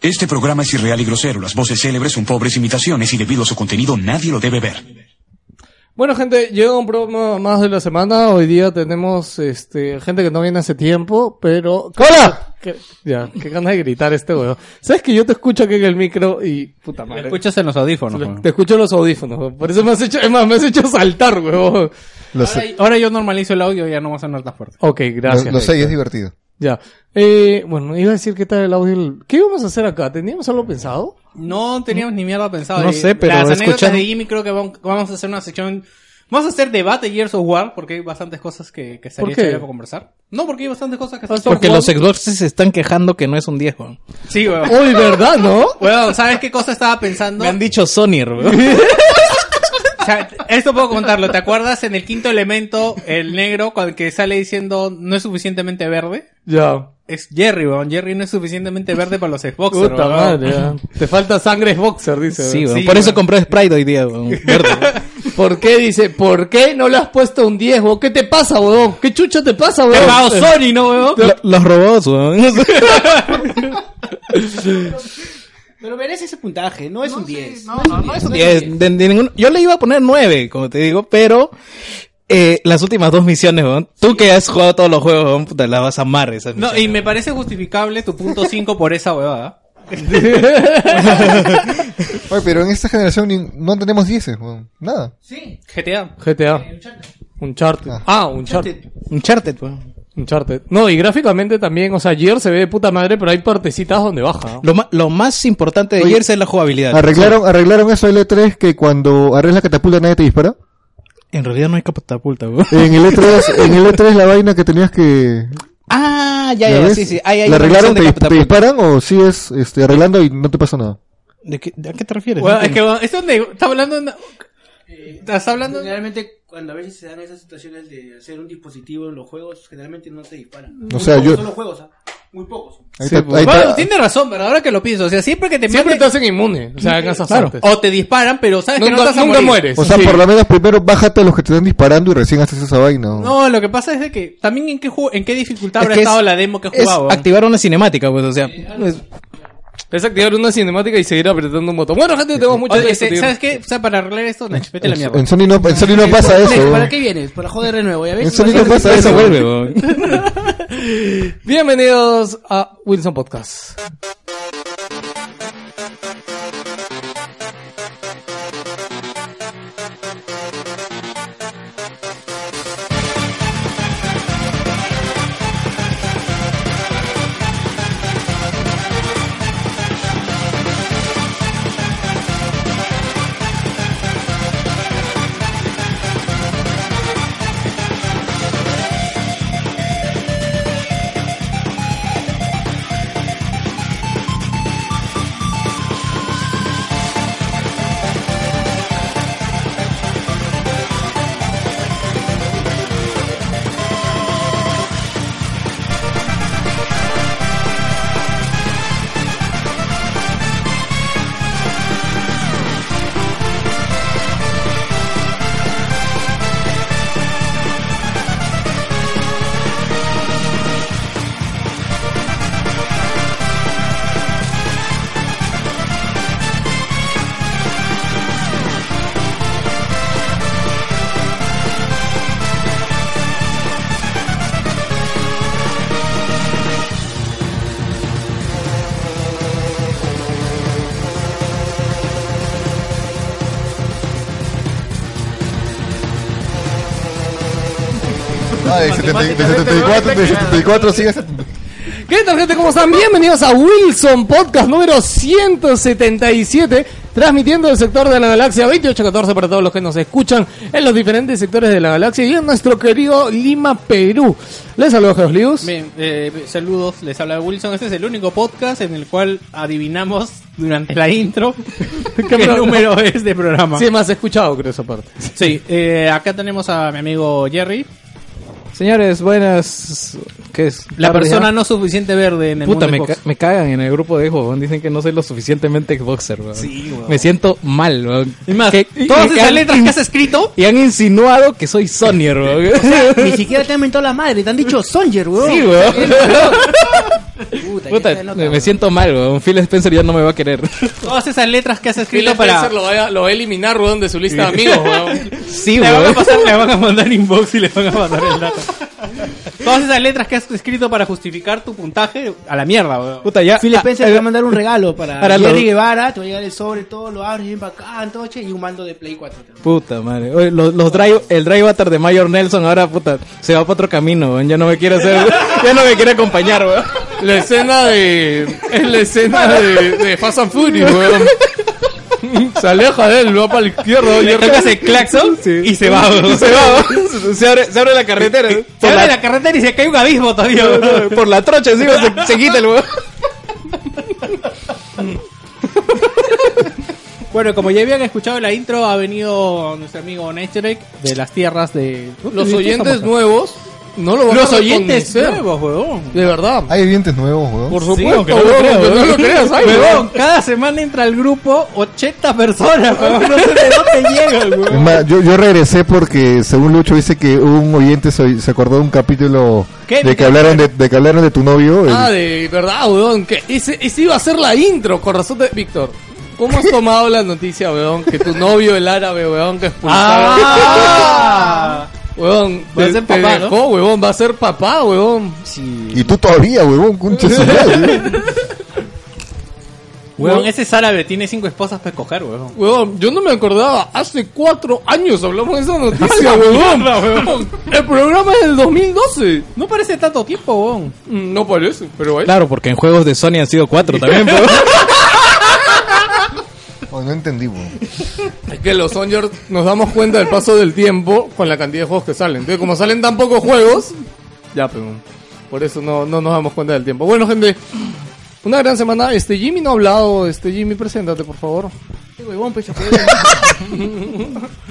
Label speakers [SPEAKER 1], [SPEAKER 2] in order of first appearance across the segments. [SPEAKER 1] Este programa es irreal y grosero. Las voces célebres son pobres imitaciones y debido a su contenido nadie lo debe ver.
[SPEAKER 2] Bueno, gente, llega un programa más de la semana. Hoy día tenemos este, gente que no viene hace tiempo, pero.
[SPEAKER 3] ¡Hola!
[SPEAKER 2] Que- ya, qué ganas de gritar este huevo. ¿Sabes que yo te escucho aquí en el micro y. puta
[SPEAKER 3] Lo
[SPEAKER 2] madre.
[SPEAKER 3] escuchas en los audífonos.
[SPEAKER 2] Te-
[SPEAKER 3] weón.
[SPEAKER 2] Te escucho en los audífonos. weón. Por eso me has hecho, es más, me has hecho saltar, huevo.
[SPEAKER 3] Ahora, ahora yo normalizo el audio y ya no va a sonar tan fuerte.
[SPEAKER 2] Ok, gracias.
[SPEAKER 4] Lo, lo sé y es divertido.
[SPEAKER 2] Ya. Eh, bueno, iba a decir qué tal el audio. del- ¿Qué íbamos a hacer acá? ¿Teníamos algo pensado?
[SPEAKER 3] No teníamos ni mierda pensado.
[SPEAKER 5] No
[SPEAKER 3] Y
[SPEAKER 5] sé, pero
[SPEAKER 3] Las anécdotas
[SPEAKER 5] escuchar-
[SPEAKER 3] de Jimmy creo que vam- vamos a hacer una sección... Vamos a hacer debate Gears of War porque hay bastantes cosas que,
[SPEAKER 2] ¿Por
[SPEAKER 3] que estaría
[SPEAKER 2] qué?
[SPEAKER 3] chévere para conversar. No, porque hay bastantes cosas que... están
[SPEAKER 5] Ah, Porque
[SPEAKER 3] jugando.
[SPEAKER 5] los Xboxes se están quejando que no es un 10, weón.
[SPEAKER 3] Sí, weón.
[SPEAKER 2] Hoy, ¿verdad, no?
[SPEAKER 3] Weón, ¿sabes qué cosa estaba pensando?
[SPEAKER 5] Me han dicho Sony, weón.
[SPEAKER 3] O sea, esto puedo contarlo. ¿Te acuerdas en el quinto elemento, el negro, cuando que sale diciendo no es suficientemente verde?
[SPEAKER 2] Ya.
[SPEAKER 3] Es Jerry, weón. Jerry no es suficientemente verde para los Xboxers,
[SPEAKER 2] Puta
[SPEAKER 3] weón.
[SPEAKER 2] madre, ya. Te falta sangre es boxer, dice.
[SPEAKER 5] Sí,
[SPEAKER 2] weón.
[SPEAKER 5] weón.
[SPEAKER 3] Sí,
[SPEAKER 5] Por
[SPEAKER 3] weón.
[SPEAKER 5] eso compré Sprite hoy día, weón. Verde, weón.
[SPEAKER 2] ¿Por qué? Dice, ¿por qué no le has puesto un 10, weón? ¿Qué te pasa, weón? ¿Qué chucha te pasa,
[SPEAKER 3] Te
[SPEAKER 2] weón?
[SPEAKER 3] pago Sony, ¿no, weón?
[SPEAKER 5] Lo- los robots, weón.
[SPEAKER 6] Pero merece ese puntaje, no es un 10. No,
[SPEAKER 5] No es un 10, de- de ninguno- Yo le iba a poner 9, como te digo, pero eh, las últimas dos misiones, weón. Tú que has jugado todos los juegos, weón, puta, la vas a amar esas
[SPEAKER 3] No, y
[SPEAKER 5] misiones.
[SPEAKER 3] me parece justificable tu punto 5 por esa huevada.
[SPEAKER 4] Oye, pero en esta generación ni- no tenemos 10, weón. Nada.
[SPEAKER 3] GTA.
[SPEAKER 2] GTA. Uncharted.
[SPEAKER 4] Ah.
[SPEAKER 2] Ah, Uncharted.
[SPEAKER 5] Uncharted, weón.
[SPEAKER 2] Uncharted. No, y gráficamente también, o sea, Gear se ve de puta madre, pero hay partecitas donde baja.
[SPEAKER 5] Lo, ma- lo más importante de
[SPEAKER 4] Oye,
[SPEAKER 5] Gears es la jugabilidad.
[SPEAKER 4] Arreglaron, arreglaron eso el E3 que cuando arreglas la catapulta nadie te dispara.
[SPEAKER 5] En realidad no hay catapulta, weón.
[SPEAKER 4] En el E3, en el E3 la vaina que tenías que...
[SPEAKER 5] Ah, ya,
[SPEAKER 4] ¿la
[SPEAKER 5] ya,
[SPEAKER 4] ves?
[SPEAKER 5] sí, sí. Ahí hay
[SPEAKER 4] ¿La
[SPEAKER 5] una
[SPEAKER 4] arreglaron?
[SPEAKER 5] misión
[SPEAKER 4] Te,
[SPEAKER 5] de
[SPEAKER 4] te
[SPEAKER 5] catapulta.
[SPEAKER 4] disparan o sigues este, arreglando y no te pasa nada?
[SPEAKER 5] ¿De qué- de- ¿A qué te refieres?
[SPEAKER 3] Weón,
[SPEAKER 5] No
[SPEAKER 3] es que
[SPEAKER 5] entiendo.
[SPEAKER 3] weón, es donde está hablando. una- Estás hablando.
[SPEAKER 6] Generalmente, cuando a veces se dan esas situaciones de hacer un dispositivo en los juegos, generalmente no te disparan.
[SPEAKER 4] O sea,
[SPEAKER 6] Muy
[SPEAKER 4] yo-
[SPEAKER 6] pocos Son los juegos, ¿ah? Muy pocos.
[SPEAKER 4] Ahí
[SPEAKER 2] Sí,
[SPEAKER 4] está-
[SPEAKER 2] pues.
[SPEAKER 4] ahí está-
[SPEAKER 3] Bueno, tiene razón, pero ahora que lo pienso, o sea, siempre que te
[SPEAKER 2] Siempre te
[SPEAKER 3] meten-
[SPEAKER 2] hacen inmune, o sea, en esas
[SPEAKER 5] Claro.
[SPEAKER 2] partes.
[SPEAKER 3] o te disparan, pero sabes que no
[SPEAKER 2] Nunca,
[SPEAKER 3] estás a
[SPEAKER 2] nunca
[SPEAKER 3] morir.
[SPEAKER 2] mueres.
[SPEAKER 4] o sea, por lo menos primero bájate a los que te están disparando y recién haces esa vaina. weón.
[SPEAKER 3] No, lo que pasa es de que también en qué ju- en qué dificultad
[SPEAKER 5] Es
[SPEAKER 3] habrá
[SPEAKER 5] que es-
[SPEAKER 3] estado la demo que he
[SPEAKER 5] Es
[SPEAKER 3] jugado.
[SPEAKER 5] activar una cinemática, pues, o sea. es-
[SPEAKER 2] Es activar una cinemática y seguir apretando un botón. Bueno, gente, tenemos mucho
[SPEAKER 3] Oye,
[SPEAKER 2] que
[SPEAKER 3] este,
[SPEAKER 2] discutir.
[SPEAKER 3] ¿sabes qué? O sea, para arreglar esto, Nacho, vete a la mierda.
[SPEAKER 4] en Sony no, en Sony no pasa eso.
[SPEAKER 6] ¿Para,
[SPEAKER 4] weón.
[SPEAKER 6] qué vienes? Para joder de nuevo, ¿ya
[SPEAKER 4] En
[SPEAKER 6] ves?
[SPEAKER 4] Sony no pasa
[SPEAKER 5] Eso
[SPEAKER 4] eso.
[SPEAKER 5] vuelve, weón.
[SPEAKER 2] Bienvenidos a Wilson Podcast.
[SPEAKER 4] Ah, de 70 de 74, de 74 sigue 70.
[SPEAKER 2] ¿Qué tal, gente? ¿Cómo están? Bienvenidos a Wilson Podcast número 177, transmitiendo el sector de la galaxia 2814 para todos los que nos escuchan en los diferentes sectores de la galaxia y en nuestro querido Lima, Perú. Les saludo, Geos Lius.
[SPEAKER 3] Bien, eh, saludos, les habla Wilson. Este es el único podcast en el cual adivinamos durante la intro qué número es de programa.
[SPEAKER 2] Sí,
[SPEAKER 3] Sí,
[SPEAKER 2] más escuchado, creo, esa parte.
[SPEAKER 3] eh, acá tenemos a mi amigo Jerry.
[SPEAKER 5] Señores, buenas ¿Qué es?
[SPEAKER 3] La
[SPEAKER 5] Tarde
[SPEAKER 3] persona
[SPEAKER 5] ya.
[SPEAKER 3] no suficiente verde en el
[SPEAKER 5] Puta, me,
[SPEAKER 3] mundo Xbox.
[SPEAKER 5] ca- me cagan en el grupo de Xbox, weón. Dicen que no soy lo suficientemente Xboxer, weón.
[SPEAKER 3] Sí, weón.
[SPEAKER 5] Me siento mal, weón.
[SPEAKER 3] Es más,
[SPEAKER 5] Que-
[SPEAKER 3] todas
[SPEAKER 5] y- y
[SPEAKER 3] esas
[SPEAKER 5] han
[SPEAKER 3] letras
[SPEAKER 5] in-
[SPEAKER 3] que has escrito
[SPEAKER 5] Y han insinuado que soy Sonyer, weón.
[SPEAKER 6] Ni siquiera te han mentado la madre, te han dicho Songer, weón.
[SPEAKER 5] sí, weón.
[SPEAKER 6] Puta, ya
[SPEAKER 5] Puta,
[SPEAKER 6] está en otra,
[SPEAKER 5] me, me
[SPEAKER 6] weón.
[SPEAKER 5] siento mal, weón. Phil Spencer ya no me va a querer.
[SPEAKER 3] Todas esas letras que has
[SPEAKER 2] Phil
[SPEAKER 3] escrito para.
[SPEAKER 2] Spencer lo va, a, lo va a eliminar, weón, de su lista de amigos, weón.
[SPEAKER 5] Sí,
[SPEAKER 3] Le van a
[SPEAKER 5] weón.
[SPEAKER 3] pasar, le van a mandar inbox y le van a mandar el dato. Todas esas letras que has escrito para justificar tu puntaje, a la mierda, weón.
[SPEAKER 5] Puta, ya.
[SPEAKER 6] Phil
[SPEAKER 5] ah,
[SPEAKER 6] Spencer
[SPEAKER 5] ah,
[SPEAKER 6] te va a mandar un regalo para,
[SPEAKER 5] Para
[SPEAKER 6] Jerry
[SPEAKER 5] lo-
[SPEAKER 6] Guevara, te va a llegar el sobre, todo lo abres bien bacán, todo che, y un mando de Play 4. también.
[SPEAKER 5] Puta madre. Oye, los, los drive, el drive avatar de Mayor Nelson ahora, puta, se va para otro camino, weón. Ya no me quiere hacer, ya no me quiere acompañar, weón.
[SPEAKER 2] La escena de. Es la escena de, de Fast and Furious, weón. Se aleja de él, va para la izquierda.
[SPEAKER 3] Le tocas el claxon y se va, weón.
[SPEAKER 5] Se va, weón. se abre, se abre la carretera.
[SPEAKER 3] Se
[SPEAKER 5] Por
[SPEAKER 3] abre
[SPEAKER 5] la,
[SPEAKER 3] la carretera y se cae un abismo todavía, weón.
[SPEAKER 5] por la trocha encima se, se quita el weón.
[SPEAKER 3] Bueno, como ya habían escuchado la intro, ha venido nuestro amigo Nesterek de las tierras de.
[SPEAKER 2] Los oyentes nuevos no lo van
[SPEAKER 3] Los
[SPEAKER 2] a
[SPEAKER 3] oyentes
[SPEAKER 2] reconocer.
[SPEAKER 3] nuevos, weón.
[SPEAKER 2] De verdad.
[SPEAKER 7] Hay dientes nuevos, weón.
[SPEAKER 2] Por supuesto,
[SPEAKER 5] aunque no
[SPEAKER 2] weón,
[SPEAKER 5] lo
[SPEAKER 2] aunque
[SPEAKER 5] creas,
[SPEAKER 2] no,
[SPEAKER 5] weón.
[SPEAKER 2] lo creas, ay,
[SPEAKER 3] Weón,
[SPEAKER 2] weón.
[SPEAKER 3] cada semana entra al grupo 80 personas, weón. No sé de dónde llegan, weón.
[SPEAKER 7] Es más, yo, yo regresé porque, según Lucho, dice que un oyente se, se acordó de un capítulo
[SPEAKER 3] ¿Qué?
[SPEAKER 7] de que, hablaron de, de que hablaron de tu novio. el-
[SPEAKER 2] Ah, de verdad, weón. Que ese, ese iba a ser la intro, con razón de. Víctor, ¿cómo has tomado la noticia, weón? Que tu novio, el árabe, weón, que expulsaron.
[SPEAKER 3] Ah.
[SPEAKER 2] Weón,
[SPEAKER 3] Va a
[SPEAKER 2] te-
[SPEAKER 3] ser
[SPEAKER 2] te
[SPEAKER 3] papá, ¿no?
[SPEAKER 2] dejó, weón. Va a ser papá, weón.
[SPEAKER 7] Y tú todavía, weón, concha de su madre.
[SPEAKER 3] Weón, ese es árabe, tiene cinco esposas para escoger, weón.
[SPEAKER 2] Weón, yo no me acordaba. Hace cuatro años hablamos de esa noticia, weón. El programa es del 2012.
[SPEAKER 3] No parece tanto tiempo, weón.
[SPEAKER 2] Mm, No parece, pero bueno.
[SPEAKER 5] Claro, porque en juegos de Sony han sido cuatro también, weón.
[SPEAKER 7] Oh, no entendí, weón.
[SPEAKER 2] Es que los Songers nos damos cuenta del paso del tiempo con la cantidad de juegos que salen. Entonces, como salen tan pocos juegos, ya, pero por eso no, no nos damos cuenta del tiempo. Bueno, gente, una gran semana. Este Jimmy no ha hablado. Este Jimmy, preséntate, por favor.
[SPEAKER 6] Qué huevón, pues, ok.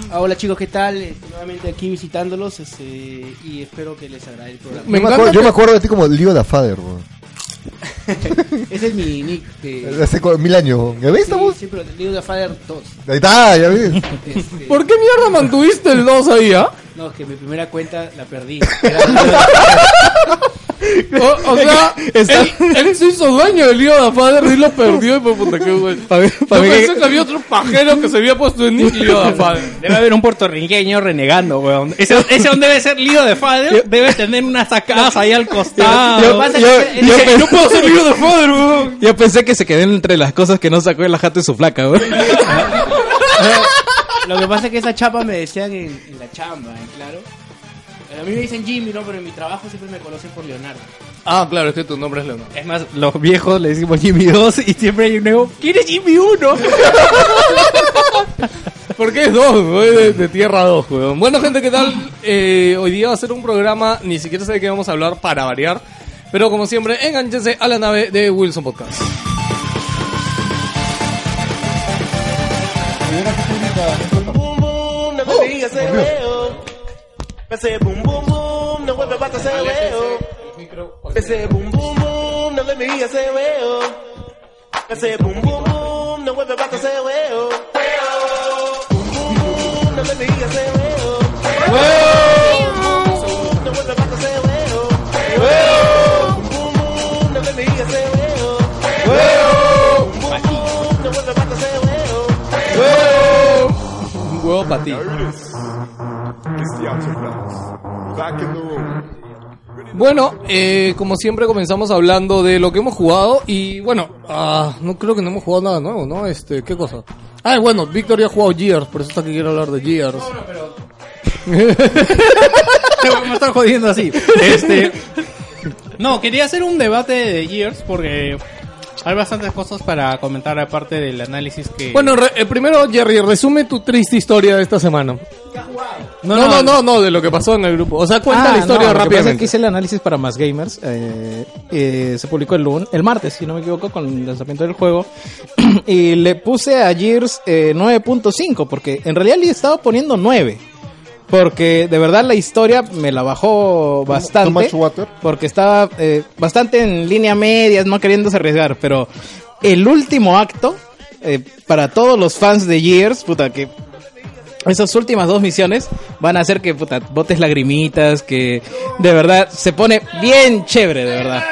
[SPEAKER 6] Ah, Hola chicos, ¿qué tal? Eh, Nuevamente aquí visitándolos este, y espero que les agrade el programa.
[SPEAKER 2] Me
[SPEAKER 7] yo, me
[SPEAKER 2] encanta
[SPEAKER 7] acuerdo, yo
[SPEAKER 2] que-
[SPEAKER 7] me acuerdo de ti como Leo da Father, weón.
[SPEAKER 6] Ese es mi nick de...
[SPEAKER 7] Hace cu- mil años, weón. ¿Ya ves,
[SPEAKER 6] Sí,
[SPEAKER 7] estamos?
[SPEAKER 6] siempre lo digo de Father 2.
[SPEAKER 7] Ahí está, ya ves.
[SPEAKER 6] Este,
[SPEAKER 2] ¿Por qué mierda mantuviste el 2 ahí, ah?
[SPEAKER 6] no, es que mi primera cuenta la perdí.
[SPEAKER 2] O, o sea, él, él se hizo dueño del lío de Father y lo perdió y pues puta qué güey.
[SPEAKER 5] Pa' mí- pa'
[SPEAKER 2] Yo
[SPEAKER 5] mí
[SPEAKER 2] pensé
[SPEAKER 5] que-
[SPEAKER 2] que había otro pajero que se había puesto en Nick y Yoda Father.
[SPEAKER 3] Debe haber un puertorriqueño renegando, weón. Ese, ese donde debe ser lío de Fader, debe tener unas sacadas ahí al costado.
[SPEAKER 5] Yo-
[SPEAKER 6] pasa
[SPEAKER 5] yo-
[SPEAKER 6] que-
[SPEAKER 5] yo
[SPEAKER 2] Dice,
[SPEAKER 5] pensé-
[SPEAKER 2] no puedo ser lío de Father, weón.
[SPEAKER 5] Yo pensé que se quedó entre las cosas que no sacó el jato de su flaca, weón.
[SPEAKER 6] Lo que pasa es que esa chapa me decían en, en la chamba, ¿eh? claro. Pero a mí me dicen Jimmy, ¿no? Pero en mi trabajo siempre me conocen por Leonardo.
[SPEAKER 2] Ah, claro, es que tu nombre es Leonardo.
[SPEAKER 3] Es más, los viejos le decimos Jimmy 2 y siempre hay un nuevo. ¿Quién es Jimmy 1?
[SPEAKER 2] Porque es dos, güey, de, de tierra dos, weón. Bueno, gente, ¿qué tal? Eh, hoy día va a ser un programa, ni siquiera sé de qué vamos a hablar para variar. Pero como siempre, enganchense a la nave de Wilson Podcast.
[SPEAKER 8] boom boom, no me digas el leo. Pese boom boom boom, no vuelve basta ese leo. Pese boom boom boom, no me digas el leo. Pese boom boom boom, no vuelve basta ese leo. Boom boom boom, no me digas el leo. No vuelve basta ese leo. Boom boom boom, no me digas el leo. Boom boom boom, no vuelve basta ese leo.
[SPEAKER 2] Un huevo para ti. Bueno, eh, como siempre comenzamos hablando de lo que hemos jugado y bueno, ah, no creo que no hemos jugado nada nuevo, ¿no? Este, ¿qué cosa? Ah, bueno, Víctor ya ha jugado Gears, por eso está que quiero hablar de Gears.
[SPEAKER 3] Te voy a estar jodiendo así. Este. No, quería hacer un debate de Gears porque hay bastantes cosas para comentar aparte del análisis que.
[SPEAKER 2] Bueno, re- eh, primero Jerry, resume tu triste historia de esta semana. No, no, no, no, de lo que pasó en el grupo. O sea, cuenta la historia
[SPEAKER 5] Ah, no, lo que pasa es que
[SPEAKER 2] rápidamente.
[SPEAKER 5] hice el análisis para Más Gamers. eh, eh, se publicó el, lun- el martes, si no me equivoco, con el lanzamiento del juego. y le puse a Gears eh, 9.5, porque en realidad le estaba poniendo 9. Porque de verdad la historia me la bajó bastante.
[SPEAKER 7] too much water?
[SPEAKER 5] Porque estaba eh, bastante en línea media, no queriéndose arriesgar. Pero el último acto, eh, para todos los fans de Years, puta, que esas últimas dos misiones van a hacer que puta, botes lagrimitas, que de verdad se pone bien chévere, de verdad.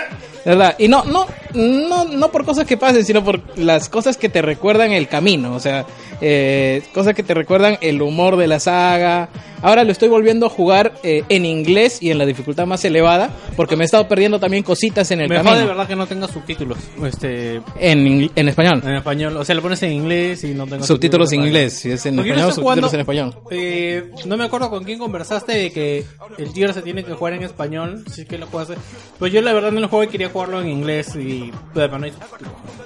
[SPEAKER 5] De verdad. Y no, no, no, no por cosas que pasen, sino por las cosas que te recuerdan el camino. O sea, eh, cosas que te recuerdan el humor de la saga. Ahora lo estoy volviendo a jugar eh, en inglés y en la dificultad más elevada, porque me he estado perdiendo también cositas en el
[SPEAKER 3] Mejor de
[SPEAKER 5] camino.
[SPEAKER 3] verdad que no tenga subtítulos. Este,
[SPEAKER 5] En, ing- en español.
[SPEAKER 3] en español. O sea, lo pones en inglés y no tenga
[SPEAKER 5] Subtítulos en inglés, si es en
[SPEAKER 3] Porque yo
[SPEAKER 5] español,
[SPEAKER 3] no sé cuándo-
[SPEAKER 5] subtítulos en español.
[SPEAKER 3] Eh, no me acuerdo con quién conversaste de que el Gear se tiene que jugar en español, si es que lo juegas. Pues yo la verdad no lo juego y quería jugarlo en inglés y pues, para no ir-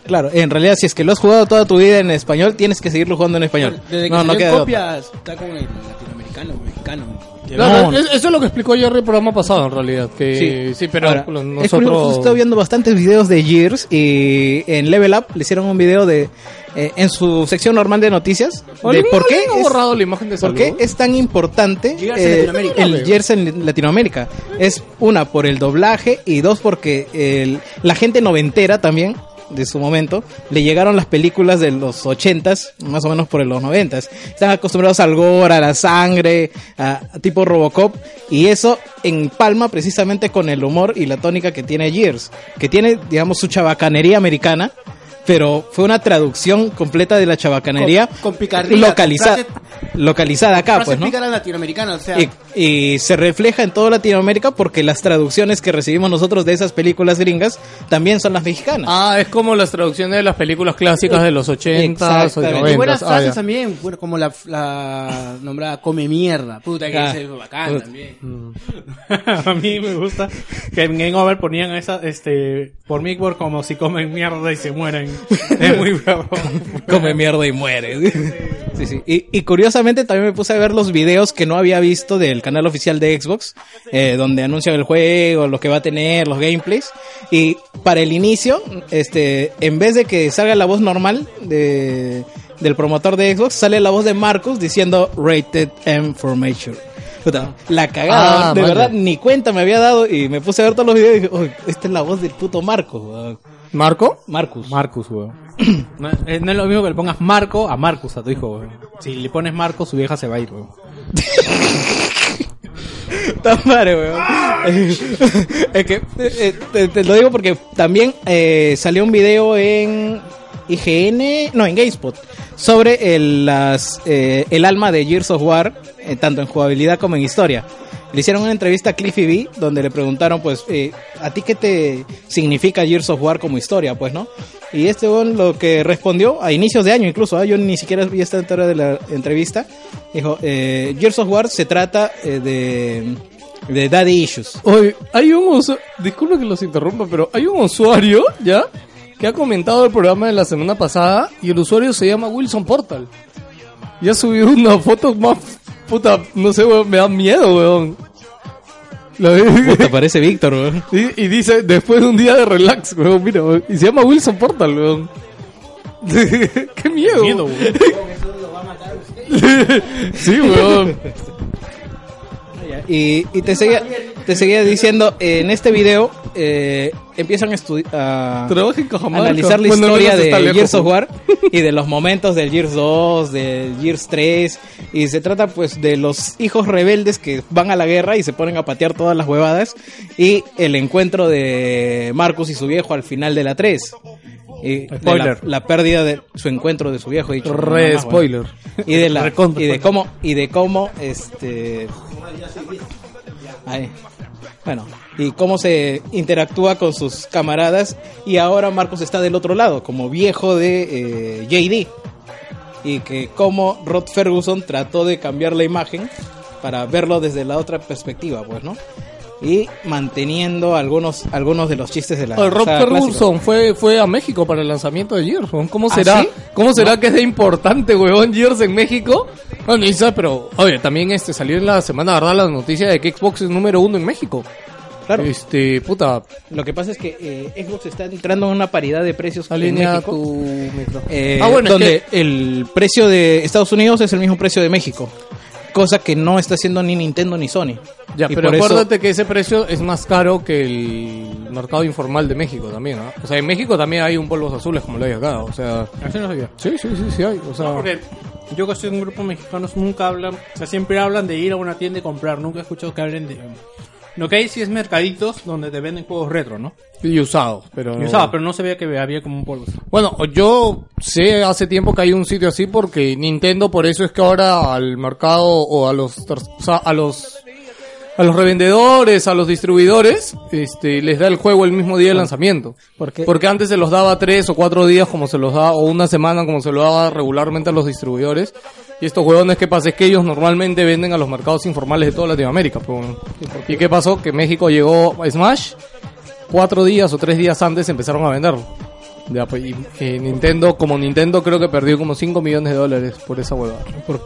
[SPEAKER 5] Claro, en realidad si es que lo has jugado toda tu vida en español, tienes que seguirlo jugando en español.
[SPEAKER 6] Desde que
[SPEAKER 5] no, no
[SPEAKER 6] salió en
[SPEAKER 5] queda de otra.
[SPEAKER 6] copias, está con el latinoamericano, o mexicano.
[SPEAKER 2] Claro, es- eso es lo que explicó Jerry el programa pasado, en realidad. Que, sí. pero
[SPEAKER 5] Ahora,
[SPEAKER 2] lo-
[SPEAKER 5] es curioso,
[SPEAKER 2] nosotros...
[SPEAKER 5] justo viendo bastantes videos de Gears y en Level Up le hicieron un video de eh, en su sección normal de noticias de
[SPEAKER 2] ¿Alguien-
[SPEAKER 5] por qué
[SPEAKER 2] alguien ha
[SPEAKER 5] es-
[SPEAKER 2] borrado la imagen de salud?
[SPEAKER 5] ¿Por qué es tan importante
[SPEAKER 6] Gears en
[SPEAKER 5] eh,
[SPEAKER 6] Latinoamérica.
[SPEAKER 5] el Gears en Latinoamérica? Es una por el doblaje y dos porque el- la gente noventera también de su momento le llegaron las películas de los ochentas, más o menos por los noventas. Están acostumbrados al gore, a la sangre, a, a tipo Robocop y eso empalma precisamente con el humor y la tónica que tiene Gears, que tiene digamos su chabacanería americana. Pero fue una traducción completa de la chabacanería
[SPEAKER 6] Con- con picardía, con
[SPEAKER 5] localiza-
[SPEAKER 6] frases-
[SPEAKER 5] localizada acá,
[SPEAKER 6] Frase
[SPEAKER 5] pues, ¿no?
[SPEAKER 6] pícara latinoamericana, o sea,
[SPEAKER 5] Y, y se refleja en toda Latinoamérica porque las traducciones que recibimos nosotros de esas películas gringas también son las mexicanas.
[SPEAKER 2] Ah, es como las traducciones de las películas clásicas de los 80 o Ah,
[SPEAKER 5] Exactamente.
[SPEAKER 6] Y buenas
[SPEAKER 2] 90.
[SPEAKER 6] frases también, bueno, como la, la nombrada come mierda. Puta, que
[SPEAKER 5] Ah.
[SPEAKER 6] es bacán
[SPEAKER 5] Puta.
[SPEAKER 6] también.
[SPEAKER 3] a mí me gusta que en Game Over ponían esa, este, por mí por como si comen mierda y se mueren. es muy bravo.
[SPEAKER 5] Come mierda y muere. Sí, sí. Y, y curiosamente también me puse a ver los videos que no había visto del canal oficial de Xbox, eh, donde anuncian el juego, lo que va a tener, los gameplays. Y para el inicio, este, en vez de que salga la voz normal de, del promotor de Xbox, sale la voz de Marcus diciendo Rated M for Mature. Puta, La cagada,
[SPEAKER 2] Ah,
[SPEAKER 5] de
[SPEAKER 2] madre.
[SPEAKER 5] verdad, ni cuenta me había dado y me puse a ver todos los videos y dije, "Uy, esta es la voz del puto Marcus. weón".
[SPEAKER 2] ¿Marco?
[SPEAKER 5] Marcus.
[SPEAKER 3] Marcus, weón. No, eh, no es lo mismo que le pongas Marco a Marcus, a tu hijo, weón. Si le pones Marco, su vieja se va a ir, weón.
[SPEAKER 5] Puta madre, weón. es que eh, te, te lo digo porque también eh, salió un video en IGN, no, en GameSpot, sobre el, las, eh, el alma de Gears of War, eh, tanto en jugabilidad como en historia. Le hicieron una entrevista a Cliffy B, donde le preguntaron, pues, eh, ¿a ti qué te significa Gears of War como historia, pues, no? Y este weón lo que respondió a inicios de año incluso, ah, yo ni siquiera vi esta hora de la entrevista, dijo, eh, Gears of War se trata eh, de, de Daddy Issues.
[SPEAKER 2] Oye, hay un usuario, disculpe que los interrumpa, pero hay un usuario, ¿ya? Que ha comentado el programa de la semana pasada y el usuario se llama Wilson Portal. Y ha subido una foto más, puta, no sé, weón, me da miedo, weón. La vi-
[SPEAKER 5] Te parece Víctor, weón.
[SPEAKER 2] y, y dice, después de un día de relax, weón, mira, weón. Y se llama Wilson Portal, weón. Qué miedo.
[SPEAKER 3] Miedo, weón.
[SPEAKER 2] sí, weón.
[SPEAKER 5] Y, y te, seguía, te seguía diciendo, eh, en este video eh, empiezan a, estu- a
[SPEAKER 2] Trabaja en Cajamarca.
[SPEAKER 5] analizar la
[SPEAKER 2] Bueno, al
[SPEAKER 5] historia
[SPEAKER 2] menos está
[SPEAKER 5] de
[SPEAKER 2] lejos,
[SPEAKER 5] Gears of
[SPEAKER 2] weón.
[SPEAKER 5] War y de los momentos del Gears 2, del Gears 3. Y se trata pues de los hijos rebeldes que van a la guerra y se ponen a patear todas las huevadas. Y el encuentro de Marcus y su viejo al final de la 3. Y de la-
[SPEAKER 3] Spoiler.
[SPEAKER 5] La, pérdida de su encuentro de su viejo. dicho,
[SPEAKER 2] Re
[SPEAKER 5] nada más, bueno.
[SPEAKER 2] spoiler.
[SPEAKER 5] Y de, la,
[SPEAKER 2] Recontra
[SPEAKER 5] y de
[SPEAKER 2] spoiler.
[SPEAKER 5] cómo, y de cómo, este... Ahí. Bueno, y cómo se interactúa con sus camaradas. Y ahora Marcos está del otro lado, como viejo de eh, JD. Y que cómo Rod Ferguson trató de cambiar la imagen para verlo desde la otra perspectiva, pues, ¿no? Y manteniendo algunos, algunos de los chistes de la
[SPEAKER 2] El Ah, Rob
[SPEAKER 5] saga clásica.
[SPEAKER 2] Ferguson fue, fue a México para el lanzamiento de Gears. weón. ¿Cómo
[SPEAKER 5] ¿Ah,
[SPEAKER 2] será,
[SPEAKER 5] sí?
[SPEAKER 2] ¿cómo será que es de importante, huevón, Gears en México? Bueno, y sabe, pero, oye, también este, salió en la semana, ¿verdad? La noticia de que Xbox es número uno en México.
[SPEAKER 5] Claro.
[SPEAKER 2] Este, puta,
[SPEAKER 5] Lo que pasa es que eh, Xbox está entrando en una paridad de precios en
[SPEAKER 2] alinea
[SPEAKER 5] México.
[SPEAKER 2] tu micrófono.
[SPEAKER 5] Eh,
[SPEAKER 2] Ah, bueno, es
[SPEAKER 5] donde el precio de Estados Unidos es el mismo precio de México. cosa que no está haciendo ni Nintendo ni Sony.
[SPEAKER 2] Ya,
[SPEAKER 5] Y
[SPEAKER 2] pero
[SPEAKER 5] por eso-
[SPEAKER 2] acuérdate que ese precio es más caro que el mercado informal de México también, ¿ah? O sea, en México también hay un polvos azules como lo hay acá, o sea...
[SPEAKER 3] Así no sabía.
[SPEAKER 2] Sí, sí, sí, sí hay, o sea...
[SPEAKER 3] Porque yo que estoy en un grupo mexicano nunca hablan, o sea, siempre hablan de ir a una tienda y comprar, nunca he escuchado que hablen de... Lo que hay sí es mercaditos donde te venden juegos retro, ¿no?
[SPEAKER 2] Y usados, pero...
[SPEAKER 5] Oh.
[SPEAKER 3] Yo usaba, pero no se veía que había como un polvo.
[SPEAKER 2] Bueno, yo sé hace tiempo que hay un sitio así porque Nintendo por eso es que ahora al mercado o a los ter- o sea, a los a los revendedores, a los distribuidores, este, les da el juego el mismo día de lanzamiento.
[SPEAKER 5] Ah. ¿Por qué?
[SPEAKER 2] Porque antes se los daba tres o cuatro días como se los da, o una semana como se lo daba regularmente a los distribuidores. Y estos huevones, ¿qué pasa? Es que ellos normalmente venden a los mercados informales de toda Latinoamérica. pues, bueno. ¿Y qué pasó? Que México llegó a Smash, cuatro días o tres días antes empezaron a venderlo. Ya, pues, y, y Nintendo, como Nintendo creo que perdió como 5 millones de dólares por esa huevada.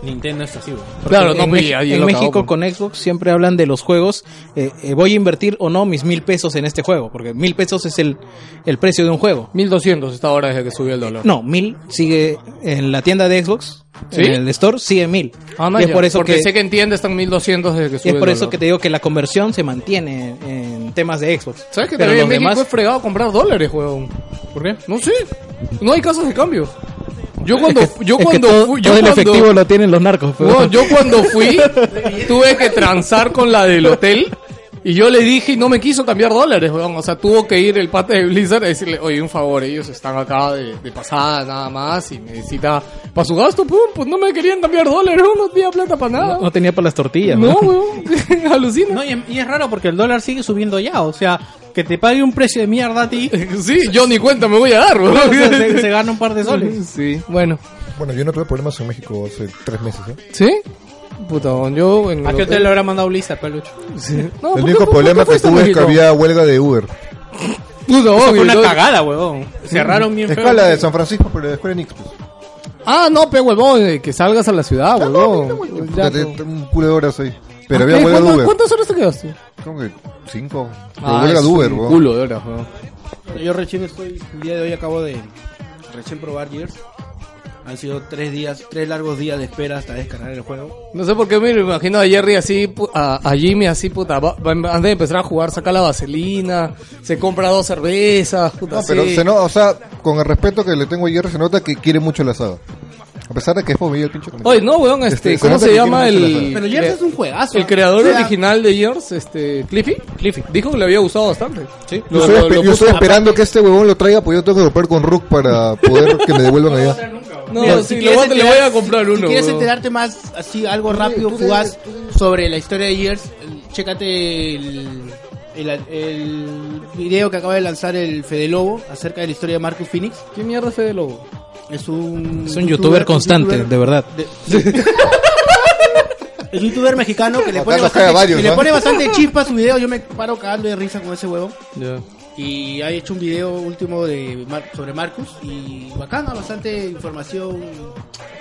[SPEAKER 3] Nintendo es así, weón.
[SPEAKER 2] Claro,
[SPEAKER 5] en
[SPEAKER 2] no, pues,
[SPEAKER 5] Mex-
[SPEAKER 2] y ahí
[SPEAKER 5] en
[SPEAKER 2] lo
[SPEAKER 5] México
[SPEAKER 2] acabó, pues.
[SPEAKER 5] con Xbox siempre hablan de los juegos. eh, eh, voy a invertir o no mis mil pesos en este juego, porque mil pesos es el, el precio de un juego.
[SPEAKER 2] 1200 está ahora desde que subió el dólar.
[SPEAKER 5] No, mil sigue en la tienda de Xbox,
[SPEAKER 2] ¿Sí?
[SPEAKER 5] en el store sigue mil.
[SPEAKER 2] Ah, no,
[SPEAKER 5] y es
[SPEAKER 2] ya,
[SPEAKER 5] por eso
[SPEAKER 2] porque
[SPEAKER 5] que
[SPEAKER 2] sé que entiende están 1200 desde que
[SPEAKER 5] y
[SPEAKER 2] subió
[SPEAKER 5] es por
[SPEAKER 2] el
[SPEAKER 5] eso
[SPEAKER 2] dólar.
[SPEAKER 5] que te digo que la conversión se mantiene en, en temas de Xbox.
[SPEAKER 2] ¿Sabes que
[SPEAKER 5] Pero
[SPEAKER 2] también en
[SPEAKER 5] los
[SPEAKER 2] México
[SPEAKER 5] demás-
[SPEAKER 2] es fregado comprar dólares, huevón? ¿Por qué? No sé. No hay casas de cambio. Yo cuando yo
[SPEAKER 5] es que
[SPEAKER 2] cuando
[SPEAKER 5] todo-
[SPEAKER 2] fui,
[SPEAKER 5] todo
[SPEAKER 2] yo
[SPEAKER 5] el
[SPEAKER 2] cuando-
[SPEAKER 5] efectivo lo tienen los narcos. pero-
[SPEAKER 2] Huevón, yo cuando fui tuve que transar con la del hotel y yo le dije y no me quiso cambiar dólares, huevón. O sea, tuvo que ir el pate de Blizzard a decirle, "Oye, un favor, ellos están acá de, de pasada nada más y necesita para su gasto, pum, pues no me querían cambiar dólares, huevón, no tenía plata para nada."
[SPEAKER 5] no, no tenía para las tortillas.
[SPEAKER 2] No,
[SPEAKER 5] ¿no?
[SPEAKER 2] huevón, alucina.
[SPEAKER 3] No, y, es- y es raro porque el dólar sigue subiendo ya, o sea, que te pague un precio de mierda a ti,
[SPEAKER 2] Sí, yo ni cuenta me voy a dar,
[SPEAKER 3] o
[SPEAKER 2] huevón.
[SPEAKER 3] sea, se, se gana un par de soles.
[SPEAKER 2] Sí, bueno.
[SPEAKER 4] Bueno, yo no tuve problemas en México hace tres meses. ¿eh?
[SPEAKER 2] ¿Sí? Puta, don, yo en
[SPEAKER 3] ¿A
[SPEAKER 2] el
[SPEAKER 3] qué hotel
[SPEAKER 2] hotel-
[SPEAKER 3] lo habrá mandado Blizzard, pelucho?
[SPEAKER 2] No,
[SPEAKER 4] el
[SPEAKER 2] Ah, ¿por qué-
[SPEAKER 4] único
[SPEAKER 2] por- por
[SPEAKER 4] problema
[SPEAKER 2] qué
[SPEAKER 4] que
[SPEAKER 2] fuiste a
[SPEAKER 4] tuve es que
[SPEAKER 2] México?
[SPEAKER 4] había huelga de Uber.
[SPEAKER 2] Puta,
[SPEAKER 3] Eso
[SPEAKER 2] obvio,
[SPEAKER 3] fue una
[SPEAKER 2] yo-
[SPEAKER 3] cagada, huevón. Cerraron bien feo.
[SPEAKER 4] Escuela de San Francisco, pero de Escuela Enix. Pues.
[SPEAKER 2] Ah, no, pe huevón, eh, que salgas a la ciudad, huevón. Ya,
[SPEAKER 4] Puta, te-
[SPEAKER 2] pe-
[SPEAKER 4] te- un culo de horas ahí. Pero
[SPEAKER 2] Ah,
[SPEAKER 4] había
[SPEAKER 2] ¿qué?
[SPEAKER 4] huelga de
[SPEAKER 2] ¿Cuánto-
[SPEAKER 4] Uber.
[SPEAKER 2] ¿Cuántas horas te quedaste?
[SPEAKER 4] Creo que cinco. Pero
[SPEAKER 2] Ah,
[SPEAKER 4] huelga
[SPEAKER 2] es
[SPEAKER 4] de Uber,
[SPEAKER 2] un
[SPEAKER 4] weón.
[SPEAKER 2] culo de horas, huevón.
[SPEAKER 6] Yo recién estoy, el día de hoy acabo de recién probar Gears. Han sido tres días, tres largos días de espera hasta descargar el juego.
[SPEAKER 2] No sé por qué me lo imagino a Jerry así, pu- a, a Jimmy así, puta, va- va- antes de empezar a jugar saca la vaselina, se compra dos cervezas, puta,
[SPEAKER 4] No, pero
[SPEAKER 2] sí.
[SPEAKER 4] se no, o sea, con el respeto que le tengo a Jerry, se nota que quiere mucho la saga. A pesar de que es familia el pinche comentario.
[SPEAKER 2] Oye, no, weón, este,
[SPEAKER 4] Este,
[SPEAKER 2] ¿cómo
[SPEAKER 4] se nota
[SPEAKER 2] se
[SPEAKER 4] que
[SPEAKER 2] llama
[SPEAKER 4] tiene mucho la
[SPEAKER 2] el...
[SPEAKER 4] sala.
[SPEAKER 6] Pero Gears es un juegazo.
[SPEAKER 2] El
[SPEAKER 6] ¿eh?
[SPEAKER 2] creador
[SPEAKER 6] O sea,
[SPEAKER 2] original de Gears, este, Cliffy, Cliffy, dijo que le había gustado bastante. Sí,
[SPEAKER 4] Yo estoy, espe- yo estoy esperando que este huevón lo traiga, pues yo tengo que comprar con Rook para poder que me devuelvan allá.
[SPEAKER 2] No,
[SPEAKER 6] mira,
[SPEAKER 2] sí, le,
[SPEAKER 6] quieres
[SPEAKER 2] voy, a- le voy
[SPEAKER 6] enterar-
[SPEAKER 2] a comprar
[SPEAKER 6] si-
[SPEAKER 2] uno.
[SPEAKER 6] Si quieres
[SPEAKER 2] weón.
[SPEAKER 6] enterarte más, así, algo rápido, fugaz, sobre la historia de Gears, el- chécate el, el, el video que acaba de lanzar el Fede Lobo acerca de la historia de Marcus Phoenix.
[SPEAKER 2] ¿Qué mierda fue de lobo?
[SPEAKER 6] Es un...
[SPEAKER 5] Es un youtuber constante,
[SPEAKER 6] youtuber-
[SPEAKER 5] de verdad.
[SPEAKER 6] Es un youtuber mexicano que le
[SPEAKER 4] Acá
[SPEAKER 6] pone,
[SPEAKER 4] nos
[SPEAKER 6] bastante,
[SPEAKER 4] cae varios,
[SPEAKER 6] que le
[SPEAKER 4] ¿no?
[SPEAKER 6] pone bastante chispa a su video. Yo me paro cagando de risa con ese huevo. Y ha hecho un video último de Mar- sobre Marcus. Y bacana, bastante información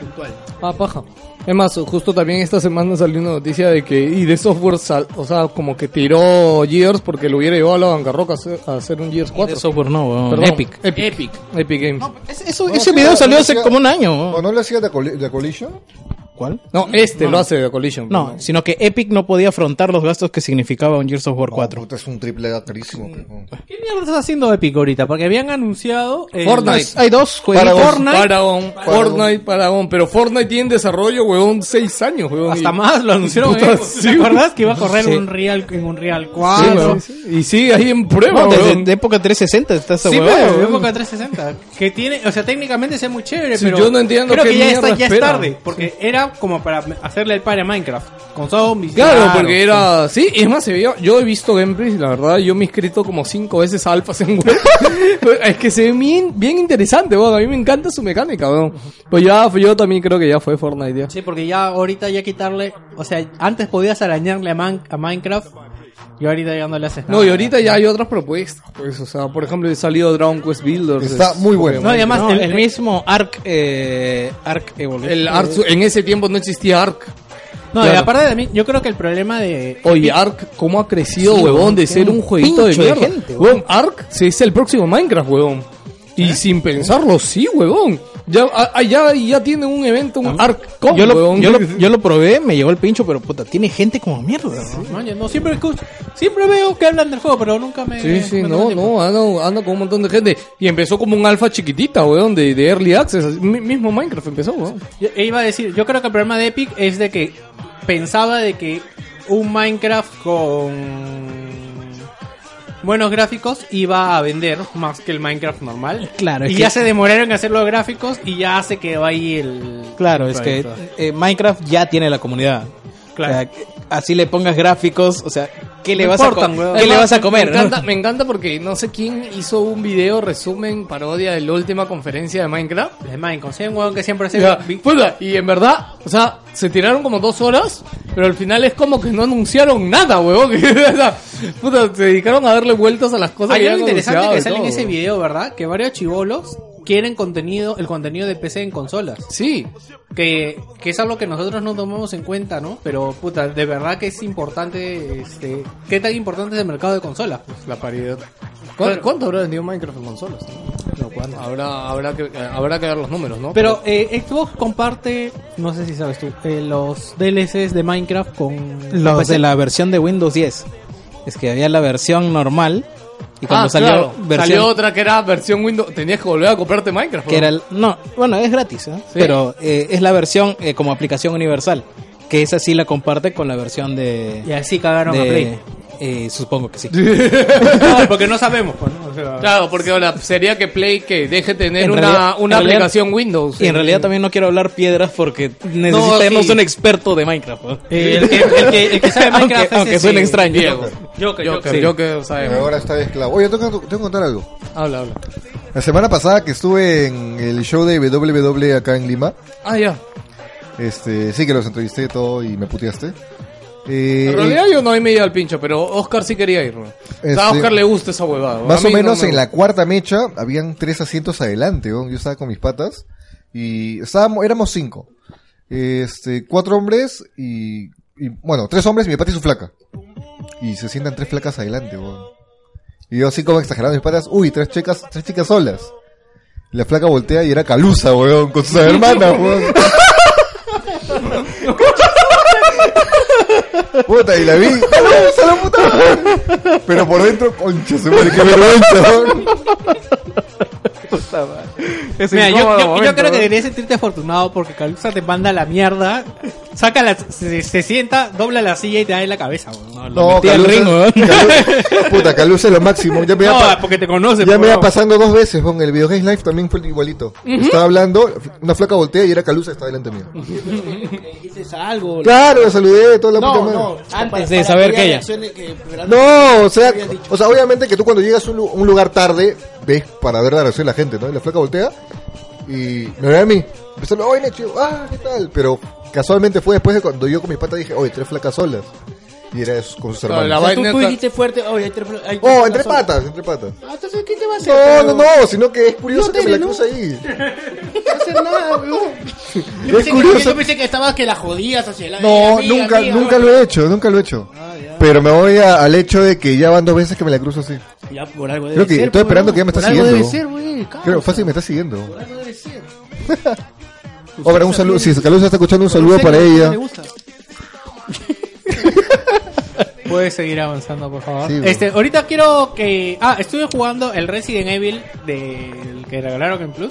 [SPEAKER 6] puntual.
[SPEAKER 2] Ah, paja. Es más, justo también esta semana salió una noticia de que y de Software, sal- o sea, como que tiró Gears porque lo hubiera llevado a la bancarrota a hacer, a hacer un Gears 4.
[SPEAKER 5] De software no, weón,
[SPEAKER 2] Perdón,
[SPEAKER 5] Epic.
[SPEAKER 2] Epic.
[SPEAKER 6] Epic.
[SPEAKER 2] Epic Games. No,
[SPEAKER 5] No, es- eso-
[SPEAKER 4] No,
[SPEAKER 5] ese
[SPEAKER 4] sí,
[SPEAKER 5] video
[SPEAKER 4] no,
[SPEAKER 5] salió
[SPEAKER 4] no,
[SPEAKER 5] hace
[SPEAKER 4] sí,
[SPEAKER 5] como un año.
[SPEAKER 4] ¿O
[SPEAKER 5] weón.
[SPEAKER 4] no le hacía de, Colli- de Collision?
[SPEAKER 5] ¿Cuál?
[SPEAKER 2] este lo hace de Collision.
[SPEAKER 5] No, sino que Epic no podía afrontar los gastos que significaba un Gears of War 4.
[SPEAKER 4] No, puta, es un triple A carísimo. pe, weón.
[SPEAKER 3] ¿Qué mierda estás haciendo Epic ahorita? Porque habían anunciado... eh, pues, el-
[SPEAKER 2] Fortnite.
[SPEAKER 5] Hay dos
[SPEAKER 2] Paragon,
[SPEAKER 5] juegos.
[SPEAKER 2] Paragon, Fortnite, Paragon. Pero Fortnite tiene en desarrollo, weón, 6 años, weón.
[SPEAKER 3] Hasta
[SPEAKER 2] y-
[SPEAKER 3] más lo anunciaron.
[SPEAKER 2] Puta,
[SPEAKER 3] eh.
[SPEAKER 2] sí,
[SPEAKER 3] ¿Te acordás que iba a correr
[SPEAKER 2] Sí.
[SPEAKER 3] un real en un real
[SPEAKER 2] Sí,
[SPEAKER 3] 4?
[SPEAKER 2] weón. Y sigue ahí en prueba,
[SPEAKER 5] No, desde
[SPEAKER 2] weón.
[SPEAKER 5] de época 360 está esa
[SPEAKER 3] Sí,
[SPEAKER 5] huevada,
[SPEAKER 3] pero
[SPEAKER 5] weón.
[SPEAKER 3] época 360. Que tiene, o sea, técnicamente sea muy chévere,
[SPEAKER 2] Sí,
[SPEAKER 3] pero.
[SPEAKER 2] yo no entiendo
[SPEAKER 3] Creo
[SPEAKER 2] qué
[SPEAKER 3] que ya,
[SPEAKER 2] mierda
[SPEAKER 3] está, ya es
[SPEAKER 2] esperan.
[SPEAKER 3] tarde. Porque era como para hacerle el par a Minecraft. Con zombies.
[SPEAKER 2] Claro, porque era. Sí, es más, se veía- yo he visto gameplays y la verdad yo me he inscrito como cinco veces a alfas en web. es que se ve bien, bien interesante, weón. A mí me encanta su mecánica, weón. Pues ya, yo también creo que ya fue Fortnite, ya.
[SPEAKER 3] Sí, porque ya ahorita ya quitarle. O sea, antes podías arañarle a, Man- a Minecraft. Y ahorita ya no le haces nada.
[SPEAKER 2] No, y ahorita Ah, ya hay otras propuestas. Pues, o sea, por ejemplo, he salido Dragon Quest Builders.
[SPEAKER 4] Está
[SPEAKER 2] es-
[SPEAKER 4] muy bueno.
[SPEAKER 3] No, y además,
[SPEAKER 5] No,
[SPEAKER 3] el,
[SPEAKER 5] el, mismo Ark, eh, Ark Evolution.
[SPEAKER 2] El Ark su- en ese tiempo no existía Ark.
[SPEAKER 3] no, y
[SPEAKER 2] claro.
[SPEAKER 3] aparte de mí, yo creo que el problema de.
[SPEAKER 2] Oye, Ark, ¿cómo ha crecido,
[SPEAKER 5] Sí,
[SPEAKER 2] huevón,
[SPEAKER 5] huevón,
[SPEAKER 2] de
[SPEAKER 5] tiene
[SPEAKER 2] ser
[SPEAKER 5] un
[SPEAKER 2] un jueguito de
[SPEAKER 5] pincho de
[SPEAKER 2] mierda?
[SPEAKER 5] gente,
[SPEAKER 2] Huevón, Ark sí, es el próximo Minecraft, huevón.
[SPEAKER 5] ¿Eh?
[SPEAKER 2] Y sin pensarlo, sí, huevón. Ya, a- a- ya, ya tiene un evento, un arc con,
[SPEAKER 5] Ah, Yo lo,
[SPEAKER 2] huevón.
[SPEAKER 5] yo, lo, yo lo probé, me llegó el pincho, pero puta, tiene gente como mierda. ¿no?
[SPEAKER 3] Maña, no, siempre escucho, siempre veo que hablan del juego, pero nunca me...
[SPEAKER 2] Sí, sí,
[SPEAKER 3] me
[SPEAKER 2] no,
[SPEAKER 3] tomo tiempo.
[SPEAKER 2] no,
[SPEAKER 5] pues.
[SPEAKER 2] anda, anda con un montón de gente. Y empezó como un alfa chiquitita, weón, de, de Early Access. así, mi- mismo Minecraft empezó, weón.
[SPEAKER 3] Yo e iba a decir, yo creo que el problema de Epic es de que pensaba de que un Minecraft con buenos gráficos iba a vender más que el Minecraft normal.
[SPEAKER 5] Claro, es
[SPEAKER 3] Y
[SPEAKER 5] que-
[SPEAKER 3] ya se demoraron en hacer los gráficos y ya se quedó ahí el...
[SPEAKER 5] Claro, es
[SPEAKER 3] el
[SPEAKER 5] que
[SPEAKER 3] proyecto.
[SPEAKER 5] eh, Minecraft ya tiene la comunidad.
[SPEAKER 3] Claro.
[SPEAKER 5] O sea, que- así le pongas gráficos, o sea, ¿qué le,
[SPEAKER 3] No
[SPEAKER 5] vas, a
[SPEAKER 3] importan,
[SPEAKER 5] co-
[SPEAKER 3] weón.
[SPEAKER 5] ¿qué le
[SPEAKER 2] Además,
[SPEAKER 5] vas a comer?
[SPEAKER 2] Me
[SPEAKER 5] no?
[SPEAKER 2] encanta, me encanta porque no sé quién hizo un video resumen parodia de la última conferencia de Minecraft.
[SPEAKER 3] El Minecraft, sí, un huevón que siempre hace...
[SPEAKER 2] Ya, puta, y en verdad, o sea, se tiraron como dos horas, pero al final es como que no anunciaron nada, huevón. O sea, puta, se dedicaron a darle vueltas a las cosas.
[SPEAKER 3] Hay
[SPEAKER 2] que ya
[SPEAKER 3] algo interesante
[SPEAKER 2] anunciado
[SPEAKER 3] que
[SPEAKER 2] y
[SPEAKER 3] sale en
[SPEAKER 2] todo,
[SPEAKER 3] ese
[SPEAKER 2] huevón.
[SPEAKER 3] video, ¿verdad? Que varios chivolos quieren contenido, el contenido de PC en consolas.
[SPEAKER 2] Sí,
[SPEAKER 3] que, que es algo que nosotros no tomamos en cuenta, ¿no? Pero, puta, de verdad que es importante, este, ¿qué tan importante es el mercado de consolas? Pues la paridad.
[SPEAKER 2] ¿Cu- ¿Cuánto habrá vendido Minecraft en consolas? No, ¿cuánto? habrá, habrá, que, eh, habrá que ver los números, ¿no?
[SPEAKER 3] Pero eh, Xbox comparte, no sé si sabes tú, eh, los DLCs de Minecraft con... con
[SPEAKER 5] Los
[SPEAKER 3] PC.
[SPEAKER 5] de la versión de Windows 10. Es que había la versión normal y cuando
[SPEAKER 2] Ah,
[SPEAKER 5] salió
[SPEAKER 2] claro,
[SPEAKER 5] versión
[SPEAKER 2] salió otra que era versión Windows. Tenías que volver a comprarte Minecraft.
[SPEAKER 5] que
[SPEAKER 2] ¿no?
[SPEAKER 5] era el- no, bueno, es gratis, ¿eh? pero eh, es la versión eh, como aplicación universal, que esa sí la comparte con la versión de,
[SPEAKER 3] Y así cagaron a
[SPEAKER 5] de-
[SPEAKER 3] Play.
[SPEAKER 5] eh, supongo que sí.
[SPEAKER 3] No, porque no sabemos, pues, ¿no? O sea,
[SPEAKER 2] Claro, porque ahora sería que Play que deje tener
[SPEAKER 5] En
[SPEAKER 2] una,
[SPEAKER 5] realidad-
[SPEAKER 2] una
[SPEAKER 5] en realidad-
[SPEAKER 2] aplicación Windows. eh,
[SPEAKER 5] Y en realidad también no quiero hablar piedras porque
[SPEAKER 2] No,
[SPEAKER 5] necesitamos
[SPEAKER 2] sí.
[SPEAKER 5] un experto de Minecraft. ¿no?
[SPEAKER 3] eh, el, que, el que- el que sabe
[SPEAKER 5] Aunque-
[SPEAKER 3] Minecraft es
[SPEAKER 5] aunque
[SPEAKER 3] este,
[SPEAKER 5] suene extraño.
[SPEAKER 2] Diego.
[SPEAKER 3] Joker,
[SPEAKER 2] Yo
[SPEAKER 3] Joker,
[SPEAKER 2] que,
[SPEAKER 3] sí.
[SPEAKER 2] yo que sabemos.
[SPEAKER 4] Ahora está esclavo. Oye, tengo, tengo que contar algo.
[SPEAKER 2] Habla, habla.
[SPEAKER 4] La semana pasada que estuve en el show de WWE acá en Lima,
[SPEAKER 2] Ah, ya.
[SPEAKER 4] este, sí que los entrevisté y todo y me puteaste. Eh,
[SPEAKER 2] En realidad yo no he medido al pincho, pero Oscar sí quería ir. ¿no? O sea, a
[SPEAKER 4] Este-
[SPEAKER 2] Oscar le gusta esa huevada. ¿no?
[SPEAKER 4] Más
[SPEAKER 2] A
[SPEAKER 4] o
[SPEAKER 2] mí no
[SPEAKER 4] menos
[SPEAKER 2] me
[SPEAKER 4] en la cuarta mecha habían tres asientos adelante, ¿no? yo estaba con mis patas y estábamos, éramos cinco. Este, cuatro hombres y, y, bueno, tres hombres y mi pata y su flaca. Y se sientan tres flacas adelante, ¿no? Y yo así como exagerando mis patas, uy, tres chicas, tres chicas solas. La flaca voltea y era Calusa, weón, con sus hermanas, weón. Puta, y la vi. ¡Calusa, la puta madre! Pero por dentro, concha, se muere, qué vergüenza, weón.
[SPEAKER 3] Mira, yo, yo- yo creo que deberías sentirte afortunado porque Calusa te manda la mierda, saca la, se, se sienta, dobla la silla y te da en la cabeza. weón.
[SPEAKER 4] No,
[SPEAKER 5] metí al
[SPEAKER 4] Calusa-
[SPEAKER 5] ring, weón.
[SPEAKER 4] Calu- puta, Calusa es lo máximo. Ya me
[SPEAKER 3] No, ah,
[SPEAKER 4] iba, pa-
[SPEAKER 3] porque te conoce.
[SPEAKER 4] ya me
[SPEAKER 3] pues,
[SPEAKER 4] iba pasando dos veces con el Video Games Live, también fue igualito. Estaba hablando, una flaca voltea y era Calusa, está delante mío.
[SPEAKER 6] Dices algo.
[SPEAKER 4] Claro, la saludé, toda la puta
[SPEAKER 6] No,
[SPEAKER 4] madre.
[SPEAKER 6] no.
[SPEAKER 5] Antes de saber que ella.
[SPEAKER 4] No, o sea, o sea, obviamente que tú cuando llegas a un, lu- un lugar tarde, ves para ver la reacción de la gente, ¿no? Y la flaca voltea y me ve a mí. Empezó, oye, Necho, ah, ¿qué tal? Pero casualmente fue después de cuando yo con mis patas dije, oye, tres flacas solas. Y era eso, con sus
[SPEAKER 2] Claro,
[SPEAKER 4] hermanos.
[SPEAKER 2] la
[SPEAKER 6] tú,
[SPEAKER 2] vaina
[SPEAKER 6] tú
[SPEAKER 2] está-
[SPEAKER 6] dijiste fuerte, oye, entre, hay
[SPEAKER 4] Oh,
[SPEAKER 6] personas
[SPEAKER 4] entre
[SPEAKER 6] solas.
[SPEAKER 4] patas, entre patas.
[SPEAKER 6] Ah, entonces, ¿qué te va a hacer?
[SPEAKER 4] No, no,
[SPEAKER 6] Pero-
[SPEAKER 4] no, sino que es curioso que me la
[SPEAKER 6] tele, ¿no?
[SPEAKER 4] cruce ahí.
[SPEAKER 6] No hacer nada, weón. Yo
[SPEAKER 4] Es
[SPEAKER 6] pensé, que,
[SPEAKER 4] curioso.
[SPEAKER 6] yo pensé que estabas que la jodías hacia la
[SPEAKER 4] No,
[SPEAKER 6] amiga, Ah,
[SPEAKER 4] nunca,
[SPEAKER 6] amiga,
[SPEAKER 4] nunca
[SPEAKER 6] bueno.
[SPEAKER 4] lo he hecho, nunca lo he hecho. Pero me voy a- al hecho de que ya van dos veces que me la cruzo así.
[SPEAKER 6] Ya por algo debe
[SPEAKER 4] Creo que
[SPEAKER 6] ser,
[SPEAKER 4] estoy
[SPEAKER 6] pues,
[SPEAKER 4] esperando
[SPEAKER 6] weón.
[SPEAKER 4] que ya me está
[SPEAKER 6] Por algo
[SPEAKER 4] siguiendo.
[SPEAKER 6] debe ser, wey,
[SPEAKER 4] Creo, fácil me está siguiendo.
[SPEAKER 6] Por algo debe ser.
[SPEAKER 4] Ahora, un saludo, si Calusa está escuchando, un saludo para ella.
[SPEAKER 6] ¿Te gusta?
[SPEAKER 3] Puedes seguir avanzando, por favor.
[SPEAKER 4] Sí, weón.
[SPEAKER 3] este, ahorita quiero que. Ah, estuve jugando el Resident Evil del que regalaron en Plus.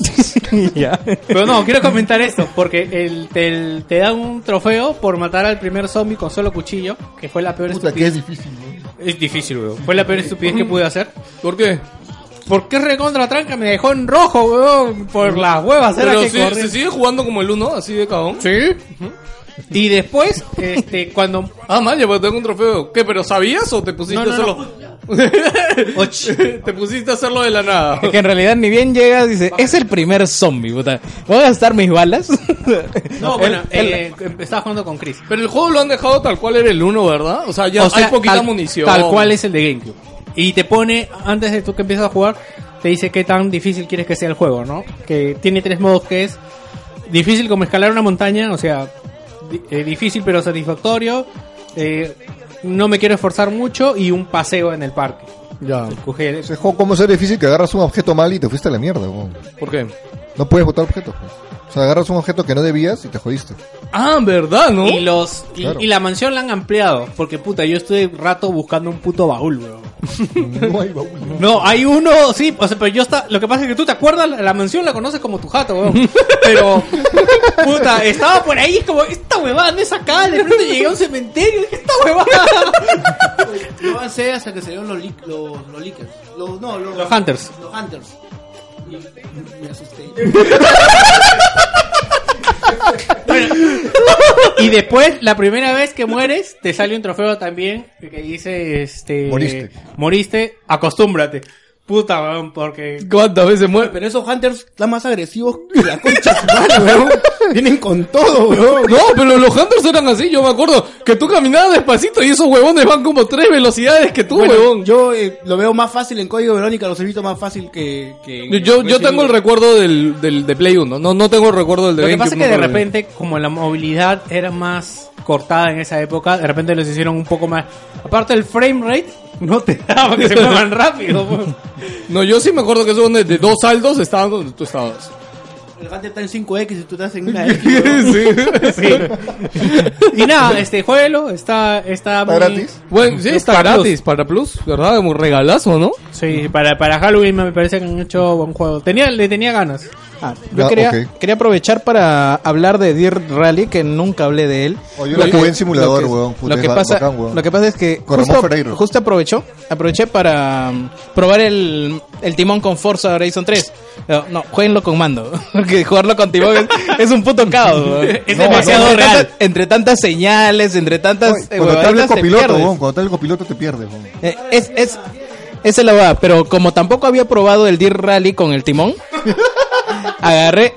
[SPEAKER 3] Pero no, quiero comentar esto, porque el, te, te dan un trofeo por matar al primer zombie con solo cuchillo, que fue la peor
[SPEAKER 4] Puta, que
[SPEAKER 3] estupidez.
[SPEAKER 4] es difícil, ¿no?
[SPEAKER 3] Es difícil, weón. Fue la peor estupidez que pude hacer.
[SPEAKER 2] ¿Por qué?
[SPEAKER 3] ¿Por qué recontra tranca me dejó en rojo, weón? Por las huevas, era
[SPEAKER 2] Pero
[SPEAKER 3] que
[SPEAKER 2] sí,
[SPEAKER 3] corrí.
[SPEAKER 2] se sigue jugando como el 1, así de cagón.
[SPEAKER 3] Y después, este, cuando
[SPEAKER 2] Ah, man, yo tengo un trofeo. ¿Qué, pero sabías o te pusiste
[SPEAKER 3] No, no,
[SPEAKER 2] a hacerlo? te pusiste a hacerlo de la nada.
[SPEAKER 5] Es que en realidad ni bien llegas, dice, es el primer zombie, puta. ¿Voy a gastar mis balas?
[SPEAKER 3] No, bueno, eh, estaba jugando con Chris.
[SPEAKER 2] Pero el juego lo han dejado tal cual era el 1, ¿verdad? O sea, ya
[SPEAKER 3] O sea,
[SPEAKER 2] hay poquita
[SPEAKER 3] tal-
[SPEAKER 2] munición.
[SPEAKER 3] Tal cual es el de GameCube. Y te pone, antes de tú que empiezas a jugar, te dice qué tan difícil quieres que sea el juego, ¿no? Que tiene tres modos que es difícil como escalar una montaña, o sea, di- eh, difícil pero satisfactorio, eh, no me quiero esforzar mucho y un paseo en el parque.
[SPEAKER 2] Ya.
[SPEAKER 3] Coger
[SPEAKER 4] Ese juego, ¿cómo ser difícil que agarras un objeto mal y te fuiste a la mierda? weón?
[SPEAKER 2] ¿Por qué?
[SPEAKER 4] No puedes botar objetos. pues. O sea, agarras un objeto que no debías y te jodiste.
[SPEAKER 2] Ah, ¿verdad, no?
[SPEAKER 3] Y los y,
[SPEAKER 4] Claro.
[SPEAKER 3] y la mansión la han ampliado, porque puta, yo estuve rato buscando un puto baúl, weón.
[SPEAKER 4] No hay baúl.
[SPEAKER 3] No, hay uno, sí, o sea, pero yo está, lo que pasa es que tú te acuerdas, la, la mansión la conoces como tu jato, weón. Pero, puta, estaba por ahí, es como, esta huevada no es acá, de pronto llegué a un cementerio, dije, esta huevada.
[SPEAKER 6] Yo avancé hasta que salieron los, leak- los, los leakers. Los, no, los,
[SPEAKER 3] Los hunters.
[SPEAKER 6] Los hunters. Y me asusté.
[SPEAKER 3] Y después, la primera vez que mueres, te sale un trofeo también que dice, este...
[SPEAKER 4] Moriste.
[SPEAKER 3] Moriste, acostúmbrate. Puta, weón, porque...
[SPEAKER 2] ¿Cuántas veces muere?
[SPEAKER 6] Pero esos hunters están más agresivos que la concha de su madre, weón. Vienen con todo, weón.
[SPEAKER 2] No, pero los hunters eran así, yo me acuerdo que tú caminabas despacito y esos huevones van como tres velocidades que tú,
[SPEAKER 6] Bueno,
[SPEAKER 2] huevón. Yo,
[SPEAKER 6] Yo eh, lo veo más fácil en Código Verónica, los he visto más fácil que... que
[SPEAKER 2] yo, yo tengo el
[SPEAKER 6] recuerdo
[SPEAKER 2] recuerdo del, del de Play 1, no, no tengo el recuerdo del de
[SPEAKER 3] Lo que pasa es
[SPEAKER 2] GameCube,
[SPEAKER 3] que de
[SPEAKER 2] no recuerdo.
[SPEAKER 3] repente, como la movilidad era más cortada en esa época, de repente los hicieron un poco más... Aparte, el frame rate no te daba que se muevan rápido, weón.
[SPEAKER 2] No, yo sí me acuerdo que esos huevones de dos saldos estaban donde tú estabas.
[SPEAKER 6] El Hunter está en 5X y tú estás en una X. weón.
[SPEAKER 3] Sí. Y nada, este juego está, está, muy-
[SPEAKER 4] gratis?
[SPEAKER 2] Bueno, sí, está
[SPEAKER 3] Para Plus.
[SPEAKER 2] gratis para Plus, ¿verdad? Como un regalazo, ¿no?
[SPEAKER 3] Sí, para, para Halloween me parece que han hecho buen juego. Tenía, le tenía ganas.
[SPEAKER 5] Ah, yo
[SPEAKER 4] Ah,
[SPEAKER 5] quería,
[SPEAKER 4] ok.
[SPEAKER 5] quería aprovechar para hablar de Deer Rally, que nunca hablé de él.
[SPEAKER 4] Oye, Oh, yo lo jugué en simulador,
[SPEAKER 5] lo que-
[SPEAKER 4] weón. Puta,
[SPEAKER 5] lo,
[SPEAKER 4] es
[SPEAKER 5] que
[SPEAKER 4] ba-
[SPEAKER 5] pasa,
[SPEAKER 4] bacán, weón.
[SPEAKER 5] lo que pasa es que
[SPEAKER 4] Con Ramón
[SPEAKER 5] justo,
[SPEAKER 4] Ferreiro.
[SPEAKER 5] justo aprovechó, aproveché para um, probar el, el timón con Forza Horizon 3. No, no, jueguenlo con mando, porque jugarlo con timón es, es un puto caos. weón.
[SPEAKER 3] Es demasiado
[SPEAKER 5] entre
[SPEAKER 3] real.
[SPEAKER 5] tantas- entre tantas señales, entre tantas...
[SPEAKER 4] Oye,
[SPEAKER 5] eh,
[SPEAKER 4] cuando te habla
[SPEAKER 5] huevaditas,
[SPEAKER 4] el
[SPEAKER 5] te
[SPEAKER 4] copiloto,
[SPEAKER 5] pierdes.
[SPEAKER 4] weón, cuando te habla el copiloto te pierdes. weón.
[SPEAKER 5] Eh, es, es, esa es la verdad, pero como tampoco había probado el Deer Rally con el timón, agarré,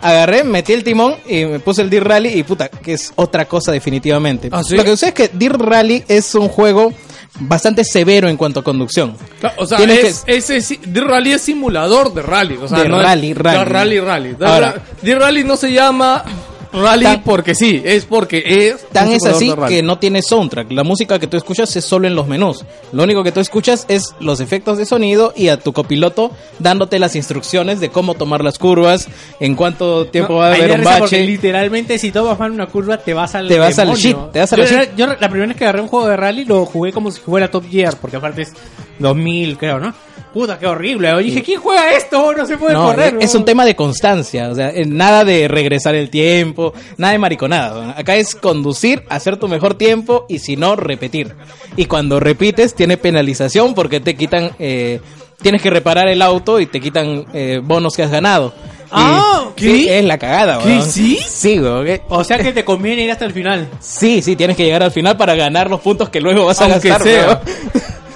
[SPEAKER 5] agarré, metí el timón y me puse el Deer Rally y puta, que es otra cosa definitivamente.
[SPEAKER 2] ¿Ah, sí?
[SPEAKER 5] Lo que sucede es que Deer Rally es un juego bastante severo en cuanto a conducción.
[SPEAKER 2] Claro, O sea, es,
[SPEAKER 5] Tienes
[SPEAKER 2] ese sí- de rally es simulador de rally. O sea,
[SPEAKER 5] De
[SPEAKER 2] no es-
[SPEAKER 5] rally, rally.
[SPEAKER 2] no, rally, rally. De
[SPEAKER 5] Ahora-
[SPEAKER 2] ra- de rally no se llama rally
[SPEAKER 5] Tan-
[SPEAKER 2] porque sí, es porque es.
[SPEAKER 5] Tan
[SPEAKER 2] un
[SPEAKER 5] es
[SPEAKER 2] simulador
[SPEAKER 5] así
[SPEAKER 2] de rally.
[SPEAKER 5] que no tiene soundtrack. La música que tú escuchas es solo en los menús. Lo único que tú escuchas es los efectos de sonido y a tu copiloto dándote las instrucciones de cómo tomar las curvas, en cuánto tiempo
[SPEAKER 3] No,
[SPEAKER 5] va a
[SPEAKER 3] ahí
[SPEAKER 5] haber
[SPEAKER 3] me
[SPEAKER 5] un
[SPEAKER 3] risa porque
[SPEAKER 5] bache.
[SPEAKER 3] literalmente si tomas mal una curva te vas al
[SPEAKER 5] Te vas al
[SPEAKER 3] demonio.
[SPEAKER 5] shit, te vas al
[SPEAKER 3] yo,
[SPEAKER 5] shit.
[SPEAKER 3] yo la primera vez que agarré un juego de rally lo jugué como si fuera Top Gear, porque aparte es 2000 creo, ¿no? Puta, qué horrible. Yo dije, ¿quién juega esto? No se puede
[SPEAKER 5] No,
[SPEAKER 3] correr.
[SPEAKER 5] es
[SPEAKER 3] ¿no?
[SPEAKER 5] un tema de constancia, o sea, eh, nada de regresar el tiempo, nada de mariconada. Acá es conducir, hacer tu mejor tiempo y si no, repetir. Y cuando repites, tiene penalización porque te quitan, eh, tienes que reparar el auto y te quitan eh, bonos que has ganado. Y-
[SPEAKER 3] Ah, ¿qué?
[SPEAKER 5] sí, es la cagada,
[SPEAKER 3] ¿Qué?
[SPEAKER 5] weón.
[SPEAKER 3] ¿Sí?
[SPEAKER 5] Sí, weón, eh,
[SPEAKER 3] O sea que te conviene ir hasta el final.
[SPEAKER 5] sí, sí, tienes que llegar al final para ganar los puntos que luego vas a
[SPEAKER 2] Aunque
[SPEAKER 5] gastar.
[SPEAKER 2] sea.
[SPEAKER 5] weón.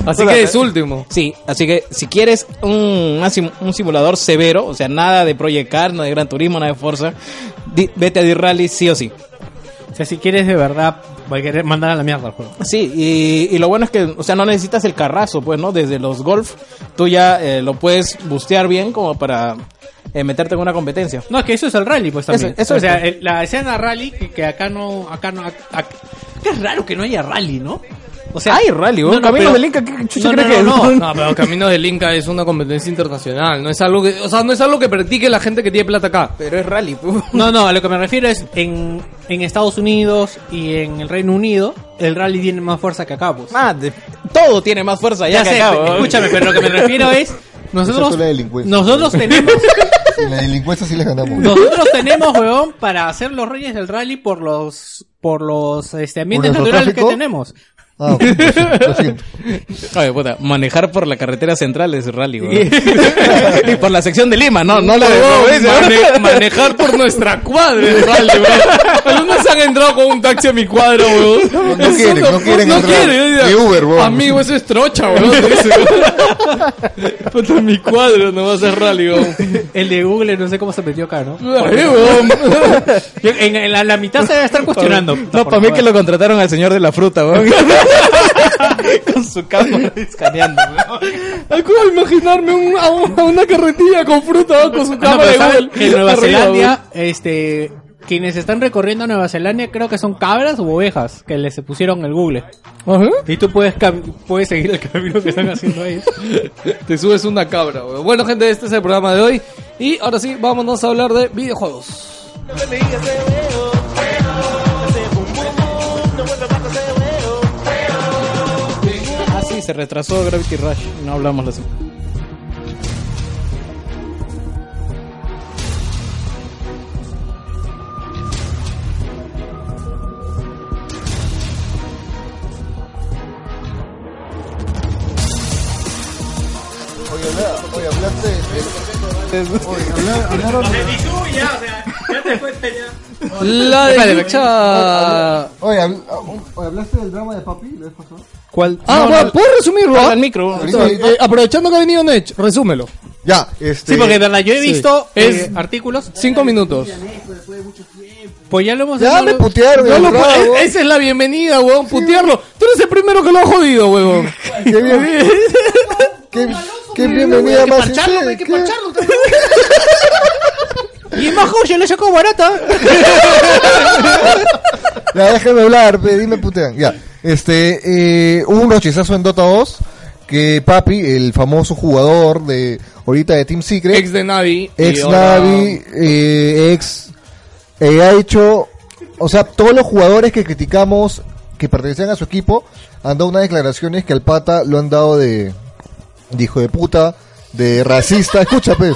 [SPEAKER 2] Así
[SPEAKER 3] eh,
[SPEAKER 2] que
[SPEAKER 5] eh.
[SPEAKER 2] es último.
[SPEAKER 5] Sí, así que si quieres un, una sim- un simulador severo, o sea, nada de proyectar, nada de Gran Turismo, nada de Forza, di- vete a D-Rally sí o sí.
[SPEAKER 3] O sea, si quieres de verdad, voy a querer mandar a la mierda el juego.
[SPEAKER 5] Sí, y, y lo bueno es que, o sea, no necesitas el carrazo, pues, ¿no? Desde los golf, tú ya eh, lo puedes bustear bien como para eh, meterte en una competencia.
[SPEAKER 3] No, es que eso es el rally, pues también.
[SPEAKER 5] Eso- eso
[SPEAKER 3] o sea,
[SPEAKER 5] es.
[SPEAKER 3] el- la escena rally que, que acá no. Acá no. ac- ac- acá es raro que no haya rally, ¿no? O sea,
[SPEAKER 5] Ay, rally,
[SPEAKER 3] no,
[SPEAKER 5] weón,
[SPEAKER 3] no,
[SPEAKER 5] Camino
[SPEAKER 3] pero-
[SPEAKER 5] del Inca, ¿qué chucha
[SPEAKER 3] no,
[SPEAKER 5] crees
[SPEAKER 3] no,
[SPEAKER 5] que
[SPEAKER 3] no, no,
[SPEAKER 2] No, pero Camino del Inca es una competencia internacional. No es algo que, o sea, no es algo que practique la gente que tiene plata acá.
[SPEAKER 5] Pero es rally, pues.
[SPEAKER 3] No, no, a lo que me refiero es en, en Estados Unidos y en el Reino Unido, el rally tiene más fuerza que acá, pues.
[SPEAKER 5] Madre, todo tiene más fuerza
[SPEAKER 3] ya
[SPEAKER 5] ya, que
[SPEAKER 3] sé,
[SPEAKER 5] acá, weón.
[SPEAKER 3] escúchame, pero lo que me refiero es. Nosotros,
[SPEAKER 4] es la delincuencia.
[SPEAKER 3] nosotros tenemos,
[SPEAKER 4] Sí, la delincuencia sí les ganamos. weón.
[SPEAKER 3] nosotros tenemos, weón, para hacer los reyes del rally por los, por los este, ambientes
[SPEAKER 4] nuestro
[SPEAKER 3] naturales que
[SPEAKER 4] tráfico?
[SPEAKER 3] tenemos.
[SPEAKER 4] Ah, ok, lo siento.
[SPEAKER 5] Ay, puta, manejar por la carretera central es rally, weón. y por la sección de Lima, no, no la de Provincia, weón.
[SPEAKER 2] Mane- manejar por nuestra cuadra es rally, weón. Algunos han entrado con un taxi a mi cuadra, weón.
[SPEAKER 4] No quieren, no quieren
[SPEAKER 2] no
[SPEAKER 4] entrar.
[SPEAKER 2] quieren, yo diría,
[SPEAKER 4] Ni Uber, weón.
[SPEAKER 2] Amigo, eso es trocha, weón. Ese, weón. Puta, en mi cuadro no va a ser rally, weón.
[SPEAKER 3] El de Google, no sé cómo se metió acá, ¿no?
[SPEAKER 2] Ay, "Eh, weón.
[SPEAKER 3] Yo- en, en la, la mitad se debe estar cuestionando.
[SPEAKER 5] No, para mí que lo contrataron al señor de la fruta, weón. Con su cámara escaneando, weón.
[SPEAKER 2] Acabo de imaginarme un- a, un- a una carretilla con fruta weón, con su
[SPEAKER 3] No,
[SPEAKER 2] cámara
[SPEAKER 3] pero
[SPEAKER 2] de
[SPEAKER 3] ¿saben?
[SPEAKER 2] Google
[SPEAKER 3] En Nueva
[SPEAKER 2] arriba,
[SPEAKER 3] Zelanda, este, quienes están recorriendo Nueva Zelanda creo que son cabras o ovejas que les pusieron el Google. Y tú puedes, cam- puedes seguir el camino que están haciendo ellos.
[SPEAKER 2] Te subes una cabra, weón. Bueno, gente, este es el programa de hoy. Y ahora sí, vámonos a hablar de videojuegos.
[SPEAKER 8] No me digas que veo. Ese bum bum bum no vuelve más a hacer veo.
[SPEAKER 5] Ah, sí, se retrasó Gravity Rush. No hablamos la semana.
[SPEAKER 4] Oye, habla- oye, hablaste de- Oye, habla- hablaron
[SPEAKER 2] La
[SPEAKER 4] de-
[SPEAKER 2] desdicha.
[SPEAKER 4] Oye, habl- ah, oye, hablaste del drama de papi la vez pasada.
[SPEAKER 5] ¿Cuál?
[SPEAKER 2] Ah, bueno, ¿puedes resumirlo? ah?
[SPEAKER 5] al micro.
[SPEAKER 4] Ahorita-
[SPEAKER 2] Eh, aprovechando que ha venido Nech, resúmelo.
[SPEAKER 4] Ya, este.
[SPEAKER 3] Sí, porque en verdad yo he
[SPEAKER 2] Sí.
[SPEAKER 3] visto
[SPEAKER 2] Es-
[SPEAKER 3] eh, artículos.
[SPEAKER 2] Cinco minutos.
[SPEAKER 3] Pues ya lo hemos
[SPEAKER 4] Ya me putearon,
[SPEAKER 2] No
[SPEAKER 4] el
[SPEAKER 2] lo-
[SPEAKER 4] bravo.
[SPEAKER 2] e- esa es la bienvenida, weón. Putearlo. Tú eres el primero que lo ha jodido, weón.
[SPEAKER 4] Qué bien. Qué, qué bienvenida más. sincera, qué-
[SPEAKER 5] Y Majo, yo le saco barata.
[SPEAKER 4] Ya, déjame hablar, pe, dime putean. Ya. Este, eh, hubo un rochizazo en Dota 2 que Papi, el famoso jugador de ahorita de Team Secret,
[SPEAKER 2] Ex de Navi. y
[SPEAKER 4] ex
[SPEAKER 2] ahora-
[SPEAKER 4] Navi, eh, ex eh, ha hecho, o sea, todos los jugadores que criticamos que pertenecían a su equipo han dado unas declaraciones que al pata lo han dado de, de hijo de puta, de racista, escucha pues,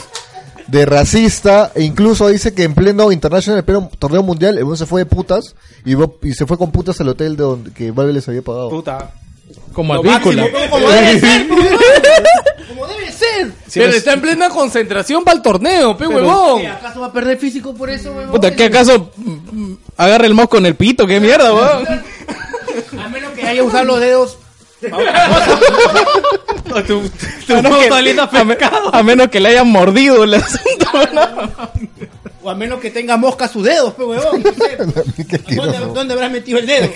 [SPEAKER 4] de racista e incluso dice que en pleno internacional, en pleno torneo mundial, el weón se fue de putas y, va- y se fue con putas al hotel de donde que Valve les había pagado.
[SPEAKER 5] Como avícola.
[SPEAKER 6] Como debe ser.
[SPEAKER 2] Pero está en plena concentración para el torneo, pe, huevón.
[SPEAKER 6] ¿Acaso va a perder físico por eso, huevón?
[SPEAKER 5] Puta, ¿qué acaso mm, mm, agarra el mouse con el pito? ¿Qué mierda, weón?
[SPEAKER 6] A menos que haya usado los dedos.
[SPEAKER 5] A menos que- a me- A menos que le hayan mordido el asunto, ¿no?
[SPEAKER 6] O a menos que tenga mosca sus dedos, pues, huevón. no sé. ¿Dónde, dónde habrás metido el dedo?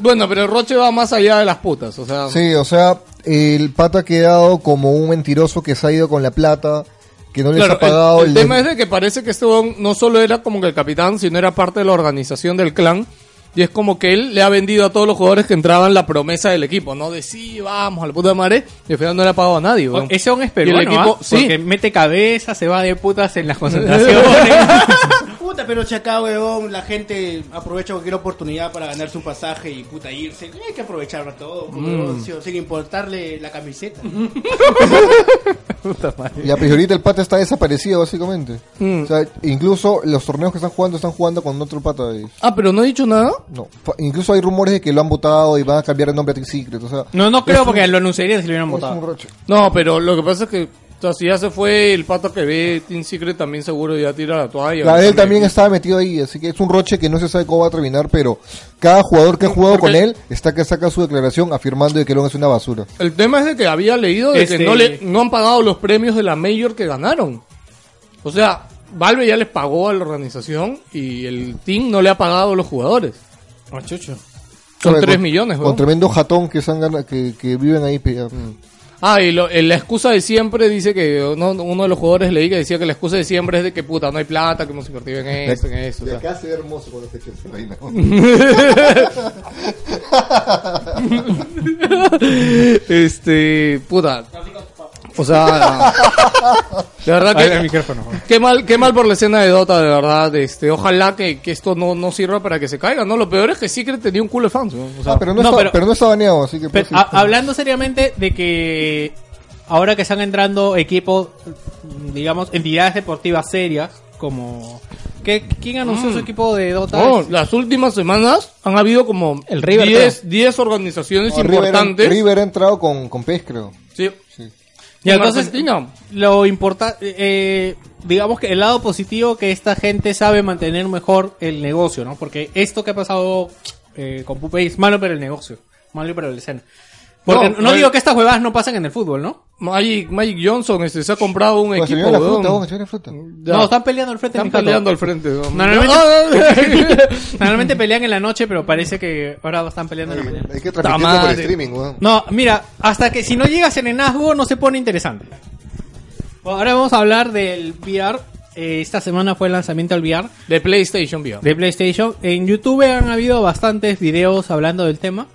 [SPEAKER 2] Bueno, pero Roche va más allá de las putas, o sea.
[SPEAKER 4] Sí, o sea, el pata ha quedado como un mentiroso que se ha ido con la plata, que no les
[SPEAKER 2] Claro,
[SPEAKER 4] ha pagado.
[SPEAKER 2] el, el
[SPEAKER 4] le-
[SPEAKER 2] tema es de que parece que este huevón no solo era como que el capitán, sino era parte de la organización del clan. Y es como que él le ha vendido a todos los jugadores que entraban la promesa del equipo, ¿no? De sí, vamos, a la puta madre. Y al final no le ha pagado a nadie, weón.
[SPEAKER 3] Ese es
[SPEAKER 2] Y el
[SPEAKER 3] peruano,
[SPEAKER 2] equipo-
[SPEAKER 3] ¿ah?
[SPEAKER 2] sí.
[SPEAKER 3] porque mete cabeza, se va de putas en las concentraciones.
[SPEAKER 6] Puta, pero si acá, huevón, la gente aprovecha cualquier oportunidad para ganarse un pasaje y puta irse. Hay que aprovecharlo todo, pues,
[SPEAKER 5] Mm.
[SPEAKER 6] huevón, sin- sin importarle la camiseta.
[SPEAKER 4] Y a ahorita el pata está desaparecido, básicamente.
[SPEAKER 2] Mm.
[SPEAKER 4] O sea, incluso los torneos que están jugando, están jugando con otro pata. y-
[SPEAKER 2] Ah, pero no he dicho nada.
[SPEAKER 4] no. Fa- Incluso hay rumores de que lo han votado y van a cambiar el nombre a Team Secret. O
[SPEAKER 2] Mm.
[SPEAKER 4] sea,
[SPEAKER 3] no, no creo porque lo anunciarían si lo hubieran
[SPEAKER 4] es un
[SPEAKER 3] votado.
[SPEAKER 4] roche.
[SPEAKER 2] No, pero lo que pasa es que o sea, si ya se fue el pato que ve Team Secret también seguro ya tira la toalla.
[SPEAKER 4] La de él
[SPEAKER 2] ¿no?
[SPEAKER 4] también estaba metido ahí, así que es un roche que no se sabe cómo va a terminar, pero cada jugador que ha jugado con él está que saca su declaración afirmando de que lo es una basura.
[SPEAKER 2] El tema es de que había leído de que
[SPEAKER 3] Este-
[SPEAKER 2] no le no han pagado los premios de la Major que ganaron. O sea, Valve ya les pagó a la organización y el team no le ha pagado a los jugadores. Son
[SPEAKER 4] Sobre-
[SPEAKER 2] 3
[SPEAKER 4] con-
[SPEAKER 2] millones,
[SPEAKER 4] Con
[SPEAKER 2] weón.
[SPEAKER 4] tremendo jatón que, se han gana- que, que viven ahí. pe-
[SPEAKER 2] Ah, y lo- eh, la excusa de siempre dice que uno, uno de los jugadores leí que decía que la excusa de siempre es de que puta, no hay plata, que hemos invertido en esto, en eso. o sea.
[SPEAKER 4] se ve hermoso con este Chelsea.
[SPEAKER 2] este, puta. O sea, la verdad que Qué mal, qué mal por la escena de Dota, de verdad. Este, ojalá que, que esto no, no sirva para que se caiga, ¿no? Lo peor es que Secret tenía un culo de fans, ¿no? O sea,
[SPEAKER 4] Ah, pero no,
[SPEAKER 3] No,
[SPEAKER 4] está,
[SPEAKER 3] pero-
[SPEAKER 4] pero, no está baneado, así que...
[SPEAKER 3] Pero,
[SPEAKER 4] pues, sí.
[SPEAKER 3] a- hablando seriamente de que ahora que están entrando equipos, digamos, entidades deportivas serias, como... ¿Qué, ¿Quién anunció
[SPEAKER 2] Mm.
[SPEAKER 3] su equipo de Dota?
[SPEAKER 2] no, las últimas semanas han habido como
[SPEAKER 5] El River,
[SPEAKER 2] 10, 10 organizaciones
[SPEAKER 4] No, River-
[SPEAKER 2] importantes.
[SPEAKER 4] River ha entrado con, con PES, creo.
[SPEAKER 2] Sí.
[SPEAKER 3] Y
[SPEAKER 2] En
[SPEAKER 3] entonces,
[SPEAKER 2] Argentina.
[SPEAKER 3] lo importante, digamos que el lado positivo que esta gente sabe mantener mejor el negocio, ¿no? Porque esto que ha pasado eh, con Pupe es malo para el negocio, malo para la escena. Porque
[SPEAKER 2] No,
[SPEAKER 3] no,
[SPEAKER 2] no eh, hay-
[SPEAKER 3] digo que estas huevadas no pasan en el fútbol, ¿no?
[SPEAKER 2] Magic, Magic Johnson este, se ha comprado un
[SPEAKER 4] Pues, se
[SPEAKER 2] equipo.
[SPEAKER 4] viene la
[SPEAKER 2] weón.
[SPEAKER 4] fruta, vamos, se viene la fruta.
[SPEAKER 2] Ya.
[SPEAKER 3] No, están peleando al frente.
[SPEAKER 2] Están
[SPEAKER 3] mi jato.
[SPEAKER 2] peleando al frente. weón.
[SPEAKER 3] Normalmente-
[SPEAKER 2] Ah, ah, ah.
[SPEAKER 3] Normalmente pelean en la noche, pero parece que ahora están peleando en la mañana.
[SPEAKER 4] Hay que
[SPEAKER 2] Ta
[SPEAKER 4] transmitirlo por
[SPEAKER 2] madre.
[SPEAKER 4] streaming, weón.
[SPEAKER 3] No, mira, hasta que si no llegas en enazgo no se pone interesante. Bueno, ahora vamos a hablar del VR eh, esta semana fue el lanzamiento al VR
[SPEAKER 2] De PlayStation VR.
[SPEAKER 3] de PlayStation. En YouTube han habido bastantes videos hablando del tema.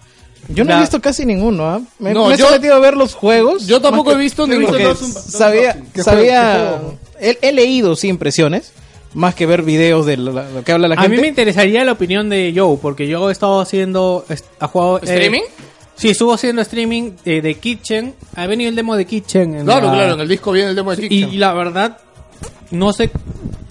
[SPEAKER 5] Yo no
[SPEAKER 3] La-
[SPEAKER 5] he visto casi ninguno, ¿ah? Me,
[SPEAKER 2] No,
[SPEAKER 5] me
[SPEAKER 2] yo-
[SPEAKER 5] he sometido a ver los juegos.
[SPEAKER 2] Yo tampoco he visto
[SPEAKER 5] Porque
[SPEAKER 2] ninguno.
[SPEAKER 5] sabía, sabía, he, he leído sí impresiones, más que ver videos de lo, lo que habla la
[SPEAKER 3] A
[SPEAKER 5] gente.
[SPEAKER 3] mí me interesaría la opinión de Joe, porque Joe ha estado haciendo. est- Ha jugado, eh,
[SPEAKER 2] ¿Streaming?
[SPEAKER 3] sí, estuvo haciendo streaming eh, de Kitchen. Ha venido el demo de Kitchen. en
[SPEAKER 2] Claro,
[SPEAKER 3] la-
[SPEAKER 2] claro, en el disco viene el demo de
[SPEAKER 3] Y,
[SPEAKER 2] Kitchen.
[SPEAKER 3] la verdad, no sé.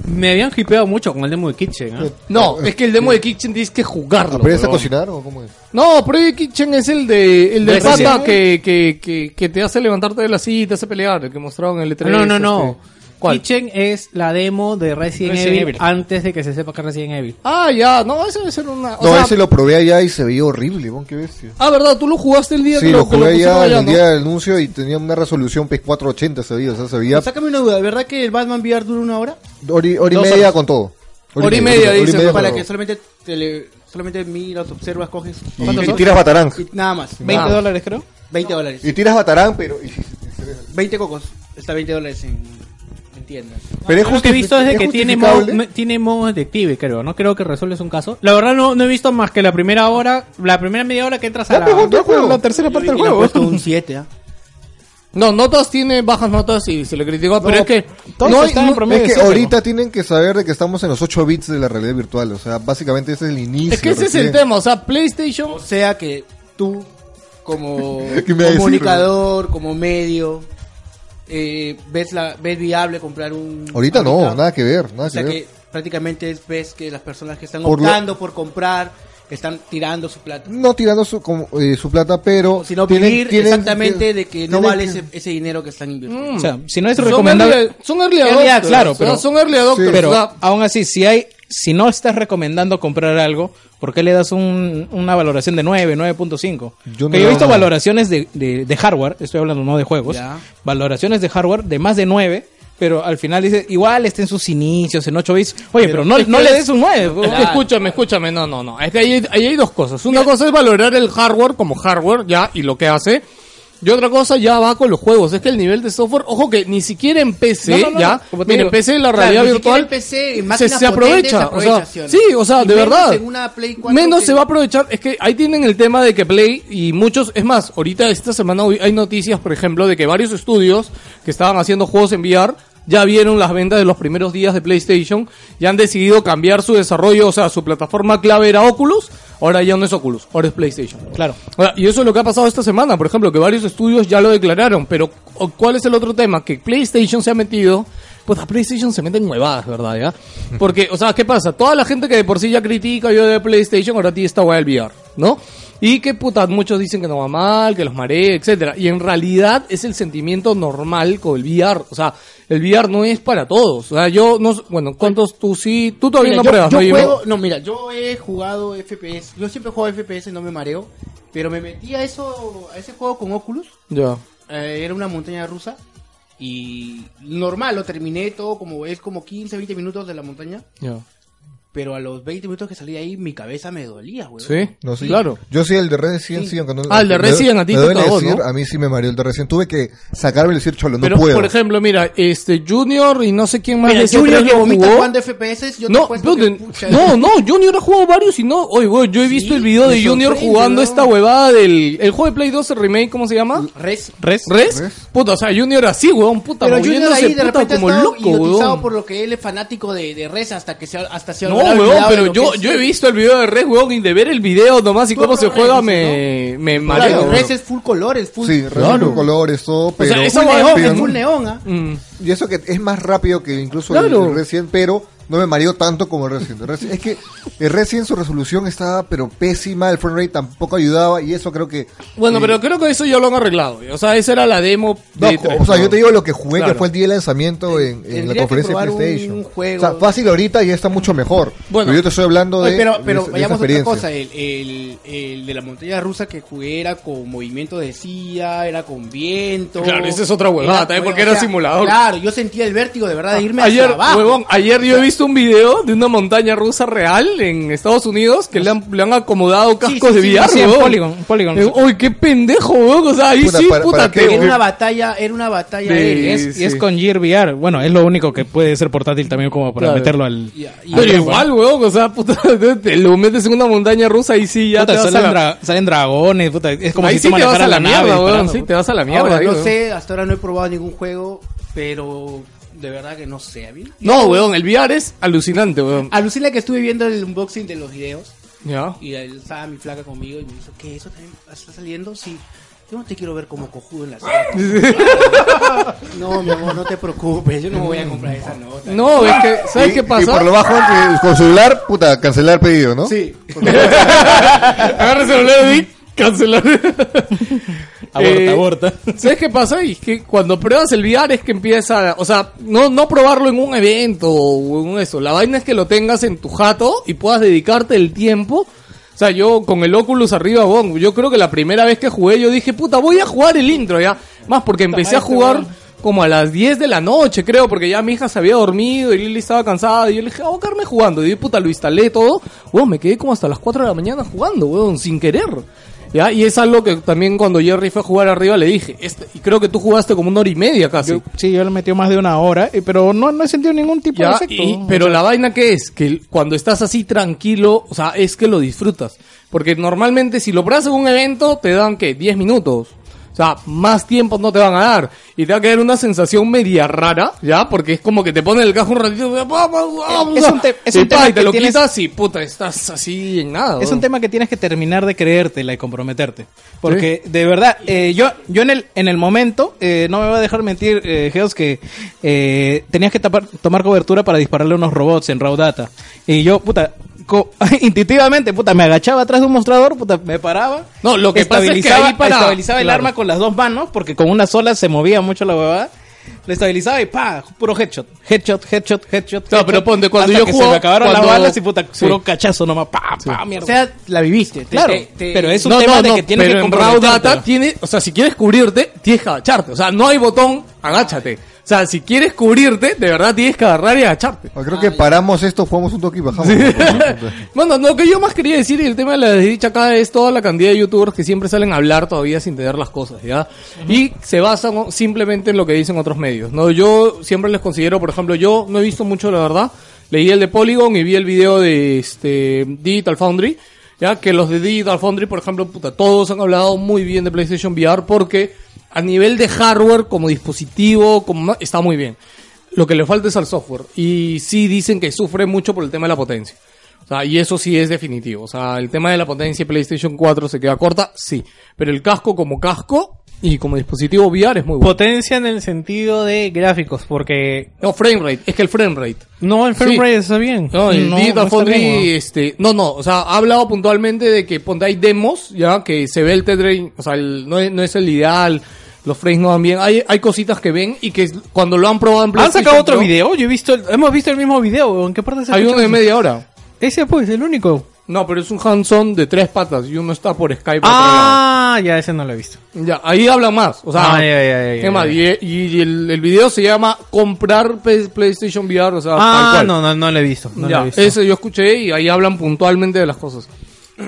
[SPEAKER 3] Me habían hipeado mucho con el demo de Kitchen. ¿ah?
[SPEAKER 2] No,
[SPEAKER 4] Eh,
[SPEAKER 2] es que el demo de Kitchen tienes que jugarlo.
[SPEAKER 4] ¿Aprendes a
[SPEAKER 2] huevón.
[SPEAKER 4] cocinar o cómo es?
[SPEAKER 2] No, Project Kitchen es el de el del
[SPEAKER 5] ¿No es ese?
[SPEAKER 2] pata que, que, que, que te hace levantarte de la silla y te hace pelear, el que mostraron en el E3.
[SPEAKER 3] No, no, no.
[SPEAKER 2] este. ¿Cuál?
[SPEAKER 3] Kitchen es la demo de Resident,
[SPEAKER 5] Resident
[SPEAKER 3] Evil,
[SPEAKER 5] Evil.
[SPEAKER 3] antes de que se sepa que Resident Evil.
[SPEAKER 2] Ah, ya, no, ese debe ser una. o
[SPEAKER 4] No,
[SPEAKER 2] sea,
[SPEAKER 4] ese lo probé allá y se veía horrible, bon, qué bestia.
[SPEAKER 2] Ah, verdad, tú lo jugaste el día
[SPEAKER 4] Sí,
[SPEAKER 2] que
[SPEAKER 4] lo
[SPEAKER 2] que
[SPEAKER 4] jugué
[SPEAKER 2] pusieron
[SPEAKER 4] allá
[SPEAKER 2] allá,
[SPEAKER 4] el
[SPEAKER 2] ¿no?
[SPEAKER 4] día del anuncio y tenía una resolución PES 480 se veía, o sea, se veía
[SPEAKER 6] Sácame una duda, ¿verdad que el Batman VR dura una hora?
[SPEAKER 4] hora y hora y
[SPEAKER 6] Dos
[SPEAKER 4] media
[SPEAKER 6] horas.
[SPEAKER 4] con todo.
[SPEAKER 2] Hora y media,
[SPEAKER 4] hora
[SPEAKER 2] dice,
[SPEAKER 4] media
[SPEAKER 6] para
[SPEAKER 4] con
[SPEAKER 6] que
[SPEAKER 4] todo.
[SPEAKER 6] solamente te le- solamente miras, observas, coges.
[SPEAKER 4] Y-
[SPEAKER 6] ¿Cuántos
[SPEAKER 4] y,
[SPEAKER 6] son?
[SPEAKER 4] tiras batarán.
[SPEAKER 6] Y nada más.
[SPEAKER 5] 20
[SPEAKER 2] Ah.
[SPEAKER 5] dólares creo.
[SPEAKER 6] 20 dólares.
[SPEAKER 4] Y tiras batarán, pero... y-
[SPEAKER 6] 20 cocos. Está 20 dólares en, en tiendas.
[SPEAKER 4] pero es
[SPEAKER 3] Lo que he
[SPEAKER 4] justifi-
[SPEAKER 3] visto es de
[SPEAKER 4] es
[SPEAKER 3] que tiene modo,
[SPEAKER 4] justificable.
[SPEAKER 3] me- tiene modo detective, creo, ¿no? Creo que resuelves un caso. La verdad no, no he visto más que la primera hora, la primera media hora que entras a la...
[SPEAKER 5] Yo juego la tercera parte del
[SPEAKER 6] Y le he
[SPEAKER 5] juego.
[SPEAKER 6] puesto un 7, ¿ah?
[SPEAKER 2] No, notas tiene bajas notas y se le criticó, pero es que.
[SPEAKER 5] todos
[SPEAKER 2] no, hay-
[SPEAKER 5] están en
[SPEAKER 2] no-
[SPEAKER 5] promedio
[SPEAKER 4] Es que
[SPEAKER 5] de siete,
[SPEAKER 4] ahorita tienen que saber de que estamos en los 8 bits de la realidad virtual, o sea, básicamente ese es el inicio.
[SPEAKER 2] es que ese es el
[SPEAKER 4] recién.
[SPEAKER 2] tema, o sea, PlayStation.
[SPEAKER 6] O sea que tú, como
[SPEAKER 4] ¿Qué me va a decir,
[SPEAKER 6] comunicador, como medio, eh, ves la ves viable comprar un.
[SPEAKER 4] Ahorita no, nada que ver, nada
[SPEAKER 6] O sea
[SPEAKER 4] que ver.
[SPEAKER 6] que prácticamente es- ves que las personas que están
[SPEAKER 4] Por lo-
[SPEAKER 6] optando por comprar estran tirando su plata.
[SPEAKER 4] No tirando su, como, eh, su plata, pero...
[SPEAKER 6] Sino
[SPEAKER 4] tienen-
[SPEAKER 6] vivir
[SPEAKER 4] tienen-
[SPEAKER 6] exactamente de que no
[SPEAKER 4] tienen
[SPEAKER 6] vale
[SPEAKER 4] que-
[SPEAKER 6] ese, ese dinero que están invirtiendo.
[SPEAKER 5] O sea, si no es
[SPEAKER 2] son
[SPEAKER 5] recomendable,
[SPEAKER 2] early- Son early
[SPEAKER 5] Early
[SPEAKER 2] adopters.
[SPEAKER 5] adopters, claro,
[SPEAKER 2] o sea,
[SPEAKER 5] pero-
[SPEAKER 2] son early adopters.
[SPEAKER 5] pero
[SPEAKER 2] o sea,
[SPEAKER 5] Ah, aún así si hay si no estás recomendando comprar algo, ¿por qué le das un- una valoración de 9, 9.5?
[SPEAKER 4] Yo
[SPEAKER 5] Yo,
[SPEAKER 4] no
[SPEAKER 5] yo he
[SPEAKER 4] le
[SPEAKER 5] visto
[SPEAKER 4] hago.
[SPEAKER 5] valoraciones de, de- de hardware, estoy hablando no de juegos,
[SPEAKER 6] Ya.
[SPEAKER 5] valoraciones de hardware de más de 9, pero al final dice, igual está en sus inicios, en 8 bits. Oye, pero, no,
[SPEAKER 2] es
[SPEAKER 5] no
[SPEAKER 2] que
[SPEAKER 5] le
[SPEAKER 2] es-
[SPEAKER 5] des un 9.
[SPEAKER 2] Es que escúchame, escúchame, no, no, no. Es que ahí, hay- ahí hay dos cosas. Una cosa es valorar el hardware como hardware, ya, y lo que hace. Y otra cosa ya va con los juegos. Es que el nivel de software, ojo que ni siquiera en PC,
[SPEAKER 5] No, no, no,
[SPEAKER 2] ya.
[SPEAKER 5] no, como te
[SPEAKER 2] Mira,
[SPEAKER 5] digo.
[SPEAKER 2] en PC la
[SPEAKER 6] Claro,
[SPEAKER 2] realidad
[SPEAKER 6] ni siquiera
[SPEAKER 2] virtual.
[SPEAKER 6] en PC, en
[SPEAKER 2] se,
[SPEAKER 6] máquinas
[SPEAKER 2] se
[SPEAKER 6] potentes
[SPEAKER 2] aprovecha. o sea,
[SPEAKER 6] aprovecha, sí o no.
[SPEAKER 2] sí, o sea,
[SPEAKER 6] Y
[SPEAKER 2] de
[SPEAKER 6] menos
[SPEAKER 2] verdad.
[SPEAKER 6] en una Play 4
[SPEAKER 2] menos
[SPEAKER 6] que-
[SPEAKER 2] se va a aprovechar. Es que ahí tienen el tema de que Play y muchos. Es más, ahorita esta semana hoy hay noticias, por ejemplo, de que varios estudios que estaban haciendo juegos en VR ya vieron las ventas de los primeros días de PlayStation y han decidido cambiar su desarrollo. O sea, su plataforma clave era Oculus. Ahora ya no es Oculus, ahora es PlayStation.
[SPEAKER 5] Claro.
[SPEAKER 2] Ahora, Y eso es lo que ha pasado esta semana, por ejemplo, que varios estudios ya lo declararon, pero o- ¿cuál es el otro tema? Que PlayStation se ha metido, pues a PlayStation se meten huevadas, ¿verdad? Ya? Porque, o sea, ¿qué pasa? Toda la gente que de por sí ya critica yo de PlayStation, ahora tiene esta weá del VR, ¿no? Y que puta, muchos dicen que no va mal, que los mareé, etcétera. Y en realidad es el sentimiento normal con el VR. O sea, el VR no es para todos. O sea, yo no, s- bueno, ¿cuántos tú sí? Tú todavía
[SPEAKER 6] Mira,
[SPEAKER 2] no pruebas,
[SPEAKER 6] yo,
[SPEAKER 2] ¿no?
[SPEAKER 6] yo
[SPEAKER 2] Yo-
[SPEAKER 6] juego, no, mira, yo he jugado FPS. Yo siempre juego FPS, no me mareo. Pero me metí a, eso, a ese juego con Oculus.
[SPEAKER 2] Ya.
[SPEAKER 6] eh, era una montaña rusa. Y normal, lo terminé todo como es como 15, 20 minutos de la montaña.
[SPEAKER 2] Ya.
[SPEAKER 6] Pero a los 20 minutos que salí de ahí, mi cabeza me dolía, güey.
[SPEAKER 2] Sí,
[SPEAKER 4] No, sí.
[SPEAKER 2] claro.
[SPEAKER 4] Yo sí, el de Resident sí, aunque no...
[SPEAKER 2] Ah, el de
[SPEAKER 4] me-
[SPEAKER 2] Resident a ti
[SPEAKER 4] me
[SPEAKER 2] te
[SPEAKER 4] duele
[SPEAKER 2] cagó,
[SPEAKER 4] decir,
[SPEAKER 2] ¿no?
[SPEAKER 4] A mí sí me mareó el de Resident. Tuve que sacarme y decir, cholo, no
[SPEAKER 2] Pero,
[SPEAKER 4] puedo.
[SPEAKER 2] por ejemplo, mira, este Junior y no sé quién más
[SPEAKER 6] Mira,
[SPEAKER 2] de
[SPEAKER 6] Junior
[SPEAKER 2] C3
[SPEAKER 6] que
[SPEAKER 2] lo
[SPEAKER 6] vomita
[SPEAKER 2] jugó.
[SPEAKER 6] jugando FPS, yo te
[SPEAKER 2] no,
[SPEAKER 6] apuesto que,
[SPEAKER 2] pero-
[SPEAKER 6] pucha,
[SPEAKER 2] no, no, Junior ha jugado varios y no. Oye, güey, yo he visto el video
[SPEAKER 6] me
[SPEAKER 2] de Junior
[SPEAKER 6] sorprende,
[SPEAKER 2] jugando
[SPEAKER 6] ¿no?
[SPEAKER 2] esta huevada del. El juego de Play 2 el remake, ¿cómo se llama?
[SPEAKER 6] Res.
[SPEAKER 2] ¿Res? ¿Res? Puta, o sea, Junior así, weón, puta,
[SPEAKER 6] Pero Junior
[SPEAKER 2] moviéndose,
[SPEAKER 6] ahí de
[SPEAKER 2] puta,
[SPEAKER 6] repente
[SPEAKER 2] como
[SPEAKER 6] está
[SPEAKER 2] loco,
[SPEAKER 6] idiotizado
[SPEAKER 2] weón.
[SPEAKER 6] por lo que él es fanático de, de Res hasta que se, ha- hasta se ha
[SPEAKER 2] No,
[SPEAKER 6] olvidado de
[SPEAKER 2] weón,
[SPEAKER 6] lo
[SPEAKER 2] pero
[SPEAKER 6] que
[SPEAKER 2] yo,
[SPEAKER 6] es.
[SPEAKER 2] yo he visto el video de Res, weón, y de ver el video nomás y
[SPEAKER 6] Tú
[SPEAKER 2] cómo se
[SPEAKER 6] no
[SPEAKER 2] juega
[SPEAKER 6] ves,
[SPEAKER 2] me, me
[SPEAKER 6] Claro,
[SPEAKER 2] mareo.
[SPEAKER 4] Claro.
[SPEAKER 6] Res es full colores, full.
[SPEAKER 4] Sí,
[SPEAKER 2] Claro.
[SPEAKER 4] claro. colores, todo, pero...
[SPEAKER 2] sea, esa
[SPEAKER 6] full
[SPEAKER 2] huevada-
[SPEAKER 6] neón,
[SPEAKER 4] pero-
[SPEAKER 6] es full neón, ¿ah?
[SPEAKER 2] Mm.
[SPEAKER 4] Y eso que es más rápido que incluso
[SPEAKER 2] Claro.
[SPEAKER 4] el, el Resident, pero no me mareó tanto como el Resident. El Resident- Es que el Resident su resolución estaba pero pésima, el frame rate tampoco ayudaba y eso creo que...
[SPEAKER 2] Bueno,
[SPEAKER 4] eh,
[SPEAKER 2] pero creo que eso ya lo han arreglado. O sea, esa era la demo.
[SPEAKER 4] no,
[SPEAKER 2] de
[SPEAKER 4] o sea,
[SPEAKER 2] E3,
[SPEAKER 4] yo te digo lo que jugué,
[SPEAKER 2] Claro.
[SPEAKER 4] que fue el día de lanzamiento en, en
[SPEAKER 6] Tendría
[SPEAKER 4] la
[SPEAKER 6] que
[SPEAKER 4] conferencia de
[SPEAKER 6] probar un
[SPEAKER 4] PlayStation.
[SPEAKER 6] juego.
[SPEAKER 4] O sea, fácil ahorita ya está mucho mejor.
[SPEAKER 2] Bueno.
[SPEAKER 4] pero yo te estoy hablando de...
[SPEAKER 6] Oye, pero pero
[SPEAKER 4] de esa- de esa
[SPEAKER 6] vayamos a otra
[SPEAKER 4] experiencia.
[SPEAKER 6] cosa. El, el, el de la montaña rusa que jugué era con movimiento de silla, era con viento.
[SPEAKER 2] Claro, esa es otra huevada también, porque era simulador. Ah,
[SPEAKER 6] Claro, yo sentía el vértigo de verdad de irme
[SPEAKER 2] ayer,
[SPEAKER 6] hacia abajo.
[SPEAKER 2] huevón, ayer yo he visto un video de una montaña rusa real en Estados Unidos que le han, le han acomodado
[SPEAKER 5] Sí, sí,
[SPEAKER 2] cascos
[SPEAKER 5] sí,
[SPEAKER 2] de VR,
[SPEAKER 5] así en
[SPEAKER 2] weón.
[SPEAKER 5] Polygon, Polygon.
[SPEAKER 2] Eh, Uy, qué pendejo, weón. O sea, ahí
[SPEAKER 4] Puta,
[SPEAKER 2] sí,
[SPEAKER 4] para-
[SPEAKER 2] puta,
[SPEAKER 4] para
[SPEAKER 2] te-
[SPEAKER 4] qué,
[SPEAKER 6] Era una batalla, era una batalla
[SPEAKER 2] eh, De-
[SPEAKER 6] aérea.
[SPEAKER 5] Y es,
[SPEAKER 2] Sí,
[SPEAKER 5] y es
[SPEAKER 2] sí.
[SPEAKER 5] con Gear VR. Bueno, es lo único que puede ser portátil también como para
[SPEAKER 2] Claro.
[SPEAKER 5] meterlo al...
[SPEAKER 2] Pero igual, weón, o sea, puta, te- te lo metes en una montaña rusa y sí ya
[SPEAKER 5] Puta,
[SPEAKER 2] te vas a
[SPEAKER 5] salen,
[SPEAKER 2] la...
[SPEAKER 5] dra- salen dragones, puta, es como
[SPEAKER 2] ahí sí
[SPEAKER 5] si tú
[SPEAKER 2] te vas
[SPEAKER 5] manejaras
[SPEAKER 2] a la,
[SPEAKER 5] nave
[SPEAKER 2] mierda, weón.
[SPEAKER 5] disparando.
[SPEAKER 2] Sí, te vas a la mierda.
[SPEAKER 6] Ahora,
[SPEAKER 2] ahí,
[SPEAKER 6] no
[SPEAKER 2] weón.
[SPEAKER 6] sé, hasta ahora no he probado ningún juego, pero de verdad que no sé, a mí.
[SPEAKER 2] No, weón, el VR es alucinante, weón.
[SPEAKER 6] Alucina que estuve viendo el unboxing de los videos
[SPEAKER 2] Ya.
[SPEAKER 6] y ahí estaba mi flaca conmigo y me dijo, ¿qué? ¿Eso también ¿Ah, está saliendo? Sí. Yo no te quiero ver como cojudo en la sala. no, mi amor, no te preocupes, yo no me voy a comprar esa nota.
[SPEAKER 2] No, es que, ¿sabes
[SPEAKER 4] Y-
[SPEAKER 2] qué
[SPEAKER 4] Y por
[SPEAKER 2] pasa?
[SPEAKER 4] lo bajo, eh, con celular, puta, cancelar pedido, ¿no?
[SPEAKER 6] Sí.
[SPEAKER 2] Agarra el celular y cancelar.
[SPEAKER 5] Aborta,
[SPEAKER 2] Eh,
[SPEAKER 5] aborta.
[SPEAKER 2] ¿Sabes qué pasa? Y es que cuando pruebas el VR es que empieza, o sea, no, no probarlo en un evento o en un eso. La vaina es que lo tengas en tu jato y puedas dedicarte el tiempo. O sea, yo con el Oculus arriba, bon, yo creo que la primera vez que jugué yo dije, puta, voy a jugar el intro ya. Más porque empecé a jugar como a las 10 de la noche, creo, porque ya mi hija se había dormido y Lili estaba cansada. Y yo le dije, ah, voy a quedarme jugando. Y puta, lo instalé todo. Weón, me quedé como hasta las 4 de la mañana jugando, weón, sin querer. ¿Ya? Y es algo que también cuando Jerry fue a jugar arriba le dije. este- y creo que tú jugaste como una hora y media casi.
[SPEAKER 5] Yo- sí, yo le metí más de una hora, eh, pero no, no he sentido ningún tipo de
[SPEAKER 2] ¿Ya?
[SPEAKER 5] efecto.
[SPEAKER 2] Y- pero la vaina que es, que el- cuando estás así tranquilo, o sea, es que lo disfrutas. Porque normalmente si lo pruebas en un evento, te dan que 10 minutos. O sea, más tiempo no te van a dar. Y te va a quedar una sensación media rara, ¿ya? Porque es como que te ponen el cajo un ratito. vamos, vamos,
[SPEAKER 5] Es un te- es un
[SPEAKER 2] y pa,
[SPEAKER 5] tema
[SPEAKER 2] y te
[SPEAKER 5] que
[SPEAKER 2] lo
[SPEAKER 5] tienes-
[SPEAKER 2] quitas y puta, estás así en nada.
[SPEAKER 5] Es
[SPEAKER 2] weón.
[SPEAKER 5] un tema que tienes que terminar de creértela y comprometerte. Porque de verdad, eh, yo, yo en el, en el momento, eh, no me va a dejar mentir, eh, Geos, que eh, tenías que tapar- tomar cobertura para dispararle a unos robots en Raw Data. Y yo, puta, co- intuitivamente, puta, me agachaba atrás de un mostrador, puta, me paraba.
[SPEAKER 2] No, lo que pasa es que ahí para-
[SPEAKER 5] estabilizaba el
[SPEAKER 2] claro.
[SPEAKER 5] arma con las dos manos, porque con una sola se movía mucho la huevada. Lo estabilizaba y pa, puro headshot, headshot, headshot, headshot.
[SPEAKER 2] No,
[SPEAKER 5] headshot,
[SPEAKER 2] pero ponte, cuando
[SPEAKER 5] hasta
[SPEAKER 2] yo
[SPEAKER 5] que
[SPEAKER 2] juego-
[SPEAKER 5] se me acabaron
[SPEAKER 2] cuando-
[SPEAKER 5] las balas y puta,
[SPEAKER 2] Sí.
[SPEAKER 5] puro cachazo nomás, pa, pa, mierda.
[SPEAKER 6] O sea, la viviste. te-
[SPEAKER 5] Claro,
[SPEAKER 6] te- te-
[SPEAKER 5] pero es un
[SPEAKER 2] No,
[SPEAKER 5] tema
[SPEAKER 2] no,
[SPEAKER 5] de
[SPEAKER 2] no,
[SPEAKER 5] que tienes
[SPEAKER 2] pero
[SPEAKER 5] que
[SPEAKER 2] en Raw
[SPEAKER 5] comprometerte.
[SPEAKER 2] Data tiene, o sea, si quieres cubrirte, tienes que agacharte. O sea, no hay botón, agáchate. O sea, si quieres cubrirte, de verdad tienes que agarrar y agacharte.
[SPEAKER 4] Ah, Creo que paramos esto, jugamos un toque y bajamos.
[SPEAKER 2] Bueno, lo que yo más quería decir y el tema de la desdicha acá es toda la cantidad de youtubers que siempre salen a hablar todavía sin tener las cosas, ¿ya? Y se basan simplemente en lo que dicen otros medios, ¿no? Yo siempre les considero, por ejemplo, yo no he visto mucho, la verdad. Leí el de Polygon y vi el video de este Digital Foundry, ya que los de Digital Foundry, por ejemplo, puta, todos han hablado muy bien de PlayStation VR porque a nivel de hardware como dispositivo, como ma- está muy bien. Lo que le falta es al software y sí dicen que sufre mucho por el tema de la potencia. O sea, y eso sí es definitivo. O sea, el tema de la potencia de PlayStation 4 se queda corta, sí. Pero el casco como casco y como dispositivo VR es muy bueno.
[SPEAKER 3] Potencia en el sentido de gráficos, porque
[SPEAKER 2] No, frame rate. Es que el frame rate.
[SPEAKER 3] no, el frame
[SPEAKER 2] Sí.
[SPEAKER 3] rate está bien.
[SPEAKER 2] No, el
[SPEAKER 5] No,
[SPEAKER 2] Digital
[SPEAKER 5] no está
[SPEAKER 2] Foundry,
[SPEAKER 5] bien, weón.
[SPEAKER 2] este, no, no, o sea, ha hablado puntualmente de que ponte hay demos, ya, que se ve el T-Drain, o sea, el- no, es, no es el ideal, los frames no van bien, hay, hay cositas que ven y que es- cuando lo han probado en
[SPEAKER 3] ¿Han
[SPEAKER 2] PlayStation
[SPEAKER 3] sacado otro
[SPEAKER 2] Pro,
[SPEAKER 3] video? Yo he visto, el- hemos visto el mismo video. ¿En qué parte se
[SPEAKER 2] Hay
[SPEAKER 3] escucha
[SPEAKER 2] uno de
[SPEAKER 3] eso?
[SPEAKER 2] media hora.
[SPEAKER 3] Ese pues, el único.
[SPEAKER 2] No, pero es un hands-on de tres patas y uno está por Skype. por otro lado.
[SPEAKER 3] Ah, ya ese no lo he visto.
[SPEAKER 2] Ya, ahí habla más. O sea,
[SPEAKER 3] Ah, ya, ya, ya,
[SPEAKER 2] ¿qué
[SPEAKER 3] ya,
[SPEAKER 2] más?
[SPEAKER 3] ya.
[SPEAKER 2] Y, y el, el video se llama Comprar P- PlayStation VR. O sea, tal
[SPEAKER 3] Ah,
[SPEAKER 2] cual.
[SPEAKER 3] no, no, no lo he visto. No
[SPEAKER 2] Ya,
[SPEAKER 3] lo he visto.
[SPEAKER 2] ese yo escuché y ahí hablan puntualmente de las cosas.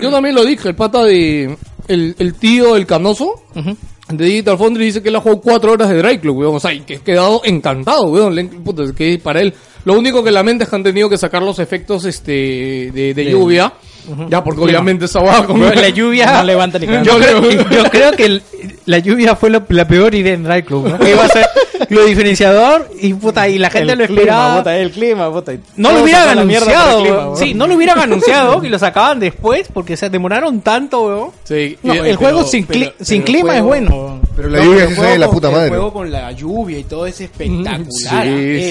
[SPEAKER 2] Yo también lo dije, el pata de. El, el tío, el canoso. De Digital Foundry dice que él ha jugado cuatro horas de Dry Club, weón. O sea, y que he quedado encantado, weón. Le- puta, es que para él. Lo único que lamenta es que han tenido que sacar los efectos este de, de lluvia. Ya, porque obviamente esa va como
[SPEAKER 3] La lluvia.
[SPEAKER 5] No levanta ni cagando.
[SPEAKER 3] yo creo, yo creo que el- la lluvia fue lo- la peor idea en Dry Club. ¿no? Que iba a ser lo diferenciador y puta, y la gente lo
[SPEAKER 5] clima,
[SPEAKER 3] esperaba.
[SPEAKER 5] bota, el clima, bota.
[SPEAKER 3] No lo
[SPEAKER 5] Todos
[SPEAKER 3] hubieran
[SPEAKER 5] sacan la mierda por el
[SPEAKER 3] anunciado,
[SPEAKER 5] clima,
[SPEAKER 3] weón.
[SPEAKER 5] weón.
[SPEAKER 3] Sí, no lo hubieran anunciado y lo sacaban después porque se demoraron tanto, weón.
[SPEAKER 2] Sí,
[SPEAKER 5] No,
[SPEAKER 2] y-
[SPEAKER 5] el
[SPEAKER 2] pero-
[SPEAKER 5] juego sin,
[SPEAKER 6] pero-
[SPEAKER 5] cli-
[SPEAKER 6] pero
[SPEAKER 5] sin
[SPEAKER 6] el
[SPEAKER 5] clima es
[SPEAKER 6] juego-
[SPEAKER 5] bueno.
[SPEAKER 4] Pero la
[SPEAKER 6] No,
[SPEAKER 4] lluvia
[SPEAKER 6] el
[SPEAKER 4] sí
[SPEAKER 6] juego
[SPEAKER 4] de la
[SPEAKER 6] con-
[SPEAKER 4] puta madre.
[SPEAKER 6] El juego con la lluvia y todo es espectacular.
[SPEAKER 2] Mm, sí,
[SPEAKER 6] ah,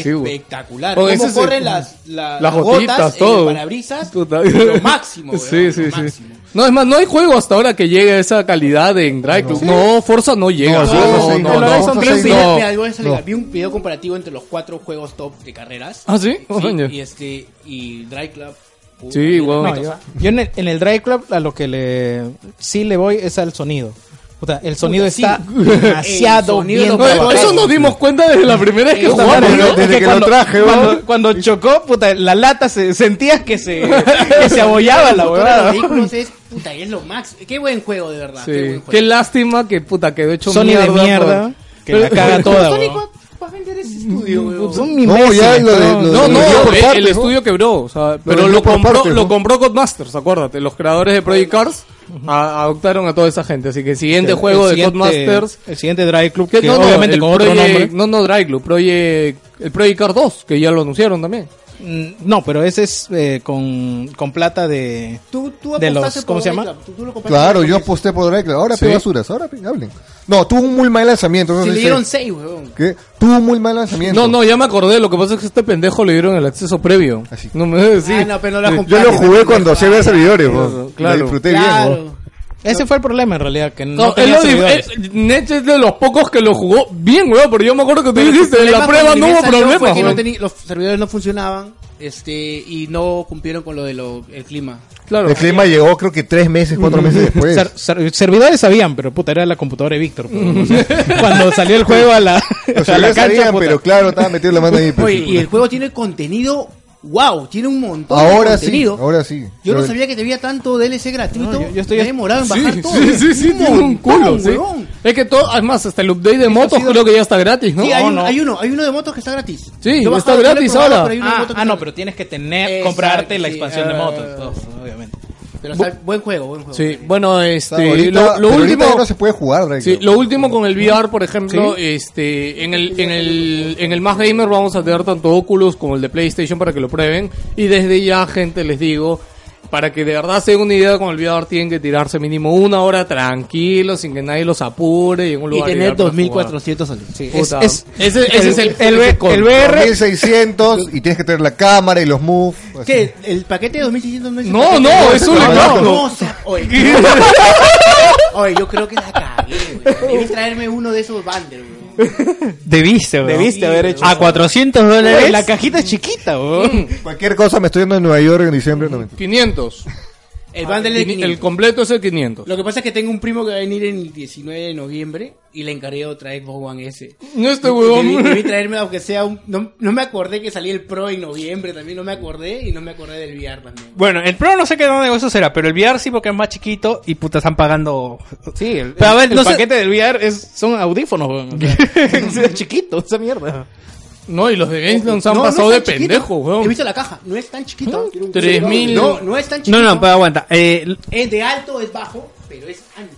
[SPEAKER 2] sí, güey.
[SPEAKER 6] espectacular.
[SPEAKER 2] Porque ese
[SPEAKER 6] Cómo
[SPEAKER 2] es el-
[SPEAKER 6] corren las, la-
[SPEAKER 2] las
[SPEAKER 6] las
[SPEAKER 2] gotitas,
[SPEAKER 6] gotas,
[SPEAKER 2] todo.
[SPEAKER 6] todo. parabrisas.
[SPEAKER 2] Puta.
[SPEAKER 6] Lo máximo, weón,
[SPEAKER 2] Sí, sí,
[SPEAKER 6] lo
[SPEAKER 2] sí.
[SPEAKER 6] máximo.
[SPEAKER 2] No, es más, no hay juego hasta ahora que llegue a esa calidad en Dry Club. No, Forza no llega.
[SPEAKER 4] No,
[SPEAKER 2] No,
[SPEAKER 4] sí, no,
[SPEAKER 2] no,
[SPEAKER 4] sí,
[SPEAKER 2] Pues no,
[SPEAKER 4] no,
[SPEAKER 2] no,
[SPEAKER 4] no,
[SPEAKER 2] son
[SPEAKER 4] no,
[SPEAKER 2] tres
[SPEAKER 4] sí,
[SPEAKER 2] días.
[SPEAKER 4] no.
[SPEAKER 6] Mira, mira, igual se le- Vi un video comparativo entre los cuatro juegos top de carreras.
[SPEAKER 2] ¿Ah, sí? Oye.
[SPEAKER 6] y este, y Dry Club. puta,
[SPEAKER 2] Sí,
[SPEAKER 6] mira,
[SPEAKER 5] ah.
[SPEAKER 2] weón.
[SPEAKER 6] no,
[SPEAKER 5] Yo en el, en el Drive Club a lo que le sí le voy es al sonido. Puta, el sonido está demasiado
[SPEAKER 3] sonido
[SPEAKER 5] bien
[SPEAKER 3] lo
[SPEAKER 2] Oye,
[SPEAKER 5] trabajado.
[SPEAKER 2] eso nos dimos cuenta desde la primera vez que
[SPEAKER 5] Es que
[SPEAKER 2] jugamos,
[SPEAKER 5] cuando-
[SPEAKER 2] ¿no?
[SPEAKER 4] desde
[SPEAKER 5] es
[SPEAKER 4] que lo traje, weón.
[SPEAKER 5] cuando, cuando chocó, puta, la lata se, sentías que se, que se abollaba la huevada.
[SPEAKER 6] vehículos es, puta, es lo max. Qué buen juego, de verdad. Qué buen
[SPEAKER 2] Sí.
[SPEAKER 6] juego.
[SPEAKER 2] Qué lástima que puta quedó hecho
[SPEAKER 5] Sony de mierda,
[SPEAKER 2] por-
[SPEAKER 5] que la caga toda,
[SPEAKER 6] Sonic
[SPEAKER 5] weón.
[SPEAKER 6] va a vender ese estudio, weón.
[SPEAKER 5] Son
[SPEAKER 4] No, ya
[SPEAKER 5] mimésimas,
[SPEAKER 4] lo de-
[SPEAKER 5] weón.
[SPEAKER 4] lo de-
[SPEAKER 2] No, no,
[SPEAKER 4] vendió por
[SPEAKER 2] eh,
[SPEAKER 4] partes,
[SPEAKER 2] el
[SPEAKER 4] ¿no?
[SPEAKER 2] estudio quebró, o sea, pero
[SPEAKER 4] vendió
[SPEAKER 2] lo
[SPEAKER 4] por
[SPEAKER 2] compró,
[SPEAKER 4] partes,
[SPEAKER 2] lo
[SPEAKER 4] ¿no?
[SPEAKER 2] compró Codemasters, acuérdate, los creadores de Project Cars a- adoptaron a toda esa gente, así que el siguiente
[SPEAKER 5] El
[SPEAKER 2] juego de
[SPEAKER 5] siguiente-
[SPEAKER 2] Codemasters
[SPEAKER 5] El siguiente Drive Club,
[SPEAKER 2] que
[SPEAKER 5] que obviamente
[SPEAKER 2] el
[SPEAKER 5] con otro
[SPEAKER 2] Project-
[SPEAKER 5] nombre.
[SPEAKER 2] No, no, Drive Club, Project, el Project Cars 2, que ya lo anunciaron también.
[SPEAKER 5] Mm, No, pero ese es eh, con, con plata de.
[SPEAKER 6] Tú, tú
[SPEAKER 5] De los-
[SPEAKER 6] apostaste por
[SPEAKER 5] ¿cómo se llama?
[SPEAKER 6] Minecraft, tú- tú lo compraste
[SPEAKER 4] Claro,
[SPEAKER 6] por
[SPEAKER 4] yo
[SPEAKER 6] eso.
[SPEAKER 4] aposté por Drake. Ahora
[SPEAKER 5] Sí.
[SPEAKER 4] pe basuras, ahora pe- hablen. No, tuvo un muy mal lanzamiento. no
[SPEAKER 6] Si
[SPEAKER 4] sé
[SPEAKER 6] le
[SPEAKER 4] si-
[SPEAKER 6] dieron 6, weón.
[SPEAKER 4] ¿Qué? Tuvo un muy mal lanzamiento.
[SPEAKER 2] No, no, ya me acordé, lo que pasa es que este pendejo le dieron el acceso previo.
[SPEAKER 4] Así.
[SPEAKER 2] No me sí.
[SPEAKER 6] Ah, no, pero no la
[SPEAKER 4] Yo
[SPEAKER 6] compraste.
[SPEAKER 4] lo jugué cuando hacía los servidores, weón.
[SPEAKER 2] claro.
[SPEAKER 4] Lo disfruté bien, weón.
[SPEAKER 6] Claro.
[SPEAKER 5] Ese fue el problema en realidad, que no,
[SPEAKER 2] No, él
[SPEAKER 5] tenía
[SPEAKER 2] lo di-
[SPEAKER 5] servidores.
[SPEAKER 2] eh, Nech es de los pocos que lo jugó bien, weón, pero yo me acuerdo que tú dijiste, en
[SPEAKER 6] El
[SPEAKER 2] la
[SPEAKER 6] problema
[SPEAKER 2] prueba
[SPEAKER 6] cuando
[SPEAKER 2] no
[SPEAKER 6] el
[SPEAKER 2] hubo
[SPEAKER 6] nivel salió
[SPEAKER 2] problemas,
[SPEAKER 6] fue que no
[SPEAKER 2] weón.
[SPEAKER 6] teni- Los servidores no funcionaban este, y no cumplieron con lo del clima.
[SPEAKER 2] Claro.
[SPEAKER 4] El clima llegó creo que tres meses, cuatro meses después.
[SPEAKER 5] Ser- ser- servidores sabían, pero puta, era la computadora de Víctor. pues, o sea, cuando salió el juego a la,
[SPEAKER 4] Los
[SPEAKER 5] a la
[SPEAKER 4] servidores
[SPEAKER 5] cancha,
[SPEAKER 4] sabían,
[SPEAKER 5] puta.
[SPEAKER 4] pero claro, estaba metido la mano ahí. pues,
[SPEAKER 6] Oye,
[SPEAKER 4] sí.
[SPEAKER 6] y el juego tiene contenido, wow, tiene un montón de
[SPEAKER 4] ahora sí,
[SPEAKER 6] contenido.
[SPEAKER 4] ahora sí.
[SPEAKER 6] Yo no
[SPEAKER 4] Pero-
[SPEAKER 6] sabía que tenía tanto DLC gratuito.
[SPEAKER 5] No, yo- yo estoy-
[SPEAKER 6] Me he demorado en bajar todo.
[SPEAKER 2] Sí, sí, sí, tiene un culo,
[SPEAKER 6] montón,
[SPEAKER 2] sí.
[SPEAKER 6] huevón.
[SPEAKER 2] Es que todo, además, hasta el update de motos
[SPEAKER 5] sido-
[SPEAKER 2] creo que ya está gratis, ¿no?
[SPEAKER 6] Sí, hay, un-
[SPEAKER 5] no.
[SPEAKER 6] hay uno, hay uno de motos que está gratis.
[SPEAKER 2] Sí,
[SPEAKER 6] Yo he
[SPEAKER 2] está
[SPEAKER 6] bajado, yo lo he
[SPEAKER 2] gratis
[SPEAKER 6] probado,
[SPEAKER 2] ahora.
[SPEAKER 6] pero hay uno de
[SPEAKER 5] Ah,
[SPEAKER 6] motos que
[SPEAKER 5] ah, no,
[SPEAKER 6] está
[SPEAKER 5] pero tienes que tener,
[SPEAKER 6] Exacto,
[SPEAKER 5] comprarte la
[SPEAKER 6] sí,
[SPEAKER 5] expansión de
[SPEAKER 6] ah,
[SPEAKER 5] motos, todo, obviamente.
[SPEAKER 6] Pero está- buen juego, buen juego.
[SPEAKER 2] Sí, bueno,
[SPEAKER 4] Está,
[SPEAKER 2] este,
[SPEAKER 4] ahorita-
[SPEAKER 2] lo, lo
[SPEAKER 4] pero ahorita
[SPEAKER 2] último,
[SPEAKER 4] ya no se puede jugar, Drake.
[SPEAKER 2] sí, lo último con el VR, por ejemplo, este, en el, en el, en el más gamer vamos a tener tanto Oculus como el de PlayStation para que lo prueben y desde ya, gente, les digo. Para que de verdad se den una idea con el VR tienen que tirarse mínimo una hora tranquilo, sin que nadie los apure y en un
[SPEAKER 6] Y
[SPEAKER 2] lugar
[SPEAKER 6] tener
[SPEAKER 2] ideal para jugar.
[SPEAKER 6] 2400 soles. Sí.
[SPEAKER 5] Es-
[SPEAKER 2] Puta.
[SPEAKER 5] es-
[SPEAKER 2] ese, ese es el,
[SPEAKER 5] el,
[SPEAKER 2] ese
[SPEAKER 5] el VR
[SPEAKER 4] 1600 y tienes que tener la cámara y los moves. así.
[SPEAKER 6] ¿Qué? ¿El paquete de 2600 no es el
[SPEAKER 2] No,
[SPEAKER 6] paquete
[SPEAKER 2] no,
[SPEAKER 6] de-
[SPEAKER 2] es un
[SPEAKER 6] no,
[SPEAKER 4] regalo.
[SPEAKER 6] no, o sea, oye, oye, yo creo que la cagué, güey. Debí traerme uno de esos bundles, güey.
[SPEAKER 5] debiste, weón.
[SPEAKER 6] Debiste haber hecho
[SPEAKER 5] a
[SPEAKER 6] eso.
[SPEAKER 5] 400 dólares. La cajita es chiquita,
[SPEAKER 6] Mm,
[SPEAKER 5] weón.
[SPEAKER 4] Cualquier cosa me estoy yendo a Nueva York en diciembre. No, mentira.
[SPEAKER 2] 500.
[SPEAKER 6] El bundle de
[SPEAKER 2] Quini-
[SPEAKER 6] 500.
[SPEAKER 2] El completo es el 500.
[SPEAKER 6] Lo que pasa es que tengo un primo que va a venir el 19 de noviembre y le encargué otra Xbox One S.
[SPEAKER 2] No este
[SPEAKER 6] Debí, debí
[SPEAKER 2] huevón.
[SPEAKER 6] traerme, aunque sea un. No, no me acordé que salía el Pro en noviembre también, no me acordé y no me acordé del VR también.
[SPEAKER 3] Bueno, el Pro no sé qué negocio será, pero el VR sí porque es más chiquito y puta están pagando.
[SPEAKER 5] Sí, el,
[SPEAKER 3] Pero a ver,
[SPEAKER 5] el
[SPEAKER 3] no sé-
[SPEAKER 5] paquete del VR es, son audífonos, weón. O sea, es chiquito, esa mierda.
[SPEAKER 2] No, y los de GameStop se han
[SPEAKER 6] No, no
[SPEAKER 2] pasado
[SPEAKER 6] es
[SPEAKER 2] de
[SPEAKER 6] tan chiquito.
[SPEAKER 2] pendejo,
[SPEAKER 6] He
[SPEAKER 2] weón.
[SPEAKER 6] visto la caja, no es tan chiquito.
[SPEAKER 2] Tres mil.
[SPEAKER 6] No, no es tan chiquito.
[SPEAKER 3] No, no, pero aguanta. Eh,
[SPEAKER 6] Es de alto, es bajo, pero es ancho.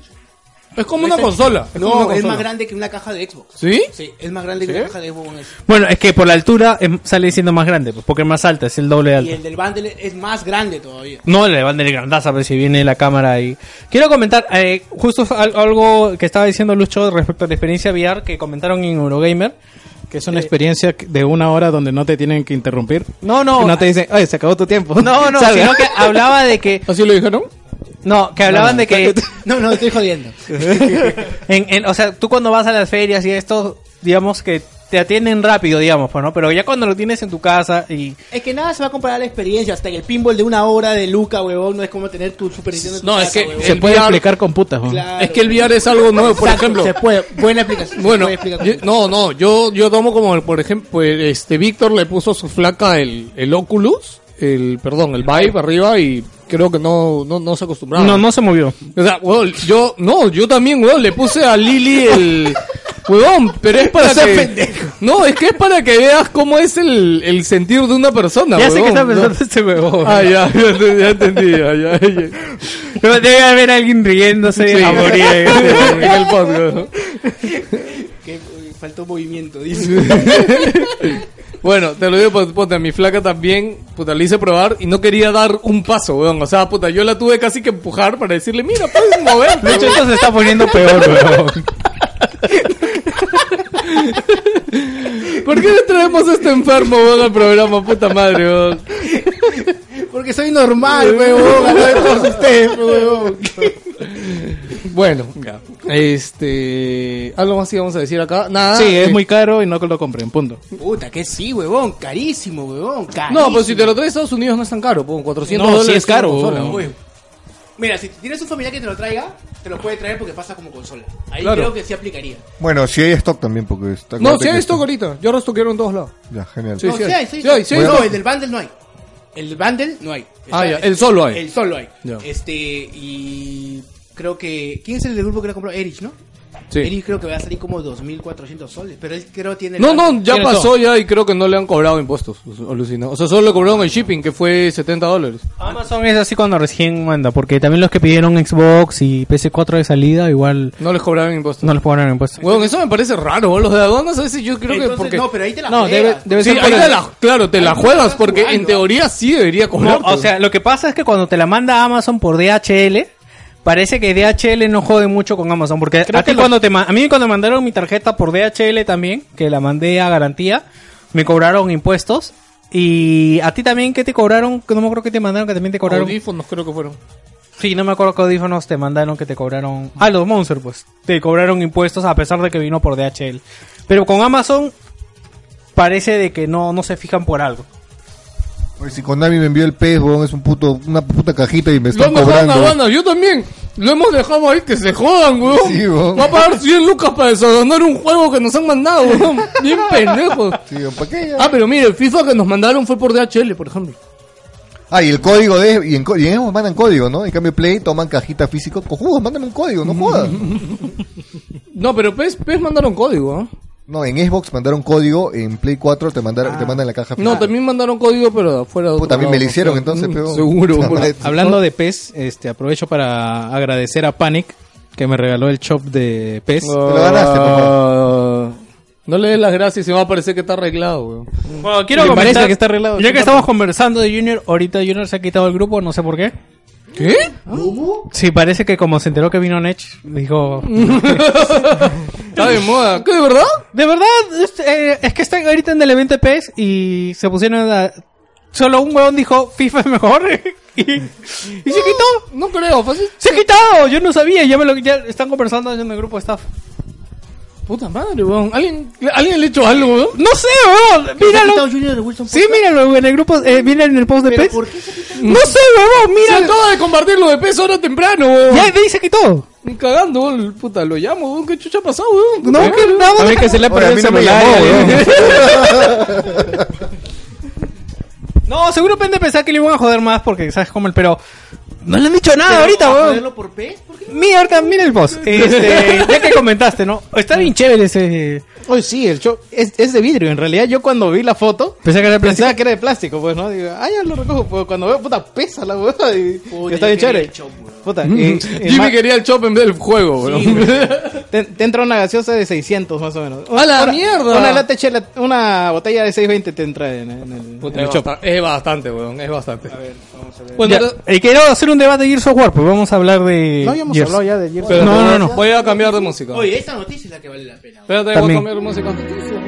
[SPEAKER 2] Es como una consola.
[SPEAKER 6] No,
[SPEAKER 2] como una
[SPEAKER 6] es
[SPEAKER 2] consola.
[SPEAKER 6] más grande que una caja de Xbox.
[SPEAKER 2] ¿Sí?
[SPEAKER 6] Sí, es más grande que una caja de Xbox One S.
[SPEAKER 3] bueno, es que por la altura em, sale siendo más grande, pues, porque es más alta, es el doble de
[SPEAKER 6] Y
[SPEAKER 3] alto.
[SPEAKER 6] el del bundle es más grande todavía.
[SPEAKER 3] No le van de grandaza, pero si viene la cámara ahí. Quiero comentar, eh, justo al- algo que estaba diciendo Lucho respecto a la experiencia VR que comentaron en Eurogamer.
[SPEAKER 5] Que es una
[SPEAKER 3] eh,
[SPEAKER 5] experiencia de una hora donde no te tienen que interrumpir.
[SPEAKER 3] No, no. eh,
[SPEAKER 5] Que no te dicen, oye, se acabó tu tiempo.
[SPEAKER 3] No, no,
[SPEAKER 5] Salga.
[SPEAKER 3] sino que hablaba de que.
[SPEAKER 2] ¿Así lo dijeron?
[SPEAKER 3] No, que hablaban de que.
[SPEAKER 6] No, no, estoy jodiendo.
[SPEAKER 3] En, en- o sea, tú cuando vas a las ferias y esto, digamos que te atienden rápido, digamos, pues, ¿no? Pero ya cuando lo tienes en tu casa y.
[SPEAKER 6] Es que nada se va a comparar a la experiencia. Hasta que el pinball de una hora de Luca, huevón, no es como tener tu Super Nintendo en tu
[SPEAKER 2] No, es
[SPEAKER 6] casa,
[SPEAKER 2] que-
[SPEAKER 6] huevón.
[SPEAKER 5] Se
[SPEAKER 2] el
[SPEAKER 5] puede
[SPEAKER 2] VR
[SPEAKER 5] aplicar con putas, weón.
[SPEAKER 6] Claro.
[SPEAKER 2] Es que el VR es algo nuevo, por
[SPEAKER 6] Exacto,
[SPEAKER 2] ejemplo.
[SPEAKER 6] Se puede. Buena explicación.
[SPEAKER 2] Bueno,
[SPEAKER 6] se puede explicar.
[SPEAKER 2] yo- no, no, yo, yo tomo como, el- por ejemplo, pues, este Víctor le puso a su flaca el, el Oculus, el, perdón, el Vive arriba y creo que no, no, no se acostumbraba.
[SPEAKER 3] No, no se movió.
[SPEAKER 2] O sea, weón, yo, no, yo también, weón, le puse a Lili el... Weón, pero es para que... No, es que es para que veas cómo es el, el sentir de una persona,
[SPEAKER 3] ya sé que
[SPEAKER 2] weón,
[SPEAKER 3] está pensando
[SPEAKER 2] ¿no?
[SPEAKER 3] este huevón.
[SPEAKER 2] Ah, ya, ya entendí, ya entendí, ya, ya, ya.
[SPEAKER 3] Debe haber alguien riéndose
[SPEAKER 2] Sí. este,
[SPEAKER 3] a morir.
[SPEAKER 2] En el podcast.
[SPEAKER 6] Que, eh, faltó movimiento, dice.
[SPEAKER 2] Bueno, te lo digo, pues, puta, mi flaca también, puta, le hice probar y no quería dar un paso, weón. O sea, puta, yo la tuve casi que empujar para decirle, mira, puedes moverte.
[SPEAKER 3] De hecho, esto se está poniendo peor, huevón.
[SPEAKER 2] ¿Por qué le traemos a este enfermo, weón, al programa, puta madre, weón?
[SPEAKER 6] Porque soy normal, huevón. No es por ustedes, huevón.
[SPEAKER 2] Bueno, este. Algo más que íbamos a decir acá. Nada.
[SPEAKER 5] Sí, es muy caro y no lo compren, punto.
[SPEAKER 6] Puta, que sí, huevón. Carísimo, huevón.
[SPEAKER 2] Eh, pues, No, pero si te lo traes a Estados Unidos no es tan caro, po, 400
[SPEAKER 5] No, sí
[SPEAKER 2] dólares.
[SPEAKER 5] es caro,
[SPEAKER 2] por
[SPEAKER 5] weón.
[SPEAKER 2] consola,
[SPEAKER 5] Uy.
[SPEAKER 6] Mira, si tienes un familiar que te lo traiga, te lo puede traer porque pasa como consola. Ahí
[SPEAKER 2] Claro.
[SPEAKER 6] creo que sí aplicaría.
[SPEAKER 4] Bueno, si hay stock también, porque está
[SPEAKER 2] No,
[SPEAKER 4] acuérdate
[SPEAKER 2] si
[SPEAKER 4] que
[SPEAKER 2] hay
[SPEAKER 4] está-
[SPEAKER 2] stock ahorita. Yo restoquearon en todos lados.
[SPEAKER 4] Ya, genial.
[SPEAKER 2] Sí,
[SPEAKER 6] no, sí, hay, sí,
[SPEAKER 2] sí hay, sí hay
[SPEAKER 6] No,
[SPEAKER 2] stock.
[SPEAKER 6] el del bundle no hay. El del bundle no hay.
[SPEAKER 2] Ah, ya,
[SPEAKER 6] Está-
[SPEAKER 2] el solo hay.
[SPEAKER 6] El solo hay.
[SPEAKER 2] Ya.
[SPEAKER 6] Este, y creo que... ¿Quién es el del grupo que lo compró? Erich, ¿no?
[SPEAKER 2] Sí.
[SPEAKER 6] Erich creo que va a salir como 2.400 soles, pero él creo tiene... el
[SPEAKER 2] No,
[SPEAKER 6] bundle.
[SPEAKER 2] no, ya
[SPEAKER 5] Tiene
[SPEAKER 2] pasó
[SPEAKER 5] todo.
[SPEAKER 2] ya y creo que no le han cobrado impuestos. Alucinado. O sea, solo le cobraron el shipping, que fue 70 dólares.
[SPEAKER 3] Amazon es así cuando recién manda, porque también los que pidieron Xbox y PC4 de salida, igual
[SPEAKER 2] No les cobraron impuestos.
[SPEAKER 3] no les pagaron impuestos.
[SPEAKER 2] Weón, eso me parece raro. weón. Los de aduanas a veces yo creo
[SPEAKER 6] Entonces,
[SPEAKER 2] que porque...
[SPEAKER 6] No, pero ahí te la
[SPEAKER 5] No,
[SPEAKER 6] juegas.
[SPEAKER 5] debe, debe
[SPEAKER 2] Sí,
[SPEAKER 5] ser
[SPEAKER 2] ahí
[SPEAKER 5] por
[SPEAKER 2] te
[SPEAKER 5] el-
[SPEAKER 2] la, claro, te la juegas porque en teoría sí debería
[SPEAKER 3] No,
[SPEAKER 2] cobrar.
[SPEAKER 3] o
[SPEAKER 5] pues.
[SPEAKER 3] sea, lo que pasa es que cuando te la manda Amazon por DHL, parece que DHL no jode mucho con Amazon. Porque a, ti cuando te, ma- a mí cuando me mandaron mi tarjeta por DHL también, que la mandé a garantía, me cobraron impuestos. Y a ti también, ¿qué te cobraron? Que No me acuerdo que te mandaron, que también te cobraron.
[SPEAKER 2] audífonos creo que fueron.
[SPEAKER 3] Sí, no me acuerdo qué audífonos te mandaron que te cobraron. Ah, los Monster, pues. Te cobraron impuestos a pesar de que vino por DHL. Pero con Amazon parece de que no, no se fijan por algo.
[SPEAKER 4] Oye, si Konami me envió el pez, weón, es un puto, una puta cajita y me
[SPEAKER 2] Lo han
[SPEAKER 4] están
[SPEAKER 2] dejado en
[SPEAKER 4] cobrando.
[SPEAKER 2] aduanas, yo también. Lo hemos dejado ahí, que se jodan, weón.
[SPEAKER 4] Sí, weón.
[SPEAKER 2] Va a pagar 100 lucas para desordenar un juego que nos han mandado, weón. Bien pendejos.
[SPEAKER 4] Sí, weón, ¿pa' qué ya?
[SPEAKER 2] Ah, pero mire, el FIFA que nos mandaron fue por DHL, por ejemplo.
[SPEAKER 4] Ah, y el código de. Y en, co- y en Xbox mandan código, ¿no? En cambio, Play toman cajita físico. Cojudos, mándame un código, no jodas.
[SPEAKER 2] No, pero PES, PES mandaron código, ¿ah?
[SPEAKER 4] No, en Xbox mandaron código, en Play 4 te, mandaron, te mandan la caja
[SPEAKER 2] Ah. No, también mandaron código, pero de afuera de otro
[SPEAKER 4] Puta, también me
[SPEAKER 2] lado. Mm,
[SPEAKER 4] lo hicieron entonces, pero.
[SPEAKER 2] Seguro,
[SPEAKER 4] Puta
[SPEAKER 2] weón.
[SPEAKER 4] madre.
[SPEAKER 5] Hablando de PES, este, aprovecho para agradecer a Panic que me regaló el shop de PES.
[SPEAKER 4] lo ganaste,
[SPEAKER 2] Ah, No le des las gracias y va a parecer que está arreglado, weón.
[SPEAKER 3] Bueno, quiero
[SPEAKER 5] Me
[SPEAKER 3] comentar-
[SPEAKER 5] parece que está arreglado.
[SPEAKER 3] Ya que estamos conversando de Junior, ahorita Junior se ha quitado el grupo, no sé por qué.
[SPEAKER 2] ¿Qué?
[SPEAKER 3] Sí, parece que como se enteró que vino Nech, dijo...
[SPEAKER 2] Está de moda. Ah, ¿Qué, de verdad?
[SPEAKER 3] De verdad, este, eh, es que están ahorita en el evento de PES y se pusieron a... Solo un huevón dijo, FIFA es mejor. y, y se quitó.
[SPEAKER 2] No creo, fácil.
[SPEAKER 3] Se ha quitado. Yo no sabía. Ya me lo ya están conversando en el grupo de staff.
[SPEAKER 2] Puta madre, weón. ¿Alguien, ¿alguien le ha hecho algo, weón?
[SPEAKER 3] No sé, huevón. Míralo.
[SPEAKER 6] Junior Wilson
[SPEAKER 3] Sí, míralo en el grupo. Eh, mira en el post de
[SPEAKER 6] ¿Pero
[SPEAKER 3] PES.
[SPEAKER 6] por qué se quita?
[SPEAKER 3] No sé, huevón.
[SPEAKER 2] Se
[SPEAKER 3] Míralo.
[SPEAKER 2] acaba de compartir lo de peso ahora temprano, weón.
[SPEAKER 3] Ya dice que todo.
[SPEAKER 2] Ni Cagando, weón. Puta, lo llamo, weón. ¿Qué chucha ha pasado, weón?
[SPEAKER 3] No, que nada.
[SPEAKER 5] A mí que se le ha
[SPEAKER 4] Oye, a
[SPEAKER 5] perdido
[SPEAKER 4] mí
[SPEAKER 5] el
[SPEAKER 4] no me
[SPEAKER 5] celular.
[SPEAKER 4] llamó,
[SPEAKER 5] eh.
[SPEAKER 4] weón.
[SPEAKER 3] No, seguro pende pensar que le iban a joder más porque sabes cómo el pero. No le han dicho nada ahorita, weón.
[SPEAKER 6] ¿Ponerlo por PES? ¿Por qué?
[SPEAKER 3] Mira, ahorita, mira el boss. Este, ya que comentaste, ¿no? Está bien chévere ese.
[SPEAKER 5] Oye, sí, el shop es, es de vidrio. En realidad, yo cuando vi la foto,
[SPEAKER 3] Pensé que era el
[SPEAKER 5] pensaba que era de plástico, pues, ¿no? Digo, ah, ya lo recojo. Pues, cuando veo, puta, pesa la huevada. Y,
[SPEAKER 6] Puta,
[SPEAKER 5] está
[SPEAKER 6] yo
[SPEAKER 5] bien
[SPEAKER 6] quería
[SPEAKER 5] chévere.
[SPEAKER 6] el shop, weón.
[SPEAKER 5] Puta, y- y
[SPEAKER 2] Jimmy
[SPEAKER 5] ma-
[SPEAKER 2] quería el chop en vez del juego, weón.
[SPEAKER 5] te, te entra una gaseosa de 600 más o
[SPEAKER 6] Ah.
[SPEAKER 5] menos.
[SPEAKER 2] ¡A la
[SPEAKER 5] Una-
[SPEAKER 2] mierda!
[SPEAKER 5] Una, lata chela- una botella de 620 te entra en, en el,
[SPEAKER 6] Pues,
[SPEAKER 2] Puta,
[SPEAKER 5] en el
[SPEAKER 2] es,
[SPEAKER 5] shop.
[SPEAKER 2] basta- es bastante, weón. Es bastante.
[SPEAKER 3] Bueno, eh, quiero hacer un debate de Gears of War, pues vamos a hablar de.
[SPEAKER 5] No habíamos
[SPEAKER 3] Gears.
[SPEAKER 5] hablado ya de Gears.
[SPEAKER 2] Espérate,
[SPEAKER 3] No, no,
[SPEAKER 2] weón.
[SPEAKER 3] no.
[SPEAKER 2] Voy a cambiar de música.
[SPEAKER 6] Oye, esta noticia es la que vale la pena.
[SPEAKER 2] Espérate, voy a
[SPEAKER 3] También.
[SPEAKER 2] cambiar de música.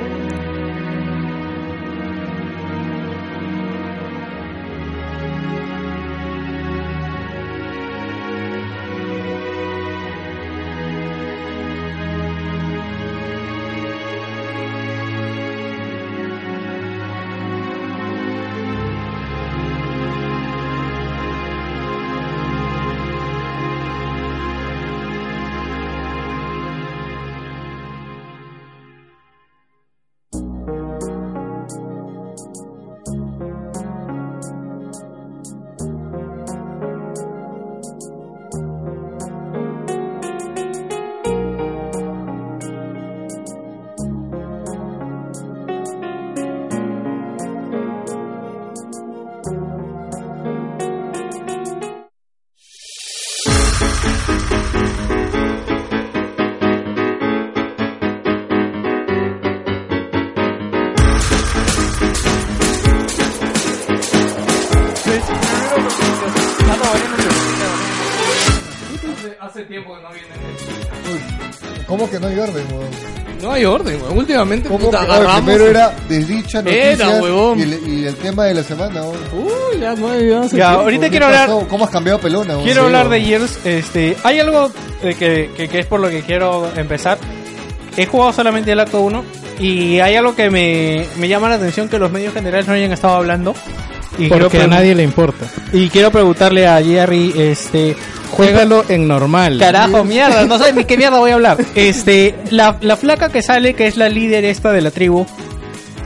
[SPEAKER 4] ¿Cómo que no hay orden, weón?
[SPEAKER 2] No hay orden, weón. Últimamente,
[SPEAKER 4] ¿Cómo que
[SPEAKER 2] puta,
[SPEAKER 4] no?
[SPEAKER 2] agarramos.
[SPEAKER 4] Primero era desdicha, noticias
[SPEAKER 2] Era, huevón.
[SPEAKER 4] y, el, y el tema de la semana, weón.
[SPEAKER 2] Uy, ya no hay. Ya, se-
[SPEAKER 3] Ya, ahorita
[SPEAKER 4] ¿Qué
[SPEAKER 3] quiero
[SPEAKER 4] pasó?
[SPEAKER 3] hablar.
[SPEAKER 4] ¿Cómo has cambiado pelona, weón?
[SPEAKER 3] Quiero
[SPEAKER 4] Sí,
[SPEAKER 3] hablar de
[SPEAKER 4] weón.
[SPEAKER 3] Gears. Este, hay algo eh, que, que- que es por lo que quiero empezar. He jugado solamente el acto 1. Y hay algo que me, me llama la atención que los medios generales no hayan estado hablando. Y quiero,
[SPEAKER 5] Porque a
[SPEAKER 3] pregun-
[SPEAKER 5] nadie le importa.
[SPEAKER 3] y quiero preguntarle a Jerry, este,
[SPEAKER 5] Juégalo en normal.
[SPEAKER 3] Carajo, mierda, no sé ni qué mierda voy a hablar. Este, la, la flaca que sale, que es la líder esta de la tribu,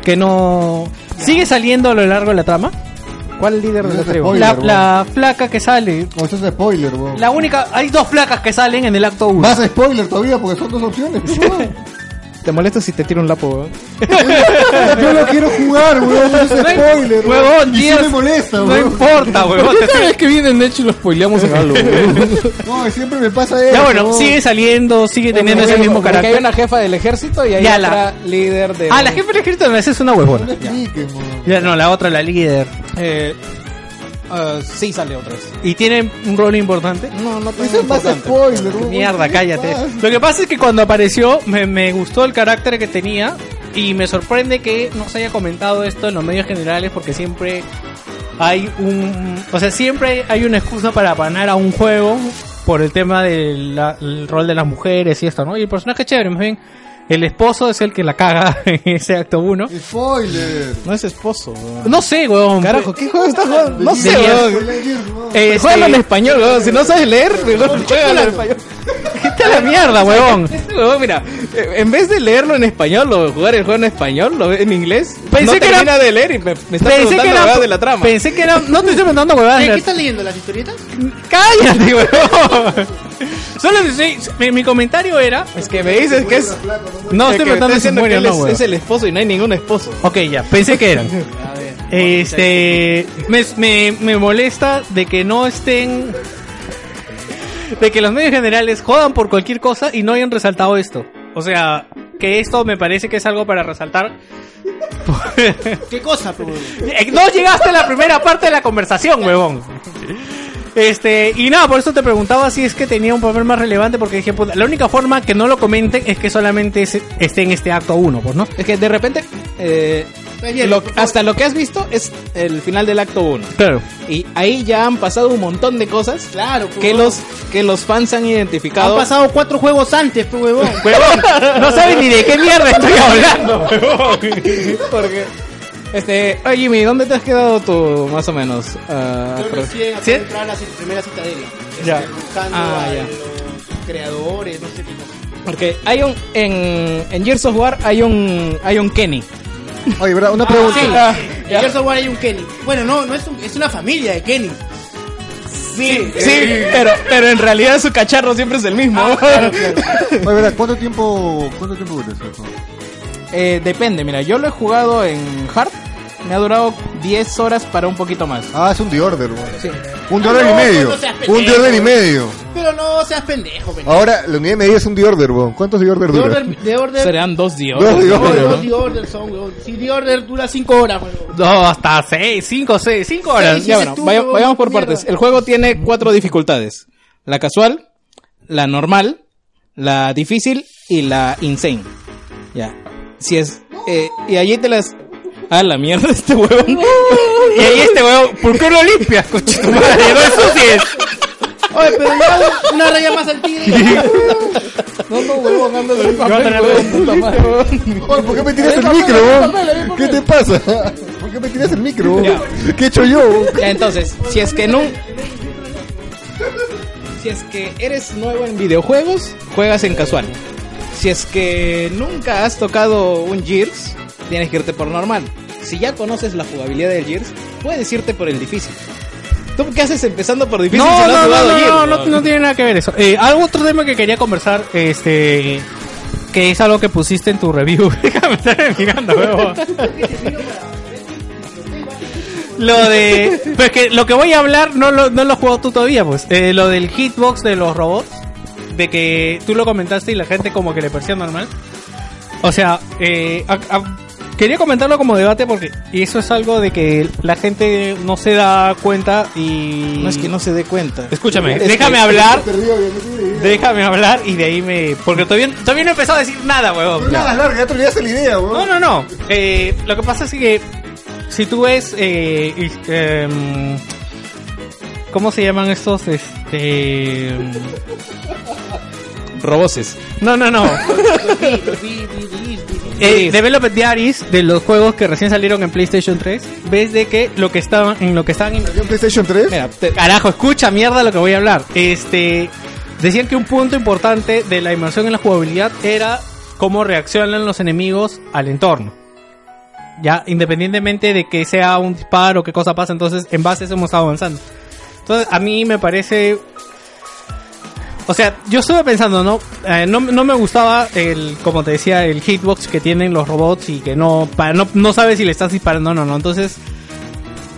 [SPEAKER 3] que no... ¿Sigue saliendo a lo largo de la trama?
[SPEAKER 5] ¿Cuál líder de la
[SPEAKER 4] Ese
[SPEAKER 5] tribu?
[SPEAKER 4] spoiler,
[SPEAKER 3] La,
[SPEAKER 4] weón.
[SPEAKER 3] la flaca que sale...
[SPEAKER 4] No, esto es spoiler, weón.
[SPEAKER 3] La única... Hay dos flacas que salen en el acto 1.
[SPEAKER 4] Más spoiler todavía porque son dos opciones. weón.
[SPEAKER 5] Te molesta si te tiro un lapo. weón?
[SPEAKER 4] Yo lo quiero jugar, weón. Es spoiler,
[SPEAKER 3] Huevón,
[SPEAKER 4] weón. Y sí
[SPEAKER 3] Dios,
[SPEAKER 4] me molesta,
[SPEAKER 3] No
[SPEAKER 4] weón.
[SPEAKER 3] importa, huevón. te estoy-
[SPEAKER 2] Cada vez que viene Necho lo spoileamos en algo. weón.
[SPEAKER 4] No, siempre me pasa eso.
[SPEAKER 3] Ya bueno,
[SPEAKER 4] weón.
[SPEAKER 3] sigue saliendo, sigue
[SPEAKER 2] Ah,
[SPEAKER 3] teniendo ese mismo
[SPEAKER 5] Porque Hay
[SPEAKER 3] carácter.
[SPEAKER 5] una jefa del ejército y hay
[SPEAKER 3] Ya,
[SPEAKER 5] otra líder de.
[SPEAKER 3] Ah, la jefa del ejército no, esa es una
[SPEAKER 4] No
[SPEAKER 3] huevona.
[SPEAKER 4] me expliquen, weón.
[SPEAKER 3] Ya no, la otra, la líder.
[SPEAKER 5] Eh, ah, sí sale otra vez.
[SPEAKER 3] Y tiene un rol importante.
[SPEAKER 5] No, no
[SPEAKER 4] Eso es más spoiler, weón.
[SPEAKER 3] Mierda,
[SPEAKER 4] ¿Qué
[SPEAKER 3] cállate.
[SPEAKER 4] pasa?
[SPEAKER 3] Lo que pasa es que cuando apareció me, me gustó el carácter que tenía y me sorprende que no se haya comentado esto en los medios generales porque siempre hay un... O sea, siempre hay una excusa para apanar a un juego por el tema del la- el rol de las mujeres y esto, ¿no? Y el personaje es chévere, más bien, el esposo es el que la caga en ese acto 1.
[SPEAKER 4] Spoiler.
[SPEAKER 5] No es esposo. weón.
[SPEAKER 3] No sé, weón.
[SPEAKER 5] Carajo, ¿qué juego estás jugando? No sé,
[SPEAKER 3] De mierda.
[SPEAKER 5] weón.
[SPEAKER 3] Este,
[SPEAKER 5] Juégalo en español, weón. Si no sabes leer, weón, juégalo en español.
[SPEAKER 3] Vete a la mierda, huevón.
[SPEAKER 5] Este huevón, mira, eh, en vez de leerlo en español o jugar el juego en español, lo en inglés,
[SPEAKER 3] Pensé
[SPEAKER 5] no
[SPEAKER 3] que era-
[SPEAKER 5] termina de leer y me, me está
[SPEAKER 3] Pensé
[SPEAKER 5] preguntando
[SPEAKER 3] que,
[SPEAKER 5] huevadas
[SPEAKER 3] era,
[SPEAKER 5] de la trama.
[SPEAKER 3] pensé que era... No te estoy preguntando huevadas.
[SPEAKER 6] ¿Qué
[SPEAKER 3] de la-
[SPEAKER 6] estás leyendo? ¿Las historietas?
[SPEAKER 3] ¡Cállate, weón! Solo sí, mi, mi comentario era.
[SPEAKER 5] es que me dices que es...
[SPEAKER 3] No,
[SPEAKER 5] que-
[SPEAKER 3] estoy
[SPEAKER 5] que me estás
[SPEAKER 3] preguntando si
[SPEAKER 5] diciendo que
[SPEAKER 3] muere o
[SPEAKER 5] él
[SPEAKER 3] no,
[SPEAKER 5] es,
[SPEAKER 3] weón.
[SPEAKER 5] es el esposo y no hay ningún esposo.
[SPEAKER 3] Ok, ya, pensé que eran. Este. Me, me, me molesta de que no estén. De que los medios generales jodan por cualquier cosa y no hayan resaltado esto. O sea, que esto me parece que es algo para resaltar.
[SPEAKER 6] ¿Qué cosa, pues?
[SPEAKER 3] Eh, No llegaste a la primera parte de la conversación, huevón. Este, y nada, por eso te preguntaba si es que tenía un papel más relevante, porque dije, puta, la única forma que no lo comenten es que solamente es- esté en este acto 1, pues, ¿no?
[SPEAKER 5] Es que de repente, eh,
[SPEAKER 6] bien,
[SPEAKER 5] lo-
[SPEAKER 6] por favor.
[SPEAKER 5] hasta lo que has visto es el final del acto 1.
[SPEAKER 3] Claro.
[SPEAKER 5] Y ahí ya han pasado un montón de cosas
[SPEAKER 6] Claro, pues.
[SPEAKER 5] que
[SPEAKER 6] huevón.
[SPEAKER 5] los, que los fans han
[SPEAKER 6] Han
[SPEAKER 5] identificado.
[SPEAKER 6] pasado cuatro juegos antes, pues, huevón.
[SPEAKER 3] Huevón, no sabes ni de qué mierda estoy hablando.
[SPEAKER 5] Porque, este, oye Jimmy, ¿dónde te has quedado tú, más o menos? Ah,
[SPEAKER 6] Yo
[SPEAKER 5] pero-
[SPEAKER 6] recién acabo
[SPEAKER 3] ¿Sí?
[SPEAKER 6] de entrar a la ci- primera citadela.
[SPEAKER 5] Ya.
[SPEAKER 6] Este, Buscando
[SPEAKER 5] Ah,
[SPEAKER 6] a
[SPEAKER 5] ya.
[SPEAKER 6] los creadores, no sé qué cosa.
[SPEAKER 5] porque hay un, en, en Gears of War hay un, hay un Kenny.
[SPEAKER 3] Eh,
[SPEAKER 4] Oye, ¿verdad? Una pregunta.
[SPEAKER 5] Ah,
[SPEAKER 6] En
[SPEAKER 5] ya.
[SPEAKER 6] Gears of War hay un Kenny. Bueno, no, no es, un- es una familia de Kenny. Sí.
[SPEAKER 5] Sí, pero, pero en realidad su cacharro siempre es el mismo.
[SPEAKER 6] Ah,
[SPEAKER 4] Oye, ¿verdad? ¿Cuánto tiempo, cuánto tiempo dura ese juego?
[SPEAKER 5] Eh, depende, mira, yo lo he jugado en Hard, me ha durado 10 horas para un poquito más.
[SPEAKER 4] Ah, es un The Order, weón.
[SPEAKER 5] Sí.
[SPEAKER 4] Un The
[SPEAKER 6] Ah,
[SPEAKER 4] Order
[SPEAKER 6] no,
[SPEAKER 4] y medio.
[SPEAKER 6] no seas
[SPEAKER 4] un The
[SPEAKER 6] pendejo,
[SPEAKER 4] Order y
[SPEAKER 6] weón.
[SPEAKER 4] medio.
[SPEAKER 6] Pero no seas pendejo, pendejo.
[SPEAKER 4] Ahora, la unidad de medida es un The Order, weón. ¿Cuántos The Order
[SPEAKER 6] The
[SPEAKER 4] dura?
[SPEAKER 6] Order, The Order,
[SPEAKER 5] Serán dos días.
[SPEAKER 4] Dos días.
[SPEAKER 6] no,
[SPEAKER 4] Order,
[SPEAKER 6] los
[SPEAKER 4] ¿no?
[SPEAKER 6] The Order son, huevón. Si The Order dura cinco horas, huevón.
[SPEAKER 3] No, hasta 6, 5, 6, 5 horas.
[SPEAKER 5] Ya, bueno, vaya- vayamos por partes. El juego tiene cuatro dificultades. La casual, la normal, la difícil y la insane. Ya. Si es... eh, y allí te las... Ah, la mierda este huevón.
[SPEAKER 3] Y ahí este huevón, ¿por qué lo limpias, coche tu madre? No ensucies.
[SPEAKER 6] Oye, pero ya una raya más al tigre.
[SPEAKER 5] No, no, huevón, andas en
[SPEAKER 3] Yo voy a tener
[SPEAKER 4] Oye, ¿por qué me tiras el micro, weón? ¿Qué te pasa? ¿Por qué me tiras el micro, weón? ¿Qué he hecho yo? weón?
[SPEAKER 5] Ya, entonces, si es que no... Si es que eres nuevo en videojuegos, juegas en casual. Si es que nunca has tocado un Gears, tienes que irte por normal. Si ya conoces la jugabilidad del Gears, puedes irte por el difícil. ¿Tú qué haces empezando por difícil si
[SPEAKER 3] No,
[SPEAKER 5] no, has
[SPEAKER 3] no, no,
[SPEAKER 5] jugado Gears?
[SPEAKER 3] no, no, no, no tiene nada que ver eso. Eh, algo otro tema que quería conversar, este, que es algo que pusiste en tu review. Déjame estar mirando, huevo. Lo de, pues que lo que voy a hablar no lo, no lo has jugado tú todavía, pues. Eh, lo del hitbox de los robots, de que tú lo comentaste y la gente como que le parecía normal. O sea, eh, a- a- quería comentarlo como debate porque eso es algo de que la gente no se da cuenta y
[SPEAKER 5] No es que no se dé cuenta.
[SPEAKER 3] Escúchame,
[SPEAKER 5] Es que-
[SPEAKER 3] déjame hablar. Déjame hablar y de ahí me. Porque todavía, todavía no he empezado a decir nada, huevón.
[SPEAKER 4] No hagas larga, ya te olvidaste la idea,
[SPEAKER 3] No,
[SPEAKER 4] weón.
[SPEAKER 3] no, no. Eh, lo que pasa es que si tú ves. eh, is- em, ¿Cómo se llaman estos? Este. em,
[SPEAKER 5] Roboses.
[SPEAKER 3] No, no, no. eh, Development Diaries de los juegos que recién salieron en PlayStation 3, ves de que lo que estaban en lo que estaban
[SPEAKER 4] ¿Había un PlayStation 3?
[SPEAKER 3] Mira, te- carajo, escucha mierda lo que voy a hablar. Este, decían que un punto importante de la inmersión en la jugabilidad era cómo reaccionan los enemigos al entorno. Ya, independientemente de que sea un disparo o qué cosa pasa, entonces en base a eso hemos estado avanzando. Entonces, a mí me parece o sea, yo estuve pensando, ¿no? Eh, no, no me gustaba el, como te decía, el hitbox que tienen los robots y que no, para, no, no sabes si le estás disparando o no, no. Entonces,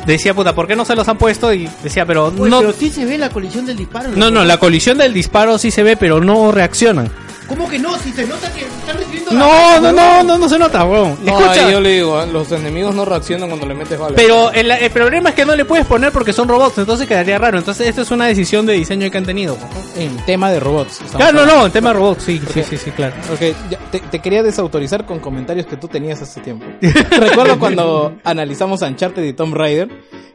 [SPEAKER 3] decía, puta, ¿por qué no se los han puesto? Y decía, pero
[SPEAKER 6] Uy,
[SPEAKER 3] no.
[SPEAKER 6] Pues, Pero sí se ve la colisión del disparo.
[SPEAKER 3] No, no, la colisión del disparo sí se ve, pero no reaccionan.
[SPEAKER 6] ¿Cómo que no? Si se nota que están recibiendo.
[SPEAKER 3] No, no, no, no, no se nota, weón.
[SPEAKER 5] No,
[SPEAKER 3] Escucha.
[SPEAKER 5] ahí yo le digo, ¿eh? los enemigos no reaccionan cuando le metes balas.
[SPEAKER 3] Pero el, el problema es que no le puedes poner porque son robots, entonces quedaría raro. Entonces, esto es una decisión de diseño que han tenido.
[SPEAKER 5] en tema de robots. estamos
[SPEAKER 3] Claro, no,
[SPEAKER 5] hablando.
[SPEAKER 3] no, el tema de robots, sí, sí, sí, sí, claro.
[SPEAKER 5] Ok, ya, te, te quería desautorizar con comentarios que tú tenías hace tiempo. Recuerdo cuando analizamos Uncharted y Tomb Raider,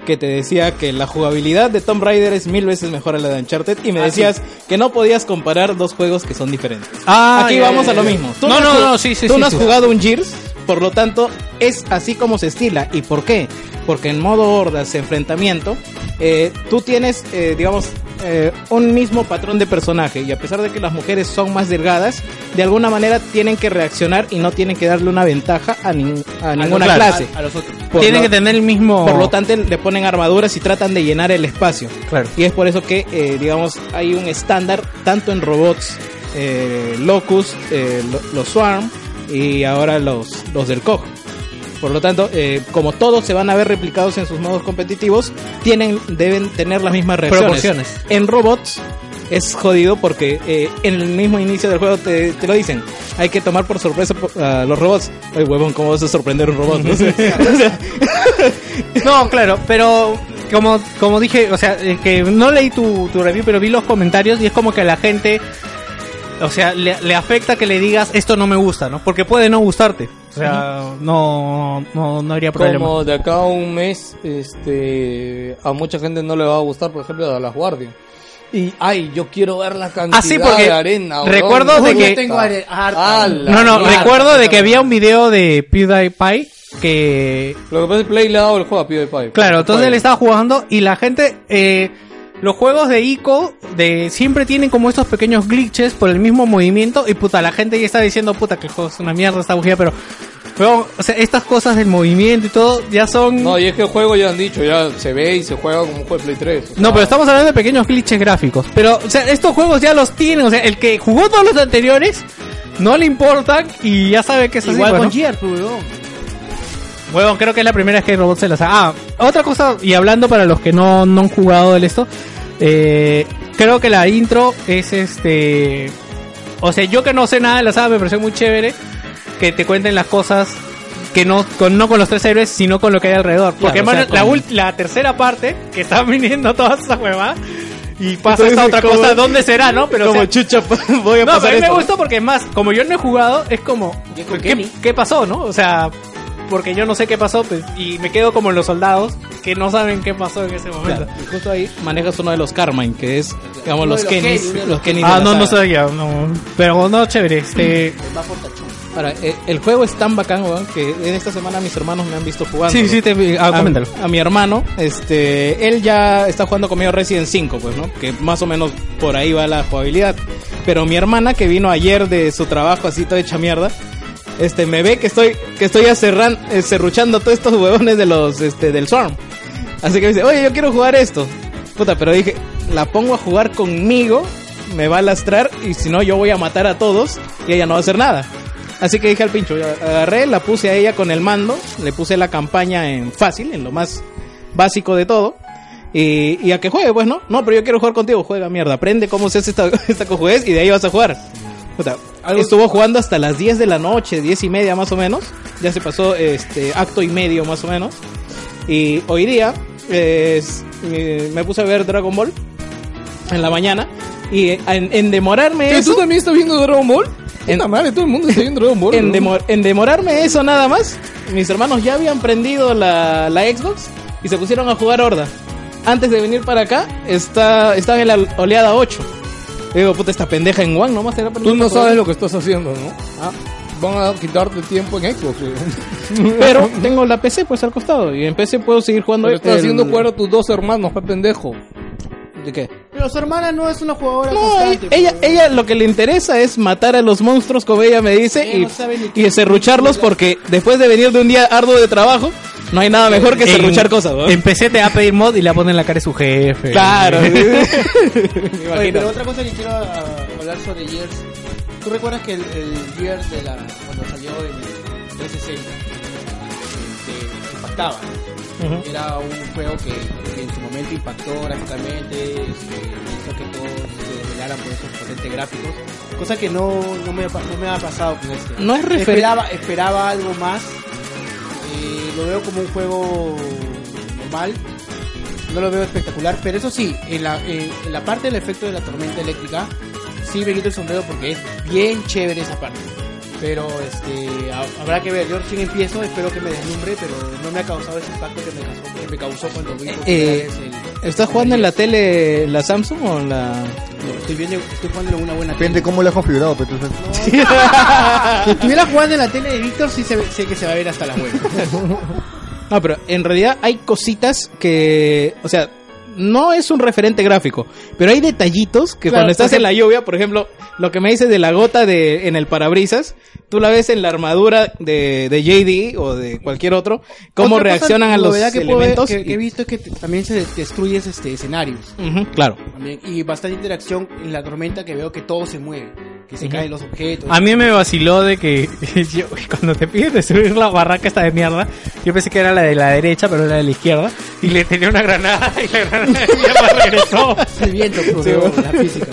[SPEAKER 5] que te decía que la jugabilidad de Tomb Raider es mil veces mejor a la de Uncharted y me decías que no podías comparar dos juegos que son diferentes.
[SPEAKER 3] Ah,
[SPEAKER 5] Aquí
[SPEAKER 3] ya,
[SPEAKER 5] vamos
[SPEAKER 3] ya,
[SPEAKER 5] a lo
[SPEAKER 3] ya.
[SPEAKER 5] mismo.
[SPEAKER 3] No,
[SPEAKER 5] has
[SPEAKER 3] no,
[SPEAKER 5] ju-
[SPEAKER 3] no, sí, sí,
[SPEAKER 5] Tú
[SPEAKER 3] sí,
[SPEAKER 5] no has
[SPEAKER 3] sí.
[SPEAKER 5] jugado un Gears, por lo tanto es así como se estila. ¿Y por qué? Porque en modo hordas, enfrentamiento, eh, tú tienes, eh, digamos, eh, un mismo patrón de personaje. Y a pesar de que las mujeres son más delgadas, de alguna manera tienen que reaccionar y no tienen que darle una ventaja a, nin- a ninguna
[SPEAKER 3] claro,
[SPEAKER 5] clase.
[SPEAKER 6] A, a los otros.
[SPEAKER 5] Por
[SPEAKER 3] Tienen
[SPEAKER 5] lo-
[SPEAKER 3] que tener el mismo.
[SPEAKER 5] por lo tanto, le ponen armaduras y tratan de llenar el espacio.
[SPEAKER 3] Claro.
[SPEAKER 5] Y es por eso que, eh, digamos, hay un estándar tanto en robots, eh, Locust, eh, lo- los Swarm y ahora los, los del COG. Por lo tanto, eh, como todos se van a ver replicados en sus modos competitivos, tienen, deben tener las mismas reacciones.
[SPEAKER 3] Proporciones.
[SPEAKER 5] En robots es jodido porque eh, en el mismo inicio del juego te, te lo dicen. Hay que tomar por sorpresa po- a los robots. Ay, huevón, ¿cómo vas a sorprender a un robot? No sé.
[SPEAKER 3] No, claro, pero como, como dije, o sea, eh, que no leí tu, tu review, pero vi los comentarios y es como que a la gente, o sea, le, le afecta que le digas esto no me gusta, ¿no? Porque puede no gustarte. O sea, no, no, no habría problema.
[SPEAKER 5] Como de acá a un mes, este, a mucha gente no le va a gustar, por ejemplo, a las guardias. Y, ay, yo quiero ver la cantidad
[SPEAKER 3] Ah, sí, porque
[SPEAKER 5] de arena. weón.
[SPEAKER 3] recuerdo de
[SPEAKER 5] Puta.
[SPEAKER 3] que- Ah,
[SPEAKER 6] tengo are- harta.
[SPEAKER 5] A la
[SPEAKER 3] No, no,
[SPEAKER 5] mierda.
[SPEAKER 3] recuerdo de que había un video de PewDiePie que
[SPEAKER 5] Lo que pasa es que Play le ha dado el juego a PewDiePie.
[SPEAKER 3] Claro, entonces
[SPEAKER 5] Play.
[SPEAKER 3] él estaba jugando y la gente, eh, los juegos de Ico de, siempre tienen como estos pequeños glitches por el mismo movimiento y puta, la gente ya está diciendo, puta, que el juego es una mierda, esta bujía, pero, pero, o sea, estas cosas del movimiento y todo ya son...
[SPEAKER 5] No, y es que el juego ya han dicho, ya se ve y se juega como un juego de Play 3. o sea,
[SPEAKER 3] No, pero estamos hablando de pequeños glitches gráficos. Pero, o sea, estos juegos ya los tienen. O sea, el que jugó todos los anteriores no le importan y ya sabe que es así.
[SPEAKER 6] Igual
[SPEAKER 3] pues,
[SPEAKER 6] con
[SPEAKER 3] ¿no?
[SPEAKER 6] Gear, pues, weón.
[SPEAKER 3] Bueno, creo que es la primera vez que Robot se las haga. Ah, otra cosa, y hablando para los que no, no han jugado del esto, eh, creo que la intro es este. O sea, yo que no sé nada de la saga, me pareció muy chévere que te cuenten las cosas que no con, no con los tres héroes, sino con lo que hay alrededor. Porque
[SPEAKER 5] Claro, o sea,
[SPEAKER 3] hermano, la,
[SPEAKER 5] con-
[SPEAKER 3] ult- la tercera parte, que están viniendo todas esas huevadas, y pasa
[SPEAKER 5] Entonces,
[SPEAKER 3] esta otra
[SPEAKER 5] ¿cómo-
[SPEAKER 3] cosa, ¿dónde será, no? Pero o
[SPEAKER 5] como
[SPEAKER 3] sea,
[SPEAKER 5] chucha, voy a
[SPEAKER 3] no, pero
[SPEAKER 5] pasar
[SPEAKER 3] a mí me
[SPEAKER 5] esto.
[SPEAKER 3] gustó porque es más, como yo no he jugado, es como, ¿qué, qué pasó, no? O sea, porque yo no sé qué pasó, pues, y me quedo como los soldados que no saben qué pasó en ese momento. Ah,
[SPEAKER 5] Claro, y justo ahí manejas uno de los Carmine, que es, digamos, los Kennys. Los Kennys
[SPEAKER 3] Ah,
[SPEAKER 5] de la
[SPEAKER 3] no, no
[SPEAKER 5] saga.
[SPEAKER 3] sabía, no. Pero no, chévere, este...
[SPEAKER 5] Ahora, eh, el juego es tan bacán, weón, que en esta semana mis hermanos me han visto jugando.
[SPEAKER 3] Sí, sí, te... ah,
[SPEAKER 5] a,
[SPEAKER 3] coméntalo.
[SPEAKER 5] a mi hermano, este, él ya está jugando conmigo Resident 5, pues, ¿no? Que más o menos por ahí va la jugabilidad. Pero mi hermana que vino ayer de su trabajo así toda hecha mierda, este, me ve que estoy, que estoy acerran, eh, cerruchando todos estos huevones de los, este, del Swarm. Así que me dice, oye, yo quiero jugar esto. Puta, pero dije, la pongo a jugar conmigo, me va a lastrar y si no yo voy a matar a todos y ella no va a hacer nada. Así que dije al pincho, yo agarré, la puse a ella con el mando, le puse la campaña en fácil, en lo más básico de todo. Y, y a que juegue, pues no, no, pero yo quiero jugar contigo, juega mierda, aprende cómo se hace esta, esta cojuez y de ahí vas a jugar. Puta, estuvo jugando hasta las 10 de la noche, 10 y media más o menos, ya se pasó este acto y medio más o menos. Y hoy día eh, es- eh, me puse a ver Dragon Ball en la mañana y en, en demorarme
[SPEAKER 2] ¿Tú
[SPEAKER 5] eso,
[SPEAKER 2] también estás viendo Dragon Ball?
[SPEAKER 5] En-
[SPEAKER 2] Puta madre, todo el mundo está viendo Dragon Ball.
[SPEAKER 5] en,
[SPEAKER 2] ¿no?
[SPEAKER 5] demor- en demorarme eso nada más, mis hermanos ya habían prendido la, la Xbox y se pusieron a jugar Horda. Antes de venir para acá, está, estaba en la oleada 8. Digo, puta, esta pendeja en One nomás te
[SPEAKER 2] Tú no sabes lo que estás haciendo, ¿no? van a quitar de tiempo en Xbox.
[SPEAKER 5] Pero tengo la PC pues al costado y en PC puedo seguir jugando.
[SPEAKER 2] Pero estás
[SPEAKER 5] el-
[SPEAKER 2] haciendo jugar a tus dos hermanos, pa pendejo.
[SPEAKER 5] ¿De qué?
[SPEAKER 6] Pero su hermana no es una jugadora
[SPEAKER 5] No,
[SPEAKER 6] constante.
[SPEAKER 5] ella, ella lo que le interesa es matar a los monstruos, como ella me dice,
[SPEAKER 6] Ella
[SPEAKER 5] y,
[SPEAKER 6] no sabe ni
[SPEAKER 5] y serrucharlos porque después de venir de un día arduo de trabajo, no hay nada mejor que serruchar cosas. ¿no?
[SPEAKER 3] En PC te va a pedir mod y le va a poner la cara de su jefe.
[SPEAKER 5] Claro.
[SPEAKER 6] Oye, pero otra cosa que quiero ah, hablar sobre Gears. ¿Tú recuerdas que el, el Gears de la, cuando salió en 360 este, impactaba?
[SPEAKER 5] Ujú.
[SPEAKER 6] Era un juego que en su momento impactó gráficamente, este, hizo que todos se revelaran por esos potentes gráficos. Cosa que no, no, me, ha pa- no me ha pasado con este.
[SPEAKER 5] No es refer-
[SPEAKER 6] esperaba, esperaba algo más. Eh, lo veo como un juego normal, no lo veo espectacular, pero eso sí, en la, en- en la parte del efecto de la tormenta eléctrica, sí me quito el sombrero porque es bien chévere esa parte. Pero este ha- habrá que ver, yo recién empiezo, espero que me deslumbre, pero no me ha causado ese impacto que me causó, que me causó cuando vi por primera
[SPEAKER 5] eh,
[SPEAKER 6] vez el-
[SPEAKER 5] ¿Estás jugando en la tele la Samsung o en la...?
[SPEAKER 6] No, estoy, viendo, estoy jugando en una buena
[SPEAKER 4] Depende cómo lo has configurado, pero entonces-
[SPEAKER 6] Si estuviera jugando en la tele de Víctor, sí se ve- sé que se va a ver hasta la web.
[SPEAKER 5] No, pero en realidad hay cositas que, o sea, no es un referente gráfico, pero hay detallitos que
[SPEAKER 6] Claro,
[SPEAKER 5] cuando estás
[SPEAKER 6] porque-
[SPEAKER 5] en la lluvia, por ejemplo, lo que me dices de la gota de en el parabrisas, tú la ves en la armadura de, de JD o de cualquier otro, cómo
[SPEAKER 6] Otra cosa
[SPEAKER 5] reaccionan a los
[SPEAKER 6] novedad que puedo ver-
[SPEAKER 5] elementos.
[SPEAKER 6] que, que
[SPEAKER 5] y-
[SPEAKER 6] he visto es que te- también se destruyen este, escenarios.
[SPEAKER 5] Ujú, claro.
[SPEAKER 6] También, y bastante interacción en la tormenta que veo que todo se mueve, que se
[SPEAKER 5] Ujú.
[SPEAKER 6] caen los objetos.
[SPEAKER 3] A mí me vaciló de que yo- cuando te piden destruir la barraca esta de mierda, yo pensé que era la de la derecha, pero era la de la izquierda, y le tenía una granada y la granada de mierda regresó.
[SPEAKER 6] el viento, pero la física.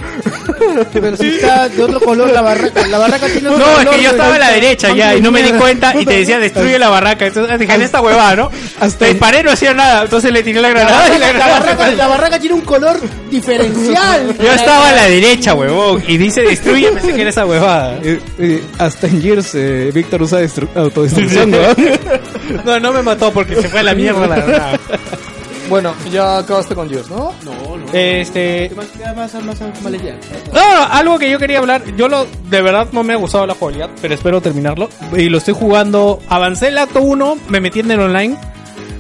[SPEAKER 6] Pero si está de otro color la barraca, la barraca tiene
[SPEAKER 3] No,
[SPEAKER 6] otro
[SPEAKER 3] es
[SPEAKER 6] color.
[SPEAKER 3] que yo estaba a la derecha ya y no me di cuenta y te decía destruye la barraca. Entonces dije, "En esta huevada, ¿no? Hasta el paré no hacía nada, entonces le tiré la
[SPEAKER 6] La
[SPEAKER 3] granada y la
[SPEAKER 6] barraca, la
[SPEAKER 3] granada se
[SPEAKER 6] barraca,
[SPEAKER 3] fue.
[SPEAKER 6] la barraca tiene un color diferencial.
[SPEAKER 3] Yo estaba a la derecha, huevón, y dice destruye, pensé que era esa huevada.
[SPEAKER 5] hasta en Gears, eh, Víctor usa autodestrucción,
[SPEAKER 3] No, no me mató porque se fue a la mierda la granada.
[SPEAKER 2] Bueno, ya acabaste con Gears, ¿no?
[SPEAKER 6] No, no.
[SPEAKER 3] Este,
[SPEAKER 6] ¿Qué más, qué más, más, más mala idea?
[SPEAKER 3] No, no, algo que yo quería hablar, yo lo de verdad no me ha gustado la jugabilidad, pero espero terminarlo. Y lo estoy jugando, avancé el acto 1, me metí en el online,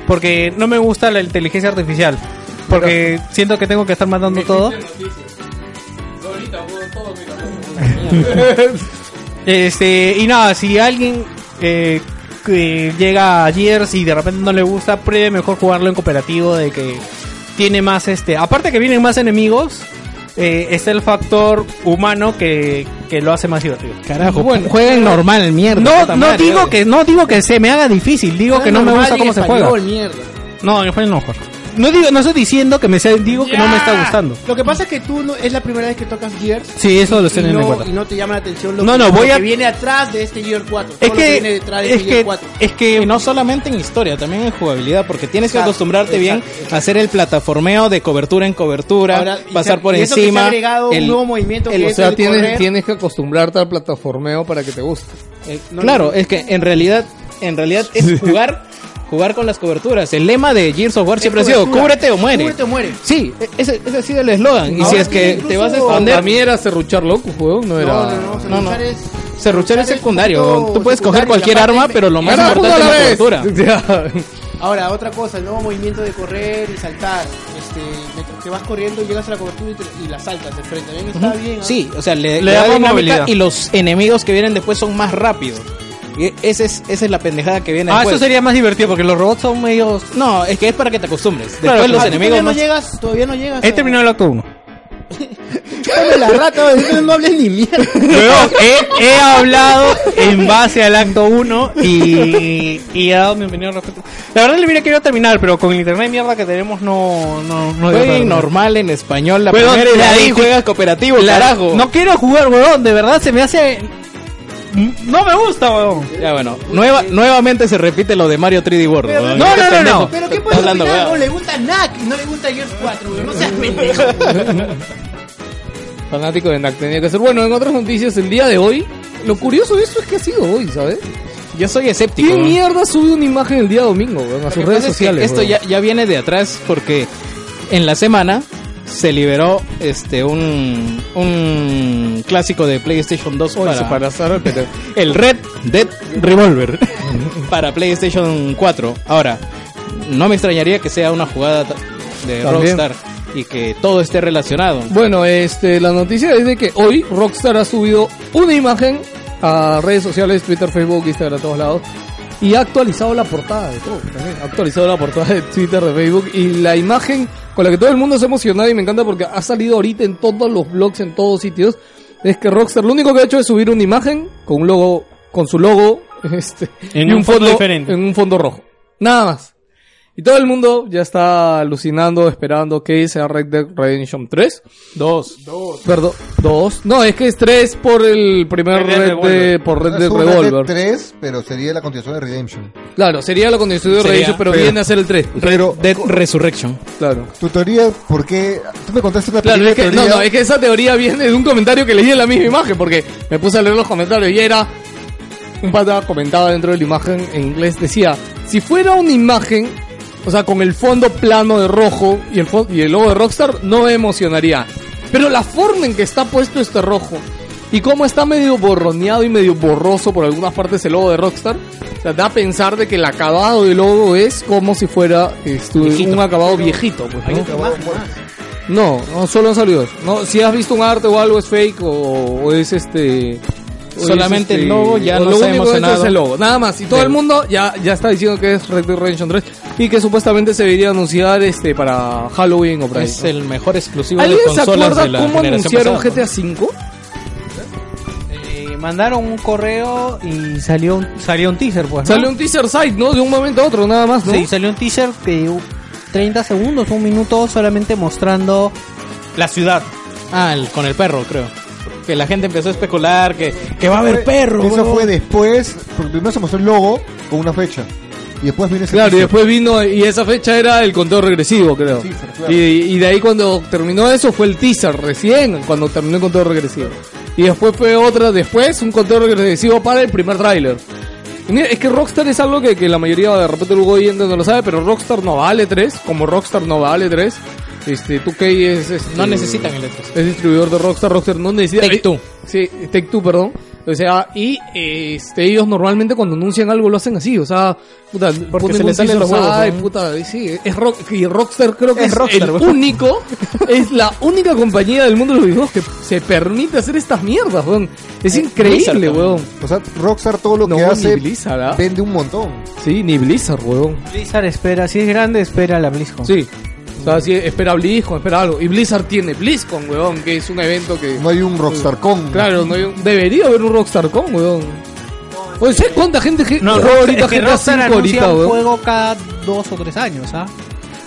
[SPEAKER 3] porque no me gusta la inteligencia artificial, porque siento que tengo que estar mandando todo. Este, y nada, si alguien eh, que llega a Gears y de repente no le gusta, pruebe mejor jugarlo en cooperativo de que tiene más este. Aparte que vienen más enemigos, eh, está el factor humano que, que lo hace más divertido.
[SPEAKER 5] Carajo, jueguen normal, mierda. eh.
[SPEAKER 3] No, no digo que no digo que se me haga difícil, digo que no me gusta cómo se juega.
[SPEAKER 6] mierda.
[SPEAKER 3] No, en español no mejor. No digo, no estoy diciendo que me sea, digo que no me está gustando.
[SPEAKER 6] Lo que pasa es que tú no, es la primera vez que tocas Gears.
[SPEAKER 3] Sí, eso lo estoy
[SPEAKER 6] y
[SPEAKER 3] teniendo en
[SPEAKER 6] no,
[SPEAKER 3] cuenta.
[SPEAKER 6] y no te llama la atención lo,
[SPEAKER 3] No,
[SPEAKER 6] que,
[SPEAKER 3] no,
[SPEAKER 6] lo
[SPEAKER 3] voy
[SPEAKER 6] que
[SPEAKER 3] a-
[SPEAKER 6] viene atrás de este Gear 4.
[SPEAKER 3] Es
[SPEAKER 6] todo lo que viene
[SPEAKER 3] que,
[SPEAKER 6] detrás de
[SPEAKER 3] es
[SPEAKER 6] este Gear
[SPEAKER 3] que,
[SPEAKER 6] 4.
[SPEAKER 3] es que
[SPEAKER 5] Y no solamente en historia, también en jugabilidad, porque tienes que
[SPEAKER 6] Exacto,
[SPEAKER 5] acostumbrarte bien a hacer el plataformeo de cobertura en cobertura,
[SPEAKER 6] Ahora, y
[SPEAKER 5] pasar
[SPEAKER 6] se-
[SPEAKER 5] por
[SPEAKER 6] y eso que se ha
[SPEAKER 5] encima.
[SPEAKER 6] agregado un nuevo movimiento que
[SPEAKER 5] el-
[SPEAKER 2] O
[SPEAKER 6] es
[SPEAKER 2] sea,
[SPEAKER 6] el correr.
[SPEAKER 2] tienes, tienes que acostumbrarte al plataformeo para que te guste.
[SPEAKER 5] eh, claro, es que en realidad, en realidad es jugar, jugar con las coberturas. El lema de Gears of War siempre ha sido
[SPEAKER 6] cobertura.
[SPEAKER 5] cúbrete o muere.
[SPEAKER 6] Cúbrete o muere.
[SPEAKER 5] Sí, e- ese, ese ha sido el eslogan. Y
[SPEAKER 6] Ahora
[SPEAKER 5] si es que
[SPEAKER 6] incluso-
[SPEAKER 5] te vas a
[SPEAKER 2] Para
[SPEAKER 5] esconder,
[SPEAKER 2] mí era serruchar loco, juego, no era.
[SPEAKER 6] No, no, no,
[SPEAKER 5] no, no.
[SPEAKER 6] Sanchar es-
[SPEAKER 5] serruchar es
[SPEAKER 6] Claro, es un
[SPEAKER 5] secundario.
[SPEAKER 6] poquito
[SPEAKER 5] Tú puedes coger
[SPEAKER 6] secundario,
[SPEAKER 5] cualquier
[SPEAKER 6] y aparte
[SPEAKER 5] arma,
[SPEAKER 6] me-
[SPEAKER 5] pero lo más
[SPEAKER 2] ¡Era
[SPEAKER 5] importante es la
[SPEAKER 2] uno a
[SPEAKER 5] cobertura.
[SPEAKER 2] la vez! Ya.
[SPEAKER 6] Ahora, otra cosa, el nuevo movimiento de correr y saltar. Este, mientras que vas corriendo, llegas a la cobertura y, te- y la saltas de frente. También está bien. ¿ah?
[SPEAKER 5] Sí, o sea, le,
[SPEAKER 3] Le
[SPEAKER 5] le
[SPEAKER 3] da
[SPEAKER 5] da
[SPEAKER 3] más
[SPEAKER 5] dinámica
[SPEAKER 3] movilidad.
[SPEAKER 5] y los enemigos que vienen después son más rápidos. Y ese es, esa es la pendejada que viene
[SPEAKER 3] Ah,
[SPEAKER 5] después.
[SPEAKER 3] eso sería más divertido porque los robots son medios.
[SPEAKER 5] No, es que es para que te acostumbres. Después
[SPEAKER 3] Claro,
[SPEAKER 5] los
[SPEAKER 6] Ah, tú
[SPEAKER 5] enemigos
[SPEAKER 6] todavía no
[SPEAKER 5] más-
[SPEAKER 6] llegas, todavía no llegas.
[SPEAKER 3] He
[SPEAKER 6] a-
[SPEAKER 3] terminado el acto 1.
[SPEAKER 6] Chúpame la rata, no, no hables ni mierda.
[SPEAKER 3] he, he hablado en base al acto 1 y, y he dado mi opinión al respecto. La verdad le hubiera querido terminar, pero con el internet mierda que tenemos no no no dio para
[SPEAKER 5] Jueguen
[SPEAKER 3] terminar.
[SPEAKER 5] normal en español la
[SPEAKER 3] Huevón,
[SPEAKER 5] primera y de
[SPEAKER 3] la
[SPEAKER 5] ahí
[SPEAKER 3] dije.
[SPEAKER 5] juegas cooperativo,
[SPEAKER 3] La-
[SPEAKER 5] carajo.
[SPEAKER 3] No quiero jugar, weón, de verdad se me hace no me gusta, weón.
[SPEAKER 5] Ya bueno, nueva, nuevamente se repite lo de Mario 3D World.
[SPEAKER 6] Pero-
[SPEAKER 5] weón.
[SPEAKER 3] No, no, no, no.
[SPEAKER 5] Este pendejo
[SPEAKER 6] Pero
[SPEAKER 5] está
[SPEAKER 6] qué puedes
[SPEAKER 5] hablando,
[SPEAKER 6] opinar, no
[SPEAKER 5] weón.
[SPEAKER 6] le gusta NAC y no le gusta Gears 4, güey, no seas pendejo.
[SPEAKER 2] Fanático de NAC tenía que ser. Bueno, en otras noticias, el día de hoy, lo curioso de esto es que ha sido hoy, ¿sabes?
[SPEAKER 5] Yo soy escéptico.
[SPEAKER 2] ¿Quién
[SPEAKER 5] weón.
[SPEAKER 2] mierda sube una imagen el día domingo, weón, a
[SPEAKER 5] Lo que
[SPEAKER 2] sus
[SPEAKER 5] pasa
[SPEAKER 2] redes
[SPEAKER 5] es que
[SPEAKER 2] sociales?
[SPEAKER 5] esto
[SPEAKER 2] weón?
[SPEAKER 5] ya, ya viene de atrás porque en la semana se liberó este un, un clásico de PlayStation 2
[SPEAKER 9] Uy,
[SPEAKER 5] para,
[SPEAKER 9] se pasó el pete-
[SPEAKER 5] el Red Dead Revolver para PlayStation 4. Ahora, no me extrañaría que sea una jugada ta- de
[SPEAKER 2] También.
[SPEAKER 5] Rockstar y que todo esté relacionado.
[SPEAKER 2] Bueno, este, la noticia es de que hoy Rockstar ha subido una imagen a redes sociales, Twitter, Facebook, Instagram, a todos lados. Y ha actualizado la portada de todo también. Ha actualizado la portada de Twitter, de Facebook. Y la imagen con la que todo el mundo se ha emocionado y me encanta porque ha salido ahorita en todos los blogs, en todos sitios. Es que Rockstar lo único que ha hecho es subir una imagen con un logo, con su logo, este,
[SPEAKER 10] En
[SPEAKER 2] y
[SPEAKER 10] un fondo diferente.
[SPEAKER 2] en un fondo rojo. Nada más. Y todo el mundo ya está alucinando, esperando que sea Red Dead Redemption 3. 2. Perdón, 2. No, es que es 3 por el primer
[SPEAKER 4] Red Dead
[SPEAKER 2] Red Dead- por Red
[SPEAKER 4] Es
[SPEAKER 2] Dead
[SPEAKER 4] un Red Dead
[SPEAKER 2] Revolver.
[SPEAKER 4] 3, pero sería la continuación de Redemption.
[SPEAKER 2] Claro, sería la condición de
[SPEAKER 4] Sería,
[SPEAKER 2] Redemption, pero
[SPEAKER 4] pero-
[SPEAKER 2] viene a ser el 3.
[SPEAKER 4] pero-
[SPEAKER 2] Dead Resurrection. Claro.
[SPEAKER 4] Tu teoría, ¿por qué? Tú me contaste una
[SPEAKER 2] Claro,
[SPEAKER 4] pequeña
[SPEAKER 2] es que, no,
[SPEAKER 4] teoría.
[SPEAKER 2] no, es que esa teoría viene de un comentario que leí en la misma imagen, porque me puse a leer los comentarios y era. Un pata comentaba dentro de la imagen en inglés, decía: si fuera una imagen, o sea, con el fondo plano de rojo y el, fo- y el logo de Rockstar, no me emocionaría. Pero la forma en que está puesto este rojo y cómo está medio borroneado y medio borroso por algunas partes el logo de Rockstar, o sea, da a pensar de que el acabado del logo es como si fuera este, un acabado viejito. Pues, ¿no? No, no, solo han salido dos. No, si has visto un arte o algo es fake o, o es este. o es, este,
[SPEAKER 5] Solamente el logo, ya
[SPEAKER 2] o
[SPEAKER 5] nos
[SPEAKER 2] lo único que
[SPEAKER 5] ha
[SPEAKER 2] ha hecho
[SPEAKER 5] emocionado.
[SPEAKER 2] es el logo, nada más. Y todo
[SPEAKER 5] Del-
[SPEAKER 2] el mundo ya, ya está diciendo que es Red Dead Redemption 3 y que supuestamente se debería anunciar este para Halloween o para
[SPEAKER 5] Es el mejor exclusivo de
[SPEAKER 2] ¿Alguien se
[SPEAKER 5] consolas
[SPEAKER 2] acuerda
[SPEAKER 5] de la
[SPEAKER 2] cómo
[SPEAKER 5] generación
[SPEAKER 2] anunciaron
[SPEAKER 5] pasada.
[SPEAKER 2] GTA V?
[SPEAKER 3] Eh, mandaron un correo y salió un, salió un teaser, pues. ¿no?
[SPEAKER 2] Salió un teaser site, ¿no? De un momento a otro, nada más, ¿no?
[SPEAKER 3] Sí, salió un teaser de un 30 segundos, un minuto, solamente mostrando
[SPEAKER 5] La ciudad. Ah, el- con el perro, creo. Que la gente empezó a especular que, que va a haber
[SPEAKER 4] Fue-
[SPEAKER 5] perro.
[SPEAKER 4] Eso
[SPEAKER 5] huevón.
[SPEAKER 4] fue después, porque primero se mostró el logo con una fecha. Y después viene ese
[SPEAKER 2] Claro, y
[SPEAKER 4] teaser.
[SPEAKER 2] después vino, y esa fecha era el conteo regresivo, creo. y, y de ahí cuando terminó eso fue el teaser, recién cuando terminó el conteo regresivo. Y después fue otra, después un conteo regresivo para el primer tráiler. Y mira, Es que Rockstar es algo que, que la mayoría de repente luego oyentes no lo sabe, pero Rockstar no vale 3, como Rockstar no vale 3. Este, 2K es... este,
[SPEAKER 5] No necesitan el E3.
[SPEAKER 2] es distribuidor de Rockstar, Rockstar no necesita...
[SPEAKER 5] Take Two.
[SPEAKER 2] Sí, Take Two, perdón. O sea, y este, ellos normalmente cuando anuncian algo lo hacen así, o sea, puta, ponen
[SPEAKER 5] se
[SPEAKER 2] un
[SPEAKER 5] les
[SPEAKER 2] teaser,
[SPEAKER 5] salen los huevos,
[SPEAKER 2] ay,
[SPEAKER 5] ¿no?
[SPEAKER 2] puta, y sí, es rock, y Rockstar creo que
[SPEAKER 5] Es
[SPEAKER 2] es,
[SPEAKER 5] Rockstar,
[SPEAKER 2] el
[SPEAKER 5] weón.
[SPEAKER 2] único, es la única compañía del mundo de los videojuegos que se permite hacer estas mierdas, weón. Es
[SPEAKER 5] Eh,
[SPEAKER 2] increíble,
[SPEAKER 4] Blizzard,
[SPEAKER 2] weón.
[SPEAKER 4] O sea, Rockstar todo lo
[SPEAKER 2] No,
[SPEAKER 4] que
[SPEAKER 2] ni
[SPEAKER 4] hace
[SPEAKER 2] Blizzard, ¿ah?
[SPEAKER 4] vende un montón.
[SPEAKER 2] Sí, ni Blizzard, weón.
[SPEAKER 3] Blizzard espera, si es grande espera la BlizzCon.
[SPEAKER 2] Sí. O sea, sí, espera BlizzCon, espera algo. Y Blizzard tiene BlizzCon, weón, que es un evento que...
[SPEAKER 4] No hay un Rockstar Con.
[SPEAKER 2] Claro, no hay un- debería haber un Rockstar Con, weón. Oye, ¿sabes cuánta gente que
[SPEAKER 3] No,
[SPEAKER 2] juega
[SPEAKER 3] Rockstar-
[SPEAKER 2] ahorita
[SPEAKER 3] es que
[SPEAKER 2] GTA
[SPEAKER 3] Rockstar
[SPEAKER 2] 5
[SPEAKER 3] anuncia
[SPEAKER 2] ahorita,
[SPEAKER 3] un
[SPEAKER 2] weón?
[SPEAKER 3] juego cada dos o tres años, ¿ah?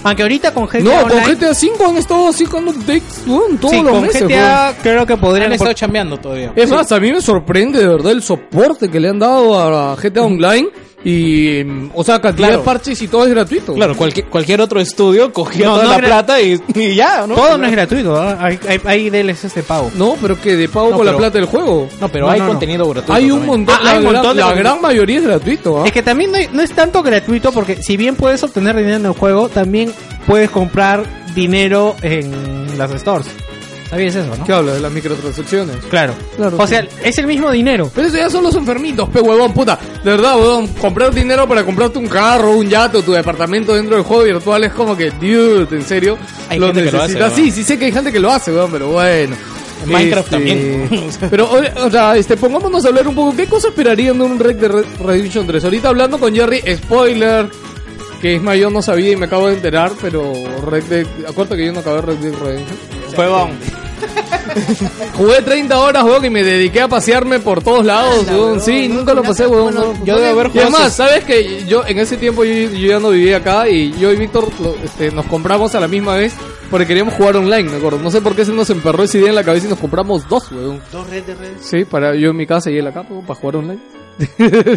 [SPEAKER 3] Aunque ahorita con GTA
[SPEAKER 2] No, con
[SPEAKER 3] Online-
[SPEAKER 2] GTA V han estado así con updates, weón, todos
[SPEAKER 3] sí,
[SPEAKER 2] los
[SPEAKER 3] con
[SPEAKER 2] meses,
[SPEAKER 3] GTA
[SPEAKER 2] weón.
[SPEAKER 3] creo que podrían...
[SPEAKER 5] Han estado
[SPEAKER 3] por-
[SPEAKER 5] chambeando todavía.
[SPEAKER 2] Es más, a mí me sorprende de verdad el soporte que le han dado a GTA Online y, em, o sea, cantidad
[SPEAKER 5] Claro.
[SPEAKER 2] de parches y todo es gratuito.
[SPEAKER 5] Claro, cualquier, cualquier otro estudio cogía
[SPEAKER 3] No,
[SPEAKER 5] toda
[SPEAKER 3] no
[SPEAKER 5] la
[SPEAKER 3] era-
[SPEAKER 5] plata y, y ya, ¿no?
[SPEAKER 3] Todo no es gratuito, ¿ah? hay, hay, hay DLCs de pago.
[SPEAKER 2] No, pero que de pago
[SPEAKER 5] No,
[SPEAKER 2] con la
[SPEAKER 5] pero-
[SPEAKER 2] plata del juego.
[SPEAKER 5] No, pero
[SPEAKER 3] No,
[SPEAKER 5] hay
[SPEAKER 3] no, no.
[SPEAKER 5] contenido gratuito.
[SPEAKER 2] hay un
[SPEAKER 5] también.
[SPEAKER 2] montón,
[SPEAKER 3] Ah,
[SPEAKER 2] la,
[SPEAKER 3] hay un
[SPEAKER 2] gran-
[SPEAKER 3] montón de
[SPEAKER 2] la
[SPEAKER 3] contenido.
[SPEAKER 2] gran mayoría es gratuito, ¿ah?
[SPEAKER 3] Es que también no, no es tanto gratuito porque si bien puedes obtener dinero en el juego, también puedes comprar dinero en las stores. ¿Sabías eso, no?
[SPEAKER 2] ¿Qué habla de las microtransacciones?
[SPEAKER 3] Claro.
[SPEAKER 2] Claro,
[SPEAKER 3] O
[SPEAKER 2] sí.
[SPEAKER 3] sea, es el mismo dinero.
[SPEAKER 2] Pero eso ya son los enfermitos, pe huevón, puta. De verdad, huevón, comprar dinero para comprarte un carro, un yato, tu departamento dentro del juego virtual es como que, dude, en serio.
[SPEAKER 5] Hay gente que lo hace,
[SPEAKER 2] necesitas.
[SPEAKER 5] huevón.
[SPEAKER 2] Sí, sí sé que hay gente que lo hace, huevón, pero bueno.
[SPEAKER 5] En
[SPEAKER 2] Este,
[SPEAKER 5] Minecraft también.
[SPEAKER 2] Pero, o, o sea, este, pongámonos a hablar un poco. ¿Qué cosa esperarían de un Red de Redemption 3? Ahorita hablando con Jerry, spoiler. Que es más, yo no sabía y me acabo de enterar, pero Red Dead... Acuérdate que yo no acabé Red Dead Redemption.
[SPEAKER 5] Huevón.
[SPEAKER 2] Jugué 30 horas, weón, y me dediqué a pasearme por todos lados, weón. Sí, nunca lo pasé, weón. no.
[SPEAKER 5] yo debo haber
[SPEAKER 2] Y
[SPEAKER 5] jugado
[SPEAKER 2] además,
[SPEAKER 5] sus-
[SPEAKER 2] ¿sabes que Yo en ese tiempo yo, yo ya no vivía acá y yo y Víctor lo- este, nos compramos a la misma vez porque queríamos jugar online, me acuerdo. No sé por qué se nos emperró esa idea en la cabeza y nos compramos dos, weón.
[SPEAKER 6] Dos redes de redes.
[SPEAKER 2] Sí, para yo en mi casa y él acá, weón, para jugar online.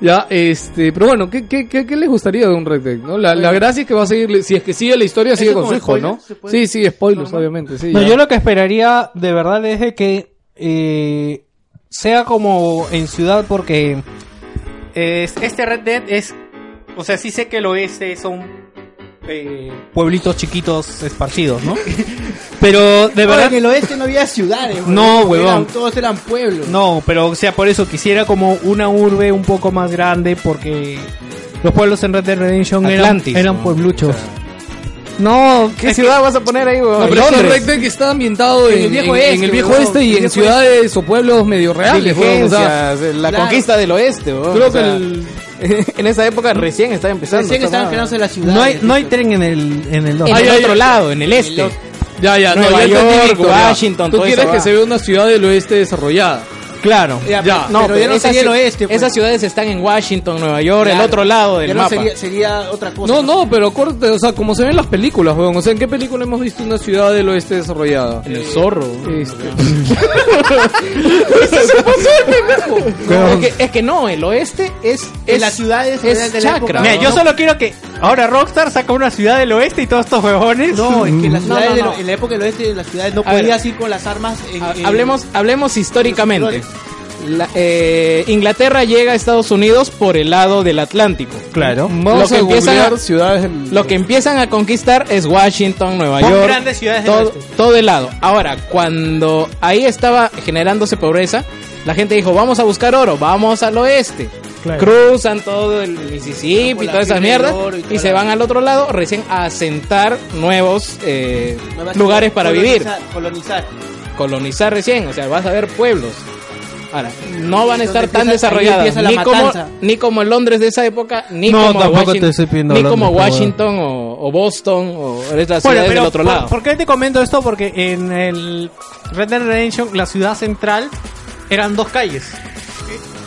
[SPEAKER 2] ya, este, pero bueno, ¿qué, qué, qué, qué les gustaría de un Red Deck? ¿no? La, la gracia es que va a seguir, si es que sigue la historia, sigue
[SPEAKER 6] ¿Eso
[SPEAKER 2] con su hijo,
[SPEAKER 6] como
[SPEAKER 2] ¿no?
[SPEAKER 6] spoilers se puede-
[SPEAKER 2] Sí, sí, spoilers, obviamente. Sí,
[SPEAKER 9] No,
[SPEAKER 2] ya.
[SPEAKER 9] yo lo que esperaría de verdad es de que eh, sea como en ciudad porque
[SPEAKER 10] Es- este Red Dead es. O sea, sí sé que lo es, es un
[SPEAKER 5] eh, pueblitos chiquitos esparcidos, ¿no? Pero de
[SPEAKER 6] De
[SPEAKER 5] verdad
[SPEAKER 6] en el oeste no había ciudades. huevón.
[SPEAKER 5] No, huevón.
[SPEAKER 6] Eran- todos eran pueblos.
[SPEAKER 5] No, pero o sea, por eso quisiera como una urbe un poco más grande porque los pueblos en Red Dead Redemption eran-
[SPEAKER 11] Atlantis,
[SPEAKER 5] eran,
[SPEAKER 11] ¿no?
[SPEAKER 5] puebluchos. no, ¿qué ciudad vas a poner ahí, weón?
[SPEAKER 2] No, pero es que Red Dead está ambientado en, en- en el viejo, este,
[SPEAKER 5] weón,
[SPEAKER 2] y en ciudades o pueblos medio reales, weón, o sea,
[SPEAKER 11] Diligencias, eh, la
[SPEAKER 2] claro.
[SPEAKER 11] conquista del oeste, weón,
[SPEAKER 2] Creo
[SPEAKER 11] o sea,
[SPEAKER 2] que el-
[SPEAKER 11] en esa época recién estaba empezando.
[SPEAKER 6] Recién
[SPEAKER 11] esta
[SPEAKER 6] estaban
[SPEAKER 11] madre.
[SPEAKER 6] creándose las ciudades.
[SPEAKER 11] No hay, no hay tren en el, en el norte.
[SPEAKER 2] Ay, ay, ay.
[SPEAKER 11] lado, en el este.
[SPEAKER 2] Ya, ya,
[SPEAKER 11] Nueva
[SPEAKER 2] ya entendí,
[SPEAKER 11] York,
[SPEAKER 2] Víctor, ya.
[SPEAKER 11] Washington,
[SPEAKER 2] Tú
[SPEAKER 11] toda esa
[SPEAKER 2] quieres que
[SPEAKER 11] va.
[SPEAKER 2] se vea una ciudad del oeste desarrollada.
[SPEAKER 11] Claro.
[SPEAKER 2] Ya,
[SPEAKER 11] Ya.
[SPEAKER 2] no, pero ya no
[SPEAKER 11] esas
[SPEAKER 2] sería el
[SPEAKER 11] ci-
[SPEAKER 2] oeste, pues.
[SPEAKER 11] Esas ciudades están en Washington, Nueva York,
[SPEAKER 2] Claro.
[SPEAKER 11] el otro lado del
[SPEAKER 2] Ya no
[SPEAKER 11] mapa.
[SPEAKER 2] sería-
[SPEAKER 6] Sería otra cosa.
[SPEAKER 2] No, no, pero corte, o sea, como se ven las películas, weón. O sea, ¿en qué película hemos visto una ciudad del oeste desarrollada? En el
[SPEAKER 11] zorro.
[SPEAKER 5] Es que, es que no, el oeste es, es
[SPEAKER 6] las ciudades
[SPEAKER 5] es
[SPEAKER 6] de la época,
[SPEAKER 5] chacra.
[SPEAKER 6] Mira, yo ¿no?
[SPEAKER 5] solo quiero que ahora Rockstar saca una ciudad del oeste y todos estos huevones.
[SPEAKER 6] No, es que las ciudades
[SPEAKER 5] no,
[SPEAKER 6] de
[SPEAKER 5] no.
[SPEAKER 6] lo- en la época del oeste de las ciudades no
[SPEAKER 5] A ver.
[SPEAKER 6] podías ir con las armas. En,
[SPEAKER 11] Ah,
[SPEAKER 6] en-
[SPEAKER 5] hablemos, hablemos históricamente. La- eh, Inglaterra llega a Estados Unidos por el lado del Atlántico. Claro.
[SPEAKER 2] Vamos a googlear
[SPEAKER 5] ciudades lo que empiezan a conquistar es Washington, Nueva
[SPEAKER 2] Pon
[SPEAKER 5] York.
[SPEAKER 2] grandes ciudades del
[SPEAKER 5] todo, todo el lado. Ahora, cuando ahí estaba generándose pobreza, la gente dijo, vamos a buscar oro, vamos al oeste. Cruzan todo el Mississippi y todas esas mierdas y, se van al otro lado recién a asentar nuevos eh,
[SPEAKER 6] Nuevas
[SPEAKER 5] lugares
[SPEAKER 6] ciudades,
[SPEAKER 5] para vivir
[SPEAKER 6] colonizar- Colonizar.
[SPEAKER 5] colonizar recién, o sea, vas a ver pueblos. Ahora, no van a
[SPEAKER 6] Donde
[SPEAKER 5] estar tan
[SPEAKER 6] empieza- ahí
[SPEAKER 5] desarrolladas
[SPEAKER 6] empieza la
[SPEAKER 5] ni como,
[SPEAKER 6] matanza.
[SPEAKER 5] ni como Londres de esa época, ni
[SPEAKER 11] No,
[SPEAKER 5] como
[SPEAKER 11] tampoco
[SPEAKER 5] Washington,
[SPEAKER 11] te estoy pidiendo
[SPEAKER 5] ni
[SPEAKER 11] Londres,
[SPEAKER 5] como
[SPEAKER 11] pero bueno.
[SPEAKER 5] Washington o, o Boston o esas ciudades
[SPEAKER 11] Bueno, pero
[SPEAKER 5] del otro
[SPEAKER 11] por-
[SPEAKER 5] lado.
[SPEAKER 11] por-
[SPEAKER 3] ¿Por qué te comento esto? Porque en el Red Dead Redemption, la ciudad central, eran dos calles.
[SPEAKER 2] Eh,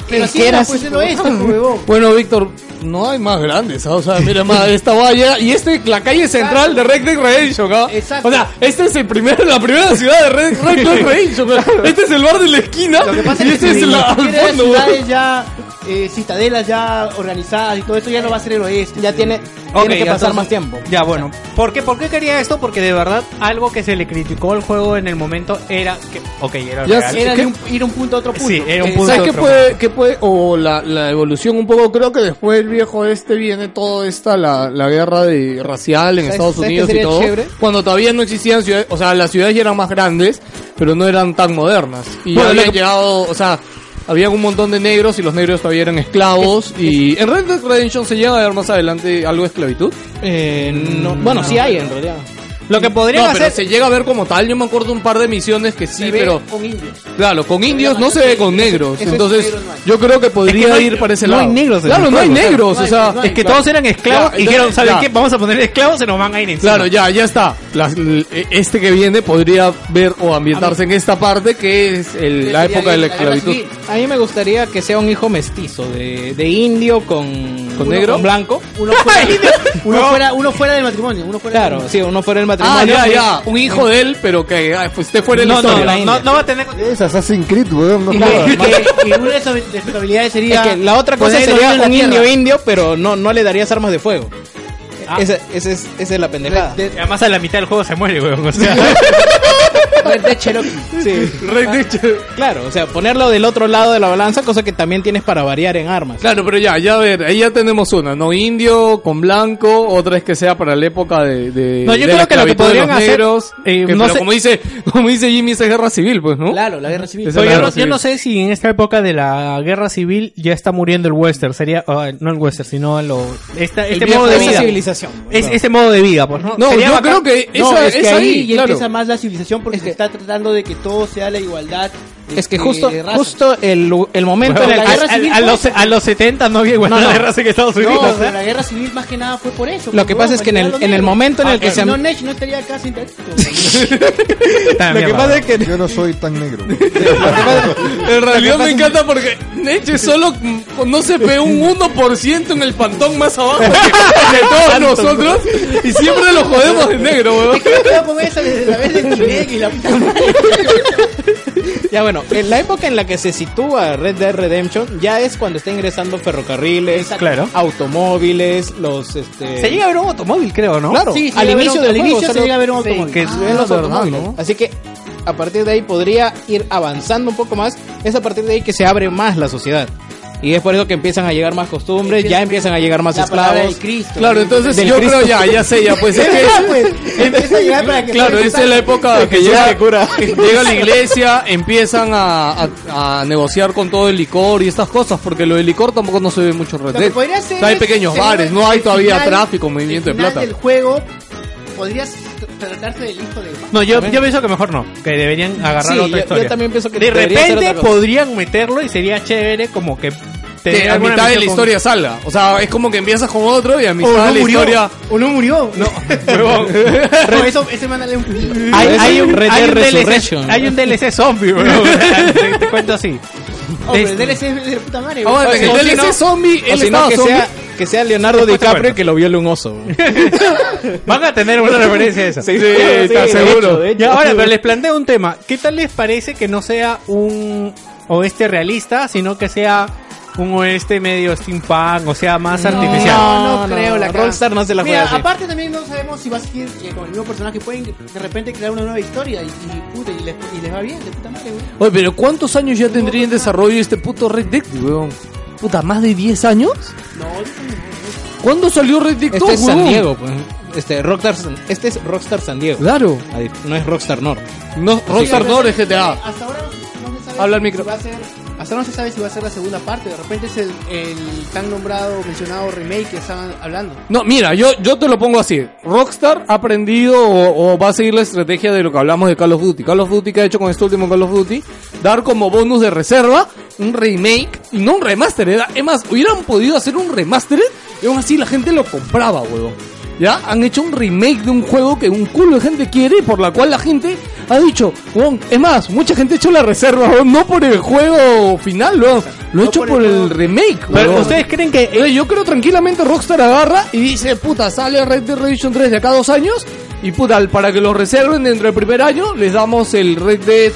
[SPEAKER 6] Pero así era, pues, el oeste, pues, huevón.
[SPEAKER 2] Bueno, Víctor, no hay más grandes, ¿ah? o sea, mira más, esta valla y este la calle central de Red Dead Redemption, ¿ah?
[SPEAKER 6] Exacto.
[SPEAKER 2] O sea, esta es el primer, la primera ciudad de Red, Red Dead Redemption, pero este es el bar de la esquina
[SPEAKER 6] Lo que pasa
[SPEAKER 2] y
[SPEAKER 6] es que
[SPEAKER 2] este es
[SPEAKER 6] si
[SPEAKER 2] el al
[SPEAKER 6] quieres
[SPEAKER 2] fondo.
[SPEAKER 6] ciudades ya, eh, citadelas ya organizadas y todo esto ya no va a ser el oeste. Ya tiene,
[SPEAKER 3] Ok, entonces-
[SPEAKER 6] tiempo.
[SPEAKER 3] Ya, bueno. ¿Por qué, ¿Por qué quería esto? Porque de verdad algo que se le criticó al juego en el momento era que... Ok, era
[SPEAKER 2] Ya
[SPEAKER 3] real.
[SPEAKER 2] sé que-
[SPEAKER 6] ir un punto a otro
[SPEAKER 3] Sí, era un
[SPEAKER 2] Eh,
[SPEAKER 3] punto
[SPEAKER 2] ¿Sabes qué
[SPEAKER 3] otro.
[SPEAKER 2] puede, qué puede, o la, la evolución un poco? Creo que después del viejo este viene toda esta, la, la guerra de, racial en
[SPEAKER 5] ¿Sabes-
[SPEAKER 2] Estados
[SPEAKER 5] sabes qué
[SPEAKER 2] Unidos y
[SPEAKER 5] sería
[SPEAKER 2] todo.
[SPEAKER 5] chévere?
[SPEAKER 2] Cuando todavía no existían ciudades, o sea, las ciudades ya eran más grandes, pero no eran tan modernas. Y ya
[SPEAKER 5] Bueno, lo
[SPEAKER 2] habían
[SPEAKER 5] que-
[SPEAKER 2] llegado, o sea, había un montón de negros y los negros todavía eran esclavos. y en Red Dead Redemption se llega a ver más adelante algo de esclavitud.
[SPEAKER 5] Eh, no- bueno, sí hay en realidad.
[SPEAKER 3] Lo que
[SPEAKER 2] no, pero se llega a ver como tal. Yo me acuerdo un par de misiones que sí, pero.
[SPEAKER 6] Con indios.
[SPEAKER 2] Claro, con indios no se ve con negros.
[SPEAKER 6] ese es
[SPEAKER 2] Entonces,
[SPEAKER 6] negro, no hay.
[SPEAKER 2] yo creo que podría
[SPEAKER 3] no hay-
[SPEAKER 2] ir para ese
[SPEAKER 3] no
[SPEAKER 2] lado.
[SPEAKER 3] hay negros en
[SPEAKER 2] Claro,
[SPEAKER 3] el
[SPEAKER 2] no hay
[SPEAKER 3] juego, claro.
[SPEAKER 2] negros. O
[SPEAKER 3] No
[SPEAKER 2] sea,
[SPEAKER 3] es que todos eran esclavos
[SPEAKER 2] Ya,
[SPEAKER 3] y dijeron,
[SPEAKER 2] entonces,
[SPEAKER 3] ¿saben
[SPEAKER 2] ya.
[SPEAKER 3] qué? Vamos a poner esclavos, se nos van a ir encima.
[SPEAKER 2] Claro, ya, ya está. Las- l- este que viene podría ver o ambientarse en esta parte que es el- la época de la esclavitud.
[SPEAKER 5] A mí me gustaría que sea un hijo mestizo, de, de indio con,
[SPEAKER 2] ¿Con negro?
[SPEAKER 5] blanco.
[SPEAKER 6] Uno fuera, uno, fuera, uno fuera del matrimonio. Uno fuera
[SPEAKER 5] Claro, sí, uno fuera el matrimonio. pues.
[SPEAKER 2] Ah, ya, ya. Un hijo de él, pero que ah, pues, esté fuera de la
[SPEAKER 5] No, no,
[SPEAKER 2] historia.
[SPEAKER 5] la India.
[SPEAKER 3] pues, No va a tener...
[SPEAKER 7] Es Assassin's Creed, weón. No
[SPEAKER 6] del
[SPEAKER 7] jodas.
[SPEAKER 6] matrimonio. Y, y una de sus de sus habilidades
[SPEAKER 5] Es
[SPEAKER 6] sería.
[SPEAKER 5] que la otra cosa
[SPEAKER 6] poner el
[SPEAKER 5] sería
[SPEAKER 6] oído en la
[SPEAKER 5] un
[SPEAKER 6] tierra.
[SPEAKER 5] indio indio, pero no, no le darías armas de fuego.
[SPEAKER 3] Ah.
[SPEAKER 5] Esa, esa es, esa es la pendejada.
[SPEAKER 6] Red Dead-
[SPEAKER 3] Además a la mitad del juego se muere, weón. O sea,
[SPEAKER 6] Red Dead Cherokee.
[SPEAKER 5] Sí. Claro, o sea, ponerlo del otro lado de la balanza, cosa que también tienes para variar en armas.
[SPEAKER 2] Claro, pero ya, ya a ver, ahí ya tenemos una, ¿no? Indio con blanco, otra es que sea para la época de, de
[SPEAKER 5] No, yo
[SPEAKER 2] de
[SPEAKER 5] creo
[SPEAKER 2] la
[SPEAKER 5] que lo
[SPEAKER 2] esclavitud
[SPEAKER 5] que
[SPEAKER 2] de
[SPEAKER 5] podrían
[SPEAKER 2] los
[SPEAKER 5] hacer,
[SPEAKER 2] negros,
[SPEAKER 5] eh,
[SPEAKER 2] que-
[SPEAKER 5] no
[SPEAKER 2] pero
[SPEAKER 5] sé-
[SPEAKER 2] como dice, como dice Jimmy, esa es guerra civil, pues, ¿no?
[SPEAKER 6] Claro, la guerra civil.
[SPEAKER 2] Esa es
[SPEAKER 3] Oye, yo
[SPEAKER 2] la
[SPEAKER 3] no,
[SPEAKER 2] guerra
[SPEAKER 3] yo no
[SPEAKER 2] civil.
[SPEAKER 3] sé si en esta época de la guerra civil ya está muriendo el western. Sería, ah, no el western, sino lo, esta, este modo de
[SPEAKER 5] esa
[SPEAKER 3] vida.
[SPEAKER 5] civilización.
[SPEAKER 3] Es, este modo de vida, pues, ¿no?
[SPEAKER 2] No,
[SPEAKER 3] Sería
[SPEAKER 2] yo
[SPEAKER 3] bacán.
[SPEAKER 2] creo que esa
[SPEAKER 6] No, es que
[SPEAKER 2] es
[SPEAKER 6] ahí,
[SPEAKER 2] ahí,
[SPEAKER 6] ya
[SPEAKER 2] claro.
[SPEAKER 6] empieza más la civilización porque se está tratando de que todo sea la igualdad.
[SPEAKER 5] Es que
[SPEAKER 6] este,
[SPEAKER 5] justo,
[SPEAKER 6] de raza.
[SPEAKER 5] justo el, el momento
[SPEAKER 3] Bueno,
[SPEAKER 5] en el
[SPEAKER 3] a,
[SPEAKER 5] que...
[SPEAKER 6] guerra
[SPEAKER 3] a-
[SPEAKER 6] civil
[SPEAKER 3] a
[SPEAKER 6] fue-
[SPEAKER 3] los, a los 70 no había igualdad
[SPEAKER 5] No, no.
[SPEAKER 3] de raza en Estados
[SPEAKER 6] No,
[SPEAKER 3] Unidos. o sea.
[SPEAKER 6] pero la guerra civil más que nada fue por eso.
[SPEAKER 5] Lo que
[SPEAKER 6] huevón,
[SPEAKER 5] pasa es que en el-
[SPEAKER 6] manipularon
[SPEAKER 5] en el
[SPEAKER 6] negros.
[SPEAKER 5] momento en el que
[SPEAKER 6] si
[SPEAKER 5] se-
[SPEAKER 6] No, Nech no estaría acá sin texto.
[SPEAKER 3] Está
[SPEAKER 5] Lo que
[SPEAKER 3] mierda,
[SPEAKER 5] pasa es que...
[SPEAKER 7] Yo no soy tan negro.
[SPEAKER 2] En realidad me encanta porque Neche solo mm, no se ve un 1% en el pantón más abajo que- de todos nosotros y siempre lo jodemos de negro, weón.
[SPEAKER 6] Yo quedo con esa desde la vez de Kinect y la puta madre.
[SPEAKER 5] Ya bueno, en la época en la que se sitúa Red Dead Redemption ya es cuando está ingresando ferrocarriles,
[SPEAKER 3] Claro.
[SPEAKER 5] automóviles, los este
[SPEAKER 3] Se llega a ver un automóvil, creo, ¿no?
[SPEAKER 5] Claro,
[SPEAKER 6] Sí, sí,
[SPEAKER 5] al
[SPEAKER 6] llega a ver
[SPEAKER 5] inicio
[SPEAKER 6] un-
[SPEAKER 5] del
[SPEAKER 6] al
[SPEAKER 5] juego,
[SPEAKER 6] inicio se
[SPEAKER 5] solo-
[SPEAKER 6] llega a ver un
[SPEAKER 5] Sí,
[SPEAKER 6] automóvil.
[SPEAKER 5] que
[SPEAKER 6] Ah,
[SPEAKER 5] se ven los
[SPEAKER 2] verdad,
[SPEAKER 5] automóviles.
[SPEAKER 2] ¿no?
[SPEAKER 5] Así que a partir de ahí podría ir avanzando un poco más. Es a partir de ahí que se abre más la sociedad.
[SPEAKER 11] Y es por eso que empiezan a llegar más costumbres, ya empiezan a llegar más
[SPEAKER 6] La palabra
[SPEAKER 11] esclavos.
[SPEAKER 6] del Cristo.
[SPEAKER 2] Claro, entonces
[SPEAKER 11] Del
[SPEAKER 2] yo
[SPEAKER 11] Cristo.
[SPEAKER 2] creo ya, ya sé, ya pues es que...
[SPEAKER 6] Empieza a llegar para que
[SPEAKER 2] Claro,
[SPEAKER 6] se-
[SPEAKER 2] esa es la época que
[SPEAKER 11] Jesús
[SPEAKER 2] llega,
[SPEAKER 11] que cura.
[SPEAKER 2] llega la iglesia, empiezan a, a- a negociar con todo el licor y estas cosas, porque lo del licor tampoco no se ve mucho en Red
[SPEAKER 6] Lo que
[SPEAKER 2] Dead.
[SPEAKER 6] podría ser
[SPEAKER 2] O sea, hay
[SPEAKER 6] es-
[SPEAKER 2] pequeños
[SPEAKER 6] sería
[SPEAKER 2] bares, no hay
[SPEAKER 6] el
[SPEAKER 2] todavía
[SPEAKER 6] final-
[SPEAKER 2] tráfico, movimiento de
[SPEAKER 6] final
[SPEAKER 2] plata.
[SPEAKER 6] del juego podrías tratarse del hijo de
[SPEAKER 3] No, yo, yo pienso que mejor no, que deberían agarrar
[SPEAKER 11] Sí,
[SPEAKER 3] otra
[SPEAKER 11] yo-
[SPEAKER 3] historia.
[SPEAKER 11] yo también pienso que
[SPEAKER 3] de
[SPEAKER 11] debería ser
[SPEAKER 3] repente
[SPEAKER 11] otra cosa.
[SPEAKER 3] podrían meterlo y sería chévere como que
[SPEAKER 2] Que a
[SPEAKER 3] alguna
[SPEAKER 2] mitad de la
[SPEAKER 3] misión con-
[SPEAKER 2] historia salga. O sea, es como que empiezas con otro y a mitad
[SPEAKER 6] O
[SPEAKER 2] de
[SPEAKER 6] no
[SPEAKER 2] la
[SPEAKER 6] murió.
[SPEAKER 2] historia...
[SPEAKER 6] O no murió. No.
[SPEAKER 3] Huevón.
[SPEAKER 6] eso, ese man le un
[SPEAKER 3] Hay,
[SPEAKER 11] Red
[SPEAKER 3] hay un,
[SPEAKER 11] Dead
[SPEAKER 3] hay un DLC,
[SPEAKER 11] Resurrection.
[SPEAKER 3] hay un DLC zombie, bro. te, te cuento así. Este,
[SPEAKER 6] Hombre, el DLC es de puta madre.
[SPEAKER 2] Ahora,
[SPEAKER 11] Oye,
[SPEAKER 2] el
[SPEAKER 11] o si
[SPEAKER 2] DLC
[SPEAKER 11] no-
[SPEAKER 2] zombie,
[SPEAKER 11] O si
[SPEAKER 2] él
[SPEAKER 11] no,
[SPEAKER 2] estaba
[SPEAKER 11] que
[SPEAKER 2] zombie.
[SPEAKER 11] sea, que sea Leonardo
[SPEAKER 3] Después te
[SPEAKER 11] DiCaprio
[SPEAKER 3] cuento.
[SPEAKER 11] que lo viole un oso.
[SPEAKER 3] Van a tener una referencia a esa.
[SPEAKER 11] Sí,
[SPEAKER 2] está
[SPEAKER 11] de
[SPEAKER 2] seguro.
[SPEAKER 11] hecho, de hecho.
[SPEAKER 3] Ya, ahora, pero les planteo un tema. ¿Qué tal les parece que no sea un oeste realista, sino que sea un oeste medio steampunk, o sea, más artificial?
[SPEAKER 6] No, no, creo la cara.
[SPEAKER 11] Rockstar no se la juega
[SPEAKER 6] Mira,
[SPEAKER 11] así.
[SPEAKER 6] aparte también no sabemos si va a seguir eh, con el mismo personaje. Pueden de repente crear una nueva historia y, y, puta, y, les, y les va bien, de puta madre, güey.
[SPEAKER 2] Oye, pero ¿cuántos años ya tendría en desarrollo este puto Red Dead, weón? Puta, ¿más de 10 años? ¿Cuándo salió Red Dead 2,
[SPEAKER 11] Este es San
[SPEAKER 2] huevón?
[SPEAKER 11] Diego, pues. Este, Rockstar, San- este es Rockstar San Diego.
[SPEAKER 2] Claro.
[SPEAKER 11] A dif- No es Rockstar North.
[SPEAKER 2] No, Rockstar Door es GTA.
[SPEAKER 6] Hasta ahora no se sabe.
[SPEAKER 2] Habla al
[SPEAKER 6] si
[SPEAKER 2] micro.
[SPEAKER 6] va a ser- hasta ahora no se sabe si va a ser la segunda parte. De repente es el, el tan nombrado,
[SPEAKER 11] Ah,
[SPEAKER 6] mencionado remake que estaban hablando.
[SPEAKER 2] No, mira, yo, yo te lo pongo así. Rockstar ha aprendido o, o va a seguir la estrategia de lo que hablamos de Call of Duty. Call of Duty que ha hecho con este último Call of Duty, dar como bonus de reserva un remake y no un remaster. Era, es más, hubieran podido hacer un remaster y aún así la gente lo compraba, huevón. Ya han hecho un remake de un juego que un culo de gente quiere y por la cual la gente ha dicho, huevón, es más, mucha gente ha hecho la reserva, huevón, no por el juego final, huevón, lo ha hecho por el remake.
[SPEAKER 3] Pero
[SPEAKER 2] huevón.
[SPEAKER 3] ustedes creen que
[SPEAKER 2] Eh, yo creo tranquilamente Rockstar agarra y dice, puta, sale Red Dead Redemption 3 de acá a dos años y puta, al- para que los reserven dentro del primer año, les damos el Red Dead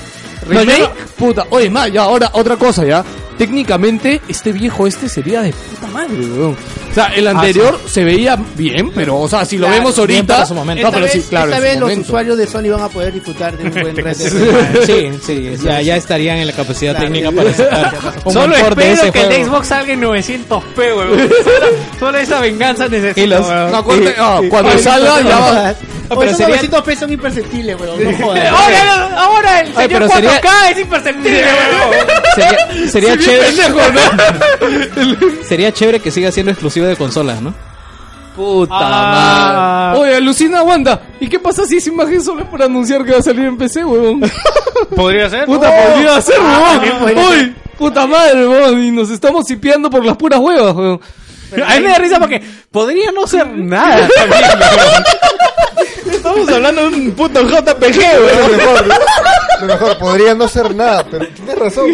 [SPEAKER 3] No, yo
[SPEAKER 2] Remake. Puta, oye, más, ya ahora otra cosa ya. Técnicamente, este viejo este sería de puta madre, weón. O sea, el anterior se veía bien, pero, o sea, si lo vemos
[SPEAKER 11] bien
[SPEAKER 2] ahorita.
[SPEAKER 11] para su momento.
[SPEAKER 2] No,
[SPEAKER 6] esta
[SPEAKER 2] pero
[SPEAKER 6] vez,
[SPEAKER 2] sí, claro.
[SPEAKER 6] esta
[SPEAKER 2] en su
[SPEAKER 6] vez los
[SPEAKER 2] momento.
[SPEAKER 6] usuarios de Sony van a poder disfrutar de un buen Red Dead.
[SPEAKER 11] Sí, sí, ya, ya estarían en la capacidad
[SPEAKER 6] Claro.
[SPEAKER 11] técnica para aceptar un
[SPEAKER 3] Solo
[SPEAKER 11] import de
[SPEAKER 3] espero
[SPEAKER 11] ese
[SPEAKER 3] que el
[SPEAKER 11] juego.
[SPEAKER 3] Xbox salga en 900p, weón. Solo, solo esa venganza necesita.
[SPEAKER 11] Y los-
[SPEAKER 3] weón.
[SPEAKER 2] No, cuenta- ah, cuando salga, ya va.
[SPEAKER 6] Pero
[SPEAKER 11] pero
[SPEAKER 6] esos
[SPEAKER 11] sería-
[SPEAKER 6] 900 pesos son imperceptibles, weón. No
[SPEAKER 3] Eh,
[SPEAKER 6] jodas.
[SPEAKER 3] Ahora, ahora el señor
[SPEAKER 11] pero
[SPEAKER 3] 4K
[SPEAKER 11] sería-
[SPEAKER 3] es imperceptible, weón.
[SPEAKER 11] Sería, sería chévere, sería chévere que siga siendo exclusivo de consolas, ¿no?
[SPEAKER 2] Puta
[SPEAKER 3] Ah.
[SPEAKER 2] madre. Oye, alucina Wanda. ¿Y qué pasa si esa imagen solo es para anunciar que va a salir en PC, weón?
[SPEAKER 3] Podría ser.
[SPEAKER 2] Puta,
[SPEAKER 3] No. Ah,
[SPEAKER 2] podría ser,
[SPEAKER 3] también
[SPEAKER 2] huevón.
[SPEAKER 3] podría
[SPEAKER 2] Uy, puta madre, huevón. Y nos estamos sipeando por las puras huevas, huevón.
[SPEAKER 3] A mí me da risa porque podría no ser nada.
[SPEAKER 11] Estamos hablando de un puto JPG, güey.
[SPEAKER 4] Lo mejor, lo mejor, podría no ser nada, pero tienes razón.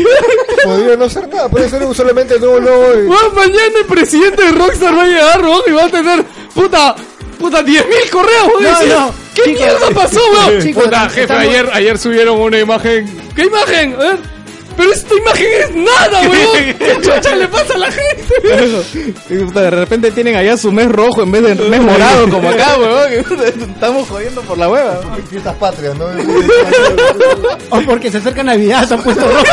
[SPEAKER 4] Podría no ser nada, puede ser un solamente el nuevo logo. y-
[SPEAKER 2] Huevón, mañana el presidente de Rockstar va a llegar, huevón, y va a tener, puta, puta, 10.000 correos, huevón.
[SPEAKER 6] No,
[SPEAKER 2] Decir,
[SPEAKER 6] no,
[SPEAKER 2] ¿Qué
[SPEAKER 6] chicos,
[SPEAKER 2] mierda pasó, huevón?
[SPEAKER 6] chicos,
[SPEAKER 2] puta, jefe,
[SPEAKER 6] estamos-
[SPEAKER 2] ayer, ayer subieron una imagen. ¿Qué imagen? A ver, Pero esta imagen es nada, huevón. ¿Qué chucha le pasa a la gente?
[SPEAKER 11] Y, puta, De repente tienen allá su mes rojo en vez de mes morado como acá, weón. que, puta, Estamos jodiendo por la hueva.
[SPEAKER 4] Fiestas patrias, ¿no?
[SPEAKER 6] O porque se acerca Navidad, se han puesto rojo.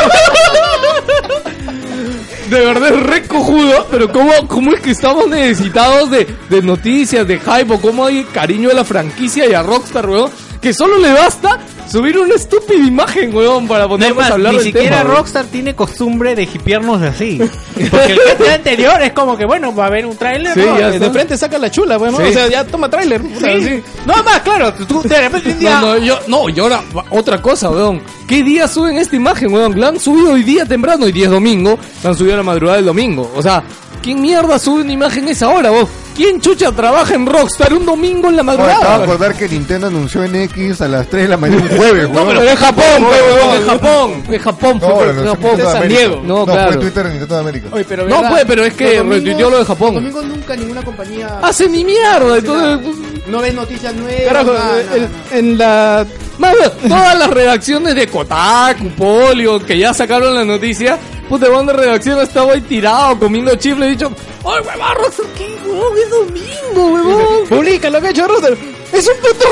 [SPEAKER 2] De verdad es re cojudo, pero ¿cómo, cómo es que estamos necesitados de, de noticias, de hype, o cómo hay cariño a la franquicia y a Rockstar, weón? Que solo le basta subir una estúpida imagen, weón, para ponernos
[SPEAKER 3] Además,
[SPEAKER 2] a hablar
[SPEAKER 3] ni
[SPEAKER 2] del
[SPEAKER 3] siquiera
[SPEAKER 2] tema. weón.
[SPEAKER 3] Rockstar tiene costumbre de hipearnos así. Porque el GTA anterior es como que, bueno, va a haber un tráiler.
[SPEAKER 2] Sí,
[SPEAKER 3] ¿no?
[SPEAKER 2] ya
[SPEAKER 11] Eh,
[SPEAKER 2] está.
[SPEAKER 11] De frente saca la chula, weón.
[SPEAKER 2] Sí.
[SPEAKER 11] O sea, ya toma tráiler. puta,
[SPEAKER 3] Sí.
[SPEAKER 11] así.
[SPEAKER 3] No, más, claro, tú de repente un día...
[SPEAKER 2] No, no, yo, no, y ahora, va- otra cosa, weón. ¿Qué día suben esta imagen, weón? La han subido hoy día temprano, hoy día es domingo, la han subido a la madrugada del domingo. O sea, ¿quién mierda sube una imagen esa hora, vos? ¿Quién chucha trabaja en Rockstar un domingo en la
[SPEAKER 4] Oye, Acabo de
[SPEAKER 2] madrugada?
[SPEAKER 4] acordar que Nintendo anunció en X a las 3 de la mañana un jueves,
[SPEAKER 2] No,
[SPEAKER 4] weón.
[SPEAKER 2] pero en Japón, weón, en Japón, en Japón,
[SPEAKER 4] No,
[SPEAKER 2] fue
[SPEAKER 4] lo
[SPEAKER 2] en
[SPEAKER 4] anunció
[SPEAKER 2] Japón,
[SPEAKER 4] Nintendo de
[SPEAKER 2] San
[SPEAKER 4] América.
[SPEAKER 2] Diego. No,
[SPEAKER 4] No, fue
[SPEAKER 2] claro.
[SPEAKER 4] Twitter de Nintendo de América.
[SPEAKER 6] Oye, pero
[SPEAKER 2] No,
[SPEAKER 6] verdad,
[SPEAKER 2] pues, pero es que
[SPEAKER 6] los domingos-
[SPEAKER 2] retuiteó lo de Japón.
[SPEAKER 6] Los domingos nunca ninguna compañía
[SPEAKER 2] Hace ni mierda, entonces...
[SPEAKER 6] no ves noticias nuevas.
[SPEAKER 11] Carajo,
[SPEAKER 6] nada,
[SPEAKER 11] eh,
[SPEAKER 6] nada,
[SPEAKER 11] el-
[SPEAKER 6] nada.
[SPEAKER 11] en la.
[SPEAKER 2] Más bien, todas las redacciones de Kotaku, Polio, que ya sacaron la noticia, puta, el de redacción estaba ahí tirado, comiendo chifle, y dicho, ¡Ay, huevón, Rockstar, qué huevón, es domingo, huevón!
[SPEAKER 11] Publica lo que ha hecho Roster.
[SPEAKER 2] ¡Es un puto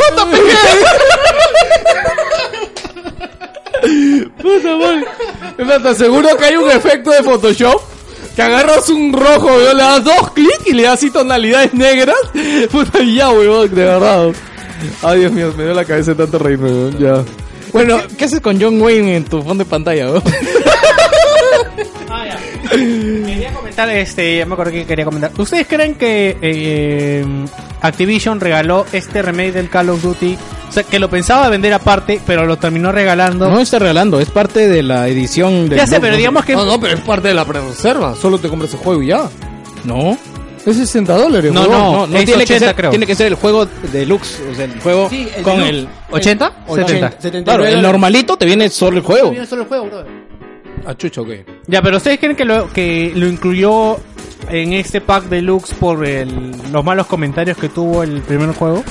[SPEAKER 2] JPG! puta madre. Es más, Te aseguro que hay un efecto de Photoshop que agarras un rojo, weón, le das dos clics y le das así tonalidades negras. Puta, y ya, weón, de verdad. Ay, Dios mío, me dio la cabeza de tanto reírme, weón, ya. Bueno,
[SPEAKER 11] ¿Qué, qué haces con John Wayne en tu fondo de pantalla, weón?
[SPEAKER 3] Quería comentar, este, ya me acuerdo que quería comentar. ¿Ustedes creen que eh, Activision regaló este remake del Call of Duty? O sea, que lo pensaba vender aparte, pero lo terminó regalando.
[SPEAKER 11] No está regalando, es parte de la edición del
[SPEAKER 3] ya sé,
[SPEAKER 11] Xbox,
[SPEAKER 3] pero
[SPEAKER 11] ¿no?
[SPEAKER 3] digamos que.
[SPEAKER 2] no, no, pero es parte de la pre-reserva. Solo te compras el juego y ya.
[SPEAKER 11] No,
[SPEAKER 2] Es 60 dólares,
[SPEAKER 11] no,
[SPEAKER 2] weón.
[SPEAKER 11] no, no,
[SPEAKER 3] es
[SPEAKER 11] tiene, que
[SPEAKER 3] 80,
[SPEAKER 11] ser,
[SPEAKER 3] creo.
[SPEAKER 11] tiene que ser el juego deluxe, o sea, el juego
[SPEAKER 6] Sí, el
[SPEAKER 11] con
[SPEAKER 6] deluxe.
[SPEAKER 11] el...
[SPEAKER 3] ¿80? 70.
[SPEAKER 6] 79
[SPEAKER 11] Claro, el
[SPEAKER 6] dólares.
[SPEAKER 11] normalito te viene solo el juego. Ah,
[SPEAKER 6] Mira solo el juego, brother.
[SPEAKER 2] A chucho, ¿qué?
[SPEAKER 3] Ya, pero ¿ustedes creen que lo, que lo incluyó en este pack deluxe por el- los malos comentarios que tuvo el primer juego?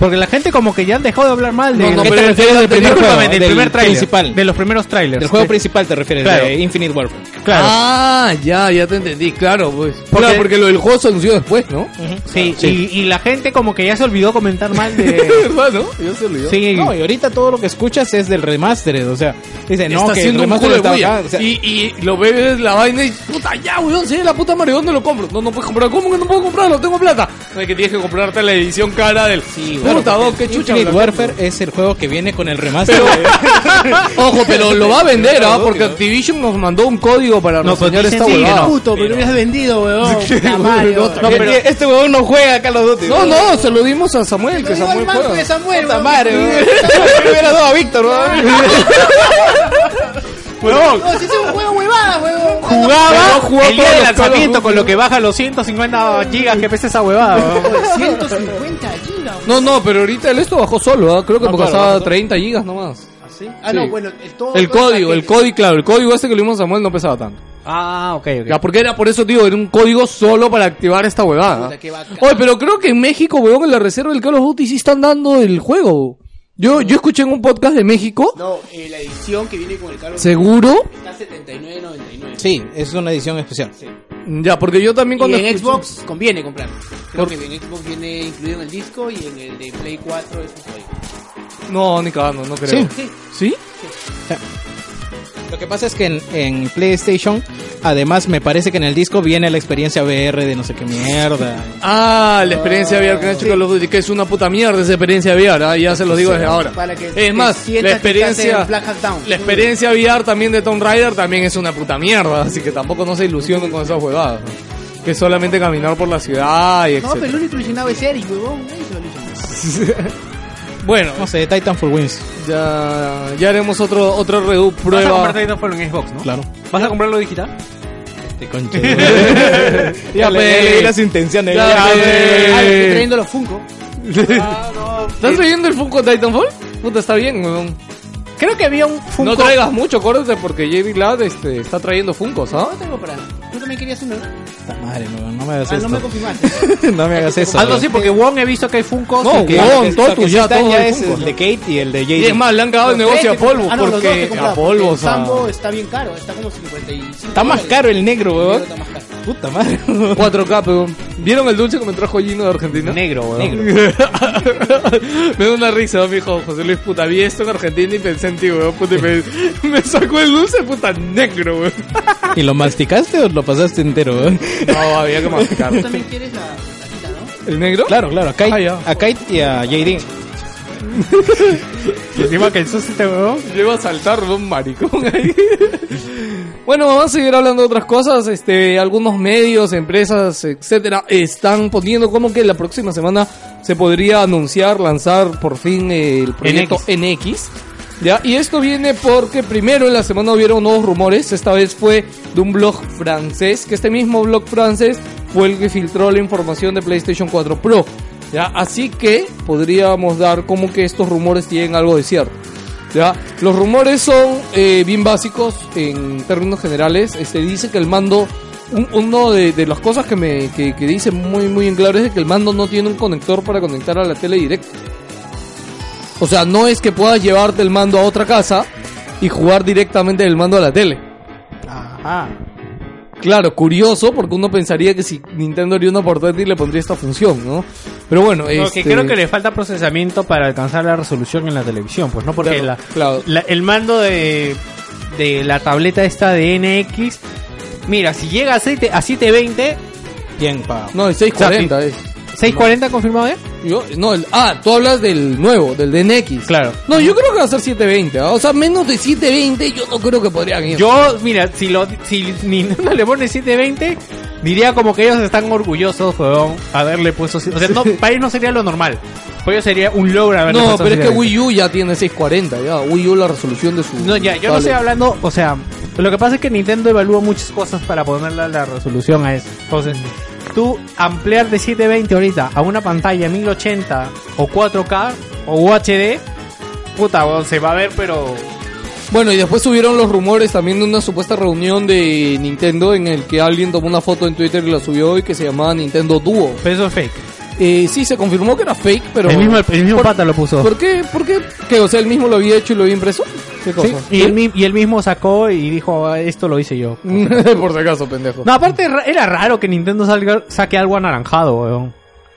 [SPEAKER 3] Porque la gente como que ya han dejado de hablar mal de...
[SPEAKER 11] No, no,
[SPEAKER 3] ¿Qué
[SPEAKER 11] pero
[SPEAKER 3] te
[SPEAKER 11] te refieres al primer
[SPEAKER 3] Discúlpame,
[SPEAKER 11] juego,
[SPEAKER 3] del
[SPEAKER 11] del
[SPEAKER 3] primer tráiler,
[SPEAKER 11] principal.
[SPEAKER 3] De los primeros trailers.
[SPEAKER 11] El juego principal te refieres,
[SPEAKER 3] Claro.
[SPEAKER 11] de Infinite Warfare.
[SPEAKER 3] Claro.
[SPEAKER 2] Ah, ya, ya te entendí, claro, pues.
[SPEAKER 3] Porque-
[SPEAKER 2] Claro, porque lo del juego se anunció después, ¿no?
[SPEAKER 3] sí, Y, y la gente como que ya se olvidó comentar mal de...
[SPEAKER 2] ¿Verdad, no? Yo se olvidó.
[SPEAKER 3] sí.
[SPEAKER 11] No, y ahorita todo lo que escuchas es del remastered, o sea, dicen, no,
[SPEAKER 2] está
[SPEAKER 11] que el
[SPEAKER 2] haciendo un
[SPEAKER 11] remastered
[SPEAKER 2] culo de
[SPEAKER 11] está
[SPEAKER 2] bulla.
[SPEAKER 11] acá, o sea,
[SPEAKER 2] y, y lo ves la vaina y puta ya, weón, se ve la puta madre, ¿dónde lo compro? No, no puedes comprar, ¿cómo que no puedo comprar? No tengo plata. No es que tienes que comprarte la edición cara del puta dos, qué chucha.
[SPEAKER 11] Infinite
[SPEAKER 2] bla-
[SPEAKER 11] Warfare es el juego que viene con el remaster.
[SPEAKER 2] Ojo, pero lo va a vender, ¿ah? Porque Activision nos mandó un código para
[SPEAKER 3] No, pues
[SPEAKER 2] reseñar
[SPEAKER 3] dicen
[SPEAKER 2] esta
[SPEAKER 3] sí,
[SPEAKER 2] huevada.
[SPEAKER 6] Puto, pero hubieras vendido, weón. Puta madre,
[SPEAKER 2] No,
[SPEAKER 6] weón.
[SPEAKER 2] no, pero-
[SPEAKER 11] Este huevón no juega Call of Duty.
[SPEAKER 2] no, no, se lo dimos a Samuel, que
[SPEAKER 6] Digo al
[SPEAKER 2] Samuel
[SPEAKER 6] manco de
[SPEAKER 2] juega.
[SPEAKER 6] Samuel,
[SPEAKER 11] Puta
[SPEAKER 6] weón.
[SPEAKER 11] madre, weón. Le hubiera dado a Víctor, weón.
[SPEAKER 6] No, si es un juego huevada, weón.
[SPEAKER 3] Jugaba
[SPEAKER 2] Pero jugó
[SPEAKER 3] el día
[SPEAKER 2] todos
[SPEAKER 3] de
[SPEAKER 2] los Call
[SPEAKER 3] lanzamiento
[SPEAKER 2] of
[SPEAKER 3] con lo que baja los 150 gigas que pesa esa huevada. weón.
[SPEAKER 6] 150 gigas.
[SPEAKER 2] No, no, pero ahorita el esto bajó solo, ¿ah? Creo que
[SPEAKER 11] No,
[SPEAKER 2] porque
[SPEAKER 11] claro,
[SPEAKER 2] costaba
[SPEAKER 11] bajó.
[SPEAKER 2] 30 gigas nomás.
[SPEAKER 6] ¿Sí? Ah, no,
[SPEAKER 2] Sí.
[SPEAKER 6] bueno, el, todo,
[SPEAKER 2] El
[SPEAKER 6] todo
[SPEAKER 2] código, el
[SPEAKER 6] paquete.
[SPEAKER 2] código, claro, el código este que le dimos a Samuel no pesaba tanto.
[SPEAKER 3] Ah, ok, ok.
[SPEAKER 2] Ya, porque era por eso, tío, era un código solo para activar esta huevada. ¿ah?
[SPEAKER 6] Puta, qué bacán.
[SPEAKER 2] Oye, pero creo que en México, huevón, en la reserva del Call of Duty sí están dando el juego. Yo, yo escuché en un podcast de México,
[SPEAKER 6] No, eh, la edición que viene con el carro
[SPEAKER 2] seguro.
[SPEAKER 6] está 79.99.
[SPEAKER 11] Sí, es una edición especial.
[SPEAKER 2] Ya, porque yo también
[SPEAKER 6] Y
[SPEAKER 2] cuando.
[SPEAKER 6] en
[SPEAKER 2] escuché-
[SPEAKER 6] Xbox conviene comprar. Creo
[SPEAKER 2] Por-
[SPEAKER 6] que en Xbox viene incluido en el disco y en el de Play 4 es un juego.
[SPEAKER 2] No, ni cagando, no creo.
[SPEAKER 11] Sí.
[SPEAKER 6] Sí.
[SPEAKER 2] ¿Sí?
[SPEAKER 11] Lo que pasa es que en, en PlayStation, además me parece que en el disco viene la experiencia VR de no sé qué mierda.
[SPEAKER 2] Ah, la experiencia VR que han hecho Call of Duty, que es una puta mierda esa experiencia VR, ah, ya se lo digo desde ahora.
[SPEAKER 6] Para que te
[SPEAKER 2] es más, la
[SPEAKER 6] sientas que estás
[SPEAKER 2] experiencia.
[SPEAKER 6] en Black Hawk Down.
[SPEAKER 2] La experiencia VR también de Tomb Raider también es una puta mierda, así que tampoco no se ilusionen con esas huevadas. ¿no? Que es solamente caminar por la ciudad y etc.
[SPEAKER 6] No, pero el único ilusionado es Eric, huevón. Nadie se va a ilusionar.
[SPEAKER 2] Bueno,
[SPEAKER 11] No sé, Titanfall Wins.
[SPEAKER 2] ya, ya haremos otro, otro redu
[SPEAKER 3] Vas a
[SPEAKER 2] prueba.
[SPEAKER 3] comprar Titanfall en Xbox, ¿no?
[SPEAKER 11] Claro.
[SPEAKER 3] ¿Vas a comprarlo digital?
[SPEAKER 11] Te concha. ya,
[SPEAKER 2] Ya
[SPEAKER 11] le-
[SPEAKER 2] pe.
[SPEAKER 11] le leí las intenciones.
[SPEAKER 2] Ya,
[SPEAKER 11] Ya,
[SPEAKER 2] pe.
[SPEAKER 11] pe.
[SPEAKER 6] Ah,
[SPEAKER 2] Eh.
[SPEAKER 6] estoy trayendo los Funko.
[SPEAKER 2] ¿Estás leyendo el Funko Titanfall? Puta, está bien, weón.
[SPEAKER 3] Creo que había un Funko...
[SPEAKER 2] No traigas mucho, acuérdate, porque Jerry Ladd este, está trayendo Funkos, ¿ah?
[SPEAKER 6] No tengo para. Tú también querías uno. Ah,
[SPEAKER 11] Puta madre, no, no me hagas
[SPEAKER 6] no me
[SPEAKER 11] esto.
[SPEAKER 6] confirmaste.
[SPEAKER 11] no me hagas eso.
[SPEAKER 3] Ah, no, sí,
[SPEAKER 11] weón.
[SPEAKER 3] porque Wong he visto que hay Funko.
[SPEAKER 2] No,
[SPEAKER 11] Que-
[SPEAKER 2] Wong,
[SPEAKER 11] lo que-
[SPEAKER 2] todos
[SPEAKER 11] lo que
[SPEAKER 2] tus
[SPEAKER 11] sí
[SPEAKER 2] ya,
[SPEAKER 11] están
[SPEAKER 2] todos
[SPEAKER 11] ya
[SPEAKER 2] de
[SPEAKER 11] es
[SPEAKER 2] Funko.
[SPEAKER 11] el de Kate y el de
[SPEAKER 2] Y es
[SPEAKER 11] Jaden.
[SPEAKER 2] más, le han cagado el
[SPEAKER 6] Los
[SPEAKER 2] negocio a
[SPEAKER 6] tres que
[SPEAKER 2] polvos,
[SPEAKER 6] compraste. Ah, no, los dos que
[SPEAKER 2] porque a
[SPEAKER 6] compraste,
[SPEAKER 2] polvos,
[SPEAKER 6] El Sambo
[SPEAKER 2] a
[SPEAKER 6] está bien caro. Está como 55.
[SPEAKER 11] Está más caro el negro, weón.
[SPEAKER 6] Está más caro.
[SPEAKER 11] Puta madre.
[SPEAKER 2] 4K, weón. ¿Vieron el dulce que me trajo Gino de Argentina?
[SPEAKER 3] Negro, weón.
[SPEAKER 2] me da una risa, mi hijo José Luis, puta, vi esto en Argentina y pensé en ti, weón, puta, y me, me sacó el dulce, puta, negro, weón.
[SPEAKER 11] ¿Y lo masticaste o lo pasaste entero, weón?
[SPEAKER 2] No, había que mascar.
[SPEAKER 6] Tú también quieres la cajita, ¿no?
[SPEAKER 2] ¿El negro?
[SPEAKER 11] Claro, claro, a
[SPEAKER 2] Ah,
[SPEAKER 11] Kate,
[SPEAKER 2] ya.
[SPEAKER 11] a Kate y a Jaden.
[SPEAKER 3] Y encima que el sushi te huevón.
[SPEAKER 2] Llevo a saltar de un maricón ahí. Bueno, vamos a seguir hablando de otras cosas. Este, algunos medios, empresas, etcétera, están poniendo como que la próxima semana se podría anunciar, lanzar por fin el proyecto NX. Ya, y esto viene porque primero en la semana hubieron nuevos rumores. Esta vez fue de un blog francés, que este mismo blog francés fue el que filtró la información de PlayStation 4 Pro. Ya, así que podríamos dar como que estos rumores tienen algo de cierto. ¿Ya? Los rumores son eh, bien básicos en términos generales. Este, dice que el mando, un- uno de, de las cosas que me que, que dice muy muy en claro es de que el mando no tiene un conector para conectar a la tele directa. O sea, no es que puedas llevarte el mando a otra casa y jugar directamente del mando a la tele.
[SPEAKER 6] Ajá.
[SPEAKER 2] Claro, curioso, porque uno pensaría que si Nintendo haría una portátil le pondría esta función, ¿no? Pero bueno, este-
[SPEAKER 3] Porque creo que le falta procesamiento para alcanzar la resolución en la televisión, pues no porque
[SPEAKER 2] Claro,
[SPEAKER 3] la-
[SPEAKER 2] claro.
[SPEAKER 3] la- el mando de, de la tableta esta de NX Mira, si llega a, 7, a 720,
[SPEAKER 11] Bien pagado.
[SPEAKER 2] No, el 640 es.
[SPEAKER 3] 640 confirmado ¿eh? ya.
[SPEAKER 2] Yo, no, el- ah, tú hablas del nuevo, del DNX.
[SPEAKER 3] Claro.
[SPEAKER 2] No, yo creo que va a ser 720. ¿ah? O sea, menos de 720 yo no creo que podrían ir.
[SPEAKER 3] Yo, mira, si lo si Nintendo le pone 720, diría como que ellos están orgullosos, weón, haberle puesto 7. O sea, no, para ellos no sería lo normal. Para ellos sería un logro haberle
[SPEAKER 2] no,
[SPEAKER 3] puesto
[SPEAKER 2] pero es que
[SPEAKER 3] 720.
[SPEAKER 2] Wii U ya tiene 640. Ya. Wii U la resolución de su...
[SPEAKER 3] No, ya, yo no estoy hablando, o sea, lo que pasa es que Nintendo evalúa muchas cosas para ponerle la resolución a eso. Entonces,
[SPEAKER 2] Mm.
[SPEAKER 3] tú ampliar de 720 ahorita a una pantalla 1080 o 4K o UHD, puta, weón, se va a ver, pero
[SPEAKER 2] Bueno, y después subieron los rumores también de una supuesta reunión de Nintendo en el que alguien tomó una foto en Twitter y la subió y que se llamaba Nintendo Duo.
[SPEAKER 3] pero eso es fake.
[SPEAKER 2] Eh, sí, se confirmó que era fake, pero...
[SPEAKER 3] el mismo, el mismo
[SPEAKER 2] ¿Por-
[SPEAKER 3] pata lo puso.
[SPEAKER 2] ¿Por qué? ¿Por qué? Que, o sea, él mismo lo había hecho y lo había impreso. ¿Qué cosa?
[SPEAKER 3] Sí, y, él, mi- y él mismo sacó y dijo, "Ah, esto lo hice yo.
[SPEAKER 2] Por si acaso, pendejo.
[SPEAKER 3] No, aparte ra- era raro que Nintendo salga, saque algo anaranjado, weón.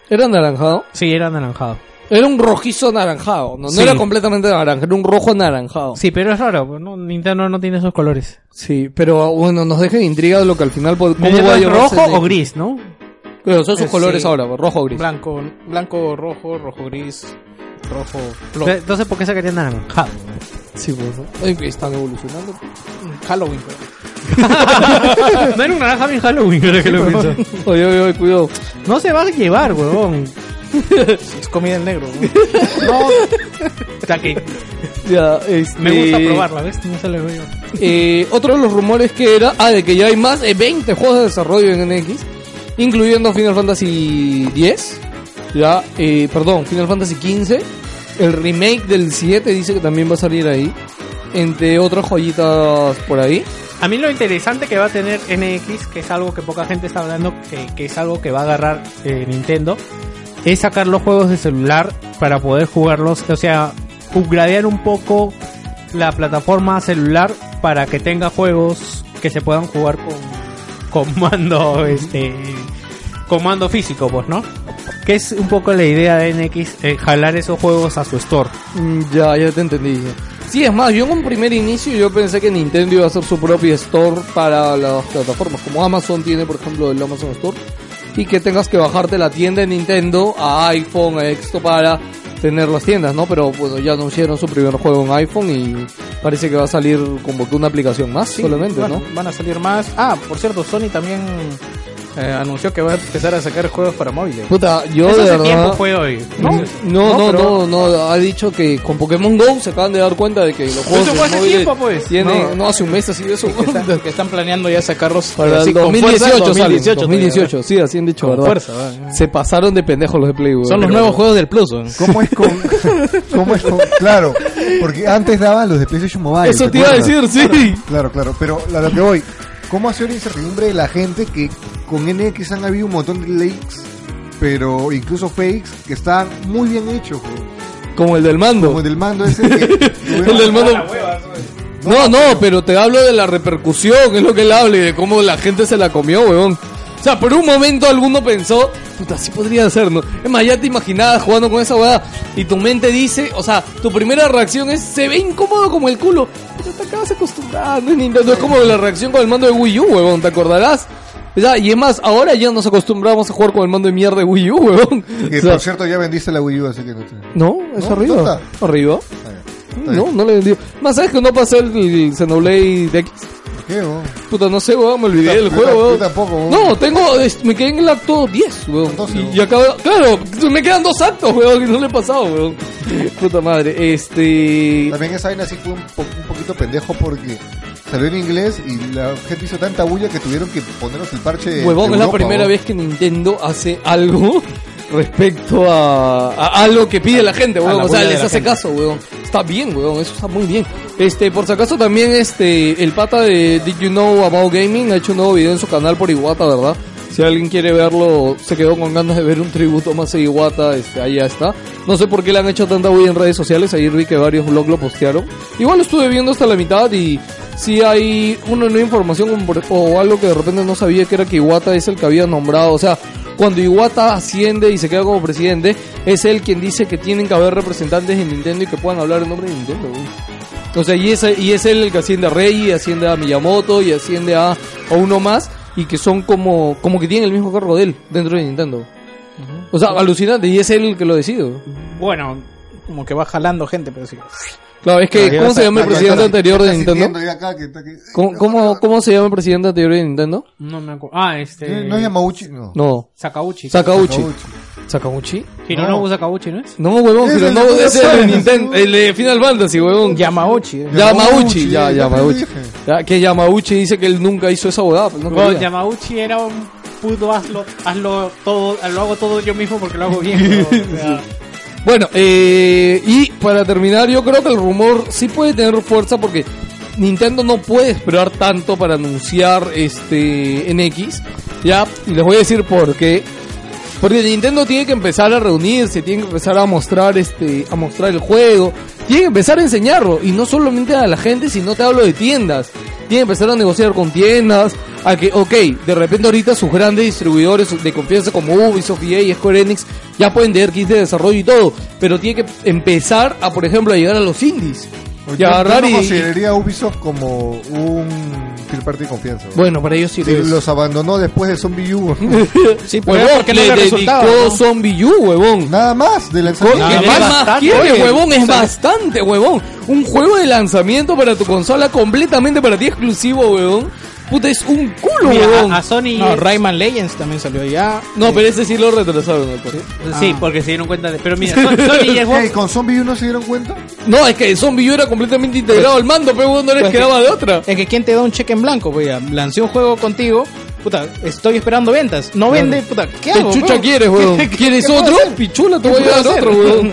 [SPEAKER 2] Era anaranjado.
[SPEAKER 3] Sí, era anaranjado.
[SPEAKER 2] Era un rojizo anaranjado. No, No
[SPEAKER 3] Sí.
[SPEAKER 2] era completamente naranja, era un rojo anaranjado.
[SPEAKER 3] Sí, pero es raro, pues, ¿no? Nintendo no tiene esos colores.
[SPEAKER 2] Sí, pero bueno, nos dejen intrigados lo que al final... pod- ¿Cómo
[SPEAKER 3] Nintendo
[SPEAKER 2] va a
[SPEAKER 3] es
[SPEAKER 2] llamarse
[SPEAKER 3] rojo
[SPEAKER 2] el-
[SPEAKER 3] o gris, no?
[SPEAKER 2] Pero son sus
[SPEAKER 11] Eh,
[SPEAKER 2] colores
[SPEAKER 11] sí.
[SPEAKER 2] ahora, pues, rojo o gris.
[SPEAKER 11] Blanco, blanco, rojo, rojo gris, rojo,
[SPEAKER 3] Pero, Entonces, ¿por qué sacaría anaranjado?
[SPEAKER 2] Sí, pues, por favor. Ay, que están evolucionando.
[SPEAKER 11] Halloween.
[SPEAKER 3] pues. no era un naranja bien Halloween, ahora que lo pienso.
[SPEAKER 2] Oye, oye, oye, cuidado.
[SPEAKER 3] No se va a llevar, weón.
[SPEAKER 11] Es comida en negro. ¿no?
[SPEAKER 3] O sea que
[SPEAKER 2] Ya, este...
[SPEAKER 3] me gusta probarla, ¿ves? No se le veo.
[SPEAKER 2] Eh, otro de los rumores que era, ah, de que ya hay más de 20 juegos de desarrollo en NX, incluyendo Final Fantasy X, ya, eh, perdón, Final Fantasy XV, el remake del 7 dice que también va a salir ahí, entre otras joyitas por ahí.
[SPEAKER 3] A mí lo interesante que va a tener NX, que es algo que poca gente está hablando, eh, que, que es algo que va a agarrar eh, Nintendo, es sacar los juegos de celular para poder jugarlos, o sea, upgradear un poco la plataforma celular para que tenga juegos que se puedan jugar con, con mando, este, con mando físico, pues, ¿no? Que es un poco la idea de NX, eh, jalar esos juegos a su store.
[SPEAKER 2] Mm, Ya, ya te entendí. Sí, es más, yo en un primer inicio yo pensé que Nintendo iba a hacer su propia store para las plataformas, como Amazon tiene, por ejemplo, el Amazon Store, y que tengas que bajarte la tienda de Nintendo a iPhone, a esto para tener las tiendas, ¿no? Pero bueno, ya anunciaron su primer juego en iPhone y parece que va a salir como que una aplicación más solamente,
[SPEAKER 11] bueno, Van a salir más. Ah, por cierto, Sony también eh, anunció que va a empezar a sacar juegos para móviles.
[SPEAKER 2] ¿no? Puta, yo
[SPEAKER 3] Eso
[SPEAKER 2] de
[SPEAKER 3] hace
[SPEAKER 2] Oh, verdad...
[SPEAKER 3] tiempo fue hoy.
[SPEAKER 2] No, no, no, no,
[SPEAKER 11] no, pero-
[SPEAKER 2] no, ha dicho que con Pokémon GO se acaban de dar cuenta de que los juegos
[SPEAKER 11] fue hace
[SPEAKER 2] móviles
[SPEAKER 11] tiempo, pues.
[SPEAKER 2] tienen- no.
[SPEAKER 11] No.
[SPEAKER 2] hace un mes así de eso.
[SPEAKER 11] Que están, que están planeando ya sacarlos
[SPEAKER 2] Para
[SPEAKER 11] así
[SPEAKER 2] el
[SPEAKER 11] con
[SPEAKER 2] 2018,
[SPEAKER 11] fuerza, 2018.
[SPEAKER 2] 2018, 2018, sí, así han dicho, ¿verdad?
[SPEAKER 11] fuerza, va.
[SPEAKER 2] Se pasaron de pendejos los de Play,
[SPEAKER 11] Son los nuevos juegos del Plus. weón.
[SPEAKER 7] ¿Cómo es con.? ¿Cómo es con.? Claro, porque antes daban los de PlayStation Mobile.
[SPEAKER 2] Eso te iba a
[SPEAKER 7] acuerdas?
[SPEAKER 2] decir, sí.
[SPEAKER 7] Claro, claro, pero a lo que voy. ¿Cómo ha sido la incertidumbre de la gente que con NX han habido un montón de leaks, pero incluso fakes, que están muy bien hechos, güey?
[SPEAKER 2] Como el del
[SPEAKER 7] Como
[SPEAKER 2] mando.
[SPEAKER 7] el del mando ese que.
[SPEAKER 2] El del mando. No, no, pero te hablo de la repercusión, es lo que él habla y de cómo la gente se la comió, weón. O sea, por un momento alguno pensó, puta, sí podría ser, ¿no? Es más, ya te imaginabas jugando con esa weá y tu mente dice, o sea, tu primera reacción es, se ve incómodo como el culo. Pero te acabas acostumbrando, es Nintendo. Es como la reacción con el mando de Wii U, weón, ¿te acordarás? O sea, y es más, ahora ya nos acostumbramos a jugar con el mando de mierda de Wii U, weón.
[SPEAKER 7] Que
[SPEAKER 2] O sea,
[SPEAKER 7] por cierto ya vendiste la Wii U, así que no te.
[SPEAKER 2] no, es
[SPEAKER 7] No,
[SPEAKER 2] arriba.
[SPEAKER 7] no está.
[SPEAKER 2] Arriba.
[SPEAKER 7] Está bien. Está
[SPEAKER 2] No,
[SPEAKER 7] bien.
[SPEAKER 2] no le vendí. Más sabes que no pasé el, el Xenoblade de X.
[SPEAKER 7] ¿Por qué, güey?
[SPEAKER 2] Puta, no sé, weón, me olvidé
[SPEAKER 7] Yo
[SPEAKER 2] del
[SPEAKER 7] ta-
[SPEAKER 2] juego,
[SPEAKER 7] yo
[SPEAKER 2] weón.
[SPEAKER 7] tampoco, weón.
[SPEAKER 2] No, tengo, es- me quedé en el acto 10, weón.
[SPEAKER 7] 12,
[SPEAKER 2] Y- y,
[SPEAKER 7] weón.
[SPEAKER 2] acabo, claro, me quedan dos actos, weón, y no le he pasado, weón. Puta madre, este...
[SPEAKER 7] También esa vaina sí fue un, po- un poquito pendejo porque salió en inglés y la gente hizo tanta bulla que tuvieron que ponernos el parche. eh, de
[SPEAKER 2] Huevón, es la
[SPEAKER 7] Europa,
[SPEAKER 2] primera
[SPEAKER 7] weón.
[SPEAKER 2] vez que Nintendo hace algo respecto a, a algo que pide la gente,
[SPEAKER 11] A
[SPEAKER 2] huevón.
[SPEAKER 11] la
[SPEAKER 2] O sea,
[SPEAKER 11] bulla de
[SPEAKER 2] les
[SPEAKER 11] la
[SPEAKER 2] hace
[SPEAKER 11] gente.
[SPEAKER 2] caso, huevón. Está bien, huevón, eso está muy bien. Este, por si acaso también este, el pata de Did You Know About Gaming ha hecho un nuevo video en su canal por Iwata, ¿verdad? Si alguien quiere verlo, se quedó con ganas de ver un tributo más a Iwata, este, ahí ya está. No sé por qué le han hecho tanta bulla en redes sociales, ahí vi que varios blogs lo postearon. Igual lo estuve viendo hasta la mitad y si hay una nueva información como por- o algo que de repente no sabía que era que Iwata es el que había nombrado. O sea, cuando Iwata asciende y se queda como presidente, es él quien dice que tienen que haber representantes de Nintendo y que puedan hablar en nombre de Nintendo. güey. O sea, y es, y es él el que asciende a Rey, asciende a Miyamoto y asciende a, a uno más y que son como, como que tienen el mismo cargo de él dentro de Nintendo. O sea, alucinante, y es él el que lo decide.
[SPEAKER 5] Bueno, como que va jalando gente, pero sí.
[SPEAKER 2] Claro, es que,
[SPEAKER 5] Claro, ya
[SPEAKER 2] ¿cómo
[SPEAKER 5] está-
[SPEAKER 2] se llama el
[SPEAKER 5] ya está-
[SPEAKER 2] presidente
[SPEAKER 5] ya
[SPEAKER 2] anterior
[SPEAKER 5] está
[SPEAKER 2] de Nintendo?
[SPEAKER 4] sintiendo ya acá que está aquí.
[SPEAKER 2] ¿Cómo, cómo, cómo se llama el presidente anterior de Nintendo?
[SPEAKER 3] No me acuerdo. Ah, este.
[SPEAKER 4] Eh, ¿No es Yamauchi? No.
[SPEAKER 2] No.
[SPEAKER 3] Sakauchi.
[SPEAKER 2] Sakauchi. ¿Sakauchi?
[SPEAKER 3] Hironobu Sakauchi, ¿no es?
[SPEAKER 2] No, huevón,
[SPEAKER 3] Es
[SPEAKER 2] pero
[SPEAKER 3] el
[SPEAKER 2] no,
[SPEAKER 3] de Super
[SPEAKER 2] es el de
[SPEAKER 3] Saiyan,
[SPEAKER 2] Nintendo, el de Final Fantasy, huevón. Yamauchi. Yamauchi,
[SPEAKER 3] Yamauchi,
[SPEAKER 2] ya,
[SPEAKER 3] ya te
[SPEAKER 2] Yamauchi.
[SPEAKER 3] dije.
[SPEAKER 2] Ya, que Yamauchi dice que él nunca hizo esa bodada, pues no
[SPEAKER 3] Bueno,
[SPEAKER 2] quería.
[SPEAKER 3] Yamauchi era un puto hazlo, hazlo todo, lo hago todo yo mismo porque lo hago bien. ¿no? O sea,
[SPEAKER 2] Bueno, eh, y para terminar, yo creo que el rumor sí puede tener fuerza porque Nintendo no puede esperar tanto para anunciar este NX. Ya, y les voy a decir por qué. Porque Nintendo tiene que empezar a reunirse, tiene que empezar a mostrar este, a mostrar el juego, tiene que empezar a enseñarlo, y no solamente a la gente, sino te hablo de tiendas. Tiene que empezar a negociar con tiendas, a que, ok, de repente ahorita sus grandes distribuidores de confianza como Ubisoft, EA y Square Enix ya pueden tener kits de desarrollo y todo, pero tiene que empezar a, por ejemplo, a llegar a los indies.
[SPEAKER 4] Yo-
[SPEAKER 2] Y agarrar
[SPEAKER 4] yo no
[SPEAKER 2] y-
[SPEAKER 4] consideraría a Ubisoft como un third party de confianza. ¿no?
[SPEAKER 2] Bueno, para ellos sí lo
[SPEAKER 4] Sí,
[SPEAKER 2] es.
[SPEAKER 4] los abandonó después de Zombie U.
[SPEAKER 2] sí, Huevón, le dedicó Zombie U, huevón.
[SPEAKER 4] Nada más de lanzamiento.
[SPEAKER 2] ¿Qué
[SPEAKER 4] Nada
[SPEAKER 2] más
[SPEAKER 4] más.
[SPEAKER 2] quiere,
[SPEAKER 4] Oye,
[SPEAKER 2] huevón? Es
[SPEAKER 4] o sea-
[SPEAKER 2] bastante, huevón. Un juego de lanzamiento para tu consola completamente para ti exclusivo, huevón. Puta, es un culo,
[SPEAKER 5] Mira,
[SPEAKER 2] huevón.
[SPEAKER 5] a- a Sony No, es- Rayman Legends también salió ya.
[SPEAKER 2] No, pero ese sí lo retrasaron. ¿no?
[SPEAKER 3] Sí, porque se dieron cuenta de. Pero mira, Son- Sony y Xbox.
[SPEAKER 4] Ey, ¿Con Zombie U no se dieron cuenta?
[SPEAKER 2] No, es que el zombie yo era completamente integrado al mando, pero huevón, no les
[SPEAKER 5] Pues que-
[SPEAKER 2] quedaba de otra.
[SPEAKER 5] Es que quién te da un cheque en blanco, pues ya, lancé un juego contigo, puta, estoy esperando ventas, no vende, puta, ¿qué
[SPEAKER 2] ¿Qué
[SPEAKER 5] hago?
[SPEAKER 2] chucha
[SPEAKER 5] weón?
[SPEAKER 2] quieres, huevón?
[SPEAKER 5] ¿Qué- qué-
[SPEAKER 2] ¿Quieres
[SPEAKER 5] qué puedo
[SPEAKER 2] otro?
[SPEAKER 5] hacer?
[SPEAKER 2] Pichula, te
[SPEAKER 5] ¿Qué
[SPEAKER 2] voy a
[SPEAKER 5] puedo
[SPEAKER 2] dar
[SPEAKER 5] hacer?
[SPEAKER 2] otro, huevón.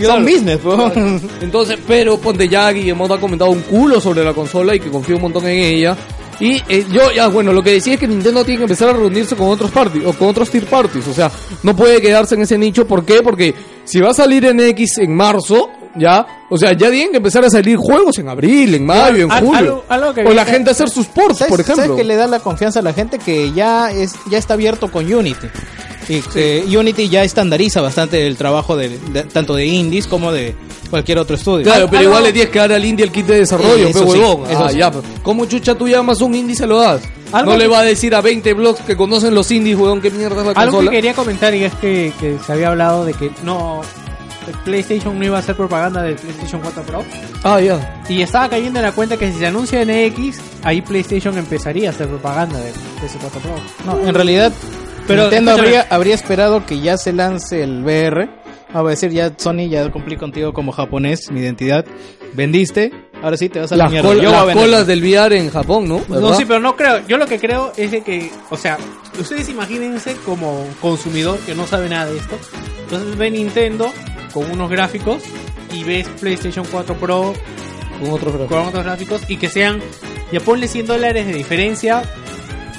[SPEAKER 5] Son business, huevón.
[SPEAKER 2] Entonces, pero ponte ya, Guillermo ha comentado un culo sobre la consola y que confío un montón en ella. Y eh, yo, ya, bueno, lo que decía es que Nintendo tiene que empezar a reunirse con otros parties, o con otros tier parties. O sea, no puede quedarse en ese nicho. ¿Por qué? Porque si va a salir en X en marzo, ya, o sea, ya tienen que empezar a salir juegos en abril, en mayo, en
[SPEAKER 5] Al-
[SPEAKER 2] julio.
[SPEAKER 5] algo- algo que
[SPEAKER 2] o la
[SPEAKER 5] ahorita-
[SPEAKER 2] gente hacer sus ports,
[SPEAKER 5] ¿Sabes-
[SPEAKER 2] por ejemplo.
[SPEAKER 5] ¿Sabes que le da la confianza a la gente que ya es ya está abierto con Unity? Y que Unity ya estandariza bastante el trabajo de, de- tanto de indies como de cualquier otro estudio. Ah,
[SPEAKER 2] Claro, pero igual le
[SPEAKER 5] tiene
[SPEAKER 2] tienes que dar al indie el kit de desarrollo,
[SPEAKER 5] Eh,
[SPEAKER 2] pe
[SPEAKER 5] eso sí,
[SPEAKER 2] huevón.
[SPEAKER 5] eso
[SPEAKER 2] ah,
[SPEAKER 5] sí.
[SPEAKER 2] ya, pe. ¿Cómo chucha tú llamas un indie y se lo das?
[SPEAKER 3] Algo
[SPEAKER 2] no le
[SPEAKER 3] que-
[SPEAKER 2] va a decir a 20 blogs que conocen los indies, huevón, qué mierda es la
[SPEAKER 3] Algo
[SPEAKER 2] consola.
[SPEAKER 3] que quería comentar y es que, que se había hablado de que no el PlayStation no iba a hacer propaganda del PlayStation 4 Pro
[SPEAKER 2] Ah, ya.
[SPEAKER 3] y estaba cayendo en la cuenta que si se anuncia en X ahí PlayStation empezaría a hacer propaganda del PS4 Pro.
[SPEAKER 5] No, en realidad,
[SPEAKER 3] Pero,
[SPEAKER 5] Nintendo
[SPEAKER 3] escúchame.
[SPEAKER 5] habría, habría esperado que ya se lance el VR. Ah, voy a decir, ya Sony, ya cumplí contigo como japonés, mi identidad. Vendiste, ahora sí te vas a la
[SPEAKER 2] Las,
[SPEAKER 5] mierda.
[SPEAKER 2] col-
[SPEAKER 5] yo voy a
[SPEAKER 2] las
[SPEAKER 5] vender.
[SPEAKER 2] colas del VR en Japón, ¿no?
[SPEAKER 3] Pues No, sí, pero no creo. Yo lo que creo es de que, o sea, ustedes imagínense como consumidor que no sabe nada de esto. Entonces ve Nintendo con unos gráficos y ves PlayStation 4 Pro
[SPEAKER 2] con otros
[SPEAKER 3] con otros gráficos y que sean, ya ponle 100 dólares de diferencia.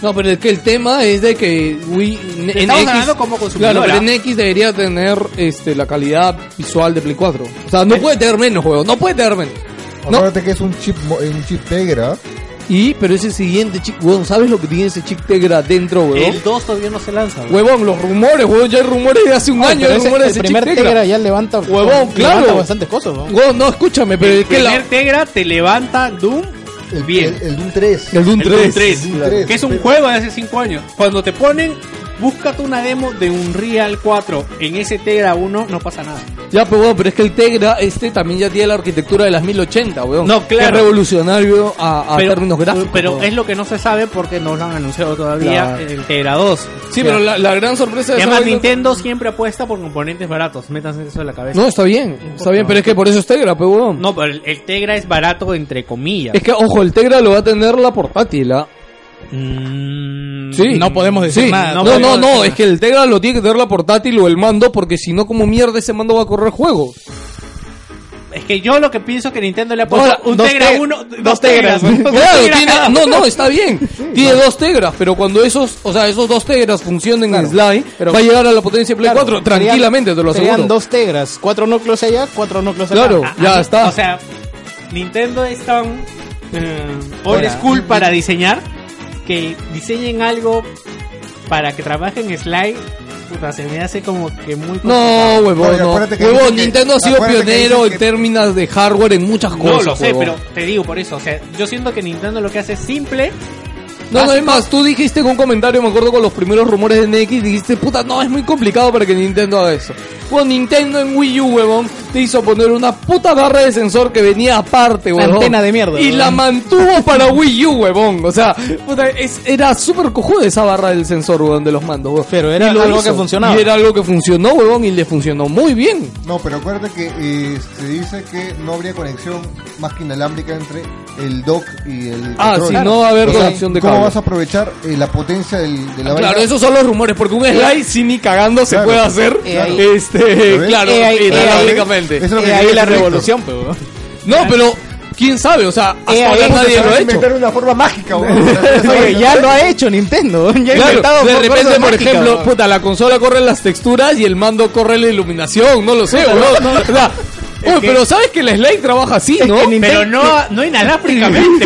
[SPEAKER 2] No, pero es que el tema es de que Wii en
[SPEAKER 3] Estamos
[SPEAKER 2] X-
[SPEAKER 3] hablando como
[SPEAKER 2] Claro,
[SPEAKER 3] consumidora.
[SPEAKER 2] pero en X debería tener este, la calidad visual de Play 4. O sea,
[SPEAKER 3] Eh.
[SPEAKER 2] no puede tener menos, huevón, no puede tener menos. No.
[SPEAKER 12] Acuérdate que es un chip, mo- eh, un chip Tegra.
[SPEAKER 2] Y, pero ese siguiente chip, huevón, ¿sabes lo que tiene ese chip Tegra dentro, huevón?
[SPEAKER 3] El 2 todavía no se lanza. güey.
[SPEAKER 2] Huevón, los rumores, huevón, ya hay rumores de hace un
[SPEAKER 5] Ay,
[SPEAKER 2] año,
[SPEAKER 5] pero
[SPEAKER 2] hay
[SPEAKER 5] ese-
[SPEAKER 2] rumores
[SPEAKER 5] el
[SPEAKER 2] de ese
[SPEAKER 5] primer
[SPEAKER 2] chip Tegra.
[SPEAKER 5] Tegra ya levanta,
[SPEAKER 2] Huevón, claro.
[SPEAKER 5] levanta bastantes cosas. ¿no?
[SPEAKER 2] Huevón, no, escúchame, pero es que la...
[SPEAKER 3] primer Tegra te levanta Doom bien.
[SPEAKER 12] El, el Doom 3.
[SPEAKER 2] El Doom
[SPEAKER 3] El Doom
[SPEAKER 2] 3.
[SPEAKER 3] 3,
[SPEAKER 12] Doom 3,
[SPEAKER 3] que es un
[SPEAKER 12] pero-
[SPEAKER 3] juego de hace 5 años. Cuando te ponen, búscate una demo de un Real 4 en ese Tegra 1, no pasa nada.
[SPEAKER 2] Ya, pues, huevón, pero es que el Tegra este también ya tiene la arquitectura de las 1080, huevón.
[SPEAKER 3] No, claro.
[SPEAKER 2] Que es revolucionario a, a Ah, términos gráficos.
[SPEAKER 3] Pero
[SPEAKER 2] huevón.
[SPEAKER 3] es lo que no se sabe porque no lo han anunciado todavía
[SPEAKER 2] Claro.
[SPEAKER 3] en el Tegra 2.
[SPEAKER 2] Sí,
[SPEAKER 3] O sea,
[SPEAKER 2] pero la, la gran sorpresa
[SPEAKER 3] y
[SPEAKER 2] de esa
[SPEAKER 3] además
[SPEAKER 2] vaina-
[SPEAKER 3] Nintendo siempre apuesta por componentes baratos. Métanse eso en la cabeza.
[SPEAKER 2] No, está bien, está bien, pero es que por eso es Tegra, pues, huevón.
[SPEAKER 3] No, pero el, el Tegra es barato entre comillas.
[SPEAKER 2] Es que, ojo, el Tegra lo va a tener la portátil, ¿ah? Sí.
[SPEAKER 3] Mm,
[SPEAKER 5] no podemos decir
[SPEAKER 2] Sí.
[SPEAKER 5] nada.
[SPEAKER 2] No, no,
[SPEAKER 5] podemos
[SPEAKER 2] no,
[SPEAKER 5] decir nada.
[SPEAKER 2] es que el Tegra lo tiene que tener la portátil o el mando, porque si no, como mierda ese mando va a correr juego.
[SPEAKER 3] Es que yo lo que pienso que Nintendo le ha puesto
[SPEAKER 2] Ahora,
[SPEAKER 3] un
[SPEAKER 2] dos
[SPEAKER 3] Tegra
[SPEAKER 2] te-
[SPEAKER 3] 1,
[SPEAKER 5] dos
[SPEAKER 3] dos Tegras.
[SPEAKER 5] Tegras,
[SPEAKER 3] dos
[SPEAKER 2] Claro,
[SPEAKER 3] Tegra.
[SPEAKER 2] tiene- no, no, está bien. tiene dos tegras, pero cuando esos, o sea, esos dos tegras funcionen en Sly, va a llegar a la potencia de Play
[SPEAKER 5] Claro,
[SPEAKER 2] 4
[SPEAKER 5] serían-
[SPEAKER 2] tranquilamente, te lo
[SPEAKER 5] serían
[SPEAKER 2] aseguro.
[SPEAKER 5] dos Tegras, cuatro núcleos allá, cuatro núcleos allá.
[SPEAKER 2] Claro,
[SPEAKER 5] Ah,
[SPEAKER 2] ya está.
[SPEAKER 3] O sea, Nintendo es tan eh, old
[SPEAKER 5] Ahora,
[SPEAKER 3] school para diseñar que diseñen algo para que trabaje en Slide. Puta, se me hace como que muy
[SPEAKER 2] No,
[SPEAKER 3] complicado.
[SPEAKER 2] huevón, no. Huevón, Nintendo ha sido pionero en términos de hardware en muchas
[SPEAKER 3] No,
[SPEAKER 2] cosas.
[SPEAKER 3] lo sé,
[SPEAKER 2] huevón.
[SPEAKER 3] pero te digo por eso. O sea, yo siento que Nintendo lo que hace es simple.
[SPEAKER 2] No, no, es más, tú dijiste en un comentario, me acuerdo con los primeros rumores de NX, dijiste, puta, no, es muy complicado para que Nintendo haga eso. Bueno, Nintendo en Wii U, huevón, te hizo poner una puta barra de sensor que venía aparte,
[SPEAKER 5] Una
[SPEAKER 2] huevón.
[SPEAKER 5] antena de mierda,
[SPEAKER 2] Y
[SPEAKER 5] huevón.
[SPEAKER 2] la mantuvo para Wii U, huevón. O sea, puta, es- era súper cojuda esa barra del sensor, huevón, de los mandos, huevón. Pero
[SPEAKER 5] era algo que funcionaba.
[SPEAKER 2] Y era algo que funcionó, huevón, y le funcionó muy bien.
[SPEAKER 4] No, pero acuérdate que eh, se dice que no habría conexión más que inalámbrica entre el dock y el.
[SPEAKER 2] Ah,
[SPEAKER 4] control.
[SPEAKER 2] sí, no va a haber
[SPEAKER 4] O sea,
[SPEAKER 2] conexión de
[SPEAKER 4] ¿Cómo
[SPEAKER 2] cable. Ah,
[SPEAKER 4] vas a aprovechar eh, la potencia del, de la vaina?
[SPEAKER 2] Claro, esos son los rumores, porque un slide sí ni cagando se
[SPEAKER 4] Claro.
[SPEAKER 2] puede hacer.
[SPEAKER 5] E
[SPEAKER 4] Claro.
[SPEAKER 2] Este,
[SPEAKER 4] ¿Lo ves?
[SPEAKER 2] claro,
[SPEAKER 4] Eh, ahí- eh, ahí-
[SPEAKER 2] inalámbricamente.
[SPEAKER 4] eso es lo que Eh, ahí quería la decir Víctor. revolución,
[SPEAKER 2] pero. No, pero quién sabe, o sea, hasta ahora nadie lo ha hecho.
[SPEAKER 4] una forma mágica,
[SPEAKER 5] Oye, ya lo ha hecho Nintendo. Ya ha
[SPEAKER 2] Claro,
[SPEAKER 5] inventado
[SPEAKER 2] de
[SPEAKER 5] cosas
[SPEAKER 2] repente, por
[SPEAKER 5] mágicas,
[SPEAKER 2] ejemplo,
[SPEAKER 5] weón.
[SPEAKER 2] puta, la consola corre las texturas y el mando corre la iluminación, no lo sé, boludo. O sea, uy, pero sabes que el slide trabaja así, ¿no?
[SPEAKER 3] Pero no, no inalámbricamente,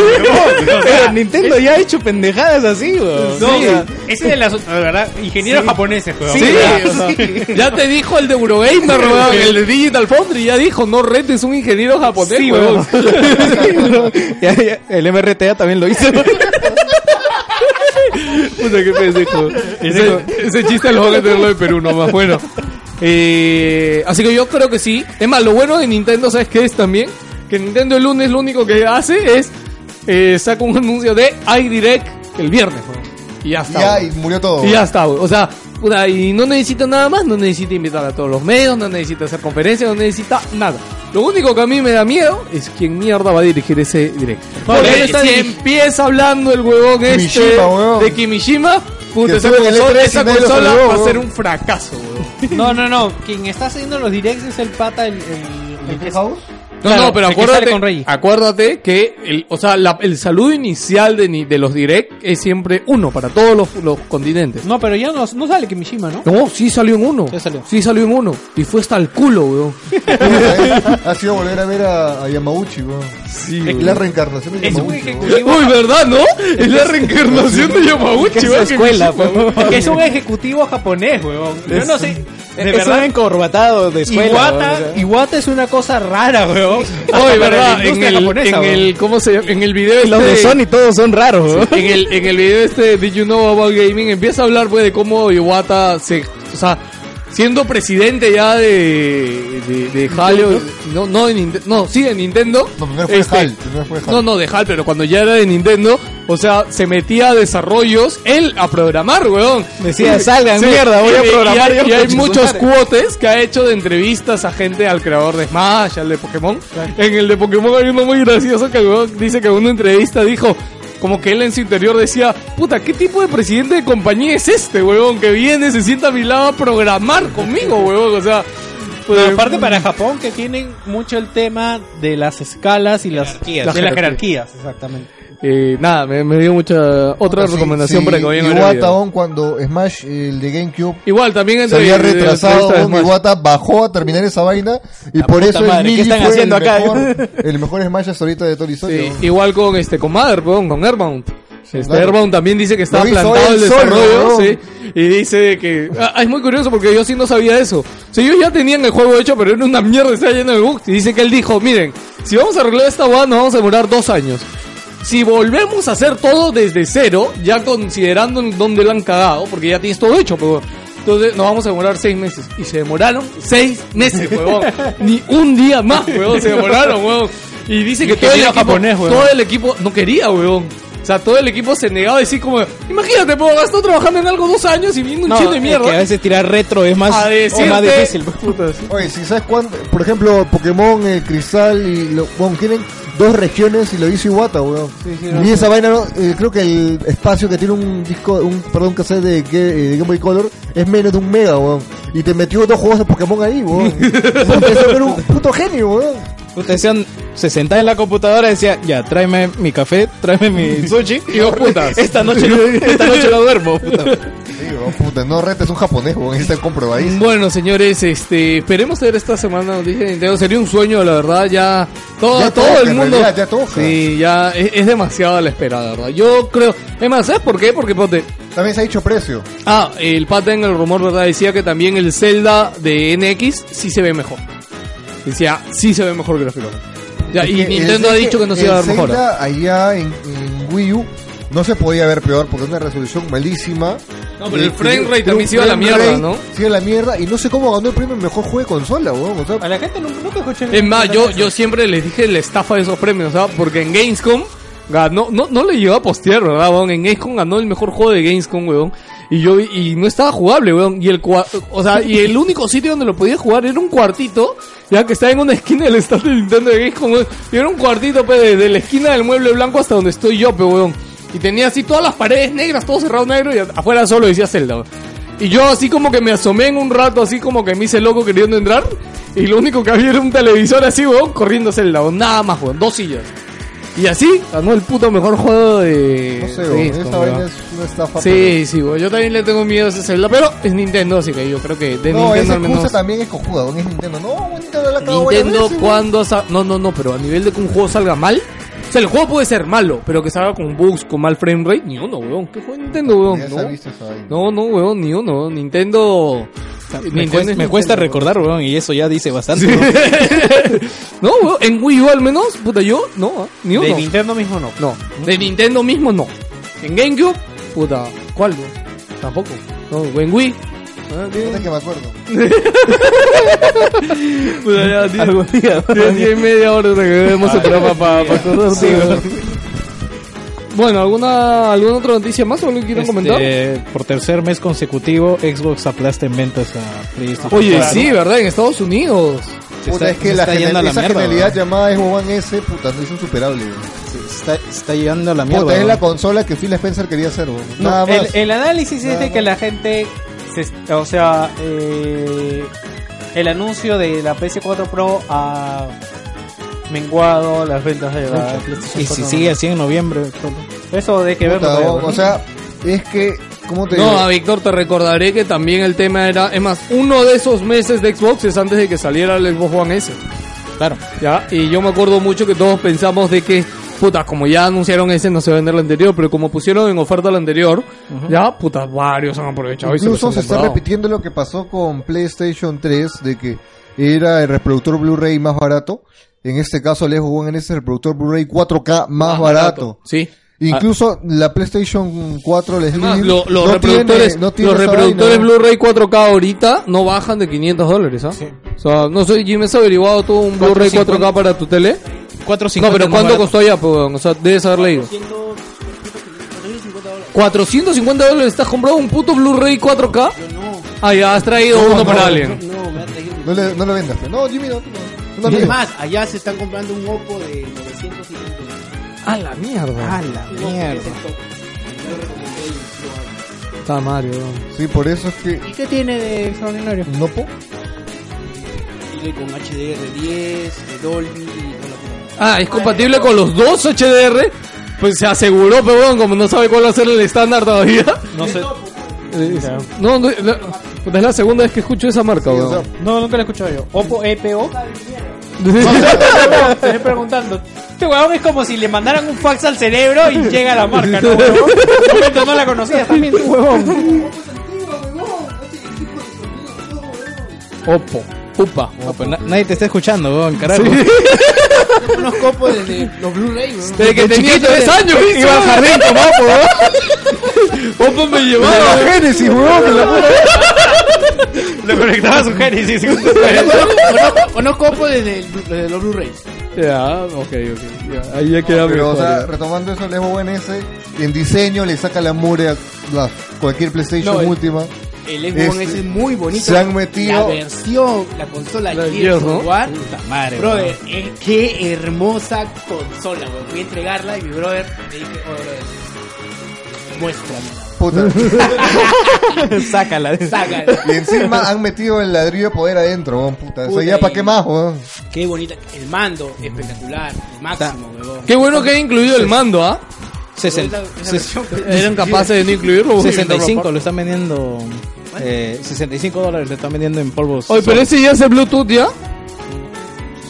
[SPEAKER 3] huevón. O sea,
[SPEAKER 5] Pero Nintendo ya ha hecho pendejadas así, weón.
[SPEAKER 3] no, o sea, ese de las, la verdad, ingenieros japoneses, huevón.
[SPEAKER 2] Sí,
[SPEAKER 3] O sea,
[SPEAKER 2] ya te dijo el de Eurogamer, weón, el de Digital Foundry, ya dijo, no rentes un ingeniero japonés,
[SPEAKER 5] Sí,
[SPEAKER 2] weón.
[SPEAKER 5] Ya, ya, el MRTA también lo hizo.
[SPEAKER 2] Puta, qué pendejo. Ese, ese chiste lo van a tenerlo en Perú nomás. Bueno. Eh, así que yo creo que sí. Es más, lo bueno de Nintendo, ¿sabes qué es también? Que Nintendo el lunes lo único que hace es eh, saca un anuncio de iDirect el viernes. weón. Y ya está.
[SPEAKER 4] Ya,
[SPEAKER 2] weón.
[SPEAKER 4] y murió todo.
[SPEAKER 2] Y ya está, güey. o sea, puta, y no necesita nada más, no necesita invitar a todos los medios, no necesita hacer conferencias, no necesita nada. Lo único que a mí me da miedo es quién mierda va a dirigir ese directo.
[SPEAKER 5] Porque
[SPEAKER 2] Porque
[SPEAKER 5] él está
[SPEAKER 2] si
[SPEAKER 5] dirigi-
[SPEAKER 2] empieza hablando el huevón este
[SPEAKER 4] Kimishima, huevón.
[SPEAKER 2] de Kimishima, puta,
[SPEAKER 4] Que
[SPEAKER 2] esa
[SPEAKER 4] estuvo en el
[SPEAKER 2] consola,
[SPEAKER 4] E3 y
[SPEAKER 2] esa
[SPEAKER 4] nadie lo
[SPEAKER 2] consola
[SPEAKER 4] saludó,
[SPEAKER 2] va a
[SPEAKER 4] huevón.
[SPEAKER 2] ser un fracaso, huevón.
[SPEAKER 13] No, no, no. Quien está haciendo los directs es el pata, el. ¿El, el,
[SPEAKER 2] No,
[SPEAKER 13] Claro,
[SPEAKER 2] no, pero
[SPEAKER 13] el que sale con
[SPEAKER 2] acuérdate,
[SPEAKER 13] Reggie.
[SPEAKER 2] acuérdate que el, o sea, la- el saludo inicial de, ni- de los direct es siempre uno para todos los, los continentes.
[SPEAKER 13] No, pero ya no, no sale Kimishima, ¿no?
[SPEAKER 2] No, sí salió en uno. Sí salió en uno. Y fue hasta el culo, weón.
[SPEAKER 4] ¿Eh? Ha sido volver a ver a, a Yamauchi, weón.
[SPEAKER 2] Sí,
[SPEAKER 4] La reencarnación de
[SPEAKER 3] Es un
[SPEAKER 4] Yamauchi. weón.
[SPEAKER 3] ejecutivo.
[SPEAKER 2] Uy, ¿verdad, no? Es la reencarnación de Yamauchi,
[SPEAKER 5] Que es
[SPEAKER 2] weón,
[SPEAKER 5] escuela,
[SPEAKER 2] Kimishima,
[SPEAKER 5] weón.
[SPEAKER 2] weón.
[SPEAKER 3] Es un ejecutivo japonés, huevón. Yo no sé. De
[SPEAKER 5] Es un
[SPEAKER 3] verdad.
[SPEAKER 5] encorbatado de escuela.
[SPEAKER 3] Iwata,
[SPEAKER 5] weón, o sea.
[SPEAKER 3] Iwata es una cosa rara, weón.
[SPEAKER 2] Uy,
[SPEAKER 3] Para
[SPEAKER 2] ¿verdad?
[SPEAKER 3] la
[SPEAKER 2] En
[SPEAKER 3] industria
[SPEAKER 2] el,
[SPEAKER 3] japonesa,
[SPEAKER 2] en
[SPEAKER 3] weón.
[SPEAKER 2] el, ¿cómo se llama? En el video este...
[SPEAKER 5] Los de Sony todos son raros, weón.
[SPEAKER 2] En el, en el video este de Did You Know About Gaming empieza a hablar, pues, de cómo Iwata se... O sea, siendo presidente ya de... De, de Halo... No, no, de Nintendo... No, sí, de Nintendo.
[SPEAKER 4] No, primero fue
[SPEAKER 2] este,
[SPEAKER 4] Hal. Primero fue Hal.
[SPEAKER 2] No, no, de HAL, pero cuando ya era de Nintendo, o sea, se metía a desarrollos, él a programar, weón.
[SPEAKER 5] Decía, "Salgan, mierda, voy a
[SPEAKER 2] y- y
[SPEAKER 5] programar
[SPEAKER 2] hay-
[SPEAKER 5] yo,
[SPEAKER 2] Y, hay
[SPEAKER 5] coche,
[SPEAKER 2] muchos
[SPEAKER 5] madre".
[SPEAKER 2] cuotes que ha hecho de entrevistas a gente, al creador de Smash, al de Pokémon. En el de Pokémon hay uno muy gracioso que el weón dice que en una entrevista dijo... Como que él en su interior decía, puta, ¿qué tipo de presidente de compañía es este, weón? Que viene, se sienta a mi lado a programar conmigo, weón. O sea, pues,
[SPEAKER 3] Pero aparte para Japón que tienen mucho el tema de las escalas y las jerarquías, de las jerarquías, exactamente.
[SPEAKER 2] eh, nada, me, me dio mucha otra
[SPEAKER 4] Pues Sí,
[SPEAKER 2] recomendación
[SPEAKER 4] sí,
[SPEAKER 2] para que vayan a ver el
[SPEAKER 4] Iwata,
[SPEAKER 2] video.
[SPEAKER 4] aún cuando Smash, el de GameCube,
[SPEAKER 2] Igual, también
[SPEAKER 4] se
[SPEAKER 2] entre
[SPEAKER 4] había
[SPEAKER 2] entre-
[SPEAKER 4] retrasado,
[SPEAKER 2] entre estas
[SPEAKER 4] Don
[SPEAKER 2] más.
[SPEAKER 4] Iwata bajó a terminar esa vaina y por
[SPEAKER 5] puta
[SPEAKER 4] eso el
[SPEAKER 5] madre, ¿qué
[SPEAKER 4] Mili
[SPEAKER 5] están
[SPEAKER 4] fue
[SPEAKER 5] haciendo
[SPEAKER 4] el,
[SPEAKER 5] acá?
[SPEAKER 4] Mejor, el mejor Smash hasta ahorita de Tori
[SPEAKER 2] Sí,
[SPEAKER 4] Soria.
[SPEAKER 2] igual con este con Mother, perdón, con Airbound. Este
[SPEAKER 4] claro.
[SPEAKER 2] Airbound también dice que está
[SPEAKER 4] Lo hizo
[SPEAKER 2] plantado
[SPEAKER 4] él
[SPEAKER 2] el
[SPEAKER 4] solo,
[SPEAKER 2] desarrollo,
[SPEAKER 4] weón.
[SPEAKER 2] sí, y dice que ah, ah, es muy curioso porque yo sí no sabía eso. O sea, ellos ya tenían el juego hecho, pero era una mierda, estaba lleno de bugs. Y dice que él dijo, miren, si vamos a arreglar esta hueá nos vamos a demorar dos años. Si volvemos a hacer todo desde cero, ya considerando en dónde lo han cagado, porque ya tienes todo hecho, pero entonces nos vamos a demorar seis meses. Y se demoraron seis meses, huevón. Ni un día más, huevón, se demoraron, huevón. Y dice que todo el, equipo, todo el equipo no quería, huevón. O sea, todo el equipo se negaba a decir como, imagínate, puedo gastar trabajando en algo dos años y viendo un
[SPEAKER 5] No,
[SPEAKER 2] chino de
[SPEAKER 5] es
[SPEAKER 2] mierda.
[SPEAKER 5] que a veces tirar retro es más,
[SPEAKER 2] A
[SPEAKER 5] es
[SPEAKER 2] decirte-
[SPEAKER 5] más difícil.
[SPEAKER 2] Puta, sí.
[SPEAKER 4] Oye, si sabes cuánto, por ejemplo, Pokémon, eh, Cristal y lo, bueno, tienen dos regiones y lo hizo Iwata, weón. y esa vaina, no, eh, creo que el espacio que tiene un disco, un perdón, cassette de, Ga- eh, de Game Boy Color es menos de un mega, weón. Y te metió dos juegos de Pokémon ahí, weón. Puta, ese era un puto genio, weón.
[SPEAKER 5] Ustedes decían, se sentaba en la computadora y decía, ya, tráeme mi café, tráeme mi sushi. y dos putas. Esta noche, no- esta noche no duermo, puta.
[SPEAKER 4] Sí, weón, puta, no retes un japonés, weón, ahí está comprobadísimo.
[SPEAKER 2] Bueno, señores, este, esperemos tener esta semana noticias de Nintendo. Sería un sueño, la verdad, ya todo,
[SPEAKER 4] Ya
[SPEAKER 2] todo
[SPEAKER 4] toca,
[SPEAKER 2] el
[SPEAKER 4] en
[SPEAKER 2] mundo.
[SPEAKER 4] realidad, ya toca.
[SPEAKER 2] Sí, ya es, es demasiado la espera, la verdad. Yo creo, es más, ¿sabes por qué? Porque ponte,
[SPEAKER 4] También se ha dicho precio.
[SPEAKER 2] Ah, el pata en el rumor, ¿verdad? Decía que también el Zelda de NX sí se ve mejor. Decía, sí se ve mejor gráficamente. Ya,
[SPEAKER 4] Es
[SPEAKER 2] y
[SPEAKER 4] que el
[SPEAKER 2] Nintendo ha
[SPEAKER 4] Zelda-
[SPEAKER 2] dicho que no se
[SPEAKER 4] el
[SPEAKER 2] iba a ver mejor.
[SPEAKER 4] Zelda allá en, en Wii U no se podía ver peor porque es una resolución malísima.
[SPEAKER 2] No, pero el
[SPEAKER 4] Eh,
[SPEAKER 2] frame
[SPEAKER 4] tenía-
[SPEAKER 2] rate
[SPEAKER 4] tenía un
[SPEAKER 2] también se iba a la
[SPEAKER 4] frame
[SPEAKER 2] mierda,
[SPEAKER 4] rate,
[SPEAKER 2] ¿no?
[SPEAKER 4] Se iba a la mierda y no sé cómo ganó el premio mejor juego de consola, weón. O sea,
[SPEAKER 6] A la gente nunca, nunca escuché.
[SPEAKER 2] Es más, yo, yo siempre les dije la estafa de esos premios, ¿sabes? Porque en Gamescom ganó, no, no le llegó a postear, ¿verdad, weón? En Gamescom ganó el mejor juego de Gamescom, weón. Y yo, y no estaba jugable, weón. Y el, cua- o sea, y el único sitio donde lo podía jugar era un cuartito, ya que estaba en una esquina del stand de Nintendo de Gamescom, weón. Y era un cuartito, pues, desde la esquina del mueble blanco hasta donde estoy yo, pues, weón. Y tenía así todas las paredes negras, todo cerrado negro, y afuera solo decía Zelda, weón. Y yo así como que me asomé en un rato, así como que me hice loco queriendo entrar. Y lo único que había era un televisor así, weón, corriendo hacia el lado. Nada más, weón. Dos sillas. Y así ganó el puto mejor juego de...
[SPEAKER 4] no sé,
[SPEAKER 2] de
[SPEAKER 4] weón.
[SPEAKER 2] Gamescom,
[SPEAKER 4] Esta
[SPEAKER 2] weón.
[SPEAKER 4] vaina es una estafa.
[SPEAKER 2] Sí, sí, weón. Yo también le tengo miedo a ese celular, pero es Nintendo, así que yo creo que de
[SPEAKER 4] pero- No,
[SPEAKER 2] Nintendo
[SPEAKER 4] esa
[SPEAKER 2] al menos...
[SPEAKER 4] excusa también es cojuda, weón. Es Nintendo. No, weón, Nintendo la cagó varias
[SPEAKER 2] Nintendo
[SPEAKER 4] veces, weón.
[SPEAKER 2] cuando... sa- No, no, no, pero a nivel de que un juego salga mal... O sea, el juego puede ser malo, pero que salga con bugs, con mal frame rate, ni uno, weón. ¿Qué juego de Nintendo, weón?
[SPEAKER 4] Ya se
[SPEAKER 2] No.
[SPEAKER 4] ha visto esa vaina.
[SPEAKER 2] No, no, weón, ni uno. weón. Nintendo.
[SPEAKER 5] Me cuesta, me cuesta recordar, weón, y eso ya dice bastante. weón.
[SPEAKER 2] No, weón, en Wii U al menos, puta, yo, no, ah, ni uno.
[SPEAKER 3] De Nintendo mismo no.
[SPEAKER 2] no, de Nintendo mismo no. En GameCube, puta, ¿cuál, weón? Tampoco. No, en Wii. Ah,
[SPEAKER 4] Puta que me acuerdo.
[SPEAKER 2] Puta, ya, diez- diez- diez y media hora de que vemos el programa para acordar,
[SPEAKER 4] Ah,
[SPEAKER 2] Bueno, ¿alguna, ¿alguna otra noticia más o algo que quieran comentar?
[SPEAKER 5] Este, por tercer mes consecutivo, Xbox aplasta en ventas a PlayStation.
[SPEAKER 2] Oye,
[SPEAKER 5] cuatro.
[SPEAKER 2] sí, ¿verdad? En Estados Unidos.
[SPEAKER 5] Se
[SPEAKER 4] Puta,
[SPEAKER 5] está-
[SPEAKER 4] es que
[SPEAKER 5] se
[SPEAKER 4] la
[SPEAKER 5] está
[SPEAKER 4] genial-
[SPEAKER 5] yendo a la
[SPEAKER 4] esa
[SPEAKER 5] mierda,
[SPEAKER 4] genialidad llamada Xbox One S, puta, no es insuperable, weón.
[SPEAKER 5] weón. Se Está, se está llegando a la mierda.
[SPEAKER 4] Puta, es
[SPEAKER 5] weón.
[SPEAKER 4] la consola que Phil Spencer quería hacer, weón.
[SPEAKER 3] No,
[SPEAKER 4] Nada
[SPEAKER 3] el,
[SPEAKER 4] más.
[SPEAKER 3] el análisis es
[SPEAKER 4] Nada
[SPEAKER 3] de que la gente, se est- o sea, eh, el anuncio de la PS4 Pro ha menguado las ventas de la PlayStation
[SPEAKER 5] Y si
[SPEAKER 3] 4
[SPEAKER 5] sigue así en noviembre. todo.
[SPEAKER 3] Eso de que
[SPEAKER 4] Puta,
[SPEAKER 3] verlo todavía,
[SPEAKER 4] weón,
[SPEAKER 3] ¿no?
[SPEAKER 4] o sea, es que, ¿cómo te
[SPEAKER 2] No,
[SPEAKER 4] digo?
[SPEAKER 2] a Víctor te recordaré que también el tema era, es más, uno de esos meses de Xbox es antes de que saliera el Xbox One S.
[SPEAKER 5] Claro.
[SPEAKER 2] ¿ya? Y yo me acuerdo mucho que todos pensamos de que, puta, como ya anunciaron ese, no se va a vender el anterior, pero como pusieron en oferta el anterior, ya, puta, varios han aprovechado. y se
[SPEAKER 4] Incluso
[SPEAKER 2] los
[SPEAKER 4] se
[SPEAKER 2] han
[SPEAKER 4] está
[SPEAKER 2] comprado.
[SPEAKER 4] repitiendo lo que pasó con PlayStation 3, de que era el reproductor Blu-ray más barato. En este caso, el Xbox One es el reproductor Blu-ray 4K más, barato.
[SPEAKER 2] Sí.
[SPEAKER 4] Incluso la PlayStation 4, les
[SPEAKER 2] Además, lo- los reproductores, los reproductores Blu-ray 4K ahorita no bajan de 500 dólares, ¿ah? O sea, no sé, Jimmy, ¿has averiguado tú un Blu-ray 4K para tu tele?
[SPEAKER 5] 4.50.
[SPEAKER 2] No, pero
[SPEAKER 5] más
[SPEAKER 2] ¿cuánto
[SPEAKER 5] barato.
[SPEAKER 2] costó allá, pues, weón? O sea, debes haber leído. 450 dólares estás comprado un puto Blu-ray 4K. Ah, ya has traído
[SPEAKER 4] No,
[SPEAKER 2] uno
[SPEAKER 4] no,
[SPEAKER 2] para alguien.
[SPEAKER 6] No, me ha traído.
[SPEAKER 4] No le, no le vendas. pe. No, Jimmy, no. no, no
[SPEAKER 6] Y
[SPEAKER 4] le vendas.
[SPEAKER 6] es más, Ah, allá se están comprando un Oppo de 900 y
[SPEAKER 2] A la mierda.
[SPEAKER 5] A la mierda.
[SPEAKER 2] Está Mario.
[SPEAKER 4] Sí, por eso es que...
[SPEAKER 6] ¿Y qué tiene de extraordinario?
[SPEAKER 4] No, po.
[SPEAKER 6] Tiene con HDR10, de Dolby y toda la puta.
[SPEAKER 2] Ah, es compatible con los dos HDR. Pues se aseguró, pero weón, como no sabe cuál va a ser el estándar todavía. Eh,
[SPEAKER 3] no sé.
[SPEAKER 2] No, no, la- puta, es la segunda vez que escucho esa marca,
[SPEAKER 4] O sea,
[SPEAKER 2] weón.
[SPEAKER 3] No, nunca lo he escuchado yo. Oppo EPO. Estoy preguntando. Este huevón es como si le mandaran un fax al cerebro y llega la marca, ¿no, huevón? En un momento no la conocías también, tú, huevón.
[SPEAKER 2] Oppo. Upa.
[SPEAKER 5] No, pues na- nadie te está escuchando, weón, carajo.
[SPEAKER 6] Unos copos desde los Blu-ray, weón.
[SPEAKER 2] Desde que tenía 3 años, iba al jardín como Oppo me llevaba.
[SPEAKER 4] Génesis, weón.
[SPEAKER 3] Le conectaba su Genesis.
[SPEAKER 6] Unos- Unos copos desde, el- desde los Blu-rays.
[SPEAKER 2] Ya, ok, ok. ya, Ahí ya queda
[SPEAKER 4] Pero,
[SPEAKER 2] mejor,
[SPEAKER 4] o sea,
[SPEAKER 2] ya.
[SPEAKER 4] retomando eso, el Xbox One S, en diseño le saca la mure a la- cualquier PlayStation
[SPEAKER 6] No, el-
[SPEAKER 4] última.
[SPEAKER 6] El Xbox One
[SPEAKER 4] Este,
[SPEAKER 6] S es muy bonito.
[SPEAKER 4] se han metido-
[SPEAKER 6] La versión, la consola
[SPEAKER 2] La de
[SPEAKER 6] Gears
[SPEAKER 2] Gears, ¿no?
[SPEAKER 6] of War.
[SPEAKER 5] madre,
[SPEAKER 6] Brother, eh, qué hermosa consola, weón. Fui a entregarla y mi brother me dijo, oh, brother, muéstrame.
[SPEAKER 4] Puta.
[SPEAKER 5] Sácala.
[SPEAKER 6] Sácala.
[SPEAKER 4] y encima han metido el ladrillo de poder adentro, weón, puta. o
[SPEAKER 6] Puta,
[SPEAKER 4] sea, ya para
[SPEAKER 6] y-
[SPEAKER 4] qué más, weón.
[SPEAKER 6] Qué bonita. El mando, espectacular. El máximo, weón.
[SPEAKER 2] Qué bueno que haya incluido el mando, ¿ah?
[SPEAKER 6] Esa-
[SPEAKER 5] 60,
[SPEAKER 6] esa versión que-
[SPEAKER 2] Eran capaces de no incluirlo. weón.
[SPEAKER 5] 65 lo están vendiendo. Eh, 65 dólares lo están vendiendo en polvos.
[SPEAKER 2] Oye, pero ese ya es el Bluetooth, ¿ya?